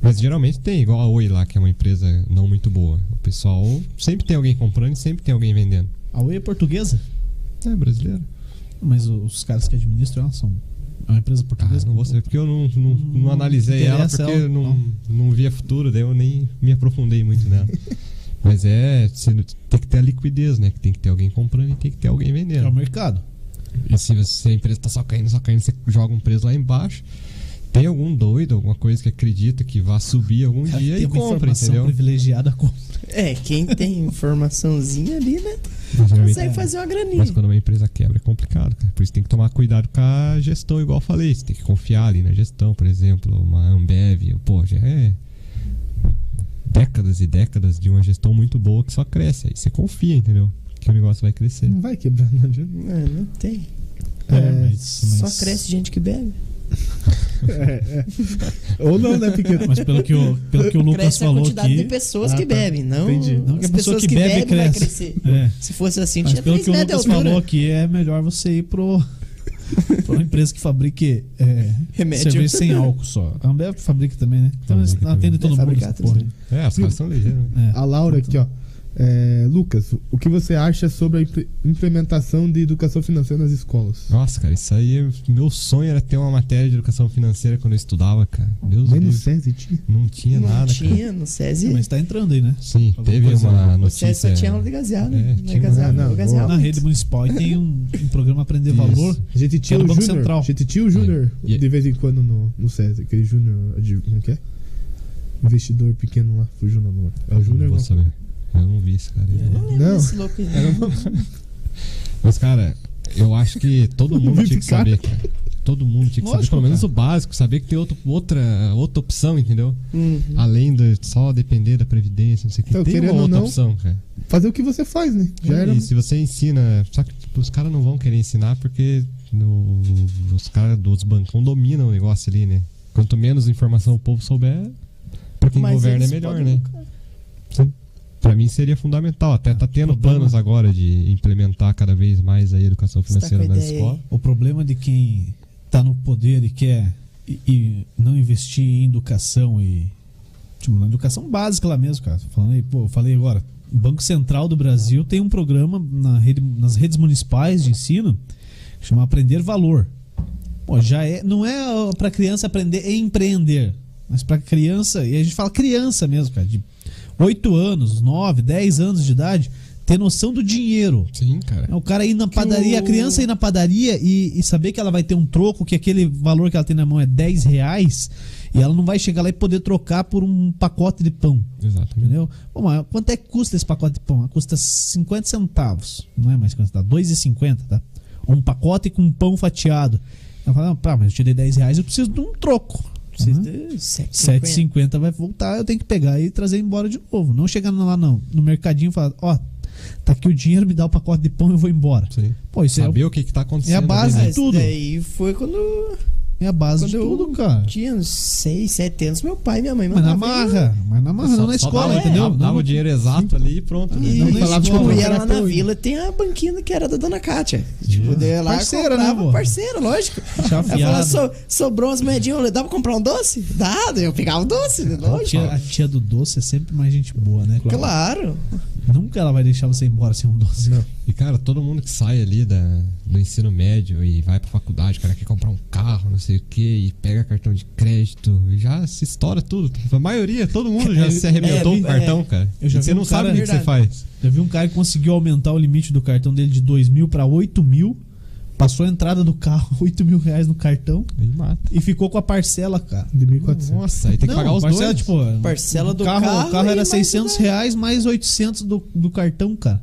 Speaker 3: Mas geralmente tem, igual a Oi lá, que é uma empresa não muito boa. O pessoal sempre tem alguém comprando e sempre tem alguém vendendo.
Speaker 1: A Oi é portuguesa?
Speaker 3: É brasileiro?
Speaker 1: Mas o- os caras que administram ela são. É uma empresa
Speaker 3: Ah,
Speaker 1: portuguesa?
Speaker 3: não vou saber, porque eu não, não, não
Speaker 1: Não
Speaker 3: analisei ela,
Speaker 1: interessa
Speaker 3: porque
Speaker 1: ela,
Speaker 3: eu não,
Speaker 1: não.
Speaker 3: não via futuro, daí eu nem me aprofundei muito nela. Mas é, você não- tem que ter a liquidez, né? Que tem que ter alguém comprando e tem que ter alguém
Speaker 1: É o
Speaker 3: vendendo.
Speaker 1: mercado.
Speaker 3: E se, você- se a empresa tá só caindo, só caindo, você joga um preço lá embaixo. Tem algum doido, alguma coisa que acredita que vai subir algum
Speaker 1: Cara,
Speaker 3: Um dia
Speaker 1: tem
Speaker 3: e
Speaker 1: uma
Speaker 3: compra,
Speaker 1: informação
Speaker 3: entendeu?
Speaker 1: privilegiada compra.
Speaker 4: É, quem tem informaçãozinha ali, né?
Speaker 3: Geralmente-
Speaker 4: Consegue fazer uma
Speaker 3: Mas
Speaker 4: graninha.
Speaker 3: quando uma empresa quebra é complicado, cara. Por isso tem que tomar cuidado com a gestão, igual eu falei. Você tem que confiar ali na gestão, por exemplo, uma Ambev, pô, já é décadas e décadas de uma gestão muito boa que só cresce. Aí você confia, entendeu? Que o negócio vai crescer.
Speaker 2: Não vai quebrar, não adianta.
Speaker 4: É, não tem.
Speaker 2: É,
Speaker 1: mas,
Speaker 4: Só cresce gente que bebe.
Speaker 2: É, é. Ou não, né, Piquet?
Speaker 1: Mas pelo que o, pelo que o Lucas
Speaker 4: cresce a
Speaker 1: falou
Speaker 4: quantidade
Speaker 1: aqui.
Speaker 4: de pessoas
Speaker 2: Ah,
Speaker 4: que
Speaker 2: tá.
Speaker 4: bebem, não,
Speaker 2: Entendi.
Speaker 1: Não que
Speaker 4: as
Speaker 1: a pessoa
Speaker 4: pessoas
Speaker 1: que bebe
Speaker 4: vai
Speaker 1: cresce.
Speaker 4: crescer.
Speaker 1: É.
Speaker 4: Se fosse assim,
Speaker 1: Mas
Speaker 4: tinha
Speaker 1: pelo
Speaker 4: três
Speaker 1: que o
Speaker 4: metros de
Speaker 1: Lucas
Speaker 4: altura.
Speaker 1: falou aqui, é melhor você ir pro. pra uma empresa que fabrique é,
Speaker 4: Remédio.
Speaker 1: cerveja sem álcool só. A Ambev fabrica também, né? Então
Speaker 3: Fabrica
Speaker 1: não atende
Speaker 3: também.
Speaker 1: todo
Speaker 4: Deve
Speaker 1: mundo.
Speaker 4: fabricar
Speaker 1: essa porra.
Speaker 4: É também. Ah,
Speaker 3: É, as coisas são ligeiras, né?
Speaker 1: É.
Speaker 2: A Laura aqui, ó. É, Lucas, o que você acha sobre a impre- implementação de educação financeira nas escolas?
Speaker 3: Nossa, cara, isso aí. é- Meu sonho era ter uma matéria de educação financeira quando eu estudava, cara. Deus
Speaker 2: Nem
Speaker 3: do
Speaker 2: no
Speaker 3: céu.
Speaker 2: SESI tinha.
Speaker 3: Não tinha
Speaker 4: não
Speaker 3: nada. cara.
Speaker 4: tinha no SESI.
Speaker 1: Mas assim, tá entrando aí, né?
Speaker 3: Sim,
Speaker 1: Alguma
Speaker 3: teve
Speaker 1: coisa,
Speaker 3: uma
Speaker 4: no SESI
Speaker 3: notícia.
Speaker 4: só tinha aula de gaseada.
Speaker 3: É,
Speaker 4: né?
Speaker 3: tinha
Speaker 4: Não é gaseada,
Speaker 2: uma-
Speaker 4: não,
Speaker 2: não,
Speaker 4: gaseada.
Speaker 1: Na rede municipal e tem um, um programa Aprender
Speaker 3: Isso.
Speaker 1: Valor.
Speaker 2: A gente tinha
Speaker 1: Era
Speaker 2: o
Speaker 1: Banco
Speaker 2: Júnior.
Speaker 1: Central.
Speaker 2: A gente tinha o Júnior
Speaker 3: É. E-
Speaker 2: de vez em quando no, no SESI, aquele Júnior. de- Como que é? Investidor pequeno lá, fugiu o nome agora. É o
Speaker 3: Não
Speaker 2: Júnior.
Speaker 3: vou
Speaker 2: não?
Speaker 3: saber. Eu não vi esse cara aí.
Speaker 4: Eu
Speaker 3: não.
Speaker 4: não lembro
Speaker 2: Não.
Speaker 4: desse louco aí.
Speaker 1: um
Speaker 3: Mas, cara, eu acho que todo mundo tinha que saber, cara. Todo mundo tinha que saber,
Speaker 1: Lógico,
Speaker 3: pelo menos
Speaker 1: cara.
Speaker 3: o básico, saber que tem outro, outra, outra opção, entendeu?
Speaker 4: Uhum.
Speaker 1: Ah,
Speaker 3: Além de só depender da Previdência, não sei o que.
Speaker 2: Então,
Speaker 3: tem uma
Speaker 2: querendo ou
Speaker 3: outra
Speaker 2: não,
Speaker 3: opção, cara.
Speaker 2: Fazer o que você faz, né? Já
Speaker 1: É
Speaker 2: era.
Speaker 4: um
Speaker 3: E se você ensina. Só que tipo, os caras não vão querer ensinar porque no- os caras dos bancão dominam o negócio ali, né? Quanto menos informação o povo souber, pra quem
Speaker 4: Mas
Speaker 3: governa é
Speaker 4: eles
Speaker 3: melhor,
Speaker 4: podem-
Speaker 3: né? Sim. Pra mim seria fundamental. Até tá tendo
Speaker 1: Ah, problema-
Speaker 3: planos agora de implementar cada vez mais a educação
Speaker 4: Você tá com
Speaker 3: financeira nas
Speaker 4: ideia aí?
Speaker 3: escolas.
Speaker 1: O problema de quem está no poder e quer e, e não investir em educação e tipo, na educação básica lá mesmo, cara. Tô Falando aí, pô, eu falei agora, o Banco Central do Brasil tem um programa na rede, nas redes municipais de ensino que chama Aprender Valor. Pô, já é, não é para criança aprender e empreender, mas para criança, e a gente fala criança mesmo, cara, de 8 anos, 9, 10 anos de idade, ter noção do dinheiro.
Speaker 3: Sim, cara.
Speaker 1: É o cara ir na padaria, a criança ir na padaria e, e saber que ela vai ter um troco, que aquele valor que ela tem na mão é 10 reais, e ela não vai chegar lá e poder trocar por um pacote de pão.
Speaker 3: Exatamente.
Speaker 1: Entendeu? Pô, mas quanto é que custa esse pacote de pão? Ah, Custa 50 centavos. Não é mais 50 centavos, 2,50, tá? Um pacote com pão fatiado. Ela fala, "Ah, pá, mas eu te dei 10 reais, eu preciso de um troco.
Speaker 4: Preciso
Speaker 1: Uhum.
Speaker 4: de 7,50.
Speaker 1: 7,50 vai voltar, eu tenho que pegar e trazer embora de novo. Não chegando lá, não. No mercadinho, fala, ó, tá aqui o dinheiro, me dá o pacote de pão e eu vou embora.
Speaker 3: Sim.
Speaker 1: Pô, isso é, o-
Speaker 3: Saber o que, que tá acontecendo. ali,
Speaker 1: base
Speaker 3: né?
Speaker 1: de
Speaker 4: Mas
Speaker 1: tudo.
Speaker 4: daí foi quando eu
Speaker 1: é a base de
Speaker 4: Quando eu-
Speaker 1: tudo, cara.
Speaker 4: tinha uns 6, 7 anos, meu pai e minha mãe
Speaker 1: Mas na
Speaker 4: mandavam.
Speaker 1: marra, mas na marra,
Speaker 3: Só-
Speaker 1: não na
Speaker 4: é
Speaker 3: só
Speaker 1: escola,
Speaker 3: dava-
Speaker 1: entendeu?
Speaker 3: Dava,
Speaker 1: Não-
Speaker 3: o dinheiro exato ali e pronto. né?
Speaker 4: E,
Speaker 2: Não
Speaker 4: e,
Speaker 2: falava de
Speaker 4: tipo,
Speaker 2: comprar
Speaker 4: ia lá na
Speaker 2: até hoje.
Speaker 4: vila, tem a banquinha que era da dona Kátia. Tipo, daí eu ia lá
Speaker 1: Parceira, né, Tá
Speaker 4: comprava,
Speaker 1: pô?
Speaker 4: parceira, lógico.
Speaker 1: É
Speaker 4: Ela falou,
Speaker 1: Chafiado.
Speaker 4: "So- sobrou umas moedinhas, eu falei, dá pra comprar um doce? Dá, daí eu pegava o doce, né,
Speaker 1: A
Speaker 4: lógico.
Speaker 1: tia, a tia do doce é sempre mais gente boa, né?
Speaker 4: Claro.
Speaker 1: Nunca ela vai deixar você ir embora sem um doce.
Speaker 3: E, cara, todo mundo que sai ali da, do ensino médio e vai pra faculdade, o cara quer comprar um carro, não sei o quê, e pega cartão de crédito, e já se estoura tudo. A maioria, todo mundo já
Speaker 1: É,
Speaker 3: se arrebentou
Speaker 4: é,
Speaker 3: com o cartão, cara.
Speaker 1: Eu já
Speaker 3: E você
Speaker 1: vi um
Speaker 3: não sabe
Speaker 1: cara-
Speaker 3: o que que você faz.
Speaker 1: Eu vi um cara que conseguiu aumentar o limite do cartão dele de 2 mil pra 8 mil. Passou a entrada do carro, 8 mil reais no cartão.
Speaker 3: E mata.
Speaker 1: E ficou com a parcela, cara.
Speaker 2: De 1.400.
Speaker 3: Nossa, aí tem que pagar os
Speaker 1: parcela,
Speaker 3: dois.
Speaker 1: Tipo,
Speaker 4: Parcela do
Speaker 1: o carro,
Speaker 4: carro
Speaker 1: O carro
Speaker 4: e
Speaker 1: era
Speaker 4: mais
Speaker 1: 600
Speaker 4: o da-
Speaker 1: reais mais 800 do, do cartão, cara.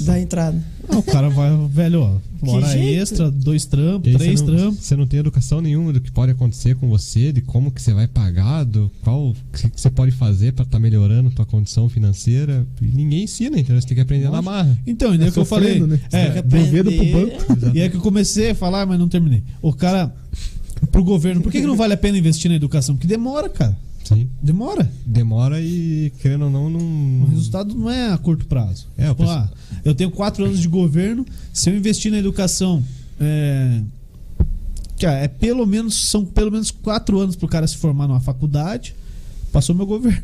Speaker 4: Da entrada.
Speaker 1: Ah, o cara vai, velho, ó.
Speaker 4: Que
Speaker 1: Hora
Speaker 4: jeito.
Speaker 1: extra, dois trampos,
Speaker 3: E aí
Speaker 1: três
Speaker 3: você não,
Speaker 1: trampos.
Speaker 3: Você não tem educação nenhuma do que pode acontecer com você, de como que você vai pagar, do qual o que que você pode fazer pra estar melhorando a tua condição financeira. E ninguém ensina, entendeu? Você tem que aprender na marra.
Speaker 1: Então, e daí que eu falei.
Speaker 2: Sofrendo, né?
Speaker 1: É,
Speaker 4: Tem que
Speaker 2: Devendo pro
Speaker 4: aprender.
Speaker 2: banco.
Speaker 1: E é que eu comecei a falar, mas não terminei. O cara, pro governo, por que, que não vale a pena investir na educação? Porque demora, cara.
Speaker 3: Sim.
Speaker 1: Demora.
Speaker 3: Demora e, querendo ou não, não.
Speaker 1: O resultado não é a curto prazo.
Speaker 3: Uhum. É, o
Speaker 1: Pô,
Speaker 3: pessoal-
Speaker 1: ah, eu tenho quatro anos de governo. Se eu investir na educação, é, que, ah, é pelo menos são pelo menos quatro anos pro cara se formar numa faculdade. Passou meu governo.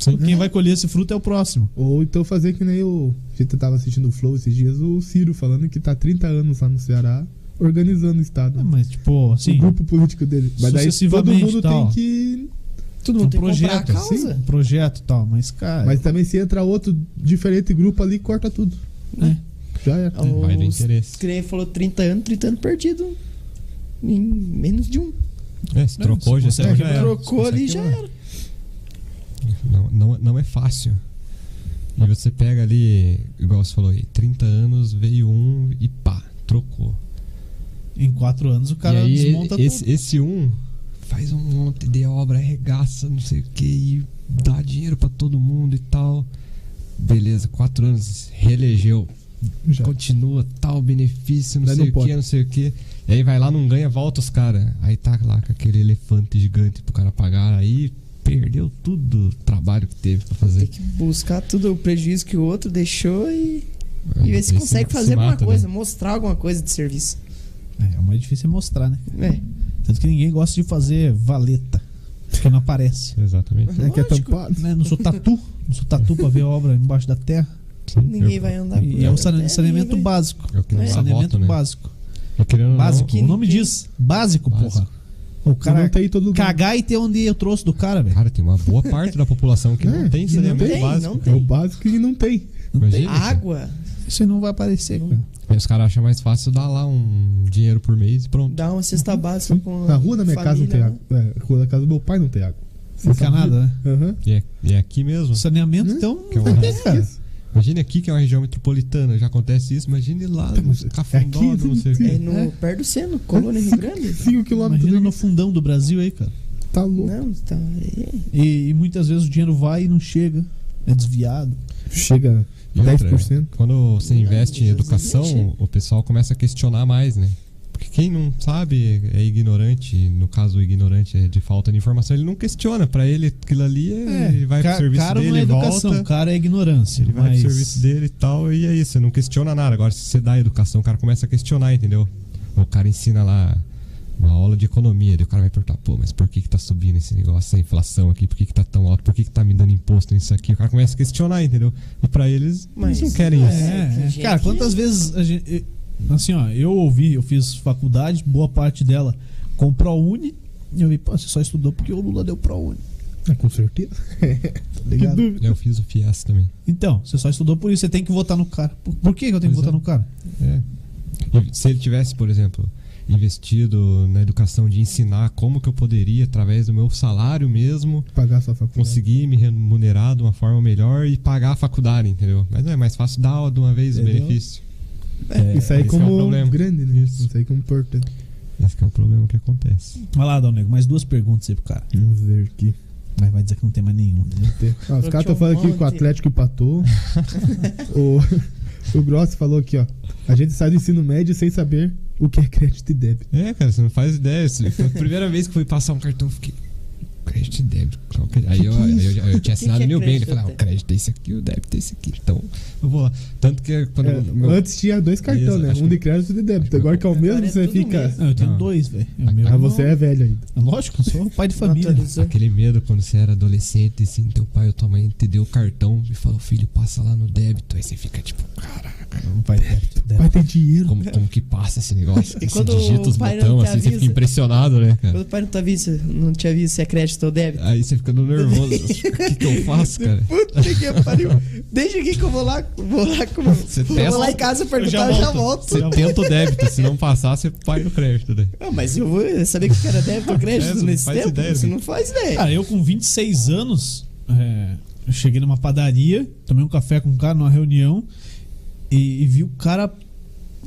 Speaker 3: Sim.
Speaker 1: Quem vai colher esse fruto é o próximo.
Speaker 2: Ou então fazer que nem o. A gente tava assistindo o Flow esses dias, o Ciro falando que tá 30 anos lá no Ceará organizando o Estado.
Speaker 1: Ah, Mas tipo,
Speaker 2: o
Speaker 1: assim,
Speaker 2: grupo político dele. Mas daí todo
Speaker 1: Sucessivamente,
Speaker 2: mundo
Speaker 1: tal.
Speaker 2: tem que.
Speaker 4: Todo
Speaker 1: um
Speaker 4: mundo tem que comprar a
Speaker 1: projeto, sim,
Speaker 4: causa.
Speaker 1: um projeto, e tal. Mas cara,
Speaker 2: Mas também se entra outro diferente grupo ali, corta tudo. Já é.
Speaker 3: Vai do
Speaker 4: Os-
Speaker 3: interesse.
Speaker 4: que nem falou 30 anos, 30 anos perdido. Em menos de um.
Speaker 3: É, se
Speaker 1: Não,
Speaker 3: trocou,
Speaker 1: se
Speaker 3: já
Speaker 1: consegue
Speaker 3: saiu, já era.
Speaker 4: Trocou
Speaker 3: Se
Speaker 4: ali e
Speaker 3: consegue,
Speaker 4: já
Speaker 3: não é.
Speaker 4: era.
Speaker 3: Não, não, não é fácil. E você pega ali, igual você falou aí, 30 anos, veio um e pá, trocou.
Speaker 1: em quatro anos o cara
Speaker 3: e aí,
Speaker 1: desmonta tudo.
Speaker 3: esse, esse um faz um monte de obra, arregaça, não sei o que, e dá dinheiro pra todo mundo e tal. Beleza, quatro anos, reelegeu,
Speaker 2: Já.
Speaker 3: continua tal benefício, não
Speaker 2: Daí
Speaker 3: sei
Speaker 2: não
Speaker 3: o que,
Speaker 2: pode.
Speaker 3: não sei o que. E aí vai lá, não ganha, volta os caras. Aí tá lá com aquele elefante gigante pro cara pagar, aí perdeu tudo o trabalho que teve pra fazer.
Speaker 4: Tem que buscar tudo o prejuízo que o outro deixou e, e ver se
Speaker 3: Aí
Speaker 4: consegue
Speaker 3: se
Speaker 4: fazer alguma
Speaker 3: mata, né?
Speaker 4: coisa, mostrar alguma coisa de serviço.
Speaker 1: É, o mais difícil é mostrar, né?
Speaker 4: É.
Speaker 1: Tanto que ninguém gosta de fazer valeta, porque não aparece.
Speaker 3: Exatamente.
Speaker 2: É que é
Speaker 4: Lógico.
Speaker 2: tampado.
Speaker 1: Né? Não sou tatu, não sou tatu pra ver a obra embaixo da terra.
Speaker 4: Ninguém vai andar
Speaker 1: E é o sane- saneamento básico.
Speaker 3: É o que não
Speaker 4: É.
Speaker 1: Saneamento
Speaker 3: sabota, né?
Speaker 1: básico.
Speaker 3: E querendo ou não,
Speaker 1: Básico,
Speaker 4: Quem-
Speaker 1: o nome
Speaker 4: quem-
Speaker 1: diz. Básico, porra.
Speaker 3: Básico.
Speaker 1: O
Speaker 2: Cara,
Speaker 1: cara
Speaker 2: não tá aí todo lugar.
Speaker 1: cagar e ter onde eu trouxe do cara, velho.
Speaker 3: Cara, tem uma boa parte da população que não
Speaker 2: É,
Speaker 3: tem
Speaker 2: que não
Speaker 3: saneamento
Speaker 4: tem,
Speaker 3: básico.
Speaker 4: não
Speaker 2: É o
Speaker 4: tem.
Speaker 2: básico e não tem.
Speaker 3: Imagina, cara.
Speaker 4: Água,
Speaker 1: Isso aí não vai aparecer, cara.
Speaker 3: Aí Os caras acham mais fácil dar lá um dinheiro por mês e pronto.
Speaker 4: dá uma cesta básica com
Speaker 2: Na rua da minha casa não tem
Speaker 4: família,
Speaker 2: água. É, a rua da casa do meu pai não tem água.
Speaker 1: Encanada, né?
Speaker 2: Aham.
Speaker 3: E é, e é aqui mesmo.
Speaker 1: O saneamento, então,
Speaker 3: Que é
Speaker 1: não
Speaker 3: uma-
Speaker 1: tem, cara.
Speaker 2: Isso.
Speaker 3: Imagine aqui que é uma região metropolitana, já acontece isso. Imagine lá nos cafundó,
Speaker 2: aqui,
Speaker 3: não sei o
Speaker 4: né? É
Speaker 3: quê.
Speaker 4: no, perto do centro, Colônia Rio Grande.
Speaker 2: 5 quilômetros.
Speaker 1: Imagina no fundão do Brasil aí, cara.
Speaker 2: Tá louco.
Speaker 4: Não, tá. é.
Speaker 1: E, e muitas vezes o dinheiro vai e não chega. É desviado.
Speaker 2: Chega
Speaker 3: E outra,
Speaker 2: 10%.
Speaker 3: Quando você investe em
Speaker 4: Jesus,
Speaker 3: educação,
Speaker 4: gente.
Speaker 3: o pessoal começa a questionar mais, né? Porque quem não sabe é ignorante, no caso o ignorante é de falta de informação, ele não questiona. Pra ele aquilo ali é, ele vai
Speaker 1: Ca-
Speaker 3: pro serviço
Speaker 1: caro
Speaker 3: dele,
Speaker 1: não é educação,
Speaker 3: volta.
Speaker 1: caro é ignorância.
Speaker 3: Ele vai
Speaker 1: mas...
Speaker 3: pro serviço dele e tal, e é isso, você não questiona nada. Agora, se você dá educação, o cara começa a questionar, entendeu? O cara ensina lá Uma aula de economia. Daí o cara vai perguntar, pô, mas por que que tá subindo esse negócio, essa inflação aqui? Por que que tá tão alto? Por que que tá me dando imposto nisso aqui? O cara começa a questionar, entendeu? E pra eles,
Speaker 4: Mas-
Speaker 3: eles não querem isso.
Speaker 1: É,
Speaker 7: que
Speaker 1: é. cara,
Speaker 7: jeito.
Speaker 1: quantas vezes a gente, eh, assim, ó, eu ouvi, eu fiz faculdade, boa parte dela com ProUni, e eu vi, pô, você só estudou porque o Lula deu ProUni. tá
Speaker 2: Ah, com certeza. tá ligado?
Speaker 3: Eu fiz o FIES também.
Speaker 1: Então, você só estudou por isso, você tem que votar no cara. Por, por que que eu tenho que
Speaker 3: Pois
Speaker 1: votar
Speaker 3: é.
Speaker 1: no cara?
Speaker 3: É. E Se ele tivesse, por exemplo, investido na educação de ensinar como que eu poderia, através do meu salário mesmo,
Speaker 2: Pagar sua faculdade.
Speaker 3: conseguir me remunerar de uma forma melhor e pagar a faculdade, entendeu? Mas não é mais fácil dar aula de uma vez o
Speaker 2: Entendeu?
Speaker 3: benefício.
Speaker 2: Isso aí
Speaker 3: esse é o
Speaker 2: como
Speaker 3: problema.
Speaker 2: grande, né?
Speaker 3: Isso.
Speaker 2: aí como importante.
Speaker 3: Esse que é o problema que acontece.
Speaker 1: Vai lá, Dal Negro, mais duas perguntas aí pro cara.
Speaker 2: Vamos ver aqui.
Speaker 1: Vai, vai dizer que não tem mais nenhum, né?
Speaker 2: Ah, os
Speaker 7: Eu
Speaker 2: caras
Speaker 7: tinha
Speaker 2: estão
Speaker 7: um
Speaker 2: falando aqui que o
Speaker 7: monte.
Speaker 2: Atlético empatou. o, o Gross falou aqui, ó. A gente sai do ensino médio sem saber o que é crédito e débito.
Speaker 3: É, cara, você não faz ideia. Isso Foi a primeira vez que fui passar um cartão, eu fiquei. Crédito e débito. qual que é?" Aí eu, aí eu, eu tinha assinado
Speaker 7: que é
Speaker 3: meu bem. Eu
Speaker 7: crédito
Speaker 3: falei, ah,
Speaker 7: e
Speaker 3: o crédito é esse aqui, o débito é esse aqui. Então, eu vou lá. Tanto que quando.
Speaker 2: É,
Speaker 3: meu-
Speaker 2: Antes tinha dois cartões,
Speaker 3: Beleza,
Speaker 2: né?
Speaker 3: acho
Speaker 2: Um
Speaker 3: que-
Speaker 2: de crédito e de
Speaker 3: acho que
Speaker 2: débito. Agora que é o mesmo,
Speaker 7: Agora é
Speaker 2: você
Speaker 7: tudo
Speaker 2: fica.
Speaker 7: mesmo.
Speaker 1: Ah, eu tenho
Speaker 3: Não.
Speaker 1: dois, velho. O
Speaker 3: Ah,
Speaker 1: meu
Speaker 2: Ah,
Speaker 1: não-
Speaker 2: você é velho ainda.
Speaker 1: Lógico, eu sou pai de família.
Speaker 4: né?
Speaker 7: Atualizou.
Speaker 3: Aquele medo quando você era adolescente, assim, teu pai ou tua mãe te deu o cartão e falou, filho, passa lá no débito. Aí você fica tipo, cara,
Speaker 1: Vai, débito, débito.
Speaker 2: Vai ter dinheiro.
Speaker 3: como, como que passa esse negócio?
Speaker 7: E
Speaker 3: Aí você
Speaker 7: quando
Speaker 3: digita os
Speaker 7: o pai não
Speaker 3: botões,
Speaker 7: te
Speaker 3: assim, você fica
Speaker 7: avisa?
Speaker 3: impressionado, né, cara?
Speaker 7: Quando o pai não, tá visto, não te avisa se é crédito ou débito.
Speaker 3: Aí você fica nervoso. assim, O que, que eu faço, cara?
Speaker 4: Puta que pariu. Desde aqui que eu vou lá, vou lá com
Speaker 3: Você
Speaker 4: vou
Speaker 3: testa?
Speaker 4: lá em casa perguntar, eu já volto.
Speaker 3: Você tenta o débito, se não passar, você paga o crédito, né?
Speaker 4: Ah, mas eu vou saber que o cara deve ou
Speaker 3: É,
Speaker 4: crédito
Speaker 3: você não
Speaker 4: nesse
Speaker 3: faz
Speaker 4: tempo?
Speaker 3: ideia,
Speaker 4: você
Speaker 3: né?
Speaker 4: não faz ideia.
Speaker 1: Cara, eu com 26 anos, é, eu cheguei numa padaria, tomei um café com um cara numa reunião e, e vi o cara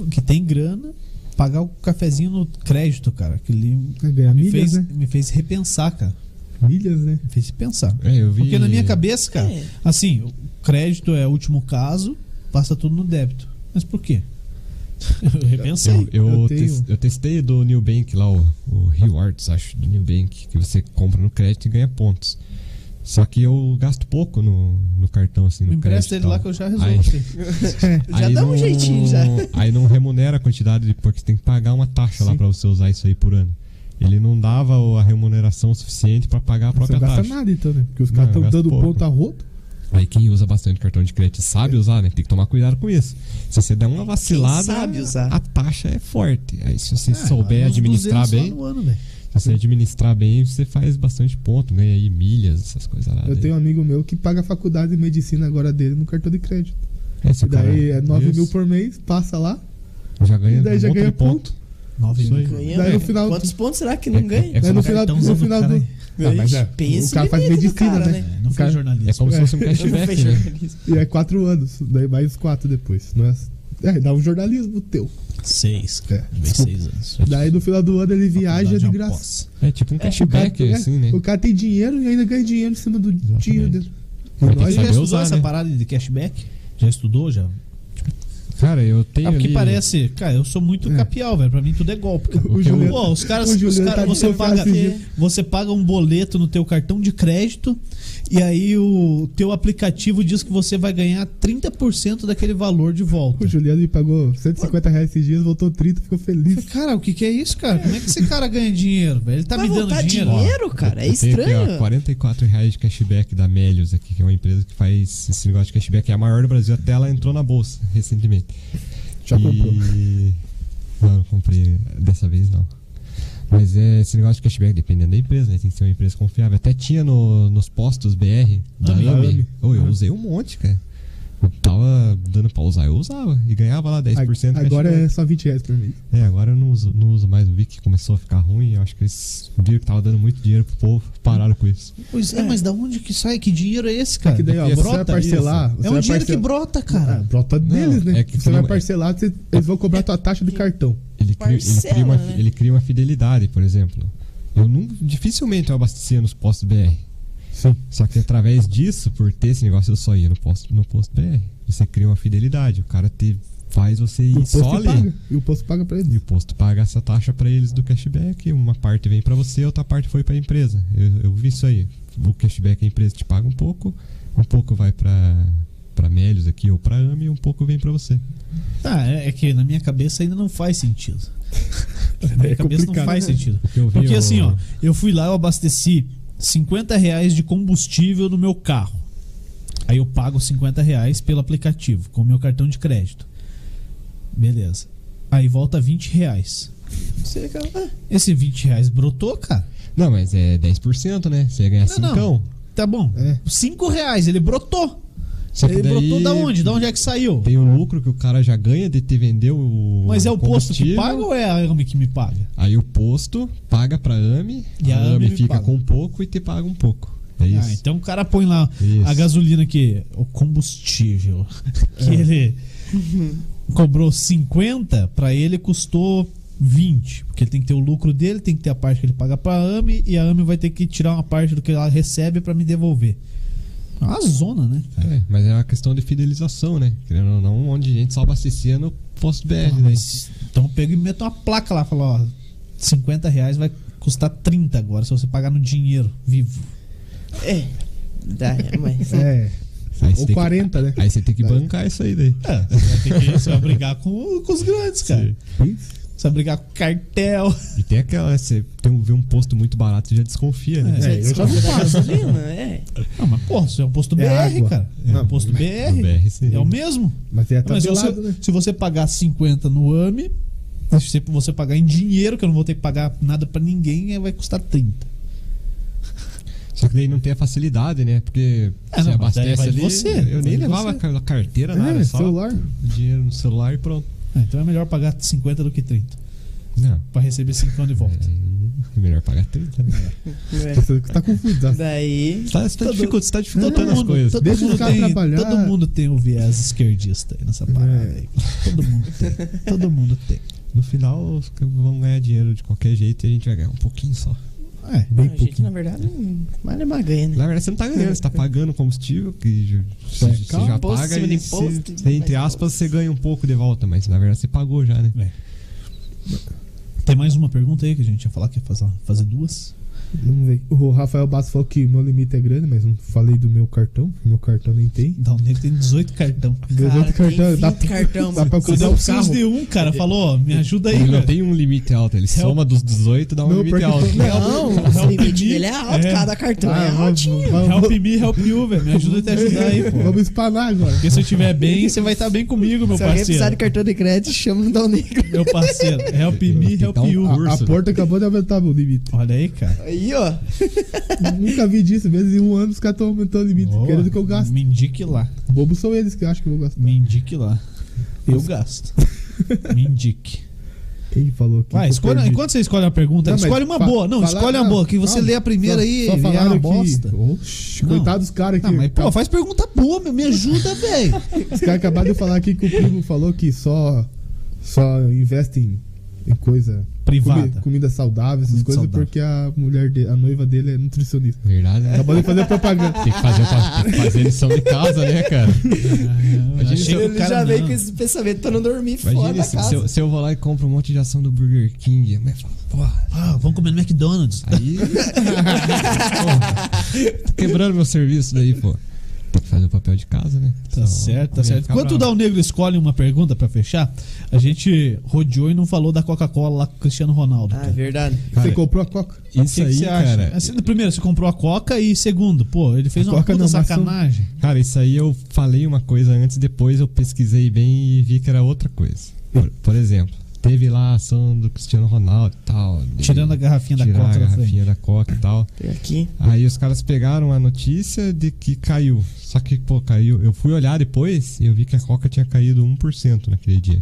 Speaker 1: que tem grana pagar o cafezinho no crédito, cara. Que ele
Speaker 2: Vai ganhar
Speaker 1: me,
Speaker 2: milhas,
Speaker 1: fez,
Speaker 2: né?
Speaker 1: me fez repensar, cara.
Speaker 2: Milhas, né?
Speaker 1: Me fez repensar.
Speaker 3: É, eu vi.
Speaker 1: Porque na minha cabeça, cara,
Speaker 7: É.
Speaker 1: assim, o crédito é o último caso, passa tudo no débito. Mas por quê? Eu repensei.
Speaker 3: Eu, eu,
Speaker 2: eu
Speaker 3: tes-
Speaker 2: tenho.
Speaker 3: eu testei do New Bank lá, o, o Rewards, acho, do New Bank, que você compra no crédito e ganha pontos. Só que eu gasto pouco no, no cartão, assim, no
Speaker 1: Me empresta
Speaker 3: crédito.
Speaker 1: ele
Speaker 3: e
Speaker 1: lá
Speaker 3: tal.
Speaker 1: que eu já
Speaker 3: Aí-
Speaker 1: resolvo.
Speaker 4: Já dá um jeitinho, já.
Speaker 3: Aí não remunera a quantidade, de, porque você tem que pagar uma taxa lá
Speaker 2: Sim.
Speaker 3: pra você usar isso aí por ano. Ele não dava o- a remuneração suficiente pra pagar a
Speaker 2: Você
Speaker 3: própria
Speaker 2: não gasta
Speaker 3: taxa.
Speaker 2: nada então, né? Porque os
Speaker 3: Não,
Speaker 2: caras
Speaker 3: eu
Speaker 2: estão
Speaker 3: gasto
Speaker 2: dando
Speaker 3: pouco.
Speaker 2: ponto a roto.
Speaker 3: Aí quem usa bastante cartão de crédito sabe usar, né? Tem que tomar cuidado com isso. Se você der uma vacilada,
Speaker 4: sabe usar.
Speaker 3: a taxa é forte. Aí se você
Speaker 1: Ah,
Speaker 3: souber
Speaker 1: uns
Speaker 3: administrar
Speaker 1: 200 lá
Speaker 3: bem,
Speaker 1: no ano, velho.
Speaker 3: se você administrar bem, você faz bastante ponto, ganha aí milhas, essas coisas lá. né?
Speaker 2: Eu tenho um amigo meu que paga a faculdade de medicina agora dele no cartão de crédito.
Speaker 3: Esse
Speaker 2: E daí é 9 mil
Speaker 3: Isso.
Speaker 2: por mês, passa lá.
Speaker 3: Já ganha,
Speaker 2: e daí
Speaker 3: um
Speaker 2: já
Speaker 3: monte
Speaker 2: ganha
Speaker 3: de ponto.
Speaker 1: Nove
Speaker 3: Isso aí.
Speaker 1: mil.
Speaker 7: Ganha,
Speaker 2: Daí no
Speaker 7: velho.
Speaker 2: final-
Speaker 7: Quantos pontos será que não ganha?
Speaker 3: É,
Speaker 2: Daí
Speaker 3: como,
Speaker 2: no final,
Speaker 1: cartãozão
Speaker 2: no
Speaker 1: do
Speaker 2: final
Speaker 1: cara,
Speaker 2: do.
Speaker 1: né?
Speaker 2: Ah, mas é,
Speaker 7: Pensa
Speaker 2: o cara
Speaker 7: no
Speaker 2: faz
Speaker 7: mérito do
Speaker 2: medicina,
Speaker 7: cara,
Speaker 2: né?
Speaker 1: É, não foi
Speaker 2: Cara,
Speaker 1: jornalismo.
Speaker 3: é como se fosse um
Speaker 7: Não
Speaker 3: cashback,
Speaker 7: fez
Speaker 3: né?
Speaker 7: jornalismo.
Speaker 2: E é 4 anos, daí mais 4 depois. Não é... é, dá um jornalismo teu.
Speaker 1: Seis, cara.
Speaker 2: É.
Speaker 1: Vem seis anos.
Speaker 2: Daí no final do ano ele viaja de graça.
Speaker 3: É tipo um
Speaker 2: O cara,
Speaker 3: cashback,
Speaker 2: é,
Speaker 3: assim, né?
Speaker 2: o cara tem dinheiro e ainda ganha dinheiro em cima do dinheiro dele.
Speaker 3: Vai ter que
Speaker 1: Mas já
Speaker 3: saber
Speaker 1: estudou
Speaker 3: usar,
Speaker 1: essa
Speaker 3: né?
Speaker 1: parada de cashback? Já estudou, já?
Speaker 3: Cara, eu tenho
Speaker 1: Ah, porque
Speaker 3: ali...
Speaker 1: parece, cara, eu sou muito
Speaker 2: É.
Speaker 1: capial, velho. Pra mim tudo é golpe, cara.
Speaker 2: O Juliano-
Speaker 1: Pô, os caras,
Speaker 2: o
Speaker 1: os
Speaker 2: Juliano
Speaker 1: caras,
Speaker 2: tá me
Speaker 1: você,
Speaker 2: confiando
Speaker 1: paga,
Speaker 2: esses dias.
Speaker 1: você paga um boleto no teu cartão de crédito e aí o teu aplicativo diz que você vai ganhar 30% daquele valor de volta.
Speaker 2: O Juliano me pagou 150 reais esses dias, voltou 30, ficou feliz.
Speaker 1: Cara, o que que é isso, cara? Como é que esse cara ganha dinheiro, velho? Ele tá
Speaker 4: Vai
Speaker 1: me dando
Speaker 4: voltar
Speaker 1: dinheiro.
Speaker 4: dinheiro, cara? É
Speaker 3: Eu tenho Aqui, ó,
Speaker 4: estranho.
Speaker 3: 44 reais de cashback da Melios aqui, que é uma empresa que faz esse negócio de cashback. É a maior do Brasil, até ela entrou na bolsa recentemente.
Speaker 2: Já comprou.
Speaker 3: E... Não, não comprei. Dessa vez não. Mas é esse negócio de cashback, dependendo da empresa, né? Tem que ser uma empresa confiável. Até tinha no- nos postos BR da
Speaker 1: Ah,
Speaker 2: da
Speaker 3: AME.
Speaker 2: AME.
Speaker 3: Oh, eu usei um monte, cara. Eu tava dando pra usar, eu usava. E ganhava lá 10%
Speaker 2: Agora
Speaker 3: cashback.
Speaker 2: é só 20 reais por mês.
Speaker 3: É, agora eu não uso, não uso mais o Vic, começou a ficar ruim. Eu acho que eles viram que tava dando muito dinheiro pro povo, pararam com isso.
Speaker 1: Pois é, mas da onde que sai? Que dinheiro é esse, cara?
Speaker 2: Que daí, ó,
Speaker 3: é
Speaker 2: você
Speaker 3: brota
Speaker 2: vai parcelar.
Speaker 3: isso.
Speaker 2: Você
Speaker 1: é um
Speaker 2: vai
Speaker 1: dinheiro que
Speaker 2: parcelar-
Speaker 1: brota,
Speaker 2: Ah,
Speaker 1: cara.
Speaker 2: brota deles, né?
Speaker 3: é que
Speaker 2: você
Speaker 3: tem
Speaker 2: vai
Speaker 3: uma-
Speaker 2: parcelar, você- eles vão cobrar tua taxa de cartão.
Speaker 3: Ele cria, ele
Speaker 7: Parcela,
Speaker 3: cria uma,
Speaker 7: né?
Speaker 3: ele cria uma fidelidade, por exemplo. Eu não, dificilmente eu abastecia nos postos BR.
Speaker 2: Sim.
Speaker 3: Só que através disso, por ter esse negócio, eu só ia no posto, no posto BR. Você cria uma fidelidade. O cara te faz você
Speaker 2: E o
Speaker 3: ir
Speaker 2: posto
Speaker 3: só ali.
Speaker 2: paga. E o posto paga pra
Speaker 3: E
Speaker 2: eles.
Speaker 3: o posto paga essa taxa pra eles do cashback, uma parte vem pra você, outra parte foi pra empresa. Eu, eu vi isso aí. O cashback a empresa te paga um pouco, um pouco vai pra para Melios aqui ou
Speaker 1: Ah,
Speaker 3: pra AME e um pouco vem pra você.
Speaker 1: Tá, é, é que na minha cabeça ainda não faz sentido. Na minha
Speaker 2: É
Speaker 1: cabeça não
Speaker 2: complicado,
Speaker 1: faz
Speaker 2: né?
Speaker 1: sentido.
Speaker 3: Eu vi
Speaker 1: Porque
Speaker 3: o-
Speaker 1: assim, ó, eu fui lá, eu abasteci 50 reais de combustível no meu carro. Aí eu pago 50 reais pelo aplicativo, com o meu cartão de crédito. Beleza. Aí volta 20 reais.
Speaker 4: Você fica, ah,
Speaker 1: Esse 20 reais brotou, cara.
Speaker 3: Não, mas é 10%, né? Você ia ganhar 5.
Speaker 1: não. Tá bom.
Speaker 2: É.
Speaker 1: 5 reais, ele brotou.
Speaker 3: Só que
Speaker 1: ele
Speaker 3: daí
Speaker 1: brotou da onde? Da onde é que saiu?
Speaker 3: Tem o lucro que o cara já ganha de te vender o.
Speaker 1: Mas é o posto que
Speaker 3: combustível.
Speaker 1: paga ou é a AME que me paga?
Speaker 3: Aí o posto paga pra AME,
Speaker 1: E a
Speaker 3: a AME
Speaker 1: AME
Speaker 3: fica
Speaker 1: paga.
Speaker 3: com pouco e te paga um pouco. É
Speaker 1: Ah,
Speaker 3: isso.
Speaker 1: então o cara põe lá
Speaker 3: Isso.
Speaker 1: a gasolina que. O combustível. Que ele cobrou 50, pra ele custou 20. Porque ele tem que ter o lucro dele, tem que ter a parte que ele paga pra AME e a AME vai ter que tirar uma parte do que ela recebe pra me devolver. É uma zona, né?
Speaker 3: É, mas é uma questão de fidelização, né? Querendo ou não, um monte de gente só abastecia no posto BR,
Speaker 1: Ah,
Speaker 3: né?
Speaker 1: mas- então eu pego e meto uma placa lá, falo, ó, 50 reais vai custar 30 agora, se você pagar no dinheiro vivo.
Speaker 4: é. Dá,
Speaker 1: tipo
Speaker 4: mas.
Speaker 2: É.
Speaker 3: Aí você
Speaker 2: Ou
Speaker 3: tem que-
Speaker 2: 40, né?
Speaker 3: Aí você tem que bancar isso aí daí.
Speaker 1: É, você vai, ter que, você vai brigar com, com os grandes, cara.
Speaker 3: Sim.
Speaker 1: Você vai brigar com cartel.
Speaker 3: E tem aquela, né? Você tem um, vê um posto muito barato, você já desconfia, né?
Speaker 2: É, eu já não faço.
Speaker 4: Gasolina, é.
Speaker 1: Não, mas porra, isso é um posto BR,
Speaker 2: É água.
Speaker 1: cara. É um
Speaker 2: Não,
Speaker 1: posto
Speaker 3: No
Speaker 1: BR.
Speaker 3: BR, sim.
Speaker 1: É o mesmo.
Speaker 2: Mas é
Speaker 1: Mas se
Speaker 2: tabelado,
Speaker 1: você,
Speaker 2: né?
Speaker 1: se você pagar 50 no AME, se você pagar em dinheiro, que eu não vou ter que pagar nada pra ninguém, aí vai custar 30.
Speaker 3: Só que daí não tem a facilidade, né? Porque
Speaker 1: É,
Speaker 3: você
Speaker 1: não, mas daí
Speaker 3: abastece
Speaker 1: vai de
Speaker 3: ali.
Speaker 1: você, vai
Speaker 3: eu
Speaker 1: de
Speaker 3: nem levava
Speaker 1: você.
Speaker 3: a
Speaker 1: Tá
Speaker 3: carteira, nada,
Speaker 2: É,
Speaker 3: só
Speaker 2: celular.
Speaker 3: o dinheiro no celular e pronto.
Speaker 1: Ah, então é melhor pagar 50 do que 30.
Speaker 3: Não.
Speaker 1: Pra receber 50 de volta.
Speaker 3: É melhor pagar 30, né?
Speaker 4: é.
Speaker 2: Você tá confuso. tá?
Speaker 4: Daí.
Speaker 3: Você tá, você tá dificu- você tá dificultando as
Speaker 1: mundo-
Speaker 3: coisas.
Speaker 1: todo
Speaker 2: Deixa os
Speaker 1: mundo
Speaker 2: caras
Speaker 1: tem-
Speaker 2: trabalhar.
Speaker 1: Todo mundo tem o viés esquerdista aí nessa parada
Speaker 2: É.
Speaker 1: aí. Todo mundo tem. Todo mundo tem.
Speaker 3: No final, os caras vão ganhar dinheiro de qualquer jeito e a gente vai ganhar um pouquinho só.
Speaker 1: É.
Speaker 4: Não, a gente, na verdade, não vai levar ganha, né?
Speaker 3: Na verdade, você não tá ganhando, você tá pagando combustível, que ju- você você
Speaker 4: Imposto
Speaker 3: já
Speaker 4: em
Speaker 3: paga
Speaker 4: cima de
Speaker 3: e
Speaker 4: imposto,
Speaker 3: você- você, entre
Speaker 4: mais
Speaker 3: aspas, você ganha um pouco de volta, mas na verdade você pagou já, né?
Speaker 1: Tem mais uma pergunta aí que a gente ia falar que ia fazer, fazer duas.
Speaker 2: Vamos ver. O Rafael Basso falou que meu limite é grande, mas não falei do meu cartão. Meu cartão nem tem.
Speaker 1: Dá um nego tem 18 cartão.
Speaker 2: Deu
Speaker 4: Cara,
Speaker 2: outro cartão, é
Speaker 4: tem
Speaker 2: dá
Speaker 4: 20
Speaker 2: pra,
Speaker 4: cartão,
Speaker 2: dá pra
Speaker 1: Quando
Speaker 2: comprar
Speaker 1: eu
Speaker 2: um carro.
Speaker 1: preciso de um, cara, falou, ó, me ajuda aí,
Speaker 3: Ele não
Speaker 1: cara.
Speaker 3: tem um limite alto, ele soma dos 18 e dá um
Speaker 2: Não,
Speaker 3: limite
Speaker 2: pior que
Speaker 3: alto.
Speaker 2: eu-
Speaker 4: Não, é o limite
Speaker 1: mim.
Speaker 4: dele é alto,
Speaker 1: um É.
Speaker 4: cada cartão é
Speaker 2: Ah, vamos-
Speaker 4: altinho.
Speaker 2: vamos-
Speaker 1: Help me, help you, velho. Me ajuda a te ajudar aí, pô. Tá
Speaker 2: Vamos espanar agora.
Speaker 1: Porque se eu tiver bem, você vai estar bem comigo, meu
Speaker 4: Se alguém precisar
Speaker 1: parceiro.
Speaker 4: de cartão de crédito, chama no Dal Negro.
Speaker 1: Meu parceiro. Help me, help
Speaker 3: Então,
Speaker 1: you.
Speaker 3: ah.
Speaker 2: A,
Speaker 3: Urso.
Speaker 2: a porta acabou de aumentar meu limite.
Speaker 1: Olha aí, cara.
Speaker 4: Aí, ó.
Speaker 2: Nunca vi disso. Mesmo em um ano os caras estão aumentando o limite,
Speaker 1: Boa.
Speaker 2: querendo que eu gaste.
Speaker 1: Me indique lá.
Speaker 2: Bobo são eles que acham que eu vou gastar.
Speaker 1: Me indique lá. Eu gasto. Me indique.
Speaker 2: Quem falou que.
Speaker 1: Vai,
Speaker 2: eu
Speaker 1: escolha-
Speaker 2: perdi?
Speaker 1: enquanto você escolhe uma pergunta,
Speaker 2: Não, mas
Speaker 1: escolhe uma
Speaker 2: fa-
Speaker 1: boa. Não,
Speaker 2: falar-
Speaker 1: escolhe uma
Speaker 2: não,
Speaker 1: boa. Que você
Speaker 2: não,
Speaker 1: lê a primeira
Speaker 2: só-
Speaker 1: aí
Speaker 2: só
Speaker 1: e é
Speaker 2: falaram
Speaker 1: uma
Speaker 2: que-
Speaker 1: bosta.
Speaker 2: Oxi,
Speaker 1: Não.
Speaker 2: coitados dos caras que.
Speaker 1: Não, mas pô,
Speaker 2: acab-
Speaker 1: faz pergunta boa, meu. Me ajuda, velho.
Speaker 2: Os caras acabaram de falar aqui que o primo falou que só, só investe em, em coisa. comi-
Speaker 1: Privada.
Speaker 2: comida saudável, essas
Speaker 1: Comida
Speaker 2: coisas,
Speaker 1: saudável.
Speaker 2: porque a mulher dele, a noiva dele é nutricionista.
Speaker 3: Verdade, né?
Speaker 2: Acabou de fazer propaganda.
Speaker 3: Tem que fazer, pra- tem que fazer lição de casa, né, cara?
Speaker 1: Ah, achei que o
Speaker 4: Ele
Speaker 1: cara
Speaker 4: já veio
Speaker 1: não.
Speaker 4: com esse pensamento pra não dormir fora
Speaker 3: Imagina
Speaker 4: da
Speaker 3: se, se
Speaker 4: casa.
Speaker 3: eu, se eu vou lá e compro um monte de ação do Burger King. a mulher fala, Porra,
Speaker 1: Ah, vamos comer no McDonald's. Tá
Speaker 3: aí. porra, tô quebrando meu serviço daí, pô. Tem que fazer o papel de casa, né?
Speaker 1: Tá certo, tá certo. Quanto o Dal Negro escolhe uma pergunta pra fechar, a gente rodeou e não falou da Coca-Cola lá com o Cristiano Ronaldo.
Speaker 4: Ah, é
Speaker 1: cara.
Speaker 4: verdade.
Speaker 2: Você comprou a coca?
Speaker 3: Isso
Speaker 1: O que
Speaker 3: aí,
Speaker 1: que você acha?
Speaker 3: cara.
Speaker 1: Assim, primeiro, você comprou a Coca e segundo, pô, ele fez uma
Speaker 2: Coca
Speaker 1: puta
Speaker 2: não, maçã.
Speaker 1: sacanagem.
Speaker 3: Cara, isso aí eu falei uma coisa antes, depois eu pesquisei bem e vi que era outra coisa. Por, por exemplo, teve lá a ação do Cristiano Ronaldo e tal. de
Speaker 1: Tirando a garrafinha da
Speaker 3: tirar
Speaker 1: Coca né,
Speaker 3: a
Speaker 1: da frente.
Speaker 3: garrafinha da Coca e tal.
Speaker 4: Tem aqui.
Speaker 3: Aí os caras pegaram a notícia de que caiu. Só que, pô, caiu. Eu fui olhar depois e eu vi que a Coca tinha caído 1% naquele dia.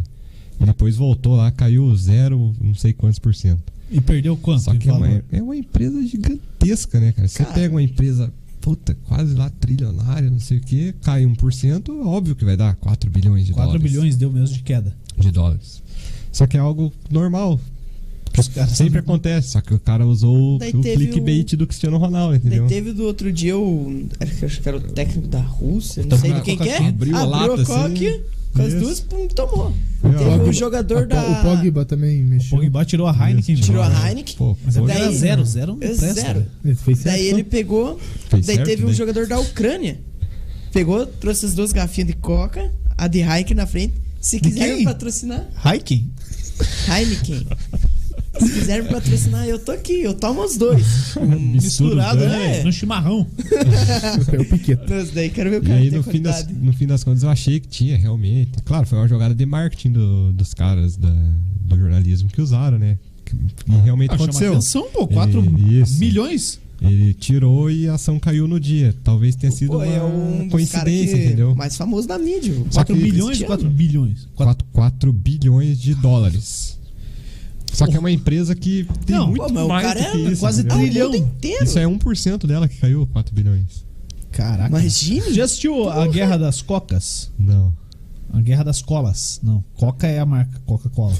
Speaker 3: E depois voltou lá, caiu zero, não sei quantos por cento.
Speaker 1: E perdeu quanto?
Speaker 3: Só
Speaker 1: em
Speaker 3: que é uma,
Speaker 1: valor?
Speaker 3: é uma empresa gigantesca, né, cara? Você
Speaker 4: Cara.
Speaker 3: pega uma empresa, puta, quase lá trilionária, não sei o quê, cai 1%, óbvio que vai dar 4 bilhões de
Speaker 1: 4
Speaker 3: dólares.
Speaker 1: bilhões deu mesmo de queda.
Speaker 3: de dólares. Só que é algo normal.
Speaker 1: Os caras
Speaker 3: Sempre acontece, só que o cara usou o,
Speaker 4: Daí
Speaker 3: o
Speaker 4: teve um-
Speaker 3: clickbait do Cristiano Ronaldo, entendeu?
Speaker 4: Daí teve do outro dia o. Acho que era o técnico da Rússia, não
Speaker 3: Tomou
Speaker 4: sei
Speaker 3: a
Speaker 4: de quem que é.
Speaker 3: Coca-Cola, abriu a lata,
Speaker 4: a Coca,
Speaker 3: assim.
Speaker 4: com as
Speaker 3: Isso.
Speaker 4: duas, pum, tomou.
Speaker 3: Viu?
Speaker 4: Teve
Speaker 2: Pogba-
Speaker 4: o jogador
Speaker 2: a po-
Speaker 4: da.
Speaker 2: O Pogba também
Speaker 1: O
Speaker 2: mexeu.
Speaker 1: Pogba tirou a Heineken.
Speaker 4: Tirou
Speaker 1: velho.
Speaker 4: a Heineken.
Speaker 3: Pô,
Speaker 1: Mas é
Speaker 3: foi-
Speaker 1: porque era
Speaker 4: Daí-
Speaker 1: zero, zero não
Speaker 4: É
Speaker 1: presta.
Speaker 4: zero.
Speaker 1: velho.
Speaker 2: Ele fez certo.
Speaker 4: Daí ele pegou.
Speaker 3: Fez
Speaker 4: daí
Speaker 3: certo,
Speaker 4: teve um
Speaker 3: daí.
Speaker 4: jogador da Ucrânia. Pegou, trouxe as duas garrafinhas de coca, a de Heineken na frente. Se quiserem
Speaker 1: quem?
Speaker 4: patrocinar,
Speaker 1: Heineken?
Speaker 4: Heineken. Se quiser me patrocinar, eu tô aqui, eu tomo os dois.
Speaker 1: Misturado,
Speaker 3: Mistura os dois.
Speaker 1: né?
Speaker 4: É.
Speaker 1: velho? No chimarrão.
Speaker 2: É o Piquet.
Speaker 4: Então, isso daí quero ver o
Speaker 3: E
Speaker 4: cara
Speaker 3: aí,
Speaker 4: tem
Speaker 3: no fim, das,
Speaker 4: qualidade.
Speaker 3: no fim das contas, eu achei que tinha realmente. Claro, foi uma jogada de marketing do- dos caras da- do jornalismo que usaram, né? é Que- E realmente
Speaker 1: Ah, chama
Speaker 3: aconteceu.
Speaker 1: atenção, pô. 4
Speaker 3: É, isso.
Speaker 1: milhões.
Speaker 3: Ele tirou e a ação caiu no dia. Talvez tenha sido
Speaker 4: Pô,
Speaker 3: uma
Speaker 4: é um dos caras
Speaker 3: coincidência,
Speaker 4: que
Speaker 3: entendeu?
Speaker 4: mais famoso da mídia. o
Speaker 3: Só
Speaker 1: 4
Speaker 3: que-
Speaker 1: bilhões
Speaker 4: Cristiano.
Speaker 1: ou 4 bilhões?
Speaker 3: 4, bilhões de dólares. Só que é uma empresa que tem
Speaker 1: Não,
Speaker 3: muito
Speaker 4: pô, mas o
Speaker 3: mais
Speaker 4: cara
Speaker 3: do que
Speaker 4: é
Speaker 3: isso,
Speaker 1: quase
Speaker 3: entendeu?
Speaker 4: Ah, o
Speaker 1: Trilhão.
Speaker 4: mundo inteiro.
Speaker 3: Isso é 1% dela que caiu, 4 bilhões.
Speaker 1: Caraca.
Speaker 4: Imagina.
Speaker 1: Já assistiu a Guerra das Cocas?
Speaker 3: Não.
Speaker 1: A Guerra das Colas. Não, Coca é a marca, Coca-Cola.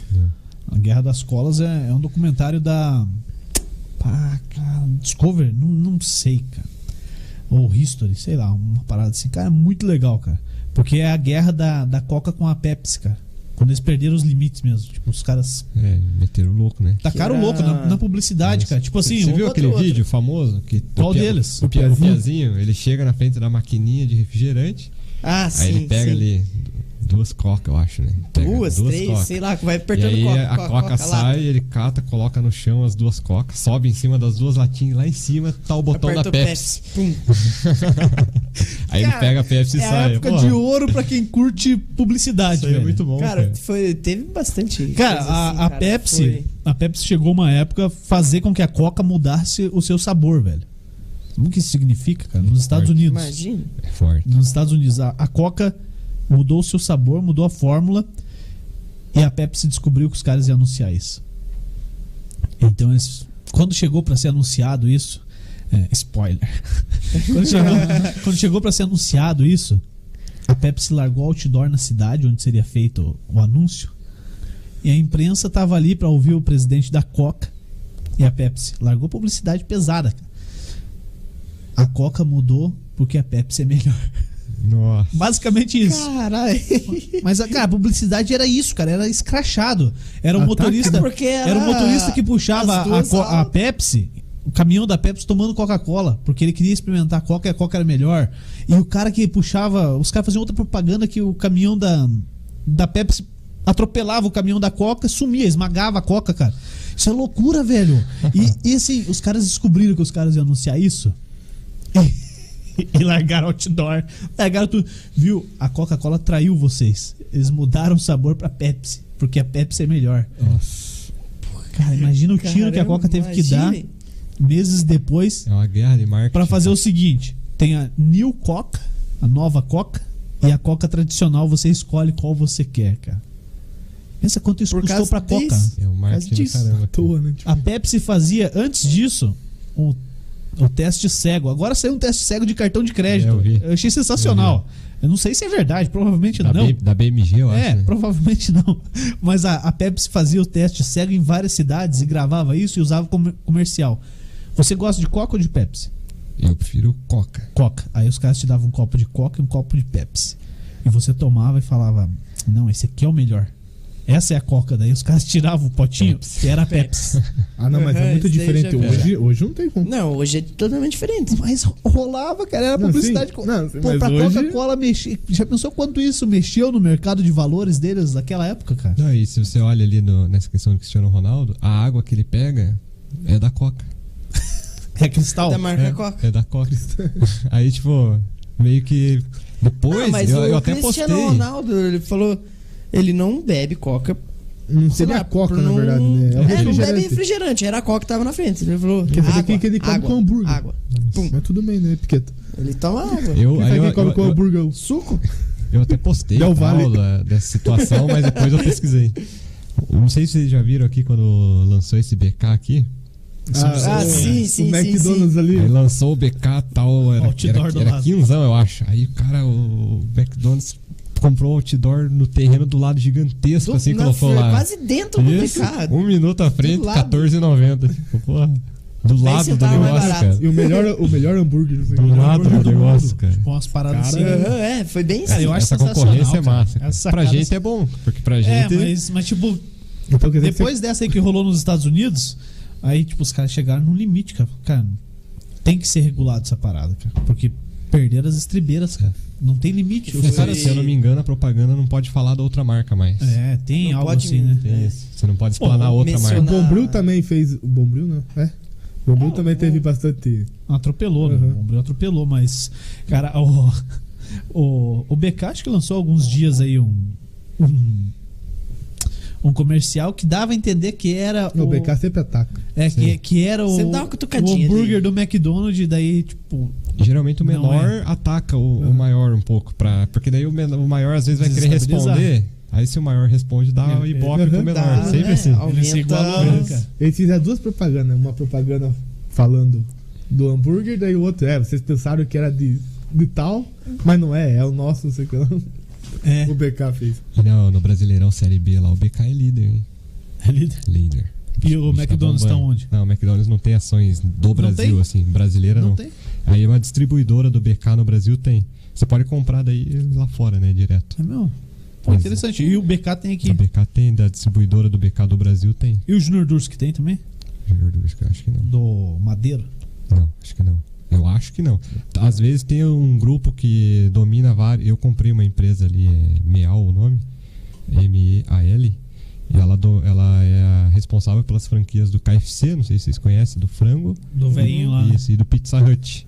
Speaker 1: A Guerra das Colas é, é um documentário da. Pá, cara, Discovery? Não, não sei, cara. Ou History, sei lá, uma parada assim. Cara, é muito legal, cara. Porque é a guerra da, da Coca com a Pepsi, cara. Quando eles perderam os limites mesmo. Tipo, os caras
Speaker 3: É, meteram o louco, né?
Speaker 1: tacaram o
Speaker 4: era-
Speaker 1: louco na, na publicidade, cara. Tipo assim,
Speaker 3: Você
Speaker 1: um
Speaker 3: viu
Speaker 1: contra
Speaker 3: aquele
Speaker 1: o outro.
Speaker 3: vídeo famoso? Que
Speaker 1: Qual
Speaker 3: o Pia-
Speaker 1: deles?
Speaker 3: O Piazinho? o Piazinho, ele chega na frente da maquininha de refrigerante,
Speaker 4: Ah, sim.
Speaker 3: aí ele pega
Speaker 4: sim.
Speaker 3: ali duas cocas, eu acho, né? Pega
Speaker 4: Duas, três,
Speaker 3: Coca.
Speaker 4: sei lá, vai
Speaker 3: E
Speaker 4: apertando
Speaker 3: aí
Speaker 4: coca,
Speaker 3: a coca, sai, ele cata, coloca no chão as duas cocas, sobe em cima das duas latinhas, lá em cima tá o botão
Speaker 4: Aperta
Speaker 3: da
Speaker 4: o
Speaker 3: Pepsi.
Speaker 4: Pepsi. Pum.
Speaker 3: Aí ele
Speaker 4: Cara,
Speaker 3: pega a Pepsi e
Speaker 1: É a
Speaker 3: sai.
Speaker 1: época
Speaker 3: Porra,
Speaker 1: de ouro pra quem curte publicidade,
Speaker 3: isso aí é
Speaker 1: velho.
Speaker 3: muito bom, cara.
Speaker 4: Cara, foi, teve bastante.
Speaker 1: Cara,
Speaker 4: coisa
Speaker 1: a, a
Speaker 4: assim, cara,
Speaker 1: Pepsi,
Speaker 4: foi-
Speaker 1: a Pepsi chegou uma época a fazer com que a Coca mudasse o seu sabor, velho. Sabe o que isso significa, cara? Nos Estados
Speaker 3: Forte.
Speaker 1: Unidos.
Speaker 4: Imagina.
Speaker 3: É forte.
Speaker 1: Nos Estados Unidos, a, a Coca mudou o seu sabor, mudou a fórmula. E a Pepsi descobriu que os caras iam anunciar isso. Então, eles- quando chegou pra ser anunciado isso. é, spoiler. quando chegou, quando chegou para ser anunciado isso, a Pepsi largou o outdoor na cidade onde seria feito o anúncio. E a imprensa tava ali pra ouvir o presidente da Coca e a Pepsi. Largou publicidade pesada. cara. A Coca mudou porque a Pepsi é melhor.
Speaker 3: Nossa.
Speaker 1: Basicamente isso.
Speaker 4: Caralho.
Speaker 1: Mas, ah, cara, a publicidade era isso, cara. Era escrachado. Era um motorista.
Speaker 4: Porque era,
Speaker 1: Era um motorista que puxava
Speaker 4: Ah, as
Speaker 1: a,
Speaker 4: duas
Speaker 1: co- a
Speaker 4: altas.
Speaker 1: Pepsi, o caminhão da Pepsi tomando Coca-Cola, porque ele queria experimentar Coca e a Coca era melhor. E o cara que puxava. Os caras faziam outra propaganda que o caminhão da, da Pepsi atropelava o caminhão da Coca, sumia, esmagava a Coca, cara. Isso é loucura, velho. E, e assim, os caras descobriram que os caras iam anunciar isso. E largaram outdoor. Largaram tudo. Viu? A Coca-Cola traiu vocês. Eles mudaram o sabor pra Pepsi. Porque a Pepsi é melhor. Cara, imagina o tiro que a
Speaker 4: Caramba,
Speaker 1: Coca teve que
Speaker 4: imagine.
Speaker 1: dar meses depois
Speaker 3: É uma guerra de marketing.
Speaker 1: pra fazer o seguinte: tem a New Coca, a nova Coca, e a Coca tradicional. Você escolhe qual você quer, cara. Pensa quanto isso
Speaker 4: Por
Speaker 1: custou
Speaker 4: causa
Speaker 1: pra Coca.
Speaker 4: disso.
Speaker 3: É o marketing do
Speaker 4: disso,
Speaker 3: caramba.
Speaker 2: À toa, né? Tipo,
Speaker 1: A Pepsi fazia, antes disso, o, o teste cego. Agora saiu um teste cego de cartão de crédito.
Speaker 3: É, eu vi.
Speaker 1: achei sensacional. Eu não sei se é verdade, provavelmente
Speaker 3: Da,
Speaker 1: não.
Speaker 3: B- da BMG, eu
Speaker 1: É,
Speaker 3: acho. né?
Speaker 1: provavelmente não. Mas a, a Pepsi fazia o teste cego em várias cidades e gravava isso e usava como comercial. Você gosta de Coca ou de Pepsi?
Speaker 3: Eu prefiro Coca.
Speaker 1: Coca. Aí os caras te davam um copo de Coca e um copo de Pepsi. E você tomava e falava: Não, esse aqui é o melhor. Essa é a Coca. Daí os caras tiravam o potinho e era a Pepsi.
Speaker 2: Ah, não, mas é
Speaker 4: Aham,
Speaker 2: muito
Speaker 4: isso aí já
Speaker 2: diferente.
Speaker 4: vi.
Speaker 2: Hoje, hoje não tem como.
Speaker 4: Não, hoje é totalmente diferente.
Speaker 1: Mas rolava, cara. Era
Speaker 2: Não,
Speaker 1: publicidade.
Speaker 2: sim.
Speaker 1: com-
Speaker 2: Não,
Speaker 1: Pô,
Speaker 2: mas
Speaker 1: pra
Speaker 2: hoje-
Speaker 1: Coca-Cola mexer. Já pensou quanto isso mexeu no mercado de valores deles naquela época, cara?
Speaker 3: Não, e se você olha ali no- nessa questão do Cristiano Ronaldo, a água que ele pega é da Coca.
Speaker 1: É cristal.
Speaker 4: Da marca
Speaker 3: é,
Speaker 4: Coca.
Speaker 3: É da Coca. Aí, tipo, meio que. Depois,
Speaker 4: Não, mas
Speaker 3: eu,
Speaker 4: o
Speaker 3: eu até postei.
Speaker 4: Cristiano Ronaldo, ele falou. Ele não bebe coca.
Speaker 2: Não
Speaker 4: sei
Speaker 2: seria
Speaker 4: lá,
Speaker 2: a coca,
Speaker 4: por
Speaker 2: na
Speaker 4: não-
Speaker 2: verdade, né? É o
Speaker 4: É, não bebe
Speaker 2: refrigerante.
Speaker 4: refrigerante, era a coca que tava na frente. Ele falou.
Speaker 2: Quer dizer que
Speaker 4: água,
Speaker 2: quem que ele come
Speaker 4: água,
Speaker 2: com hambúrguer?
Speaker 4: Água. Pum.
Speaker 2: Mas tudo bem, né, Piquet?
Speaker 4: Ele toma água.
Speaker 3: Eu,
Speaker 2: Quem
Speaker 3: aí
Speaker 2: sabe quem
Speaker 3: eu,
Speaker 2: come
Speaker 3: eu-
Speaker 2: com
Speaker 3: eu-
Speaker 2: hambúrguer?
Speaker 4: Suco?
Speaker 3: eu até postei
Speaker 2: Del
Speaker 3: a
Speaker 2: Valle.
Speaker 3: aula dessa situação, mas depois eu pesquisei. Eu Não sei se vocês já viram aqui quando lançou esse BK aqui.
Speaker 4: Ah,
Speaker 2: o-
Speaker 4: sim,
Speaker 2: O
Speaker 4: sim, sim,
Speaker 2: McDonald's ali.
Speaker 3: Aí lançou o BK tal, era,
Speaker 1: Outdoor do
Speaker 3: era, era
Speaker 1: lado.
Speaker 3: quinzão, eu acho. Aí, cara, o McDonald's comprou o outdoor no terreno do lado gigantesco, assim,
Speaker 4: na
Speaker 3: colocou
Speaker 4: fre-
Speaker 3: lá.
Speaker 4: Quase dentro do
Speaker 3: Isso,
Speaker 4: mercado.
Speaker 3: um minuto à frente,
Speaker 4: lado.
Speaker 3: 14,90. Tipo, porra, do lado do
Speaker 4: centavos mais
Speaker 3: negócio,
Speaker 4: barato.
Speaker 3: cara.
Speaker 2: E o melhor, o melhor hambúrguer. Do
Speaker 3: Do lado do negócio, cara.
Speaker 1: Com Tipo, umas paradas
Speaker 2: É. Cara,
Speaker 1: assim.
Speaker 4: Aham, é, foi bem
Speaker 1: Cara, eu acho
Speaker 3: Essa
Speaker 1: sensacional,
Speaker 3: concorrência é
Speaker 1: cara.
Speaker 3: massa. cara.
Speaker 1: Essa
Speaker 3: pra
Speaker 1: sacada-
Speaker 3: gente é bom, porque pra
Speaker 1: É,
Speaker 3: gente.
Speaker 1: mas, mas tipo,
Speaker 2: Então quer dizer que
Speaker 1: depois dessa aí que rolou nos Estados Unidos, aí, tipo, os caras chegaram no limite, cara. Cara, tem que ser regulado essa parada, cara. Porque Perderam as estribeiras, cara. Não tem limite. Os
Speaker 3: Se-
Speaker 1: caras.
Speaker 3: Se eu não me engano, a propaganda não pode falar da outra marca mais.
Speaker 1: É, tem
Speaker 4: Não
Speaker 1: algo
Speaker 4: pode é.
Speaker 1: assim, né?
Speaker 3: Tem isso. Você não pode explanar
Speaker 4: Pô,
Speaker 3: outra
Speaker 4: menciona-
Speaker 3: marca.
Speaker 2: O Bombril também fez. O Bombril não? É? O Bombril também teve bastante.
Speaker 1: Atropelou, né?
Speaker 2: Uhum.
Speaker 1: O Bombril atropelou, mas. Cara, o. O, o BK acho que lançou há alguns dias aí um. um um comercial que dava a entender que era
Speaker 2: É O BK sempre ataca.
Speaker 1: é que, que era o,
Speaker 4: Você dá uma
Speaker 1: o
Speaker 4: cutucadinha
Speaker 1: hambúrguer
Speaker 4: dele.
Speaker 1: do McDonald's e daí tipo
Speaker 3: Geralmente o
Speaker 1: Não
Speaker 3: menor
Speaker 1: é.
Speaker 3: ataca o, o maior um pouco, pra, porque daí o, men- o maior às vezes vai querer
Speaker 1: Desestabilizar.
Speaker 3: responder. Aí se o maior responde, dá o
Speaker 1: É,
Speaker 3: ibope
Speaker 2: é
Speaker 3: pro menor.
Speaker 4: Dá,
Speaker 3: Sempre
Speaker 4: né?
Speaker 3: assim.
Speaker 4: Aumenta
Speaker 1: ele se igualou, né,
Speaker 4: as-
Speaker 1: cara?
Speaker 2: Eles fizeram duas propagandas. Uma propaganda falando do hambúrguer, daí o outro. É, vocês pensaram que era de, de tal, mas não é, é o nosso, não sei o que lá.
Speaker 1: É,
Speaker 2: O BK fez.
Speaker 3: E não, no Brasileirão Série B lá, o BK é líder, hein?
Speaker 1: ele-
Speaker 3: Líder.
Speaker 1: É E o
Speaker 3: bicho
Speaker 1: McDonald's tá
Speaker 3: bombando.
Speaker 1: onde?
Speaker 3: Não, o McDonald's não tem ações do Brasil,
Speaker 1: tem?
Speaker 3: assim, brasileira não.
Speaker 1: não tem.
Speaker 3: Aí uma distribuidora do BK no Brasil tem. Você pode comprar daí lá fora, né, direto.
Speaker 1: É mesmo? Pô,
Speaker 3: Mas-
Speaker 1: interessante. E o BK tem aqui.
Speaker 3: O BK tem, da distribuidora do BK do Brasil tem.
Speaker 1: E o Junior Durso que tem também?
Speaker 3: Junior Dusk, eu Acho que não.
Speaker 1: Do Madeira.
Speaker 3: Não, acho que não. Eu acho que não. Às vezes tem um grupo que domina vários. Eu comprei uma empresa ali, é MEAL o nome. M-E-A-L. E ela, do- ela é a responsável pelas franquias do KFC, não sei se vocês conhecem, do frango.
Speaker 1: Do velhinho lá.
Speaker 3: Isso, e do Pizza Hut.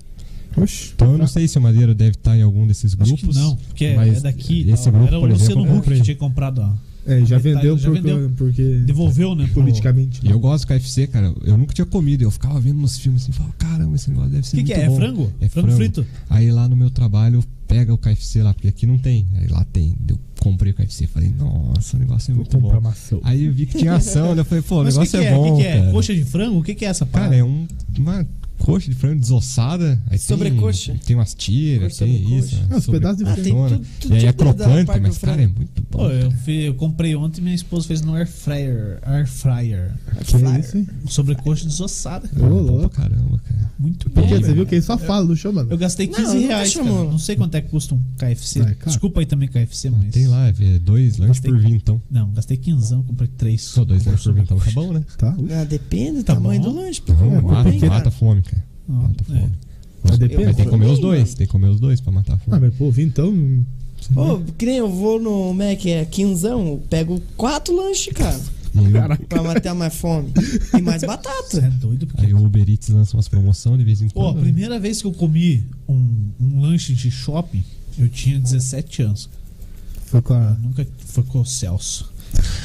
Speaker 2: Oxi.
Speaker 3: Então eu não sei se o Madeiro deve estar em algum desses
Speaker 1: Acho
Speaker 3: grupos.
Speaker 1: que não, porque é,
Speaker 3: mas
Speaker 1: é daqui. e
Speaker 3: esse
Speaker 1: tal.
Speaker 3: grupo,
Speaker 1: Era o
Speaker 3: por exemplo,
Speaker 1: Luciano
Speaker 3: eu
Speaker 1: Huck que
Speaker 3: comprei.
Speaker 1: tinha comprado, ó.
Speaker 2: É, já
Speaker 1: Metade
Speaker 2: vendeu,
Speaker 1: já
Speaker 2: porque,
Speaker 1: vendeu.
Speaker 2: porque-
Speaker 1: Devolveu, né? pro-
Speaker 2: politicamente.
Speaker 3: E eu gosto do KFC, cara. Eu nunca tinha comido. Eu ficava vendo nos filmes assim, falava, caramba, esse negócio deve
Speaker 1: O que,
Speaker 3: ser muito
Speaker 1: que é? É
Speaker 3: bom.
Speaker 1: frango?
Speaker 3: É
Speaker 1: frango,
Speaker 3: frango.
Speaker 1: frito?
Speaker 3: Aí lá no meu trabalho pega o KFC lá, porque aqui não tem. Aí lá tem. Eu comprei o KFC falei, nossa, o negócio é
Speaker 2: Vou
Speaker 3: muito
Speaker 2: comprar
Speaker 3: bom.
Speaker 2: maçã.
Speaker 1: Ah,
Speaker 3: Aí eu vi que tinha ação, né? eu falei, pô, o
Speaker 1: Mas o que,
Speaker 3: negócio
Speaker 1: que é?
Speaker 3: é bom.
Speaker 1: O que, que é?
Speaker 3: cara.
Speaker 1: Coxa de frango? O que, que é essa
Speaker 3: Cara,
Speaker 1: parada?
Speaker 3: é um- uma coxa de frango desossada. Aí
Speaker 4: Sobrecoxa.
Speaker 3: Tem, tem umas tiras,
Speaker 4: Coxa
Speaker 3: tem
Speaker 4: sobrecoxa.
Speaker 3: isso. uma
Speaker 2: Ah, os pedaços de
Speaker 4: Ah, tem
Speaker 3: sobrecoxona.
Speaker 4: tudo- tudo
Speaker 3: E aí é
Speaker 4: tipo da
Speaker 3: crocante,
Speaker 4: parte
Speaker 3: mas,
Speaker 4: do
Speaker 3: cara, é
Speaker 4: frango.
Speaker 3: muito bom.
Speaker 1: Pô, um- eu,
Speaker 3: cara.
Speaker 1: fi- eu comprei ontem e minha esposa fez no air fryer. Air fryer.
Speaker 2: Que é isso, hein?
Speaker 1: Sobrecoxa desossada.
Speaker 2: Ô,
Speaker 3: É bom pra
Speaker 2: louco.
Speaker 3: caramba, cara.
Speaker 1: Muito bom.
Speaker 2: Por quê?
Speaker 1: velho.
Speaker 2: Você viu que ele só fala, não chama.
Speaker 1: Eu gastei 15
Speaker 4: Não, nunca
Speaker 1: reais, cara.
Speaker 4: chamou.
Speaker 1: Não sei quanto é que custa um KFC.
Speaker 2: Ah, é caro.
Speaker 1: Desculpa aí também KFC, mas...
Speaker 3: Tem lá, é dois lanches
Speaker 1: Tem-
Speaker 3: por vintão.
Speaker 1: Não, gastei 15, comprei 3.
Speaker 3: Só dois lanches por vintão, tá bom, né?
Speaker 2: Tá?
Speaker 4: Ah, depende do
Speaker 1: Tá
Speaker 4: tamanho
Speaker 1: bom.
Speaker 4: do lanche. é pô.
Speaker 3: Não,
Speaker 2: porque
Speaker 3: mata,
Speaker 2: tem-
Speaker 3: mata a fome, cara. Mata a
Speaker 1: é,
Speaker 3: fome.
Speaker 2: Mas
Speaker 3: Mas
Speaker 2: depende.
Speaker 3: tem que comer os dois, tem que comer os dois pra matar a
Speaker 2: Ah,
Speaker 3: fome.
Speaker 2: mas pô, então.
Speaker 4: Ô, que nem eu vou no Mac, é quinzão, eu pego quatro lanches, cara.
Speaker 3: E o-
Speaker 4: Pra matar mais fome. E mais
Speaker 1: Você é
Speaker 4: batata.
Speaker 1: doido, porque.
Speaker 3: Aí o Uber Eats lança umas promoções de vez em
Speaker 1: Pô, a
Speaker 3: quando. né?
Speaker 1: primeira vez que eu comi um, um lanche de shopping, eu tinha 17 anos.
Speaker 2: Foi com a.
Speaker 1: Nunca foi com o Celso.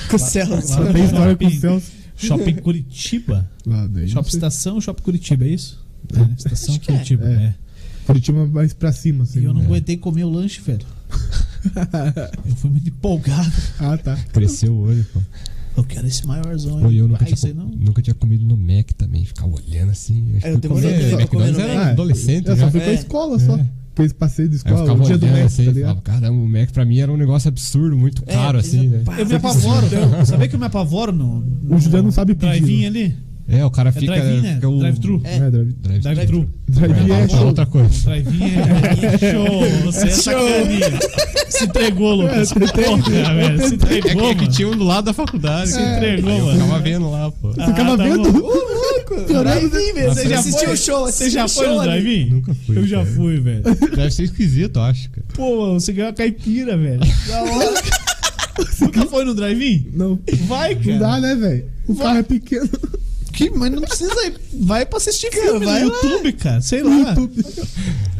Speaker 4: Com células.
Speaker 1: Lá no
Speaker 2: Tem história com o
Speaker 1: shopping-
Speaker 2: Celso.
Speaker 1: Shopping Curitiba.
Speaker 2: Lá daí.
Speaker 1: Shopping Estação, Shopping Curitiba, é isso? É, estação
Speaker 4: que é.
Speaker 1: Curitiba,
Speaker 2: É.
Speaker 1: é.
Speaker 2: Curitiba mais pra cima, assim.
Speaker 1: E eu não
Speaker 2: né?
Speaker 1: aguentei comer o lanche, velho. eu fui muito empolgado.
Speaker 2: Ah, tá.
Speaker 3: Cresceu o olho, pô.
Speaker 1: Eu quero esse maiorzão.
Speaker 3: Pô, e eu nunca
Speaker 1: ah, isso
Speaker 3: tinha,
Speaker 1: aí não.
Speaker 3: nunca tinha comido no Mac também. Ficava olhando assim.
Speaker 4: É, eu demorei
Speaker 2: pra
Speaker 3: McDonald's
Speaker 4: comer no
Speaker 3: era
Speaker 4: Mac.
Speaker 3: adolescente
Speaker 1: Então,
Speaker 2: Eu
Speaker 3: já.
Speaker 2: só fui pra
Speaker 4: É.
Speaker 2: escola só.
Speaker 3: É.
Speaker 2: Porque eles passei de
Speaker 3: Aí eu
Speaker 2: escola,
Speaker 3: ficava
Speaker 2: o dia do
Speaker 3: olhando
Speaker 2: Mestre,
Speaker 1: é,
Speaker 3: assim
Speaker 2: tá
Speaker 3: e falava,
Speaker 2: ligado?
Speaker 3: caramba, o Mac pra mim era um negócio absurdo, muito
Speaker 4: É,
Speaker 3: caro, assim, né?
Speaker 4: pá,
Speaker 1: Eu me apavoro. Sabe que eu me apavoro no. no
Speaker 2: O Juliano não sabe pedir.
Speaker 1: Drive-in
Speaker 2: né?
Speaker 1: ali?
Speaker 3: É, o cara
Speaker 1: É
Speaker 3: fica.
Speaker 1: drive-in, né?
Speaker 3: fica o-
Speaker 1: Drive-thru.
Speaker 4: É.
Speaker 2: É, drive.
Speaker 3: Drive-
Speaker 1: Drive-thru.
Speaker 2: Drive é
Speaker 3: Vai falar
Speaker 2: show.
Speaker 3: outra coisa.
Speaker 1: Drive-in é show. Você é sacaninha. Se entregou, Lucas. Porra, velho. Se entregou, mano.
Speaker 3: um do lado da faculdade.
Speaker 1: Se
Speaker 3: cara.
Speaker 1: entregou,
Speaker 3: Aí eu
Speaker 1: mano.
Speaker 3: ficava vendo lá, pô.
Speaker 1: Ah,
Speaker 2: Ficava
Speaker 1: tá
Speaker 2: vendo?
Speaker 1: bom.
Speaker 4: Drive-in, velho. Você já assistiu o show?
Speaker 1: Você
Speaker 4: assistiu
Speaker 1: já
Speaker 4: o
Speaker 1: foi
Speaker 4: show
Speaker 1: no
Speaker 4: ali.
Speaker 1: drive-in?
Speaker 3: Nunca fui,
Speaker 1: Eu já
Speaker 3: cara.
Speaker 1: fui, velho.
Speaker 3: Deve ser esquisito, eu acho, cara.
Speaker 1: Pô, você ganhou a caipira, velho. Da hora. Nunca foi no drive-in?
Speaker 2: Não.
Speaker 1: Vai,
Speaker 2: Não
Speaker 1: cara.
Speaker 2: dá, né, velho? O carro é pequeno.
Speaker 1: Ah, Que, mas não precisa ir. Vai pra assistir filme
Speaker 4: vai
Speaker 1: no
Speaker 4: lá.
Speaker 1: YouTube, cara. Sei lá.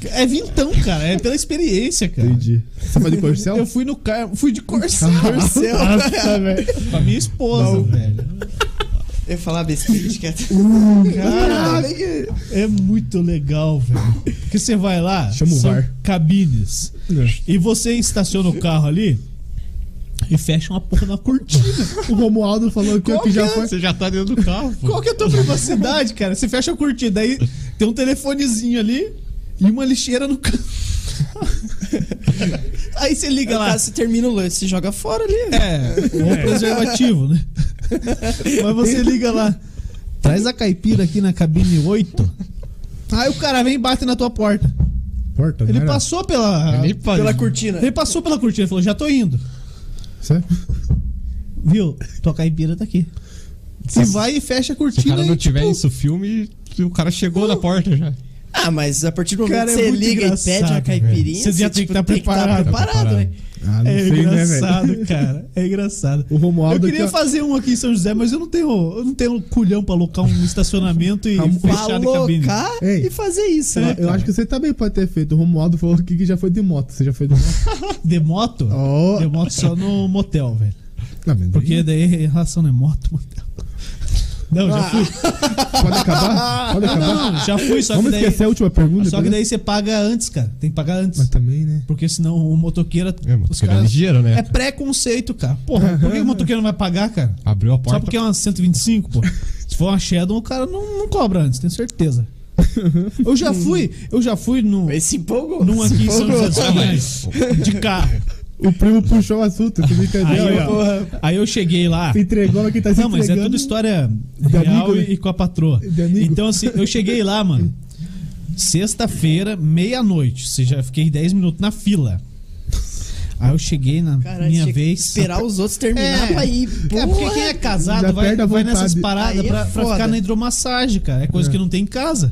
Speaker 1: É vintão, cara. É pela experiência, cara.
Speaker 2: Entendi. Você foi de Corcel?
Speaker 1: Eu fui no carro, fui de Corsa
Speaker 4: Marcel.
Speaker 2: Nossa, velho.
Speaker 1: com a minha esposa, velho.
Speaker 4: Eu falava besteira, esquece.
Speaker 1: Cara, é muito legal, velho. Porque você vai lá,
Speaker 2: Chama o
Speaker 1: são
Speaker 2: VAR.
Speaker 1: cabines. E você estaciona o carro ali e fecha uma porra na cortina.
Speaker 2: O Romualdo falou que,
Speaker 1: Qual
Speaker 2: que já
Speaker 1: que é?
Speaker 2: foi.
Speaker 3: Você já tá dentro do carro, pô.
Speaker 1: Qual que é a tua privacidade, cara? Você fecha a cortina, aí tem um telefonezinho ali e uma lixeira no canto. aí você liga lá.
Speaker 4: Caso você termina o lanche, você joga fora ali. velho.
Speaker 1: É, ou preservativo, né? Mas você liga lá. Traz a caipira aqui na cabine 8. Aí o cara vem e bate na tua porta.
Speaker 2: Porta, né?
Speaker 1: Ele
Speaker 2: não era?
Speaker 1: passou pela.
Speaker 3: Nem pode.
Speaker 4: Pela cortina.
Speaker 1: Ele passou pela cortina e falou: já tô indo.
Speaker 2: Sério?
Speaker 1: Viu? Tua caipira tá aqui. Você vai e fecha a
Speaker 3: Se o
Speaker 1: cortina
Speaker 3: cara não
Speaker 1: e,
Speaker 3: tiver
Speaker 1: tipo,
Speaker 3: isso filme, o cara chegou na porta já.
Speaker 4: Ah, mas a partir do momento
Speaker 1: Cara,
Speaker 4: que
Speaker 1: é
Speaker 4: você
Speaker 1: muito
Speaker 4: liga e
Speaker 1: engraçado,
Speaker 4: pede uma
Speaker 1: velho.
Speaker 4: caipirinha,
Speaker 1: Você já tem que tá
Speaker 4: tem
Speaker 1: preparado.
Speaker 4: Que tá preparado,
Speaker 3: Tá
Speaker 4: né?
Speaker 2: Ah, não
Speaker 1: É
Speaker 2: sei, né,
Speaker 1: engraçado,
Speaker 2: velho?
Speaker 1: cara. É engraçado.
Speaker 2: O Romualdo
Speaker 1: eu queria
Speaker 2: aqui, ó.
Speaker 1: fazer um aqui em São José, mas eu não tenho, eu não tenho culhão pra alocar um estacionamento e
Speaker 2: Vamos
Speaker 1: fechar de cabine.
Speaker 4: Alocar
Speaker 2: Ei.
Speaker 4: e fazer isso,
Speaker 2: Ah, Eu-
Speaker 4: né?
Speaker 1: é-
Speaker 2: Eu acho que você também pode ter feito. O Romualdo falou aqui que já foi de moto. Você já foi de moto?
Speaker 1: De moto?
Speaker 2: Ó.
Speaker 1: De moto só no motel, velho.
Speaker 2: Não, mas
Speaker 1: Porque daí a relação não é moto, motel. Não, já
Speaker 2: Ah,
Speaker 1: fui.
Speaker 2: Pode acabar? Pode acabar?
Speaker 1: Não, já fui, só que
Speaker 2: Vamos
Speaker 1: daí.
Speaker 2: esquecer a última pergunta.
Speaker 1: Só que
Speaker 2: beleza?
Speaker 1: daí você paga antes, cara. Tem que pagar antes.
Speaker 2: né? Mas também, né?
Speaker 1: Porque senão o motoqueiro.
Speaker 3: É, mano,
Speaker 1: os
Speaker 3: que era
Speaker 1: caras.
Speaker 3: ligeiro, né?
Speaker 1: É preconceito, cara. Porra, por que o motoqueiro não vai pagar, cara?
Speaker 3: Abriu a
Speaker 1: Só
Speaker 3: porta.
Speaker 1: porque é uma 125, pô. Se for uma Shadow, o cara não, não cobra antes, tenho certeza. Eu já fui, eu já fui no,
Speaker 4: Mas se empolgou.
Speaker 1: num aqui em São
Speaker 4: empolgou.
Speaker 1: José dos Pinhais, de carro.
Speaker 2: O primo puxou o assunto, você não
Speaker 1: Aí
Speaker 2: entendeu?
Speaker 1: eu, aí eu cheguei lá.
Speaker 2: Se entregou mas quem tá se
Speaker 1: Não, mas é
Speaker 2: entregando-
Speaker 1: tudo história
Speaker 2: De
Speaker 1: real
Speaker 2: amigo, né?
Speaker 1: e, e com a patroa.
Speaker 2: De amigo.
Speaker 1: Então, assim, eu cheguei lá, mano. Sexta-feira, meia-noite. Você já fiquei 10 minutos na fila. Aí eu cheguei na
Speaker 4: Cara,
Speaker 1: minha
Speaker 4: tinha que
Speaker 1: vez.
Speaker 4: Esperar os outros terminar
Speaker 1: É.
Speaker 4: pra ir.
Speaker 1: É porque
Speaker 4: Porra.
Speaker 1: quem é
Speaker 2: Já
Speaker 1: casado vai,
Speaker 2: perde a
Speaker 1: vai
Speaker 2: vontade.
Speaker 1: nessas paradas
Speaker 4: Aí é
Speaker 1: pra, pra
Speaker 4: foda.
Speaker 1: ficar na hidromassagem, cara. É coisa que não tem em casa.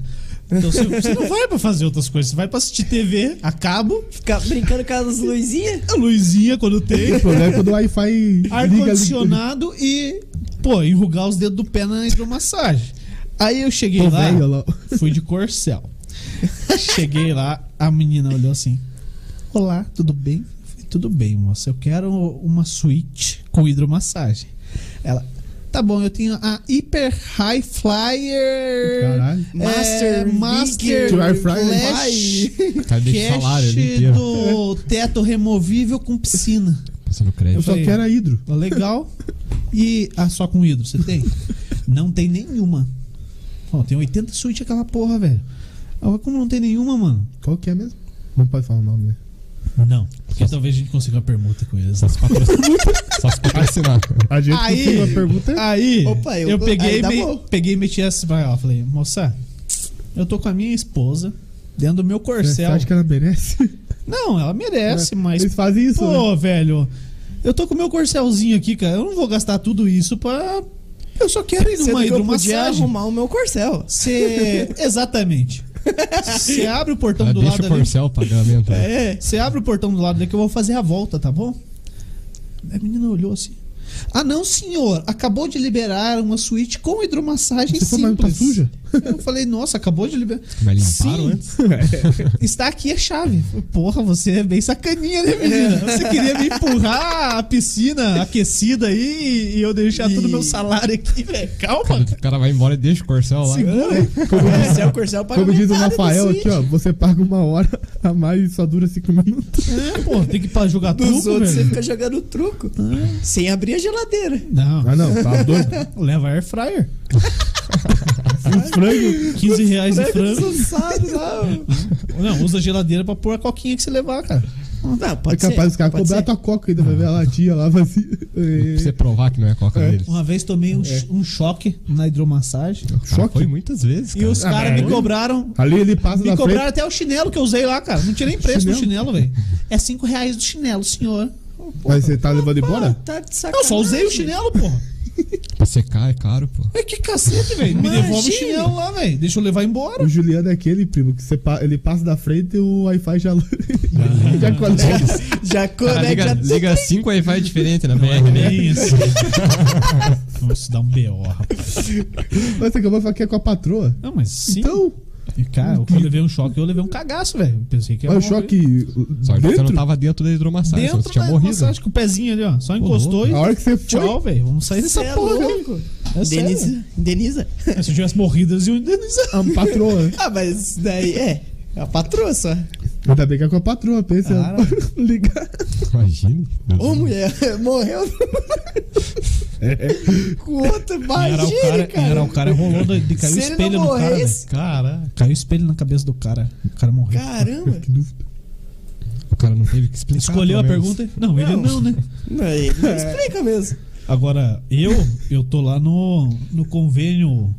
Speaker 1: Então você, você não vai pra fazer outras coisas. Você vai pra assistir TV, a cabo,
Speaker 4: Ficar brincando com as luzinhas.
Speaker 1: a luzinha quando
Speaker 2: O
Speaker 1: tem,
Speaker 2: problema é quando o Wi-Fi liga, liga.
Speaker 1: ar-condicionado e, pô, enrugar os dedos do pé na hidromassagem. Aí eu cheguei
Speaker 2: Ô,
Speaker 1: lá,
Speaker 2: velho, olha lá.
Speaker 1: fui de corcel. cheguei lá, a menina olhou assim: Olá, tudo bem? Eu Falei, tudo bem, moça. Eu quero uma suíte com hidromassagem. Ela. Tá bom, eu tenho a Hyper High Flyer.
Speaker 2: Caralho.
Speaker 1: Master,
Speaker 4: Master
Speaker 1: Master,
Speaker 2: Big Air Fryer.
Speaker 1: Flash,
Speaker 3: Cadê esse salário ali
Speaker 1: cash
Speaker 3: inteiro?
Speaker 1: do teto removível com piscina.
Speaker 3: Passando
Speaker 2: Eu
Speaker 3: crédito.
Speaker 2: só
Speaker 1: Falei.
Speaker 2: quero a hidro.
Speaker 1: Ó, Tá Legal. E. Ah, só com hidro, você tem? Não tem nenhuma. Ó, tem 80 suíte aquela porra, velho. Ah, mas como não tem nenhuma, mano?
Speaker 2: Qual que é mesmo? Não pode falar o nome, né?
Speaker 1: Não. Porque talvez a gente consiga uma permuta com eles. As patrocin-
Speaker 3: Só se patrocinar.
Speaker 2: A gente
Speaker 1: Aí.
Speaker 2: tem uma pergunta. é
Speaker 1: aí,
Speaker 4: Opa,
Speaker 1: eu,
Speaker 4: eu-
Speaker 1: peguei
Speaker 4: aí
Speaker 1: e
Speaker 4: dá
Speaker 1: me-
Speaker 4: bom.
Speaker 1: peguei e meti essa pra ela. Falei, moça, eu tô com a minha esposa dentro do meu
Speaker 2: Você
Speaker 1: corcel.
Speaker 2: acha que ela merece?
Speaker 1: Não, ela merece, mas.
Speaker 2: Eles fazem isso, né?
Speaker 1: Pô, velho, eu tô com o meu corcelzinho aqui, cara. Eu não vou gastar tudo isso pra. Eu só quero ir
Speaker 4: Você
Speaker 1: numa
Speaker 4: eu podia
Speaker 1: hidromassagem.
Speaker 4: arrumar o meu corcel.
Speaker 1: Você. Exatamente. Você abre o portão
Speaker 3: Ah,
Speaker 1: do
Speaker 3: deixa
Speaker 1: lado
Speaker 3: o
Speaker 1: ali.
Speaker 3: corcel o pagamento. né?
Speaker 1: É, você abre o portão do lado ali que eu vou fazer a volta, tá bom? A menina olhou assim. Ah, não, senhor. Acabou de liberar uma suíte com hidromassagem
Speaker 2: Você foi, mas não tá
Speaker 1: simples.
Speaker 2: suja?
Speaker 1: Eu falei, nossa, acabou de liberar.
Speaker 3: Mas limparam
Speaker 1: Sim,
Speaker 3: antes?
Speaker 1: está aqui a chave. Porra, você é bem sacaninha, né, menina? Você queria me empurrar a piscina aquecida aí e eu deixar todo o meu salário aqui, velho. Calma.
Speaker 3: O cara vai embora e deixa o corcel lá.
Speaker 1: Segura. É.
Speaker 4: Corcel, é corcel paga
Speaker 2: Como diz o
Speaker 4: metade do
Speaker 2: Rafael
Speaker 4: suíte.
Speaker 2: aqui, ó. Você paga uma hora a mais e só dura cinco minutos.
Speaker 1: É, pô, tem que ir pra jogar
Speaker 4: Dos
Speaker 1: truco,
Speaker 4: outros você
Speaker 1: velho. Ah.
Speaker 4: fica jogando truco. Sem abrir a geladeira.
Speaker 1: Não,
Speaker 2: Ah, não. Tá doido.
Speaker 1: leva air fryer.
Speaker 2: Os frangos.
Speaker 1: 15 reais de frango.
Speaker 4: Desussado lá.
Speaker 1: Não, usa a geladeira pra pôr a coquinha que você levar, cara.
Speaker 4: Não,
Speaker 2: É
Speaker 4: Ah, pode ser.
Speaker 2: capaz dos caras
Speaker 4: pode
Speaker 2: cobrar
Speaker 4: ser.
Speaker 2: tua coca ainda. Vai ver a latinha lá vazia.
Speaker 3: Pra você provar que não é a coca deles.
Speaker 1: Uma vez tomei um, cho- um choque na hidromassagem.
Speaker 3: Cara,
Speaker 2: Choque.
Speaker 3: Foi muitas vezes,
Speaker 1: E
Speaker 3: cara.
Speaker 1: os caras me
Speaker 2: mas-
Speaker 1: cobraram.
Speaker 2: Ali ele passa
Speaker 1: Me
Speaker 2: na
Speaker 1: cobraram
Speaker 2: frente.
Speaker 1: até o chinelo que eu usei lá, cara. Não tinha nem preço do
Speaker 2: Chinelo?
Speaker 1: chinelo, velho. É 5 reais do chinelo, senhor.
Speaker 2: Mas você tá levando embora?
Speaker 4: Tá
Speaker 1: Não,
Speaker 4: de sacanagem.
Speaker 1: eu só usei o chinelo, porra.
Speaker 3: Pra secar é caro, pô.
Speaker 1: É que cacete, velho. Me
Speaker 4: Imagina.
Speaker 1: devolve o chinelo lá, velho. Deixa eu levar embora.
Speaker 2: O Juliano é aquele, primo, que você pa- ele passa da frente e o Wi-Fi já, já conecta.
Speaker 4: Já
Speaker 3: Cara,
Speaker 1: né,
Speaker 3: liga,
Speaker 4: conecta tudo.
Speaker 3: liga cinco Wi-Fi diferente na BR, né?
Speaker 1: Bem assim. Nossa, dá um B.O., rapaz.
Speaker 2: Mas você acabou de falar que é com a patroa.
Speaker 1: Não, mas sim.
Speaker 2: Então,
Speaker 1: E, cara, eu quando eu levei um choque, eu levei um cagaço, velho. Pensei que era
Speaker 2: olha o
Speaker 1: uma-
Speaker 2: choque
Speaker 3: Sorte que você não
Speaker 2: dentro.
Speaker 3: tava dentro da hidromassagem, senão você
Speaker 1: Dentro
Speaker 3: tinha
Speaker 1: da
Speaker 3: morrido.
Speaker 1: massagem com o pezinho ali, ó. Só encostou
Speaker 3: louco.
Speaker 1: e.
Speaker 2: A hora que você foi,
Speaker 1: Tchau, velho. Vamos sair
Speaker 4: Você
Speaker 1: dessa
Speaker 4: é
Speaker 1: porra.
Speaker 4: louco.
Speaker 1: É sério.
Speaker 4: Denisa. Denisa.
Speaker 1: É, Se eu tivesse morrido, eles iam indenizar.
Speaker 2: a patroa.
Speaker 4: Ah, mas daí é. É a patroa só.
Speaker 2: Ainda bem que é com a patroa, pensa.
Speaker 1: Cara.
Speaker 2: Ligar.
Speaker 3: Imagine.
Speaker 4: Ô, mulher, morreu
Speaker 3: É,
Speaker 4: com outra.
Speaker 1: Ah, Era o
Speaker 4: Imagina,
Speaker 1: cara,
Speaker 4: cara.
Speaker 1: era o cara rolou do- de caiu o
Speaker 4: Se ele
Speaker 1: espelho
Speaker 4: não
Speaker 1: no cara,
Speaker 4: morresse-
Speaker 1: velho. Cara, caiu o espelho na cabeça do cara. O cara morreu.
Speaker 4: Caramba.
Speaker 3: O cara não teve que explicar.
Speaker 1: Escolheu a
Speaker 3: pelo menos.
Speaker 1: pergunta? e- Não, ele
Speaker 4: Não.
Speaker 1: não, né?
Speaker 4: Não, ele não explica mesmo.
Speaker 1: Agora, eu, eu tô lá no, no convênio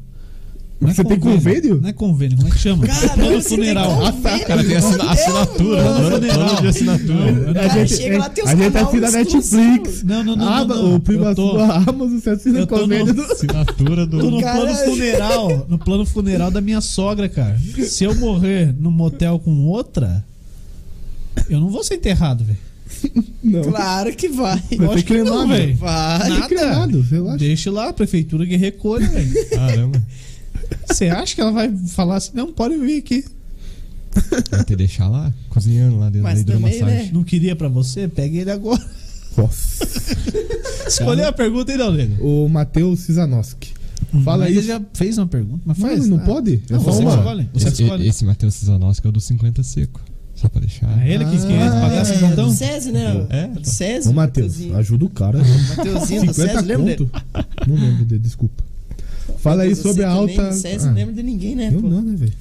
Speaker 1: Não é
Speaker 2: Você tem convênio?
Speaker 1: Não é convênio, como é que chama? Plano funeral.
Speaker 4: Ah, tá,
Speaker 3: Cara, tem assina- assinatura,
Speaker 1: Plano
Speaker 3: plano-
Speaker 1: funeral.
Speaker 3: plano de assinatura.
Speaker 1: Não, eu
Speaker 2: A
Speaker 1: não-
Speaker 4: Cara,
Speaker 2: gente,
Speaker 4: chega lá, tem os
Speaker 2: a gente
Speaker 4: canal
Speaker 2: assina
Speaker 4: exclusivo.
Speaker 2: Netflix.
Speaker 1: Não, não, não, não,
Speaker 2: Aba-
Speaker 1: não.
Speaker 2: Ah, O primo
Speaker 1: Eu tô-
Speaker 2: sua Amazon, você assina
Speaker 1: eu
Speaker 2: o
Speaker 1: tô no-
Speaker 2: convênio do.
Speaker 3: Assinatura
Speaker 1: Tô
Speaker 3: do.
Speaker 1: no plano
Speaker 4: Caralho.
Speaker 1: funeral, no plano funeral da minha sogra, cara. Se eu morrer num motel com outra, eu não vou ser enterrado, velho.
Speaker 2: Não.
Speaker 4: Claro que vai.
Speaker 2: Vai ter
Speaker 1: Lógico que não,
Speaker 2: cremado.
Speaker 1: velho.
Speaker 4: Vai.
Speaker 2: Vai
Speaker 1: Nada.
Speaker 2: ter cremado, eu acho.
Speaker 1: Deixa lá, a prefeitura que recolhe, velho.
Speaker 3: Caramba.
Speaker 1: Você acha que ela vai falar assim, não, pode vir aqui.
Speaker 3: Vai ter que deixar lá, cozinhando lá dentro
Speaker 4: Mas
Speaker 3: da
Speaker 1: né?
Speaker 4: também,
Speaker 3: hidromassagem.
Speaker 1: Não queria pra você? Pega ele agora.
Speaker 2: Nossa.
Speaker 1: Escolheu a pergunta, hein, não, nego?
Speaker 2: O Matheus Sizanowski. Fala
Speaker 1: Mas
Speaker 2: aí.
Speaker 1: Ele já fez uma pergunta, mas faz.
Speaker 2: Não, não
Speaker 1: tá?
Speaker 2: pode? É
Speaker 1: Não,
Speaker 2: só
Speaker 1: você
Speaker 2: uma.
Speaker 1: escolhe. Você
Speaker 3: Esse,
Speaker 1: escolhe.
Speaker 3: esse Matheus Cizanowski é o do 50 seco. Só pra deixar.
Speaker 1: É ele que queria
Speaker 2: Ah,
Speaker 1: pagar esse montão?
Speaker 4: Do SESI, né?
Speaker 3: É?
Speaker 4: Do SESI.
Speaker 2: Ô, Matheus,
Speaker 4: Mateuzinho.
Speaker 2: ajuda o cara.
Speaker 4: Mateuzinho
Speaker 2: 50
Speaker 4: do SESI, lembra dele?
Speaker 2: conto? Não lembro dele, desculpa. Fala aí
Speaker 4: Você
Speaker 2: sobre a
Speaker 4: também
Speaker 2: alta.
Speaker 4: do SESI
Speaker 2: Ah,
Speaker 4: não lembra de ninguém, né?
Speaker 2: eu
Speaker 4: pô?
Speaker 2: não, né, velho?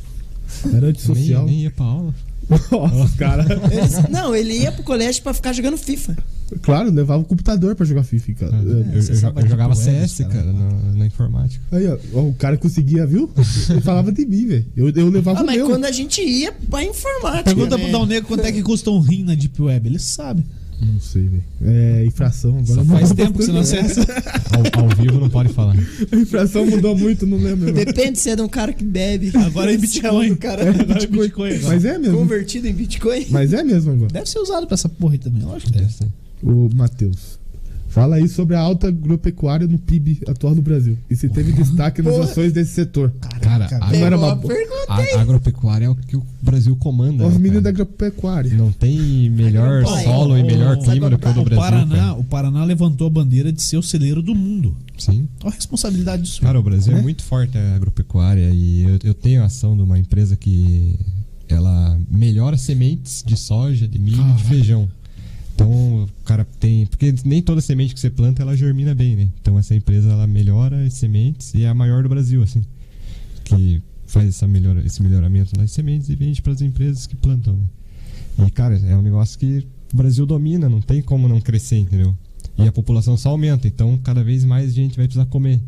Speaker 2: Era
Speaker 3: Nem,
Speaker 2: antissocial.
Speaker 3: nem ia pra aula.
Speaker 2: Nossa, cara.
Speaker 4: Ele- não, ele ia pro colégio pra ficar jogando FIFA.
Speaker 2: Claro, levava o computador pra jogar FIFA, cara. É,
Speaker 3: É, Eu- Ah, eu, eu-
Speaker 1: você sabe
Speaker 3: eu jogava
Speaker 1: de tudo, é,
Speaker 3: CS, cara, na, na informática.
Speaker 2: Aí, ó, ó, o cara conseguia, viu? Ele falava de mim, velho. Eu, eu levava
Speaker 4: Ah,
Speaker 2: o
Speaker 4: mas
Speaker 2: meu.
Speaker 4: quando a gente ia pra informática.
Speaker 1: Pergunta
Speaker 4: né?
Speaker 1: pro Dal Negro quanto é que custa um rim na Deep Web. Ele sabe.
Speaker 2: Não sei, velho. É, infração agora.
Speaker 1: Só
Speaker 2: não
Speaker 1: faz
Speaker 2: lembro
Speaker 1: tempo que você não
Speaker 2: bastante.
Speaker 1: acessa.
Speaker 3: Ao, ao vivo não pode falar.
Speaker 2: A infração mudou muito, não lembro. velho.
Speaker 4: Depende se é de um cara que bebe.
Speaker 1: Agora é em Bitcoin. Agora é em Bitcoin. agora.
Speaker 2: Mas é mesmo.
Speaker 4: Convertido em Bitcoin.
Speaker 2: Mas é mesmo agora.
Speaker 1: Deve ser usado pra essa porra aí também, lógico que deve.
Speaker 3: Dessa.
Speaker 2: Ô, Matheus. Fala aí sobre a alta agropecuária no PIB atual do Brasil. E se teve destaque nas
Speaker 4: Porra.
Speaker 2: ações desse setor.
Speaker 3: Cara, a,
Speaker 2: Não
Speaker 4: Pegou
Speaker 2: era uma
Speaker 4: a
Speaker 2: bo-
Speaker 4: É pergunta.
Speaker 3: a agropecuária é o que o Brasil comanda.
Speaker 2: Os
Speaker 3: né,
Speaker 2: meninos da
Speaker 3: cara?
Speaker 2: agropecuária.
Speaker 3: Não tem melhor
Speaker 4: Agropecuária.
Speaker 3: solo e melhor
Speaker 1: O-
Speaker 3: clima do que o do
Speaker 1: Tá, é O
Speaker 3: Brasil.
Speaker 1: Paraná,
Speaker 3: Cara.
Speaker 1: o Paraná levantou a bandeira de ser o celeiro do mundo.
Speaker 3: Sim.
Speaker 1: Olha a responsabilidade disso.
Speaker 3: Cara, o Brasil é muito forte a agropecuária e eu, eu tenho ação de uma empresa que ela melhora sementes de soja, de milho e de feijão. Então, o cara tem, porque nem toda semente que você planta ela germina bem, né? Então essa empresa ela melhora as sementes e é a maior do Brasil, assim, que faz essa melhora, esse melhoramento das sementes e vende para as empresas que plantam, né? E cara, é um negócio que o Brasil domina, não tem como não crescer, entendeu? E a população só aumenta, então cada vez mais gente vai precisar comer.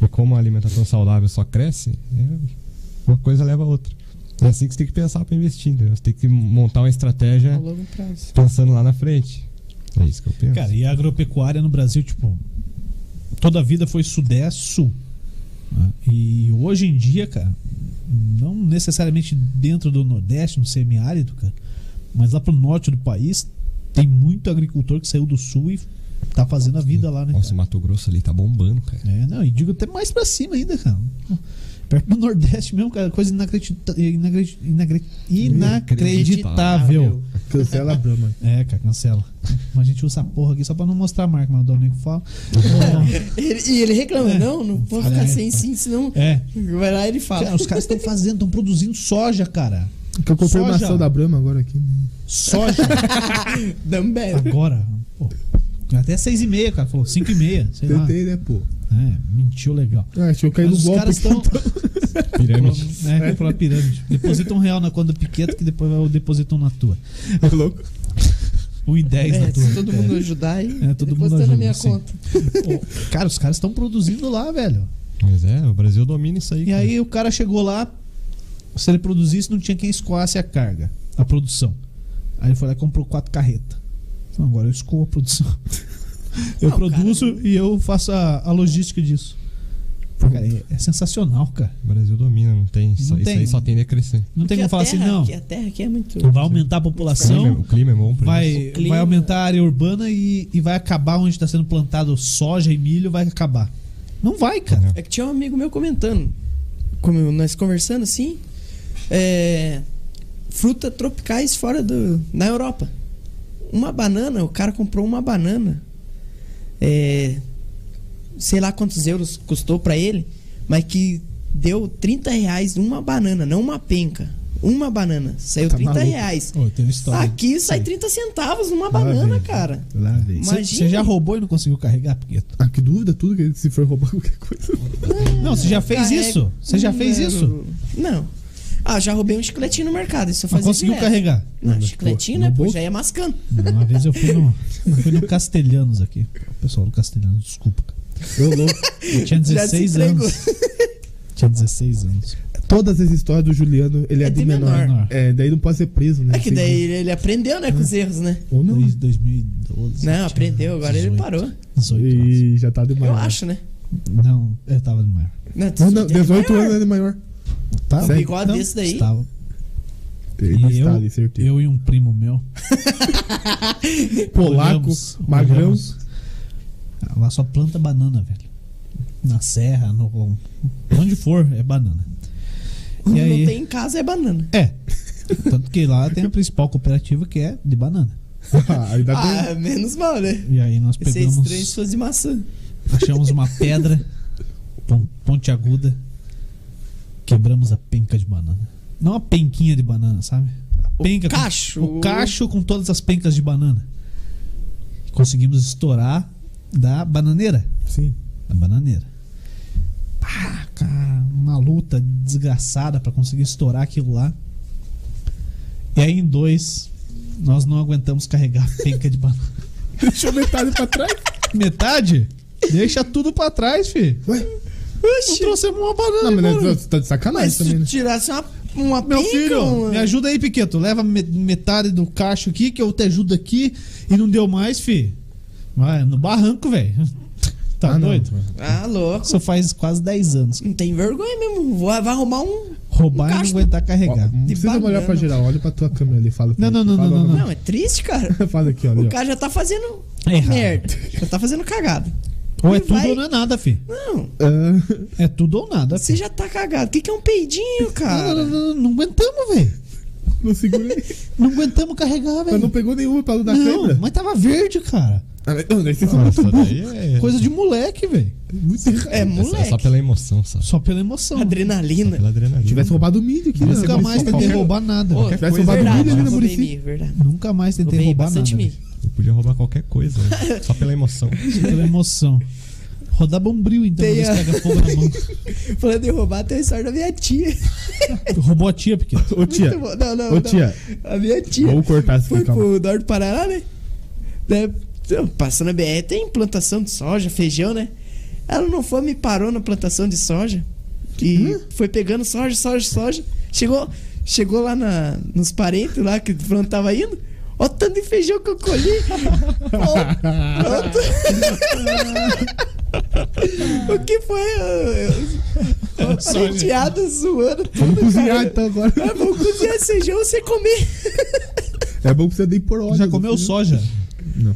Speaker 3: E como a alimentação saudável só cresce, é- uma coisa leva a outra. É assim que você tem que pensar para investir, entendeu? Você tem que montar uma estratégia
Speaker 4: longo prazo.
Speaker 3: pensando lá na frente. É isso que eu penso.
Speaker 1: Cara, e a agropecuária no Brasil, tipo, toda a vida foi sudeste, sul. né? E hoje em dia, cara, não necessariamente dentro do Nordeste, no semiárido, cara, mas lá pro norte do país, tem muito agricultor que saiu do sul e tá fazendo a vida lá, né?
Speaker 3: Nossa, o
Speaker 1: cara?
Speaker 3: Mato Grosso ali tá bombando, cara.
Speaker 1: É, não, e digo até mais pra cima ainda, cara. Perto do Nordeste mesmo, cara, coisa inacredita- inacre- inacre- inacreditável.
Speaker 2: Cancela a Brahma.
Speaker 1: É, cara, cancela. Mas a gente usa essa porra aqui só pra não mostrar a marca, mas o Domingo fala.
Speaker 4: Ele- e ele reclama,
Speaker 1: É.
Speaker 4: não, não vou
Speaker 1: Olha
Speaker 4: ficar
Speaker 1: aí.
Speaker 4: sem sim, senão.
Speaker 1: É.
Speaker 4: Vai lá e ele fala.
Speaker 1: Cara, os caras estão fazendo, estão produzindo soja, cara.
Speaker 2: Com a confirmação
Speaker 1: Soja.
Speaker 2: da Brahma agora aqui.
Speaker 1: Soja.
Speaker 4: Dumbbell.
Speaker 1: Agora. Pô. Até seis e meia, cara. Falou cinco e meia, sei lá.
Speaker 2: Tentei, né, pô?
Speaker 1: É, mentiu legal.
Speaker 2: Ah, achei que eu caí
Speaker 1: Mas
Speaker 2: no
Speaker 1: os
Speaker 2: golpe.
Speaker 1: caras estão.
Speaker 3: Pirâmide.
Speaker 1: É, foi pela pirâmide. Deposita um real na conta do Piqueto que depois vai- depositam na tua.
Speaker 2: Tá louco?
Speaker 1: Um e dez na
Speaker 4: É,
Speaker 1: tua.
Speaker 4: se todo mundo ajudar aí.
Speaker 1: É, todo mundo
Speaker 4: depositando
Speaker 1: ajuda,
Speaker 4: na minha
Speaker 1: sim.
Speaker 4: conta.
Speaker 1: Pô, Cara, os caras estão produzindo lá, velho.
Speaker 3: Mas é, o Brasil domina isso aí.
Speaker 1: E aí o cara chegou lá, se ele produzisse, não tinha quem escoasse a carga, a produção. Aí ele foi lá e comprou quatro carretas. Falou, agora eu escoo a produção. Eu
Speaker 4: Não,
Speaker 1: produzo e eu faço a, a logística disso. Pô, cara, é, é sensacional, cara.
Speaker 3: O Brasil domina, não tem. só-
Speaker 1: Não
Speaker 3: isso
Speaker 1: tem.
Speaker 3: aí só tende a crescer.
Speaker 1: Não tem
Speaker 4: Porque
Speaker 1: como
Speaker 4: a
Speaker 1: falar assim,
Speaker 4: terra-
Speaker 1: não.
Speaker 4: porque A terra aqui é muito.
Speaker 1: Vai aumentar a
Speaker 3: O clima-
Speaker 1: população,
Speaker 3: o clima é bom pra isso.
Speaker 1: vai,
Speaker 4: clima.
Speaker 1: vai aumentar a área urbana e, e vai acabar onde está sendo plantado soja e milho, vai acabar. Não vai, cara.
Speaker 4: É que tinha um amigo meu comentando. Como eu- nós conversando assim. É, fruta tropicais fora do. na Europa. Uma banana, o cara comprou uma banana. É, sei lá quantos euros custou pra ele, mas que deu 30 reais uma banana, não uma penca. Uma banana. Saiu
Speaker 2: Tá
Speaker 4: 30
Speaker 2: maluco.
Speaker 4: reais.
Speaker 1: Ô, teve história.
Speaker 4: Aqui sai 30 centavos numa banana,
Speaker 2: velho.
Speaker 4: cara.
Speaker 2: Lá, velho.
Speaker 1: Você
Speaker 4: Imagina.
Speaker 1: você já roubou e não conseguiu carregar, Piqueto?
Speaker 2: Ah, que dúvida, tudo que se for roubar qualquer coisa.
Speaker 1: Não, você já fez
Speaker 4: Carrega-
Speaker 1: isso? Você já fez
Speaker 4: Não,
Speaker 1: isso?
Speaker 4: Não. Ah, já roubei um chicletinho no mercado, isso eu
Speaker 1: Mas
Speaker 4: fazia
Speaker 1: conseguiu
Speaker 4: direto.
Speaker 1: carregar.
Speaker 4: Não,
Speaker 2: mas,
Speaker 4: chicletinho,
Speaker 2: pô,
Speaker 4: né?
Speaker 2: no
Speaker 4: Pô,
Speaker 2: bolso?
Speaker 4: já ia mascando.
Speaker 1: Uma vez eu fui no, fui no Castelhanos aqui. Pessoal do Castelhanos, desculpa. cara.
Speaker 2: Eu louco.
Speaker 1: Eu tinha
Speaker 4: Já
Speaker 1: 16
Speaker 4: desempregou.
Speaker 1: anos. Tinha 16 anos.
Speaker 2: Todas as histórias do Juliano, ele é,
Speaker 4: É
Speaker 2: de
Speaker 4: de
Speaker 2: menor.
Speaker 1: menor.
Speaker 2: É, daí não pode ser preso, né? um-
Speaker 4: É que
Speaker 2: Tem-
Speaker 4: daí ele, ele aprendeu, né, com
Speaker 1: É.
Speaker 4: os erros, né?
Speaker 2: Ou não.
Speaker 1: Desde 2012.
Speaker 4: Não,
Speaker 1: tinha
Speaker 4: aprendeu, agora ele
Speaker 1: 18,
Speaker 4: parou.
Speaker 1: 18 anos.
Speaker 2: E já tá de maior.
Speaker 4: Eu acho, né?
Speaker 1: Não, eu tava no maior.
Speaker 2: Não, não,
Speaker 4: ele é
Speaker 2: 18
Speaker 4: maior.
Speaker 1: né?
Speaker 2: anos ele é maior.
Speaker 1: Tá?
Speaker 4: Um bigode desse daí.
Speaker 1: Estava.
Speaker 2: Ele
Speaker 1: E
Speaker 2: está
Speaker 1: eu-
Speaker 2: ali, certeza.
Speaker 1: Eu e um primo meu.
Speaker 2: Polaco,
Speaker 1: olhamos-
Speaker 2: magrão.
Speaker 1: olhamos. Ah, Lá só planta banana, velho. Na serra, no, onde for, é banana.
Speaker 4: Não
Speaker 1: E aí?
Speaker 4: tem em casa é banana.
Speaker 1: É. Tanto que lá tem a principal cooperativa que é de banana.
Speaker 2: Ah, ainda bem.
Speaker 4: Ah, menos mal, né?
Speaker 1: E aí nós
Speaker 4: Ia ser estranho se
Speaker 1: pegamos,
Speaker 4: fosse de maçã.
Speaker 1: achamos uma pedra pon- pontiaguda, quebramos a penca de banana. Não a penquinha de banana, sabe? A penca com-
Speaker 4: cacho.
Speaker 1: o cacho com todas as pencas de banana. Conseguimos estourar da bananeira.
Speaker 2: Sim.
Speaker 1: da bananeira. Pá, cara, uma luta desgraçada pra conseguir estourar aquilo lá. E aí em dois, nós não aguentamos carregar a penca de banana.
Speaker 2: Deixou metade pra trás.
Speaker 1: Metade? Deixa tudo pra trás, fi.
Speaker 2: Ué?
Speaker 1: Não trouxemos uma banana.
Speaker 2: Não, mas
Speaker 1: embora.
Speaker 2: né, você tá de sacanagem
Speaker 4: Mas
Speaker 2: também,
Speaker 4: se
Speaker 2: né?
Speaker 4: tirasse uma, uma
Speaker 1: Meu
Speaker 4: penca,
Speaker 1: filho,
Speaker 4: uma-
Speaker 1: me ajuda aí, Piqueto. Leva me- metade do cacho aqui, que eu te ajudo aqui. E não deu mais, fi. Vai, no barranco, velho. Tá
Speaker 2: Ah, não.
Speaker 1: doido?
Speaker 4: Ah, louco.
Speaker 1: Isso faz quase 10 anos.
Speaker 4: Não tem vergonha mesmo. Vai, vai arrumar um.
Speaker 1: Roubar
Speaker 4: Um
Speaker 1: e não
Speaker 4: cacho-
Speaker 1: aguentar
Speaker 2: Ó, hum.
Speaker 1: carregar.
Speaker 2: não precisa
Speaker 4: banana.
Speaker 2: olhar pra geral, olha pra tua câmera ali. Fala pra
Speaker 1: Não,
Speaker 2: ele.
Speaker 1: não, não,
Speaker 2: Fala
Speaker 1: não,
Speaker 2: pra
Speaker 4: Não, é triste, cara.
Speaker 2: mim. Fala aqui, olha.
Speaker 4: O
Speaker 2: ó.
Speaker 4: cara já tá fazendo
Speaker 1: É errado.
Speaker 4: merda. Já tá fazendo cagada.
Speaker 1: Ou é
Speaker 4: Ele
Speaker 1: tudo
Speaker 4: vai-
Speaker 1: ou não é nada, fi.
Speaker 4: Não,
Speaker 2: Ah,
Speaker 1: É tudo ou nada.
Speaker 4: você
Speaker 1: fi.
Speaker 4: já tá cagado. O que, que é um peidinho,
Speaker 1: Não, não, não,
Speaker 4: cara?
Speaker 1: não, não aguentamos, velho.
Speaker 2: não segura aí.
Speaker 1: Não aguentamos carregar, velho.
Speaker 2: Mas não pegou nenhuma pra dar
Speaker 1: Não,
Speaker 2: câmera.
Speaker 1: mas tava verde, cara.
Speaker 2: Ah, mas- ah, daí vocês são muito
Speaker 3: Nossa,
Speaker 2: burros.
Speaker 3: daí é...
Speaker 1: Coisa de moleque, velho.
Speaker 2: Muito errado.
Speaker 4: É
Speaker 3: é só- é
Speaker 4: moleque.
Speaker 3: só pela emoção, só.
Speaker 1: Só pela emoção.
Speaker 4: Adrenalina.
Speaker 3: Pela adrenalina.
Speaker 2: Tivesse roubado o milho aqui, né?
Speaker 1: Nunca mais tentei roubar nada.
Speaker 4: Ô,
Speaker 1: velho.
Speaker 2: tivesse roubado
Speaker 4: verdade,
Speaker 2: milho ali na
Speaker 4: roubei
Speaker 2: Murici.
Speaker 4: milho, verdade.
Speaker 1: Nunca mais tentei
Speaker 4: Roubei
Speaker 1: roubar nada.
Speaker 4: bastante
Speaker 1: velho.
Speaker 4: milho.
Speaker 3: Ele podia roubar qualquer coisa, né? só pela emoção.
Speaker 1: Só Pela emoção. Rodar bombril, então,
Speaker 4: Tem
Speaker 1: quando
Speaker 4: a-
Speaker 1: você pega fogo na mão.
Speaker 4: Falando em roubar, tem a história da minha tia.
Speaker 1: Roubou a tia, Piquet.
Speaker 2: Ô tia,
Speaker 4: Muito bom. Não, não,
Speaker 2: ô
Speaker 4: não.
Speaker 2: tia,
Speaker 4: A minha tia.
Speaker 2: vamos cortar essa
Speaker 4: Foi
Speaker 2: aqui, calma.
Speaker 4: pro norte do Paraná, né? Né? Então, Passando a BR, tem plantação de soja, feijão, né? Ela não foi, me parou na plantação de soja. E foi pegando soja, soja, soja. Chegou, chegou lá na, nos parentes lá que pra onde tava indo. Olha o tanto de feijão que eu colhi. Pronto. o que foi? Eu- eu- O parenteado zoando.
Speaker 2: Vamos cozinhar
Speaker 4: cara.
Speaker 2: então agora.
Speaker 4: Ah, vou cozinhar esse feijão e você comer.
Speaker 2: É bom que você nem por óleo.
Speaker 1: Já comeu soja?
Speaker 2: Não.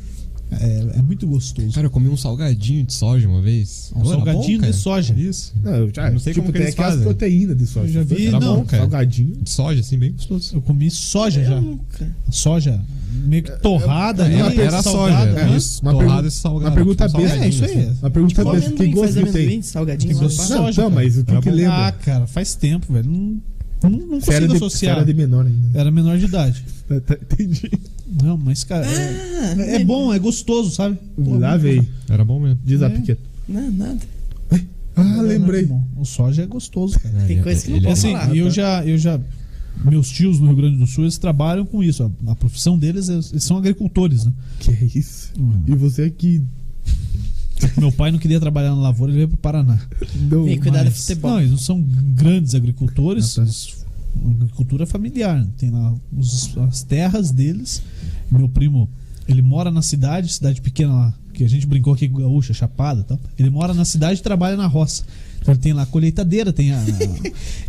Speaker 1: É, é muito gostoso.
Speaker 3: Cara, eu comi um salgadinho de soja uma vez.
Speaker 1: Um
Speaker 2: é
Speaker 3: Era bom,
Speaker 1: salgadinho
Speaker 3: cara.
Speaker 1: de soja.
Speaker 3: Isso.
Speaker 2: Não, eu já,
Speaker 3: Não sei
Speaker 2: tipo,
Speaker 3: como que
Speaker 2: tem
Speaker 3: eles
Speaker 2: aquelas
Speaker 3: fazem.
Speaker 2: proteínas de soja.
Speaker 1: Eu já vi,
Speaker 3: Era
Speaker 1: não.
Speaker 3: bom, cara.
Speaker 2: Salgadinho.
Speaker 3: De soja, assim, bem gostoso.
Speaker 1: Eu comi soja já. Soja meio que torrada ali.
Speaker 3: É, Era, era soja.
Speaker 1: salgada,
Speaker 3: Era
Speaker 1: né?
Speaker 3: isso,
Speaker 2: Uma
Speaker 3: torrado
Speaker 2: pergunta-
Speaker 3: e salgado.
Speaker 2: uma pergunta
Speaker 3: tipo,
Speaker 2: besta.
Speaker 3: salgadinho,
Speaker 1: É, isso aí.
Speaker 3: assim.
Speaker 2: Uma pergunta
Speaker 4: Qual
Speaker 2: dessa, Tipo, que
Speaker 4: amendoim faz
Speaker 2: gosto que
Speaker 4: amendoim?
Speaker 2: tem?
Speaker 4: Salgadinho?
Speaker 1: Tem
Speaker 4: lá,
Speaker 1: gosto
Speaker 4: pá.
Speaker 1: de
Speaker 2: Não,
Speaker 1: soja,
Speaker 2: não,
Speaker 1: cara.
Speaker 2: mas o que
Speaker 3: Era
Speaker 2: que
Speaker 3: bom.
Speaker 1: Ah,
Speaker 2: lembra?
Speaker 1: cara, faz tempo, velho. Não, não, não
Speaker 2: Você era
Speaker 1: consigo
Speaker 2: de- você
Speaker 1: associar.
Speaker 2: era de menor ainda.
Speaker 1: Era menor de idade.
Speaker 2: Tá- tá- Entendi.
Speaker 1: Não, mas, cara, é,
Speaker 4: Ah,
Speaker 1: é bom, é gostoso, sabe?
Speaker 2: Lá veio.
Speaker 3: Era bom mesmo.
Speaker 2: Diz a
Speaker 1: É.
Speaker 2: piqueta.
Speaker 4: Não, nada.
Speaker 2: Ah, lembrei.
Speaker 1: Bom, O soja é gostoso, cara.
Speaker 4: Tem coisa que não
Speaker 1: E
Speaker 3: é
Speaker 4: posso
Speaker 1: assim,
Speaker 4: falar.
Speaker 1: eu já, eu já. Meus tios no Rio Grande do Sul, eles trabalham com isso. A, a profissão deles, é- eles são agricultores, né?
Speaker 2: Que é isso? E você aqui.
Speaker 1: Meu pai não queria trabalhar na lavoura, ele veio pro Paraná.
Speaker 2: Não,
Speaker 4: Vem cuidar do
Speaker 1: Mas-
Speaker 4: futebol.
Speaker 1: Não, eles não são grandes agricultores.
Speaker 2: Ah, tá.
Speaker 1: eles- agricultura familiar. né? Tem lá os- as terras deles. Meu primo, ele mora na cidade, cidade pequena lá, que a gente brincou aqui com gaúcha, chapada e tal. Ele mora na cidade e trabalha na roça. Então ele tem lá a colheitadeira, tem a.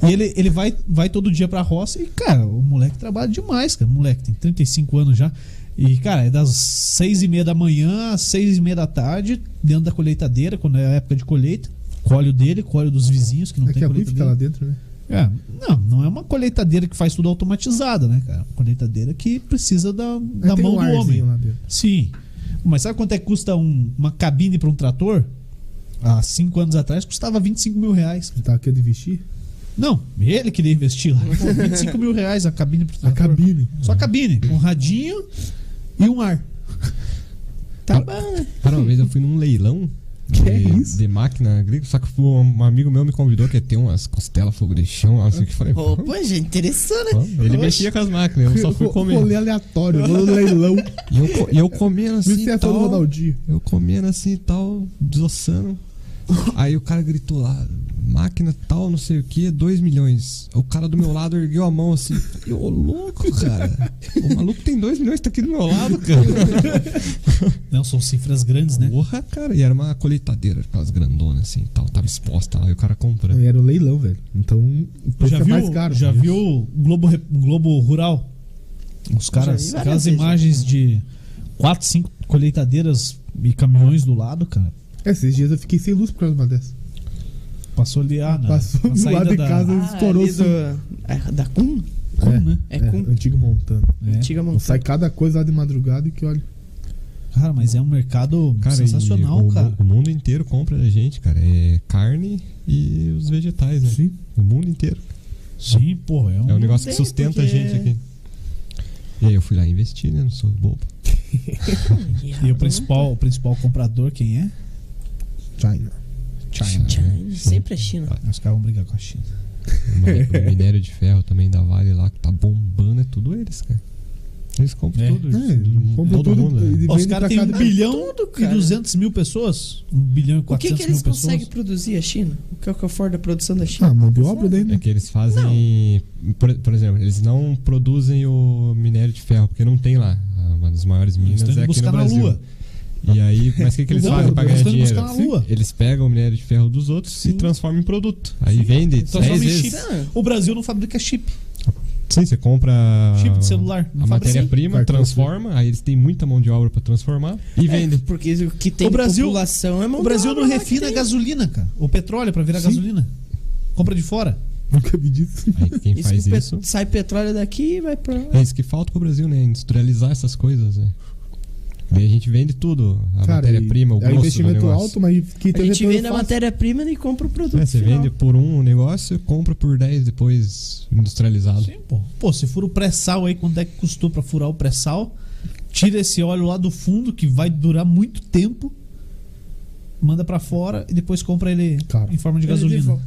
Speaker 1: a- e ele, ele vai, vai todo dia pra roça e, cara, o moleque trabalha demais, cara. O moleque tem 35 anos já. E, cara, é das seis e meia da manhã às seis e meia da tarde, dentro da colheitadeira, quando é a época de colheita. Colhe o dele, colhe o dos vizinhos que não
Speaker 2: É que
Speaker 1: tem
Speaker 2: a Rui
Speaker 1: colheita
Speaker 2: fica lá dentro, né?
Speaker 1: é, não, não é uma colheitadeira que faz tudo automatizada, né, cara? Uma colheitadeira que precisa da, da
Speaker 2: Aí tem
Speaker 1: mão
Speaker 2: um
Speaker 1: do homem.
Speaker 2: arzinho lá dentro.
Speaker 1: Sim. Mas sabe quanto é que custa um- uma cabine para um trator? Há cinco anos atrás custava 25 mil reais.
Speaker 2: Você tava querendo investir?
Speaker 1: Não, ele queria investir lá. Pô, 25 mil reais a cabine pro
Speaker 2: A
Speaker 1: trator.
Speaker 2: cabine.
Speaker 1: Só a cabine, um radinho e um ar.
Speaker 4: Tá bom, né?
Speaker 3: Cara, uma vez eu fui num leilão
Speaker 2: Que
Speaker 3: de,
Speaker 2: é isso?
Speaker 3: de máquina agrícola, só que um amigo meu me convidou que tem umas costelas fogo de chão, lá, não Ah, sei o que eu falei. "Vamos,
Speaker 4: Opa, já interessou, né?
Speaker 3: vamos." Ele mexia com as máquinas, eu só fui
Speaker 2: Ro- Rolê
Speaker 3: comendo.
Speaker 2: aleatório, vou no leilão.
Speaker 3: E eu, co- e eu comendo assim
Speaker 2: Isso
Speaker 3: e
Speaker 2: é todo
Speaker 3: tal.
Speaker 2: Ronaldinho.
Speaker 3: Eu comendo assim e tal, desossando. Aí o cara gritou lá, máquina tal, não sei o que, 2 milhões. O cara do meu lado ergueu a mão assim. Eu, ô, louco, cara. O maluco tem 2 milhões, tá aqui do meu lado, cara.
Speaker 1: Não, são cifras grandes, né?
Speaker 3: Porra, cara. E era uma colheitadeira, aquelas grandonas assim e tal. Tava exposta lá e o cara comprando.
Speaker 1: É,
Speaker 2: Não, e era o leilão, velho. Então, o preço
Speaker 1: Já
Speaker 2: é
Speaker 1: viu,
Speaker 2: mais caro.
Speaker 1: já viu o Globo, Re- o Globo Rural? Os
Speaker 4: Já
Speaker 1: caras,
Speaker 4: vi várias
Speaker 1: aquelas
Speaker 4: vezes,
Speaker 1: imagens de quatro, cinco colheitadeiras e caminhões do lado, cara.
Speaker 2: É, esses dias eu fiquei sem luz por causa de uma dessa.
Speaker 1: Passou ali ah, na,
Speaker 2: Passou
Speaker 1: na
Speaker 2: do
Speaker 1: saída
Speaker 2: lado de
Speaker 1: da-
Speaker 2: casa e estourou.
Speaker 4: ali
Speaker 2: assim.
Speaker 4: do- é, da Cum?
Speaker 1: Como,
Speaker 2: É.
Speaker 1: né?
Speaker 4: É Cum.
Speaker 2: antigo montano.
Speaker 1: É.
Speaker 4: Antiga
Speaker 2: Não
Speaker 4: montanha.
Speaker 2: Sai cada coisa lá de madrugada e que olha.
Speaker 1: Cara, mas é um mercado
Speaker 3: Cara, e
Speaker 1: sensacional,
Speaker 3: o,
Speaker 1: cara.
Speaker 3: O mundo inteiro compra da gente, cara. É carne e os vegetais, né?
Speaker 2: Sim.
Speaker 3: O mundo inteiro.
Speaker 1: Sim, pô, é um.
Speaker 3: É um negócio que
Speaker 4: sei,
Speaker 3: sustenta a
Speaker 4: porque-
Speaker 3: gente aqui. E aí eu fui lá investir, né? Não sou bobo.
Speaker 1: E o principal, o principal comprador, quem é?
Speaker 2: China.
Speaker 1: China.
Speaker 4: né? China, Sempre a China.
Speaker 1: Os caras vão brigar com a China.
Speaker 3: O minério de ferro também da Vale lá, que tá bombando, é tudo eles, cara. Eles compram
Speaker 1: É.
Speaker 3: tudo.
Speaker 2: É,
Speaker 3: tudo-
Speaker 2: compra
Speaker 3: todo
Speaker 2: tudo
Speaker 3: mundo. né?
Speaker 2: e
Speaker 1: Ó, Os
Speaker 2: vende
Speaker 1: caras
Speaker 2: pra
Speaker 1: têm um
Speaker 2: cada-
Speaker 1: bilhão e
Speaker 4: cara.
Speaker 1: 200 mil pessoas? Um bilhão e
Speaker 4: O que,
Speaker 1: 400
Speaker 4: que eles
Speaker 1: mil pessoas?
Speaker 4: conseguem produzir a China? O que é o que é fora da produção da China?
Speaker 2: Ah, mão de obra daí,
Speaker 3: É
Speaker 2: né?
Speaker 3: que eles fazem. Por, por exemplo, eles não produzem o minério de ferro, porque não tem lá. Ah, Uma das maiores
Speaker 1: Eles
Speaker 3: minas
Speaker 1: estão indo
Speaker 3: é aqui
Speaker 1: buscar
Speaker 3: no
Speaker 1: na
Speaker 3: Brasil.
Speaker 1: Lua.
Speaker 3: E aí, mas o que, que eles
Speaker 1: Não,
Speaker 3: fazem pra ganhar
Speaker 1: eles estão indo
Speaker 3: dinheiro?
Speaker 1: buscar na Lua.
Speaker 3: Eles pegam o minério de ferro dos outros e transformam em produto. Aí vende
Speaker 1: Então,
Speaker 3: 10
Speaker 1: só em
Speaker 3: vezes.
Speaker 1: chip.
Speaker 4: É,
Speaker 1: O Brasil não fabrica chip.
Speaker 3: Sim, você compra
Speaker 1: Chip de celular, não
Speaker 3: Ah, a
Speaker 1: fabrica.
Speaker 3: matéria-prima,
Speaker 2: Cartão,
Speaker 3: transforma, aí eles têm muita mão de obra pra transformar
Speaker 1: É.
Speaker 3: e vendem.
Speaker 4: Porque o que tem
Speaker 1: O Brasil-
Speaker 4: de população é mão
Speaker 1: O Brasil
Speaker 4: de
Speaker 1: não
Speaker 4: obra lá que
Speaker 1: refina a
Speaker 4: tem.
Speaker 1: gasolina, cara. O petróleo pra virar gasolina. Compra de fora.
Speaker 3: É.
Speaker 2: Nunca vi disso.
Speaker 3: Aí quem
Speaker 4: Isso
Speaker 3: faz
Speaker 4: que pe-
Speaker 3: isso.
Speaker 4: Sai petróleo daqui e vai pra.
Speaker 3: É isso que falta pro Brasil, né? Industrializar essas coisas, né? Daí a gente vende tudo. A
Speaker 2: Cara,
Speaker 3: matéria-prima, o
Speaker 2: e é
Speaker 3: grosso
Speaker 2: um
Speaker 3: do
Speaker 2: investimento
Speaker 3: negócio.
Speaker 2: alto, mas que
Speaker 4: A
Speaker 1: então
Speaker 2: tem
Speaker 4: gente
Speaker 2: retorno
Speaker 4: vende a
Speaker 2: fácil.
Speaker 4: matéria-prima e compra o produto.
Speaker 3: É, você
Speaker 4: final.
Speaker 3: vende por um negócio, compra por 10 depois industrializado.
Speaker 1: Sim, pô. Pô, se for o pré-sal aí, quanto é que custou pra furar o pré-sal? Tira esse óleo lá do fundo, que vai durar muito tempo. Manda pra fora e depois compra ele
Speaker 2: Cara,
Speaker 1: em forma de
Speaker 4: Ele é
Speaker 1: gasolina.
Speaker 4: volta.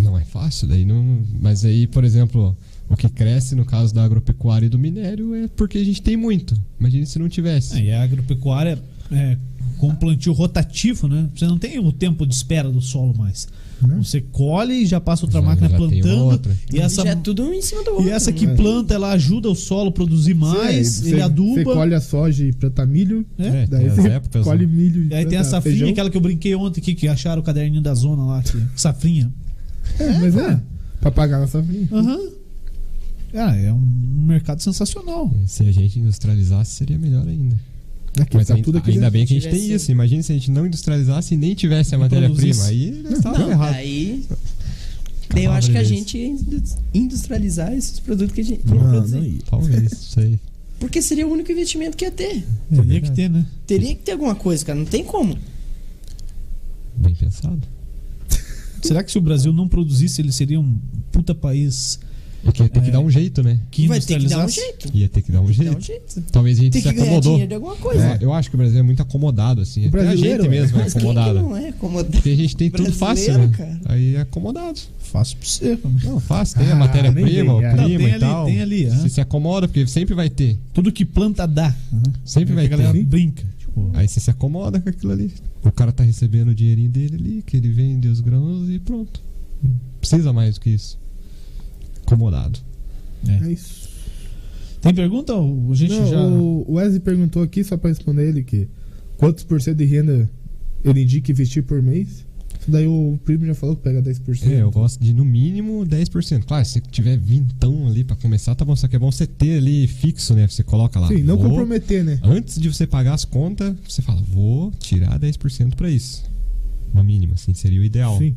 Speaker 3: Não é fácil, daí não. Mas aí, por exemplo, o que cresce no caso da agropecuária e do minério é porque a gente tem muito. Imagina se não tivesse.
Speaker 1: É, e a agropecuária é, com plantio rotativo, né? Você não tem o tempo de espera do solo mais.
Speaker 2: Não.
Speaker 1: Você colhe e já passa outra
Speaker 3: Já-
Speaker 1: máquina
Speaker 3: já tem
Speaker 1: plantando.
Speaker 3: outra.
Speaker 1: E essa,
Speaker 4: Já é tudo um em cima do outro.
Speaker 1: e essa que
Speaker 2: né?
Speaker 1: planta, ela ajuda o solo a produzir mais,
Speaker 2: Sim,
Speaker 1: ele
Speaker 2: você- Você
Speaker 1: aduba.
Speaker 2: colhe a soja e planta milho.
Speaker 1: É.
Speaker 3: É,
Speaker 2: Daí
Speaker 3: tem as
Speaker 2: você
Speaker 3: épocas.
Speaker 2: colhe
Speaker 3: né?
Speaker 2: milho.
Speaker 1: E aí tem a
Speaker 2: planta
Speaker 1: safrinha,
Speaker 2: feijão.
Speaker 1: aquela que eu brinquei ontem aqui, que acharam o caderninho da zona lá. Que, safrinha.
Speaker 2: É, mas é. Pra pagar na safrinha.
Speaker 1: Aham. Cara, é um mercado sensacional.
Speaker 3: É, Se a gente industrializasse, seria melhor ainda.
Speaker 2: Aqui,
Speaker 3: Mas
Speaker 2: tá
Speaker 3: ainda,
Speaker 2: tudo aqui
Speaker 3: ainda
Speaker 2: dentro.
Speaker 3: bem que a gente tem
Speaker 4: Tivesse-
Speaker 3: isso. Imagina se a gente não industrializasse e nem tivesse a
Speaker 1: produzisse.
Speaker 3: matéria-prima. Aí né, tá, nós
Speaker 1: Tá
Speaker 3: tava
Speaker 4: Não,
Speaker 3: errado.
Speaker 4: daí. Daí eu acho que a
Speaker 3: Cabra,
Speaker 4: gente ia indu- industrializar esses produtos que a gente que
Speaker 2: Não,
Speaker 4: produzir.
Speaker 3: né?
Speaker 2: não ia.
Speaker 3: Talvez, não sei.
Speaker 4: Porque seria o único investimento que ia ter.
Speaker 1: Teria que ter, né?
Speaker 4: Teria que ter alguma coisa, cara. Não tem como.
Speaker 3: Bem pensado.
Speaker 1: Será que se o Brasil não produzisse, ele seria um puta país
Speaker 3: É que ia ter que
Speaker 1: É.
Speaker 3: dar um jeito, né?
Speaker 1: que é
Speaker 4: Vai ter que dar um
Speaker 1: industrializasse?
Speaker 4: jeito.
Speaker 3: Ia ter que dar um
Speaker 4: Tem que dar
Speaker 3: jeito.
Speaker 4: um jeito.
Speaker 3: Talvez a gente
Speaker 4: Tem
Speaker 3: se
Speaker 1: é
Speaker 4: que ganhar
Speaker 3: acomodou.
Speaker 4: dinheiro de alguma coisa.
Speaker 3: É, eu acho que o Brasil é muito acomodado, assim. Até a
Speaker 2: brasileiro,
Speaker 3: gente
Speaker 2: é.
Speaker 3: mesmo é
Speaker 4: Mas quem que
Speaker 3: acomodado.
Speaker 4: não é acomodado?
Speaker 3: Porque a gente tem tudo fácil,
Speaker 4: Brasileiro,
Speaker 3: né?
Speaker 4: cara.
Speaker 3: Aí é acomodado.
Speaker 1: Fácil pra você.
Speaker 3: Não, fácil. Tem
Speaker 2: Ah,
Speaker 3: a matéria-prima,
Speaker 2: nem
Speaker 3: o
Speaker 2: vem, é.
Speaker 3: clima
Speaker 1: Não, é? tem
Speaker 3: e
Speaker 1: ali,
Speaker 3: tal.
Speaker 1: tem ali,
Speaker 3: Você
Speaker 1: aham.
Speaker 3: se acomoda, porque sempre vai ter.
Speaker 1: Tudo que planta dá. né?
Speaker 3: Sempre
Speaker 1: É
Speaker 3: vai
Speaker 1: que a galera
Speaker 3: ter.
Speaker 1: brinca. Tipo,
Speaker 3: Aí você se acomoda com aquilo ali. O cara tá recebendo o dinheirinho dele ali, que ele vende os grãos e pronto. Não precisa mais do que isso. Acomodado.
Speaker 2: É isso.
Speaker 1: tem pergunta? Ou a gente
Speaker 2: Não,
Speaker 1: já.
Speaker 3: né?
Speaker 2: O o Wesley perguntou aqui, só pra responder ele, que quantos por cento de renda ele indica investir por mês? Isso daí o primo já falou que pega 10%.
Speaker 3: É, eu gosto de no mínimo 10%. Claro, se tiver vintão ali pra começar, tá bom. Só que é bom você ter ali fixo, né? Você coloca lá.
Speaker 2: Sim, não
Speaker 3: vou-
Speaker 2: comprometer, né?
Speaker 3: Antes de você pagar as contas, você fala, vou tirar 10% pra isso. No mínimo, assim, seria o ideal.
Speaker 2: Sim.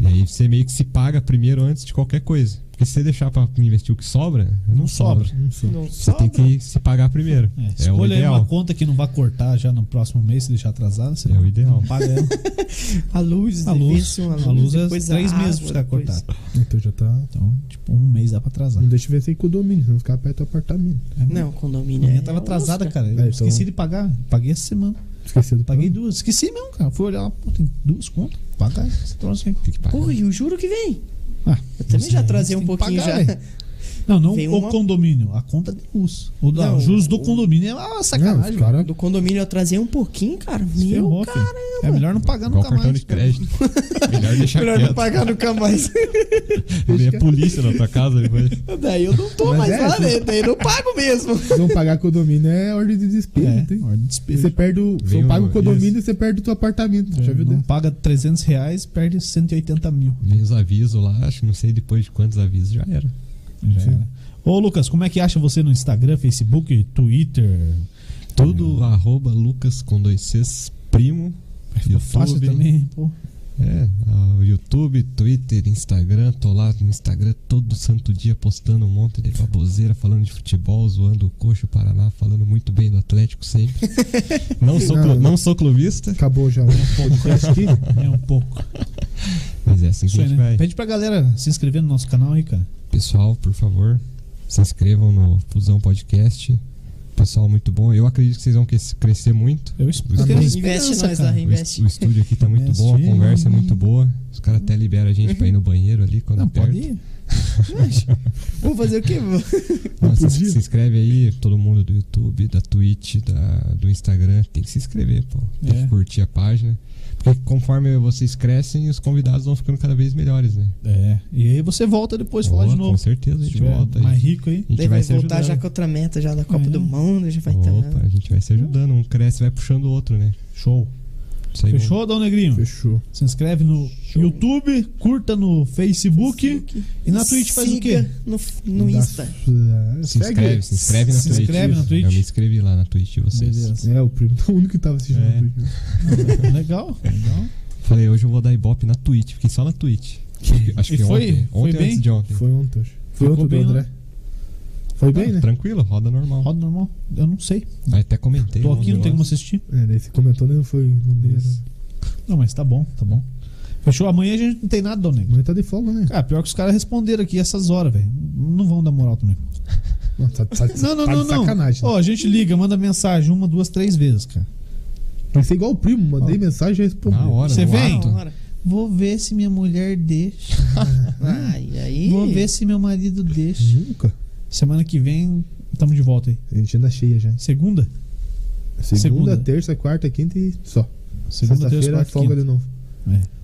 Speaker 3: E aí você meio que se paga primeiro antes de qualquer coisa. Porque se você deixar pra investir o que sobra, não,
Speaker 1: Não sobra.
Speaker 3: sobra.
Speaker 2: Não sei.
Speaker 4: Não
Speaker 3: Você tem que se pagar primeiro.
Speaker 1: É,
Speaker 3: É, o
Speaker 1: escolha aí uma
Speaker 3: ideal.
Speaker 1: conta que não vai cortar já no próximo mês, se deixar atrasada. Você
Speaker 3: É o ideal.
Speaker 1: paga ela.
Speaker 4: A luz,
Speaker 1: A luz,
Speaker 4: vence uma
Speaker 1: a luz é
Speaker 4: depois
Speaker 1: três
Speaker 4: a
Speaker 1: meses
Speaker 4: água,
Speaker 1: pra
Speaker 4: depois.
Speaker 1: cortar.
Speaker 2: Então já tá.
Speaker 1: Então, tipo, um mês dá pra atrasar.
Speaker 2: Não deixa eu ver sem condomínio, senão os caras apertam o apartamento.
Speaker 4: Não,
Speaker 1: A
Speaker 4: condomínio.
Speaker 1: minha
Speaker 4: é
Speaker 1: tava
Speaker 4: um
Speaker 1: atrasada,
Speaker 4: Oscar.
Speaker 1: cara. Eu
Speaker 2: É, então-
Speaker 1: esqueci de pagar. Paguei essa semana.
Speaker 2: Esqueceu do
Speaker 1: Paguei
Speaker 2: plano.
Speaker 1: duas. Esqueci mesmo, cara. Fui olhar lá, pô, tem duas contas. Paga esse troço aí.
Speaker 3: Tem que pagar.
Speaker 4: Porra, e o juro que vem?
Speaker 1: Ah,
Speaker 4: Eu também
Speaker 1: você-
Speaker 4: já atrasei
Speaker 1: você
Speaker 4: um
Speaker 1: tem que
Speaker 4: pouquinho
Speaker 1: pagar,
Speaker 4: já.
Speaker 1: velho. Não, não
Speaker 4: Vem
Speaker 1: o
Speaker 4: uma-
Speaker 1: condomínio, a conta de luz. O da,
Speaker 4: Não,
Speaker 1: juros do
Speaker 4: o-
Speaker 1: condomínio é uma
Speaker 2: Não,
Speaker 1: sacanagem.
Speaker 2: os caras
Speaker 4: Do condomínio eu trazia um pouquinho, cara.
Speaker 1: velho. Ferrou,
Speaker 4: Meu
Speaker 1: filho. É melhor não pagar
Speaker 3: Igual
Speaker 1: nunca
Speaker 3: cartão
Speaker 1: mais.
Speaker 3: de crédito. Melhor deixar
Speaker 4: Melhor não
Speaker 3: quieto.
Speaker 4: pagar nunca mais.
Speaker 3: Vem a polícia na tua casa depois.
Speaker 4: daí eu não tô
Speaker 2: Mas
Speaker 4: mais
Speaker 2: é,
Speaker 4: lá,
Speaker 2: sim.
Speaker 4: né? Daí eu não pago mesmo.
Speaker 2: vão pagar condomínio, é ordem de despejo. não
Speaker 1: É,
Speaker 2: tem?
Speaker 1: ordem de despejo.
Speaker 2: Você perde o. Você
Speaker 3: Vem
Speaker 2: paga o
Speaker 3: o-
Speaker 2: condomínio e você perde o teu apartamento. Já viu?
Speaker 3: Uhum.
Speaker 1: não
Speaker 2: dessa?
Speaker 1: paga 300 reais, perde 180 mil.
Speaker 3: Vem os avisos lá, acho que não sei depois de quantos avisos, já era.
Speaker 1: Já
Speaker 2: Sim.
Speaker 1: era. Ô, Lucas, como é que acha você no Instagram, Facebook, Twitter? Hum.
Speaker 3: Tudo arroba Lucas com dois Cs primo.
Speaker 1: Eu faço
Speaker 3: YouTube.
Speaker 1: É também, pô.
Speaker 3: É, ah, YouTube, Twitter, Instagram, tô lá no Instagram todo santo dia postando um monte de baboseira, falando de futebol, zoando o coxo Paraná, falando muito bem do Atlético sempre. Não sou, clu-
Speaker 2: Não.
Speaker 3: não sou clubista,
Speaker 2: Acabou já. né?
Speaker 1: Podcast é um pouco.
Speaker 3: mas é assim que
Speaker 1: Isso
Speaker 3: a
Speaker 1: aí,
Speaker 3: gente
Speaker 1: né?
Speaker 3: vai.
Speaker 1: Pede pra galera se inscrever no nosso canal aí, cara.
Speaker 3: Pessoal, por favor, se inscrevam no Fusão Podcast. Pessoal, muito bom. Eu acredito que vocês vão cres- crescer muito.
Speaker 1: Eu espero.
Speaker 3: Também.
Speaker 1: eu tenho
Speaker 4: Investe
Speaker 1: esperança,
Speaker 4: nós
Speaker 1: cara.
Speaker 4: lá,
Speaker 3: O, est-
Speaker 4: investe.
Speaker 3: o estúdio aqui tá muito
Speaker 1: Investe,
Speaker 3: bom, a
Speaker 1: hein?
Speaker 3: conversa é muito boa. Os caras até liberam a gente pra ir no banheiro ali quando
Speaker 1: Não,
Speaker 3: aperta.
Speaker 1: pode ir.
Speaker 4: Vou fazer o quê? Vou-
Speaker 3: Não, se, se inscreve aí, todo mundo do YouTube, da Twitch, da- do Instagram, tem que se inscrever, pô. Tem
Speaker 1: É.
Speaker 3: que curtir a página. Porque conforme vocês crescem, os convidados vão ficando cada vez melhores, né?
Speaker 1: É. E aí você volta depois falar
Speaker 3: Boa,
Speaker 1: de
Speaker 3: Com
Speaker 1: novo.
Speaker 3: certeza a
Speaker 1: Se
Speaker 3: gente
Speaker 1: tiver
Speaker 3: volta
Speaker 1: mais
Speaker 3: aí.
Speaker 1: rico aí.
Speaker 3: A gente
Speaker 4: Daí
Speaker 3: vai
Speaker 4: vai
Speaker 3: se
Speaker 4: voltar
Speaker 3: ajudando.
Speaker 4: já com outra meta, já da Copa
Speaker 1: É.
Speaker 4: do Mundo, já vai
Speaker 3: Opa,
Speaker 1: tá.
Speaker 4: estar.
Speaker 3: a gente vai se ajudando, um cresce vai puxando o outro, né?
Speaker 1: Show.
Speaker 3: Isso aí,
Speaker 1: Fechou, Dom Negrinho?
Speaker 2: Fechou.
Speaker 1: Se inscreve no YouTube, curta no Facebook e na Twitch faz o quê?
Speaker 4: No, no
Speaker 2: Dá-
Speaker 4: Insta.
Speaker 2: É,
Speaker 3: Se inscreve, se inscreve na
Speaker 1: Se
Speaker 3: Twitch.
Speaker 1: inscreve na Twitch.
Speaker 3: Eu me inscrevi lá na Twitch de vocês.
Speaker 2: É, o primo tá o único que tava assistindo.
Speaker 3: É.
Speaker 2: o vídeo.
Speaker 1: Legal, legal.
Speaker 3: Falei, hoje eu vou dar ibope na Twitch, fiquei só na Twitch. Acho
Speaker 1: E
Speaker 3: que
Speaker 1: foi?
Speaker 3: ontem,
Speaker 1: Foi
Speaker 3: ontem
Speaker 1: bem?
Speaker 3: antes de ontem.
Speaker 2: Foi ontem, acho. Foi
Speaker 1: Ficou
Speaker 2: ontem do
Speaker 1: bem, né? Ah,
Speaker 2: André. Foi bem, né?
Speaker 3: Tranquilo, roda normal.
Speaker 1: Roda normal? Eu não sei.
Speaker 3: Aí até comentei.
Speaker 2: um
Speaker 1: Tô aqui,
Speaker 3: ontem
Speaker 1: não tem
Speaker 3: lá.
Speaker 1: como assistir.
Speaker 2: É, daí você comentou, né? Não foi o nome dele.
Speaker 1: Isso. Não, mas tá bom, tá bom. Fechou? Amanhã a gente não tem nada, Dom Negrinho.
Speaker 2: Mas tá de folga, né?
Speaker 1: Cara, pior que os caras responderam aqui essas horas, velho. Não vão dar moral também.
Speaker 2: Não, tá, tá,
Speaker 1: Não, não,
Speaker 2: tá
Speaker 1: não,
Speaker 2: de
Speaker 1: não.
Speaker 2: sacanagem.
Speaker 1: Ó, a gente liga, manda mensagem uma, duas, três vezes, cara.
Speaker 2: Vai ser igual o primo, mandei mensagem e respondeu.
Speaker 3: Na hora,
Speaker 1: Você
Speaker 3: no
Speaker 1: vem?
Speaker 3: ato.
Speaker 1: Então.
Speaker 4: Hora.
Speaker 1: Vou ver se minha mulher deixa.
Speaker 4: Ai, aí.
Speaker 1: Vou ver se meu marido deixa.
Speaker 2: Nunca.
Speaker 1: Semana que vem, tamo de volta aí.
Speaker 2: A gente anda cheia já. hein?
Speaker 1: Segunda?
Speaker 2: Segunda,
Speaker 1: Segunda.
Speaker 2: terça, quarta, quinta e só.
Speaker 1: Segunda, terça,
Speaker 2: Sexta-feira
Speaker 1: quarta,
Speaker 2: folga
Speaker 1: quinta.
Speaker 2: de novo.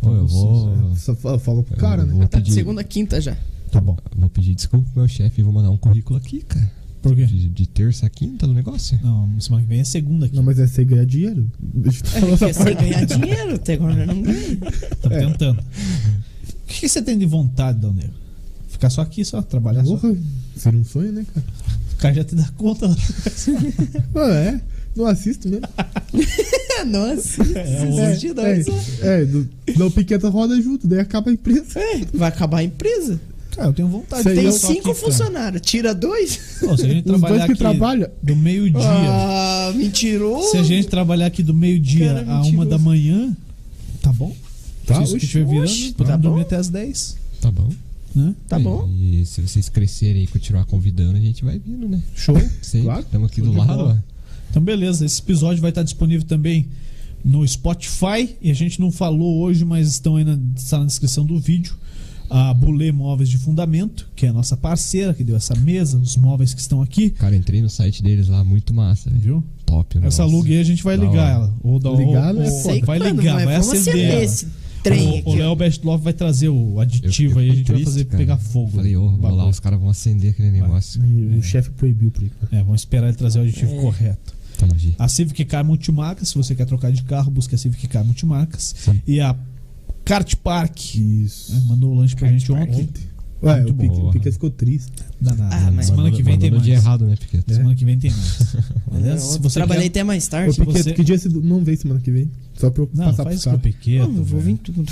Speaker 3: Ô, eu vou.
Speaker 2: É, Só fo- folga pro cara,
Speaker 3: eu
Speaker 2: né?
Speaker 3: vou
Speaker 4: Tá
Speaker 3: pedir-
Speaker 4: de segunda a quinta já.
Speaker 1: Tá bom.
Speaker 3: Vou pedir desculpa pro meu chefe e vou mandar um currículo aqui, cara.
Speaker 1: Por quê?
Speaker 3: De, de terça a quinta do negócio.
Speaker 1: Não, semana que vem é segunda aqui.
Speaker 2: Não, mas é você ganhar dinheiro.
Speaker 1: É,
Speaker 2: Deixa eu falar
Speaker 4: Ele
Speaker 2: essa
Speaker 4: quer só
Speaker 2: parte.
Speaker 4: ganhar dinheiro, até agora não ganha.
Speaker 1: Tá tentando. O que, que você tem de vontade, Dão Negro? Ficar só aqui, só trabalhar só.
Speaker 2: Porra, seria um sonho, né, cara?
Speaker 1: O cara já te dá conta lá.
Speaker 2: Ah, é? Não assisto mesmo.
Speaker 4: Nossa, assistir, não,
Speaker 2: é,
Speaker 4: isso é.
Speaker 2: é, do, dá o piqueta roda junto, daí acaba a empresa.
Speaker 4: É, vai acabar a empresa.
Speaker 1: Cara, eu tenho vontade.
Speaker 2: Sei,
Speaker 1: de
Speaker 4: Tem
Speaker 1: ficar
Speaker 2: eu-
Speaker 1: só
Speaker 4: cinco
Speaker 1: aqui, cara.
Speaker 4: funcionários, tira dois.
Speaker 1: Pô, se a gente
Speaker 2: Os dois
Speaker 1: trabalhar
Speaker 2: que
Speaker 1: aqui
Speaker 2: trabalham.
Speaker 1: do meio-dia.
Speaker 4: Ah, mentiroso.
Speaker 1: se a gente trabalhar aqui do
Speaker 4: Cara,
Speaker 1: meio-dia a uma
Speaker 4: mentiroso.
Speaker 1: da manhã, tá bom?
Speaker 2: Tá,
Speaker 1: se isso que
Speaker 2: oxe,
Speaker 1: estiver virando,
Speaker 4: oxe,
Speaker 1: podemos
Speaker 4: tá
Speaker 1: dormir
Speaker 4: bom.
Speaker 1: até as 10.
Speaker 3: Tá bom.
Speaker 1: Né?
Speaker 4: Tá bom.
Speaker 3: E se vocês crescerem e continuar convidando, a gente vai vindo, né?
Speaker 1: Show.
Speaker 3: Sei,
Speaker 2: Claro.
Speaker 3: estamos aqui
Speaker 1: Show
Speaker 3: do
Speaker 1: de
Speaker 3: lado,
Speaker 1: bola.
Speaker 3: ó.
Speaker 1: Então, beleza. Esse episódio vai estar disponível também no Spotify. E a gente não falou hoje, mas estão aí na, está na descrição do vídeo. A Bulê Móveis de Fundamento, que é a nossa parceira, que deu essa mesa, os móveis que estão aqui.
Speaker 3: Cara, entrei no site deles lá, muito massa, velho.
Speaker 1: Viu?
Speaker 3: Top, né?
Speaker 1: Essa lug é aí a gente vai
Speaker 3: Da
Speaker 1: ligar
Speaker 3: hora.
Speaker 1: ela. Ou da,
Speaker 2: Ligar,
Speaker 1: ou,
Speaker 2: né?
Speaker 1: ou-
Speaker 4: Sei
Speaker 1: vai
Speaker 4: quando,
Speaker 1: ligar,
Speaker 4: mas
Speaker 1: vai
Speaker 4: vamos
Speaker 1: acender. ela.
Speaker 4: esse trem
Speaker 1: O, o
Speaker 4: aqui. ó.
Speaker 1: Léo Bestloff vai trazer o
Speaker 3: Eu
Speaker 1: aditivo
Speaker 3: fiquei
Speaker 1: aí, a gente vai
Speaker 3: triste,
Speaker 1: fazer
Speaker 3: cara.
Speaker 1: pegar fogo.
Speaker 3: Falei, ô, vou lá, os caras vão acender aquele negócio.
Speaker 2: E O chefe proibiu pra ele.
Speaker 1: É, vamos esperar ele trazer o aditivo correto.
Speaker 3: Entendi.
Speaker 1: A Civic Car Multimarcas, se você quer trocar de carro, busca a Civic Car Multimarcas. E a Kart Park,
Speaker 2: Isso.
Speaker 1: né, mandou o lanche pra gente ontem.
Speaker 2: Uhum. Ontem. Ué,
Speaker 1: Muito
Speaker 2: o Pique-
Speaker 3: boa.
Speaker 2: o Piquet ficou triste.
Speaker 1: Danado.
Speaker 4: Ah, mas-
Speaker 1: semana
Speaker 3: Mandou-
Speaker 1: que vem tem
Speaker 3: mandou no
Speaker 1: mais. É.
Speaker 3: dia errado, né, Piquet?
Speaker 1: Semana que vem tem mais.
Speaker 7: Né?
Speaker 1: Beleza? Se você
Speaker 4: Trabalhei
Speaker 1: quer...
Speaker 4: até mais
Speaker 2: Ô,
Speaker 4: tarde.
Speaker 1: Opa,
Speaker 2: Piquet,
Speaker 1: você-
Speaker 2: que dia você não vem semana que vem? Só pra eu
Speaker 1: Não,
Speaker 2: passar
Speaker 1: faz
Speaker 2: pros
Speaker 1: isso com o
Speaker 2: caras.
Speaker 1: Piqueto.
Speaker 4: Não, vou vir
Speaker 1: velho.
Speaker 4: tudo.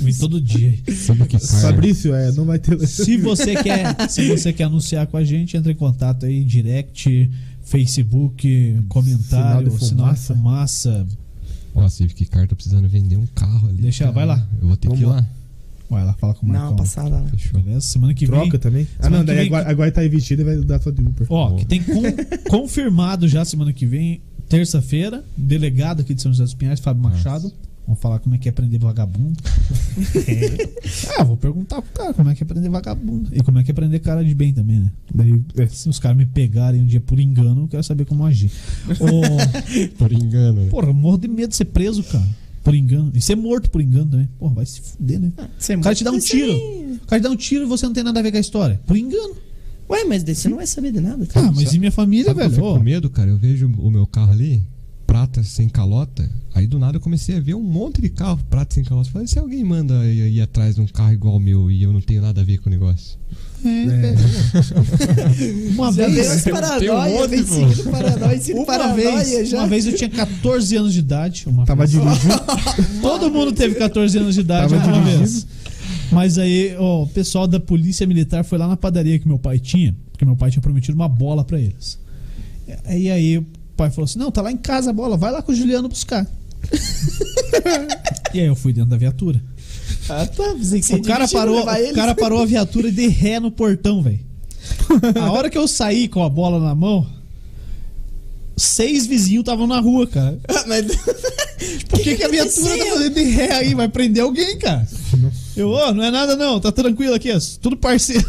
Speaker 1: Vim todo dia. aí.
Speaker 3: Sabe que cara?
Speaker 2: Fabrício, é, não vai ter.
Speaker 1: Se você quer, se você quer anunciar com a gente, entre em contato aí, direct, Facebook, comentário,
Speaker 2: Sinal de
Speaker 1: sinal de fumaça.
Speaker 3: Ó, a Civic Car tá precisando vender um carro ali.
Speaker 1: Deixa,
Speaker 3: cara.
Speaker 1: vai lá.
Speaker 3: Eu vou ter
Speaker 2: Vamos
Speaker 3: que ir lá.
Speaker 1: Vai lá, fala com o Marcão.
Speaker 4: Não, passada lá.
Speaker 3: Fechou.
Speaker 1: Beleza? Semana que vem.
Speaker 2: Troca também? Ah,
Speaker 1: Semana que
Speaker 2: não, daí
Speaker 1: vem
Speaker 2: agora,
Speaker 1: que-
Speaker 2: agora tá investido e vai dar só de Uber.
Speaker 1: Ó, que tem con- confirmado já semana que vem, terça-feira, delegado aqui de São José dos Pinhais, Fábio Machado. Vamos falar como é que é aprender vagabundo. ah, vou perguntar pro cara como é que é aprender vagabundo. E como é que é aprender cara de bem também, né? Daí,
Speaker 3: é.
Speaker 1: se os caras me pegarem um dia por engano, eu quero saber como agir. Ô,
Speaker 3: Por engano, né?
Speaker 1: porra, eu morro de medo de ser preso, cara. Por engano. E ser morto por engano também. Porra, vai se fuder, né?
Speaker 3: Ah.
Speaker 7: Você
Speaker 1: O cara te dá um
Speaker 7: mas você
Speaker 1: tiro.
Speaker 7: nem-
Speaker 1: O cara te dá um tiro e você não tem nada a ver com a história. Por engano.
Speaker 7: Ué, mas daí você não vai saber de nada. cara.
Speaker 1: Ah, mas e minha família,
Speaker 3: Sabe que eu
Speaker 1: velho?
Speaker 3: fico
Speaker 1: Ô,
Speaker 3: com medo, cara? Eu vejo o meu carro ali, prata sem calota. Aí do nada eu comecei a ver um monte de carro prata sem calota. Eu Falei, se alguém manda eu ir atrás de um carro igual o meu e eu não tenho nada a ver com o negócio?
Speaker 2: É.
Speaker 1: uma
Speaker 7: Já veio
Speaker 1: vez.
Speaker 7: as paranoias, vem seguindo paranoia, em seguida
Speaker 1: um Uma vez,
Speaker 7: paranoia já.
Speaker 1: uma vez eu tinha 14 anos de idade. Uma
Speaker 2: Tava
Speaker 1: vez.
Speaker 2: dirigindo.
Speaker 1: Todo mundo teve 14 anos de idade
Speaker 2: Tava
Speaker 1: uma
Speaker 2: dirigindo.
Speaker 1: vez. Mas aí, ó, o pessoal da polícia militar foi lá na padaria que meu pai tinha, porque meu pai tinha prometido uma bola pra eles. E aí o pai falou assim: "Não, tá lá em casa a bola, vai lá com o Juliano buscar". e aí eu fui dentro da viatura.
Speaker 7: Ah, tá, pensei que você
Speaker 1: O cara
Speaker 7: dirigiu,
Speaker 1: parou,
Speaker 7: levar
Speaker 1: o
Speaker 7: eles.
Speaker 1: cara parou a viatura de ré no portão, velho. A hora que eu saí com a bola na mão, seis vizinhos estavam na rua, cara.
Speaker 7: Ah, mas-
Speaker 1: Por que, que a viatura tá fazendo de ré aí? Vai prender alguém, cara. Eu, ô, não é nada não, tá tranquilo aqui, ó, tudo parceiro.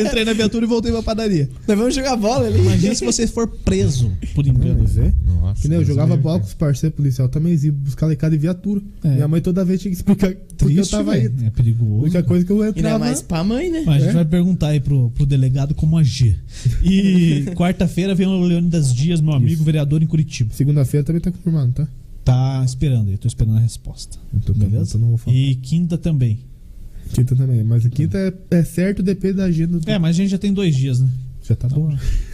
Speaker 1: Entrei na viatura e voltei pra padaria.
Speaker 7: Nós vamos jogar bola ali.
Speaker 1: Imagina se você for preso, por
Speaker 2: Não,
Speaker 1: engano.
Speaker 2: mas é.
Speaker 3: Nossa.
Speaker 2: Que nem eu
Speaker 3: Deus
Speaker 2: jogava
Speaker 3: me livre,
Speaker 2: bola com
Speaker 3: cara.
Speaker 2: os parceiros policial também, e buscar lecada de viatura.
Speaker 1: É.
Speaker 2: Minha mãe toda vez tinha que explicar porque eu
Speaker 1: Triste,
Speaker 2: tava
Speaker 1: velho.
Speaker 2: aí.
Speaker 1: É
Speaker 2: A
Speaker 1: perigoso.
Speaker 2: única coisa que eu
Speaker 7: E não é
Speaker 2: entrava.
Speaker 7: mais pra mãe, né?
Speaker 1: Mas a gente
Speaker 2: É?
Speaker 1: vai perguntar aí pro, pro delegado como agir. E quarta-feira vem o Leônidas Dias, meu amigo, vereador em Curitiba.
Speaker 2: Segunda-feira também tá confirmado, tá?
Speaker 1: Tá esperando aí, tô esperando a resposta.
Speaker 2: Então, tá bom,
Speaker 1: Beleza?
Speaker 2: então não vou falar.
Speaker 1: E quinta também.
Speaker 2: Quinta também. Mas a quinta é, é certo, depende da agenda. Do...
Speaker 1: É, mas a gente já tem dois dias, né?
Speaker 2: Já tá bom.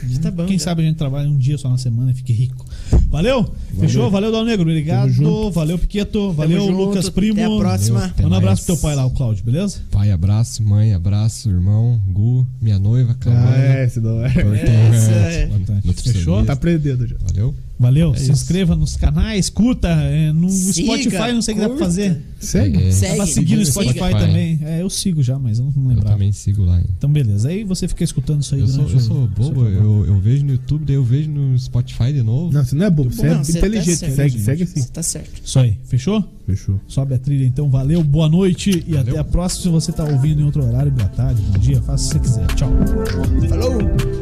Speaker 7: Já tá bom.
Speaker 1: Quem
Speaker 7: já.
Speaker 1: sabe a gente trabalha um dia só na semana e fique rico. Valeu? Fechou? Valeu, Dal Negro.
Speaker 2: Tamo
Speaker 1: Obrigado.
Speaker 2: junto.
Speaker 1: Valeu, Piqueto.
Speaker 7: Tamo
Speaker 1: Valeu,
Speaker 7: junto,
Speaker 1: Lucas Primo.
Speaker 7: Até a próxima.
Speaker 3: Até
Speaker 1: Manda um abraço
Speaker 3: mais.
Speaker 1: pro teu pai lá, o Cláudio, beleza?
Speaker 3: Pai, abraço. Mãe, abraço. Irmão, Gu, minha noiva, né? Camila.
Speaker 2: Ah, é, se não é.
Speaker 7: Essa é.
Speaker 3: Nutricionista.
Speaker 1: Fechou?
Speaker 2: Tá aprendendo já.
Speaker 3: Valeu.
Speaker 1: Valeu. se
Speaker 3: isso.
Speaker 1: inscreva nos canais, curta é, no
Speaker 7: Siga,
Speaker 1: Spotify, não sei o que dá pra
Speaker 7: curta.
Speaker 1: fazer.
Speaker 2: Segue.
Speaker 3: É,
Speaker 7: Segue.
Speaker 1: Dá pra seguir no
Speaker 7: siga.
Speaker 1: Spotify também. É, eu sigo já, mas eu não
Speaker 3: Eu
Speaker 1: lembrava.
Speaker 3: também sigo lá, hein.
Speaker 1: Então, beleza. Aí você fica escutando isso aí né,
Speaker 3: Eu sou,
Speaker 1: durante
Speaker 3: eu
Speaker 1: o-
Speaker 3: sou bobo,
Speaker 1: seu trabalho.
Speaker 3: eu, eu vejo no YouTube, daí eu vejo no Spotify de novo.
Speaker 2: Não, você não é bobo, você é
Speaker 7: Não, você tá
Speaker 2: inteligente.
Speaker 7: certo.
Speaker 2: segue, segue assim.
Speaker 7: Tá certo.
Speaker 1: Isso aí. Fechou?
Speaker 2: Fechou.
Speaker 1: Sobe a trilha então. Valeu, boa noite e até a próxima. Se você tá ouvindo em outro horário, boa tarde, bom dia, faça o que você quiser. Tchau.
Speaker 7: Falou!